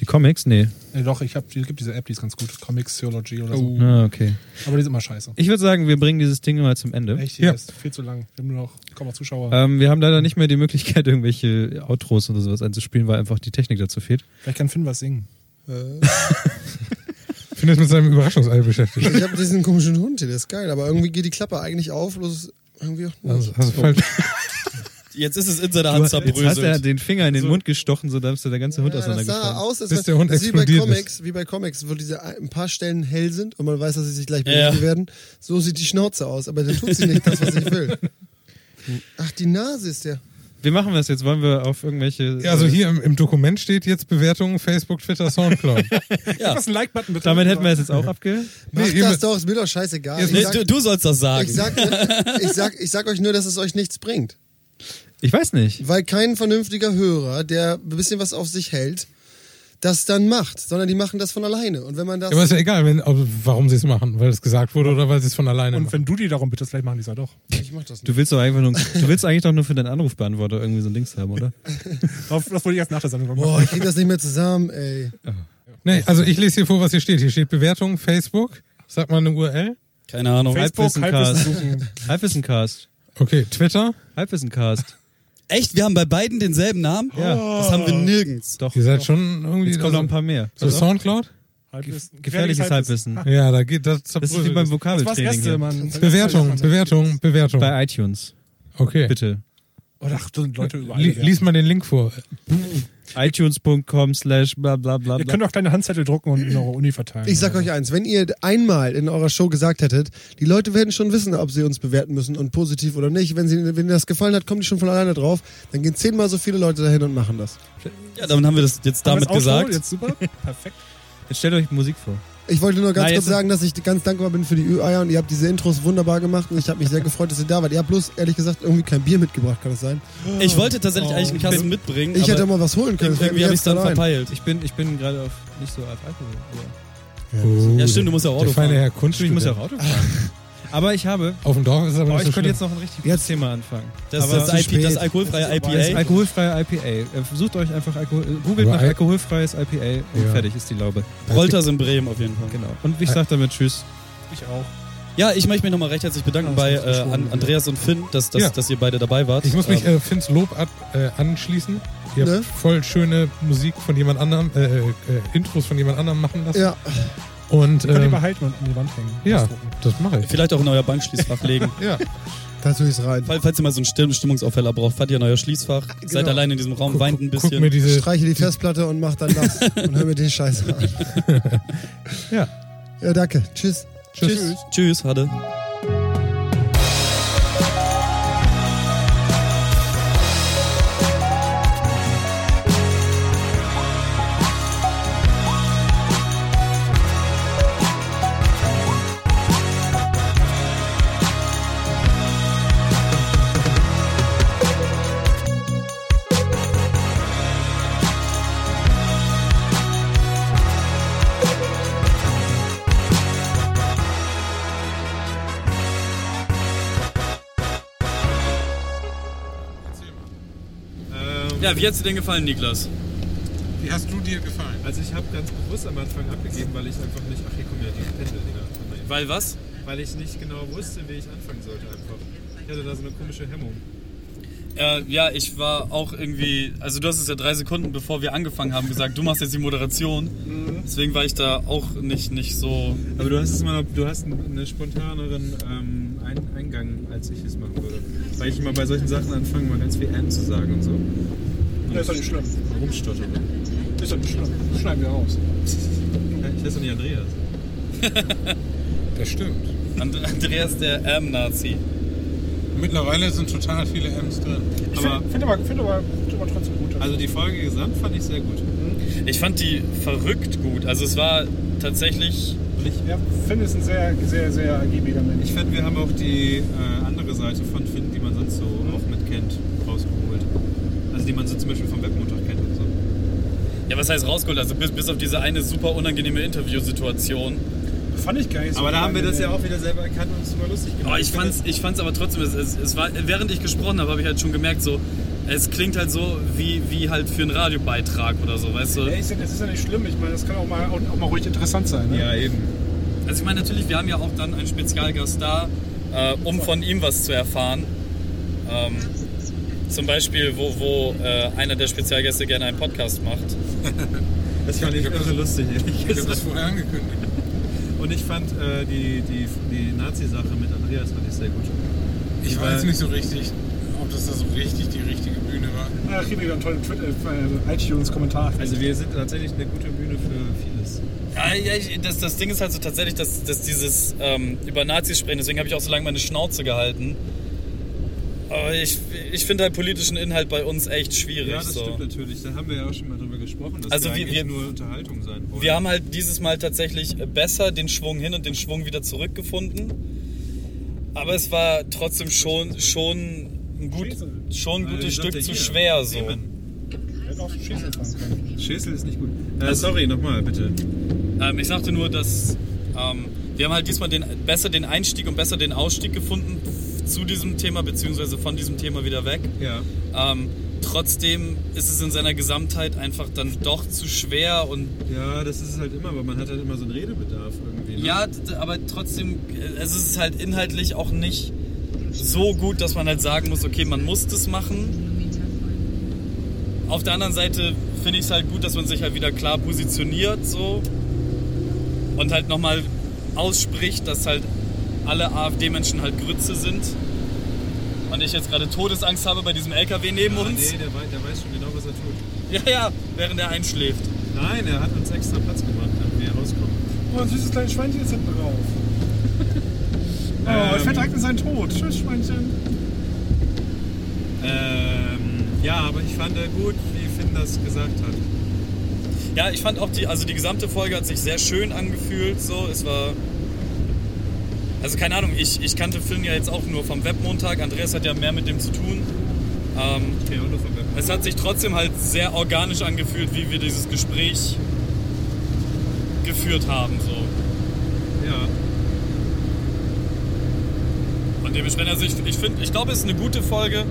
Die Comics? Nee.
Nee, doch, ich habe die, gibt diese App, die ist ganz gut. Comics, Theology oder
Mhm.
so.
Ah, okay.
Aber die sind immer scheiße.
Ich würde sagen, wir bringen dieses Ding mal zum Ende.
Echt, die
Ja.
ist viel zu lang. Wir haben nur noch, kaum noch Zuschauer.
Ähm, wir haben leider nicht mehr die Möglichkeit, irgendwelche Outros oder sowas einzuspielen, weil einfach die Technik dazu fehlt.
Vielleicht kann Finn was singen.
Finn ist mit seinem Überraschungsei beschäftigt.
Ich habe diesen komischen Hund hier, der ist geil, aber irgendwie geht die Klappe eigentlich auf, bloß irgendwie auch nicht.
Also, hast du falsch.
Jetzt ist es in seiner
Du
Hand
hast, jetzt hast er
zerbröselt.
den Finger in den Mund gestochen, sodass der ganze Hund
Ja, das sah
auseinandergefallen ist.
aus, als
Bis
wenn-
der Hund
das ist wie bei
explodiert
Comics, wie bei Comics, wo diese ein paar Stellen hell sind und man weiß, dass sie sich gleich bewegen
Ja.
werden. So sieht die Schnauze aus, aber dann tut sie nicht das, was ich will. Ach, die Nase ist ja.
Wie machen wir das jetzt? Wollen wir auf irgendwelche... äh,
Ja, also hier im, im Dokument steht jetzt Bewertungen Facebook, Twitter, Soundcloud.
Ja.
Was ein Like-Button bitte.
Damit hätten wir es jetzt auch abge...
Mach
Nee, ihr
das
müsst-
doch, ist mir doch scheißegal.
Nee,
Ich sag,
du, du sollst das sagen.
ich, sag, ich, sag, ich sag euch nur, dass es euch nichts bringt.
Ich weiß nicht.
weil kein vernünftiger Hörer, der ein bisschen was auf sich hält, das dann macht, sondern die machen das von alleine. Und wenn man das.
Ja, aber ist ja egal, wenn, ob, warum sie es machen, weil es gesagt wurde oder weil sie es von alleine
Und
machen.
wenn du die darum bittest, vielleicht machen die es ja doch.
ich mach das nicht.
Du willst doch einfach nur, du willst eigentlich doch nur für deinen Anrufbeantworter irgendwie so Links haben, oder?
Darauf- Das wollte ich erst nach der Sendung machen.
Boah, ich krieg das nicht mehr zusammen, ey.
Nee, also ich lese hier vor, was hier steht. Hier steht Bewertung, Facebook, sagt man eine URL.
Keine Ahnung.
Facebook,
Halbwissencast.
Halbwissen suchen.
Halbwissencast.
Okay, Twitter.
Halbwissencast.
Echt? Wir haben bei beiden denselben Namen?
Ja.
Das haben wir nirgends.
Doch.
Ihr seid schon irgendwie.
Jetzt kommen noch ein paar mehr. Also,
So Soundcloud?
Halbwissen.
Gefährliches Halbwissen.
Ja, da geht das.
Hm. Das ist wie
Das
beim
war's
Vokabeltraining.
Erste,
hier.
Mann.
Bewertung, Bewertung, Bewertung.
Bei iTunes.
Okay.
Bitte.
Oder ach, Oh, da sind Leute überall.
Li- Lies mal den Link vor.
iTunes.com slash bla bla bla.
Ihr
bla.
könnt auch kleine Handzettel drucken und in eure Uni verteilen. Also
Ich sag euch eins, wenn ihr einmal in eurer Show gesagt hättet, die Leute werden schon wissen, ob sie uns bewerten müssen und positiv oder nicht. Wenn, sie, wenn ihnen das gefallen hat, kommen die schon von alleine drauf. Dann gehen zehnmal so viele Leute dahin und machen das.
Ja, damit haben wir das jetzt
Haben wir
damit
das Outro
gesagt.
Jetzt super. Perfekt.
Jetzt stellt euch Musik vor.
Ich wollte nur ganz
Na,
kurz
jetzt-
sagen, dass ich ganz dankbar bin für die Ü-Eier und ihr habt diese Intros wunderbar gemacht und ich habe mich sehr gefreut, dass ihr da wart. Ihr habt bloß, ehrlich gesagt, irgendwie kein Bier mitgebracht, kann es sein?
Ich wollte tatsächlich eigentlich einen Kasten mitbringen,
Ich hätte
aber
mal was holen können. das fällt
irgendwie
mir
habe ich
jetzt
dann
gerade ein.
verpeilt.
Ich bin, ich bin gerade auf nicht so auf Alkohol. aber-
Oh,
Ja, stimmt, du musst ja auch
Der
Auto
feine
fahren.
Herr Kunst.
Ich muss ja auch Auto fahren. Aber ich habe.
Auf dem Dorf ist es aber
Oh,
nicht
ich
so
könnte
schlimm.
jetzt noch ein richtig
Jetzt-
gutes Thema anfangen.
Das,
Aber
das,
zu
IP, das
spät.
alkoholfreie
Das
IPA.
alkoholfreie IPA. Äh, Sucht euch einfach Alkohol. äh, Googelt
Aber
nach
Al-
alkoholfreies IPA und
Ja.
fertig ist die Laube.
Rolters in Bremen auf jeden Fall.
Genau. Und ich sag damit Tschüss.
Ich auch.
Ja, ich möchte mich nochmal recht herzlich bedanken bei äh, an Andreas und Finn, dass, dass,
Ja.
dass ihr beide dabei wart.
Ich muss mich
Ähm,
äh, Finns Lob ab, äh, anschließen. Ihr habt
Ne?
voll schöne Musik von jemand anderem, äh, äh, Intros von jemand anderem machen lassen.
Ja,
Und
Könnt ihr
äh,
behalten und halt an die Wand hängen.
ja,
Ausdrucken.
das mache ich.
vielleicht auch in euer Bankschließfach legen.
da tue ich's rein.
Fall- Falls ihr mal so einen Stimm Stimmungsaufheller braucht, fahrt ihr in euer Schließfach, seid allein in diesem Raum, weint ein
Genau. Guck mir
bisschen.
diese
Streiche die Festplatte und mach dann das und hör mir den Scheiß an.
Ja.
Ja, danke. Tschüss.
Tschüss. Tschüss, Hade. Ja, wie hat's dir denn gefallen, Niklas?
Wie hast du dir gefallen?
Also ich habe ganz bewusst am Anfang abgegeben, weil ich einfach nicht, ach hier kommen ja diese Pendeldinger.
Weil was?
Weil ich nicht genau wusste, wie ich anfangen sollte einfach. Ich hatte da so eine komische Hemmung.
Äh, ja, ich war auch irgendwie. Also, du hast es ja drei Sekunden bevor wir angefangen haben gesagt, du machst jetzt die Moderation.
Mhm.
Deswegen war ich da auch nicht, nicht so.
Aber du hast es mal, du hast einen spontaneren ähm, Ein Eingang, als ich es machen würde. Weil ich immer bei solchen Sachen anfange, mal ganz viel N zu sagen und so.
Ja, ist doch nicht schlimm.
Rumstottere.
Ist doch nicht schlimm. Schneiden wir raus.
Ich heiße doch nicht Andreas.
Das stimmt.
And- Andreas, der M-Nazi.
Mittlerweile sind total viele M's drin.
Ich finde find aber, find aber, find aber trotzdem gut. Hm?
Also die Folge gesamt fand ich sehr gut.
Ich fand die verrückt gut. Also, es war tatsächlich.
ja, Finn ist ein sehr, sehr, sehr ergiebiger Mensch.
Ich finde, wir haben auch die äh, andere Seite von Finn, die man sonst so auch mit kennt, rausgeholt. Also die man so zum Beispiel vom Webmontag kennt und so.
Ja, was heißt rausgeholt? Also, bis, bis auf diese eine super unangenehme Interviewsituation.
Fand ich geil.
Aber da haben wir das ja auch wieder selber erkannt und es war lustig gemacht.
Aber ich fand's, ich fand's aber trotzdem, es, es, es war, während ich gesprochen habe, habe ich halt schon gemerkt, so, es klingt halt so wie, wie halt für einen Radiobeitrag oder so, weißt du?
Ey, ist ja- das ist ja nicht schlimm. Ich meine, das kann auch mal, auch, auch mal ruhig interessant sein. Ne?
Ja, eben.
Also ich meine natürlich, wir haben ja auch dann einen Spezialgast da, äh, um von ihm was zu erfahren. Ähm, zum Beispiel, wo, wo äh, einer der Spezialgäste gerne einen Podcast macht.
Das fand ich irre lustig, ehrlich
Ich habe das vorher angekündigt.
Und ich fand äh, die, die, die Nazi-Sache mit Andreas fand ich sehr gut.
Ich weiß nicht so richtig, ob das da so richtig die richtige Bühne war.
Da kriegen wir einen tollen Twitter, äh, iTunes-Kommentar.
Also wir sind tatsächlich eine gute Bühne für vieles.
Ja, ja, ich, das, das Ding ist halt so tatsächlich, dass, dass dieses ähm, über Nazis sprechen, deswegen habe ich auch so lange meine Schnauze gehalten. Aber ich, ich finde halt politischen Inhalt bei uns echt schwierig.
Ja, das
so.
stimmt natürlich. Da haben wir ja auch schon mal drüber gesprochen, dass
Also
wir
wir-
eigentlich
wir-
nur Unterhaltung sein wollen.
Wir haben halt dieses Mal tatsächlich besser den Schwung hin und den Schwung wieder zurückgefunden. Aber es war trotzdem schon, schon ein, gut, schon ein
Weil
gutes
Also ich
Stück
dachte,
zu
hier,
schwer. So.
Themen.
Schießen
Schäsel ist nicht gut. Äh, sorry, nochmal bitte.
Ähm, ich sagte nur, dass ähm, wir haben halt diesmal den, besser den Einstieg und besser den Ausstieg gefunden zu diesem Thema, beziehungsweise von diesem Thema wieder weg.
Ja.
Ähm, trotzdem ist es in seiner Gesamtheit einfach dann doch zu schwer und
Ja, das ist es halt immer, weil man hat halt immer so einen Redebedarf irgendwie. Ne?
Ja, d- aber trotzdem, äh, es ist halt inhaltlich auch nicht so gut, dass man halt sagen muss, okay, man muss das machen. Auf der anderen Seite finde ich es halt gut, dass man sich halt wieder klar positioniert, so. und halt nochmal ausspricht, dass halt alle AfD-Menschen halt Grütze sind. Und ich jetzt gerade Todesangst habe bei diesem LKW neben uns.
der, weiß schon genau, was er tut.
Ja, ja, während er einschläft.
Nein, er hat uns extra Platz gemacht, damit wir rauskommen.
Oh, ein süßes kleines Schweinchen ist hinten drauf. Oh, er fällt direkt in seinen Tod. Tschüss, Schweinchen.
Ähm, ja, aber ich fand gut, wie Finn das gesagt hat.
Ja, ich fand auch die, also die gesamte Folge hat sich sehr schön angefühlt. So, es war. Also keine Ahnung, ich, ich kannte Finn ja jetzt auch nur vom Webmontag. Andreas hat ja mehr mit dem zu tun. Ähm,
Ja, und vom
es hat sich trotzdem halt sehr organisch angefühlt, wie wir dieses Gespräch geführt haben. So.
Ja.
Und dementsprechend, also ich, ich finde, ich glaube, es ist eine gute Folge.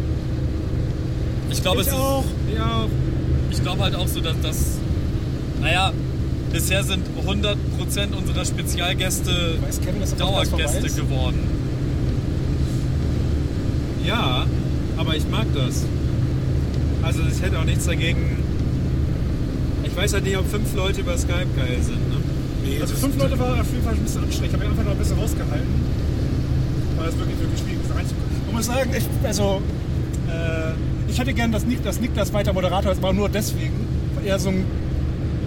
Ich glaube, es ist.
Ja.
Ich glaube halt auch so, dass das. Naja, bisher sind 100% unserer Spezialgäste
Weiß Kevin, dass der Podcast vorbei
Dauergäste
ist?
geworden.
Ja, aber ich mag das. Also ich hätte auch nichts dagegen. Ich weiß halt nicht, ob fünf Leute über Skype geil sind, ne?
Also fünf Leute waren auf jeden Fall ein bisschen anstrengend. Ich habe mich einfach noch ein bisschen rausgehalten. Weil es wirklich, wirklich schwierig ist reinzukommen. Man muss sagen, ich, also, äh, ich hätte gern, dass, Nick, dass Niklas weiter Moderator ist, aber nur deswegen, weil er so ein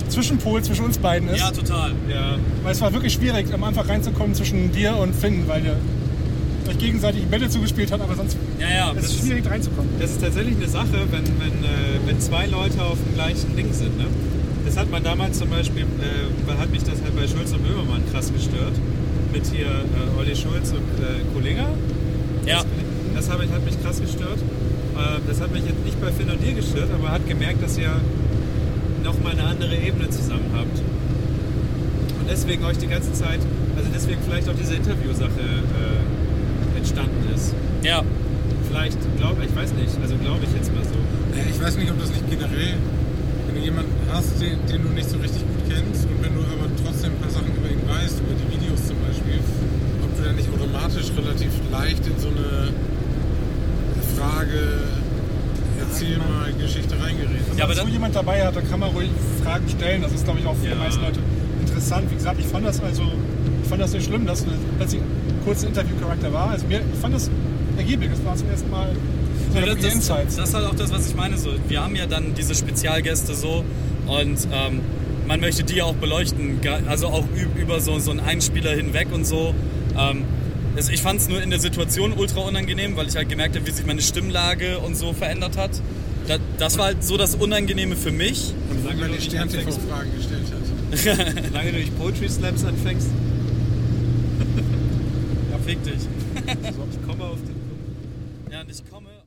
Zwischenpol zwischen uns beiden ist.
Ja, total.
Ja.
Weil es war wirklich schwierig, am Anfang reinzukommen zwischen dir und Finn, weil ihr euch gegenseitig Bälle zugespielt habt, aber sonst
Ja, ja.
es
das
ist
ist-
es schwierig reinzukommen.
Das ist tatsächlich eine Sache, wenn, wenn, äh, wenn zwei Leute auf dem gleichen Ding sind. Ne? Das hat man damals zum Beispiel, äh, hat mich das halt bei Schulz und Böhmermann krass gestört. Mit hier äh, Olli Schulz und äh, Kollega.
Ja.
Das, das habe ich, hat mich krass gestört. Äh, das hat mich jetzt nicht bei Finn und dir gestört, aber hat gemerkt, dass ihr nochmal eine andere Ebene zusammen habt. Und deswegen euch die ganze Zeit, also deswegen vielleicht auch diese Interviewsache äh, entstanden ist.
Ja.
Vielleicht, glaube ich, weiß nicht, also glaube ich jetzt mal so.
Ja, Äh, ich weiß nicht, ob das nicht generell, wenn du jemanden hast, den, den du nicht so richtig gut kennst und wenn du aber trotzdem ein paar Sachen über ihn weißt, über die Videos zum Beispiel, ob du dann nicht automatisch relativ leicht in so eine Frage, erzähl mal Geschichte reingerätst.
Ja, aber
Wenn so
dann-
jemand dabei hat, dann kann man ruhig Fragen stellen. Das ist, glaube ich, auch für
Ja.
die meisten Leute interessant. Wie gesagt, ich fand das also, ich fand das nicht schlimm, dass du plötzlich kurz ein Interviewcharakter war. Also mir, ich fand das ergiebig. Das war zum ersten Mal so
Ja,
ja,
das,
das,
das,
Insights.
das ist halt auch das, was ich meine. So, wir haben ja dann diese Spezialgäste so und ähm, man möchte die ja auch beleuchten, ge- also auch üb- über so, so einen Einspieler hinweg und so. Ähm, es- ich fand es nur in der Situation ultra unangenehm, weil ich halt gemerkt habe, wie sich meine Stimmlage und so verändert hat. Da, das war halt so das Unangenehme für mich.
Und wenn man die
nicht
Stern-TV-Fragen gestellt hat.
Solange du nicht Poetry Slams anfängst,
Ja, fick dich.
ich komme auf den
Ja, und ich komme.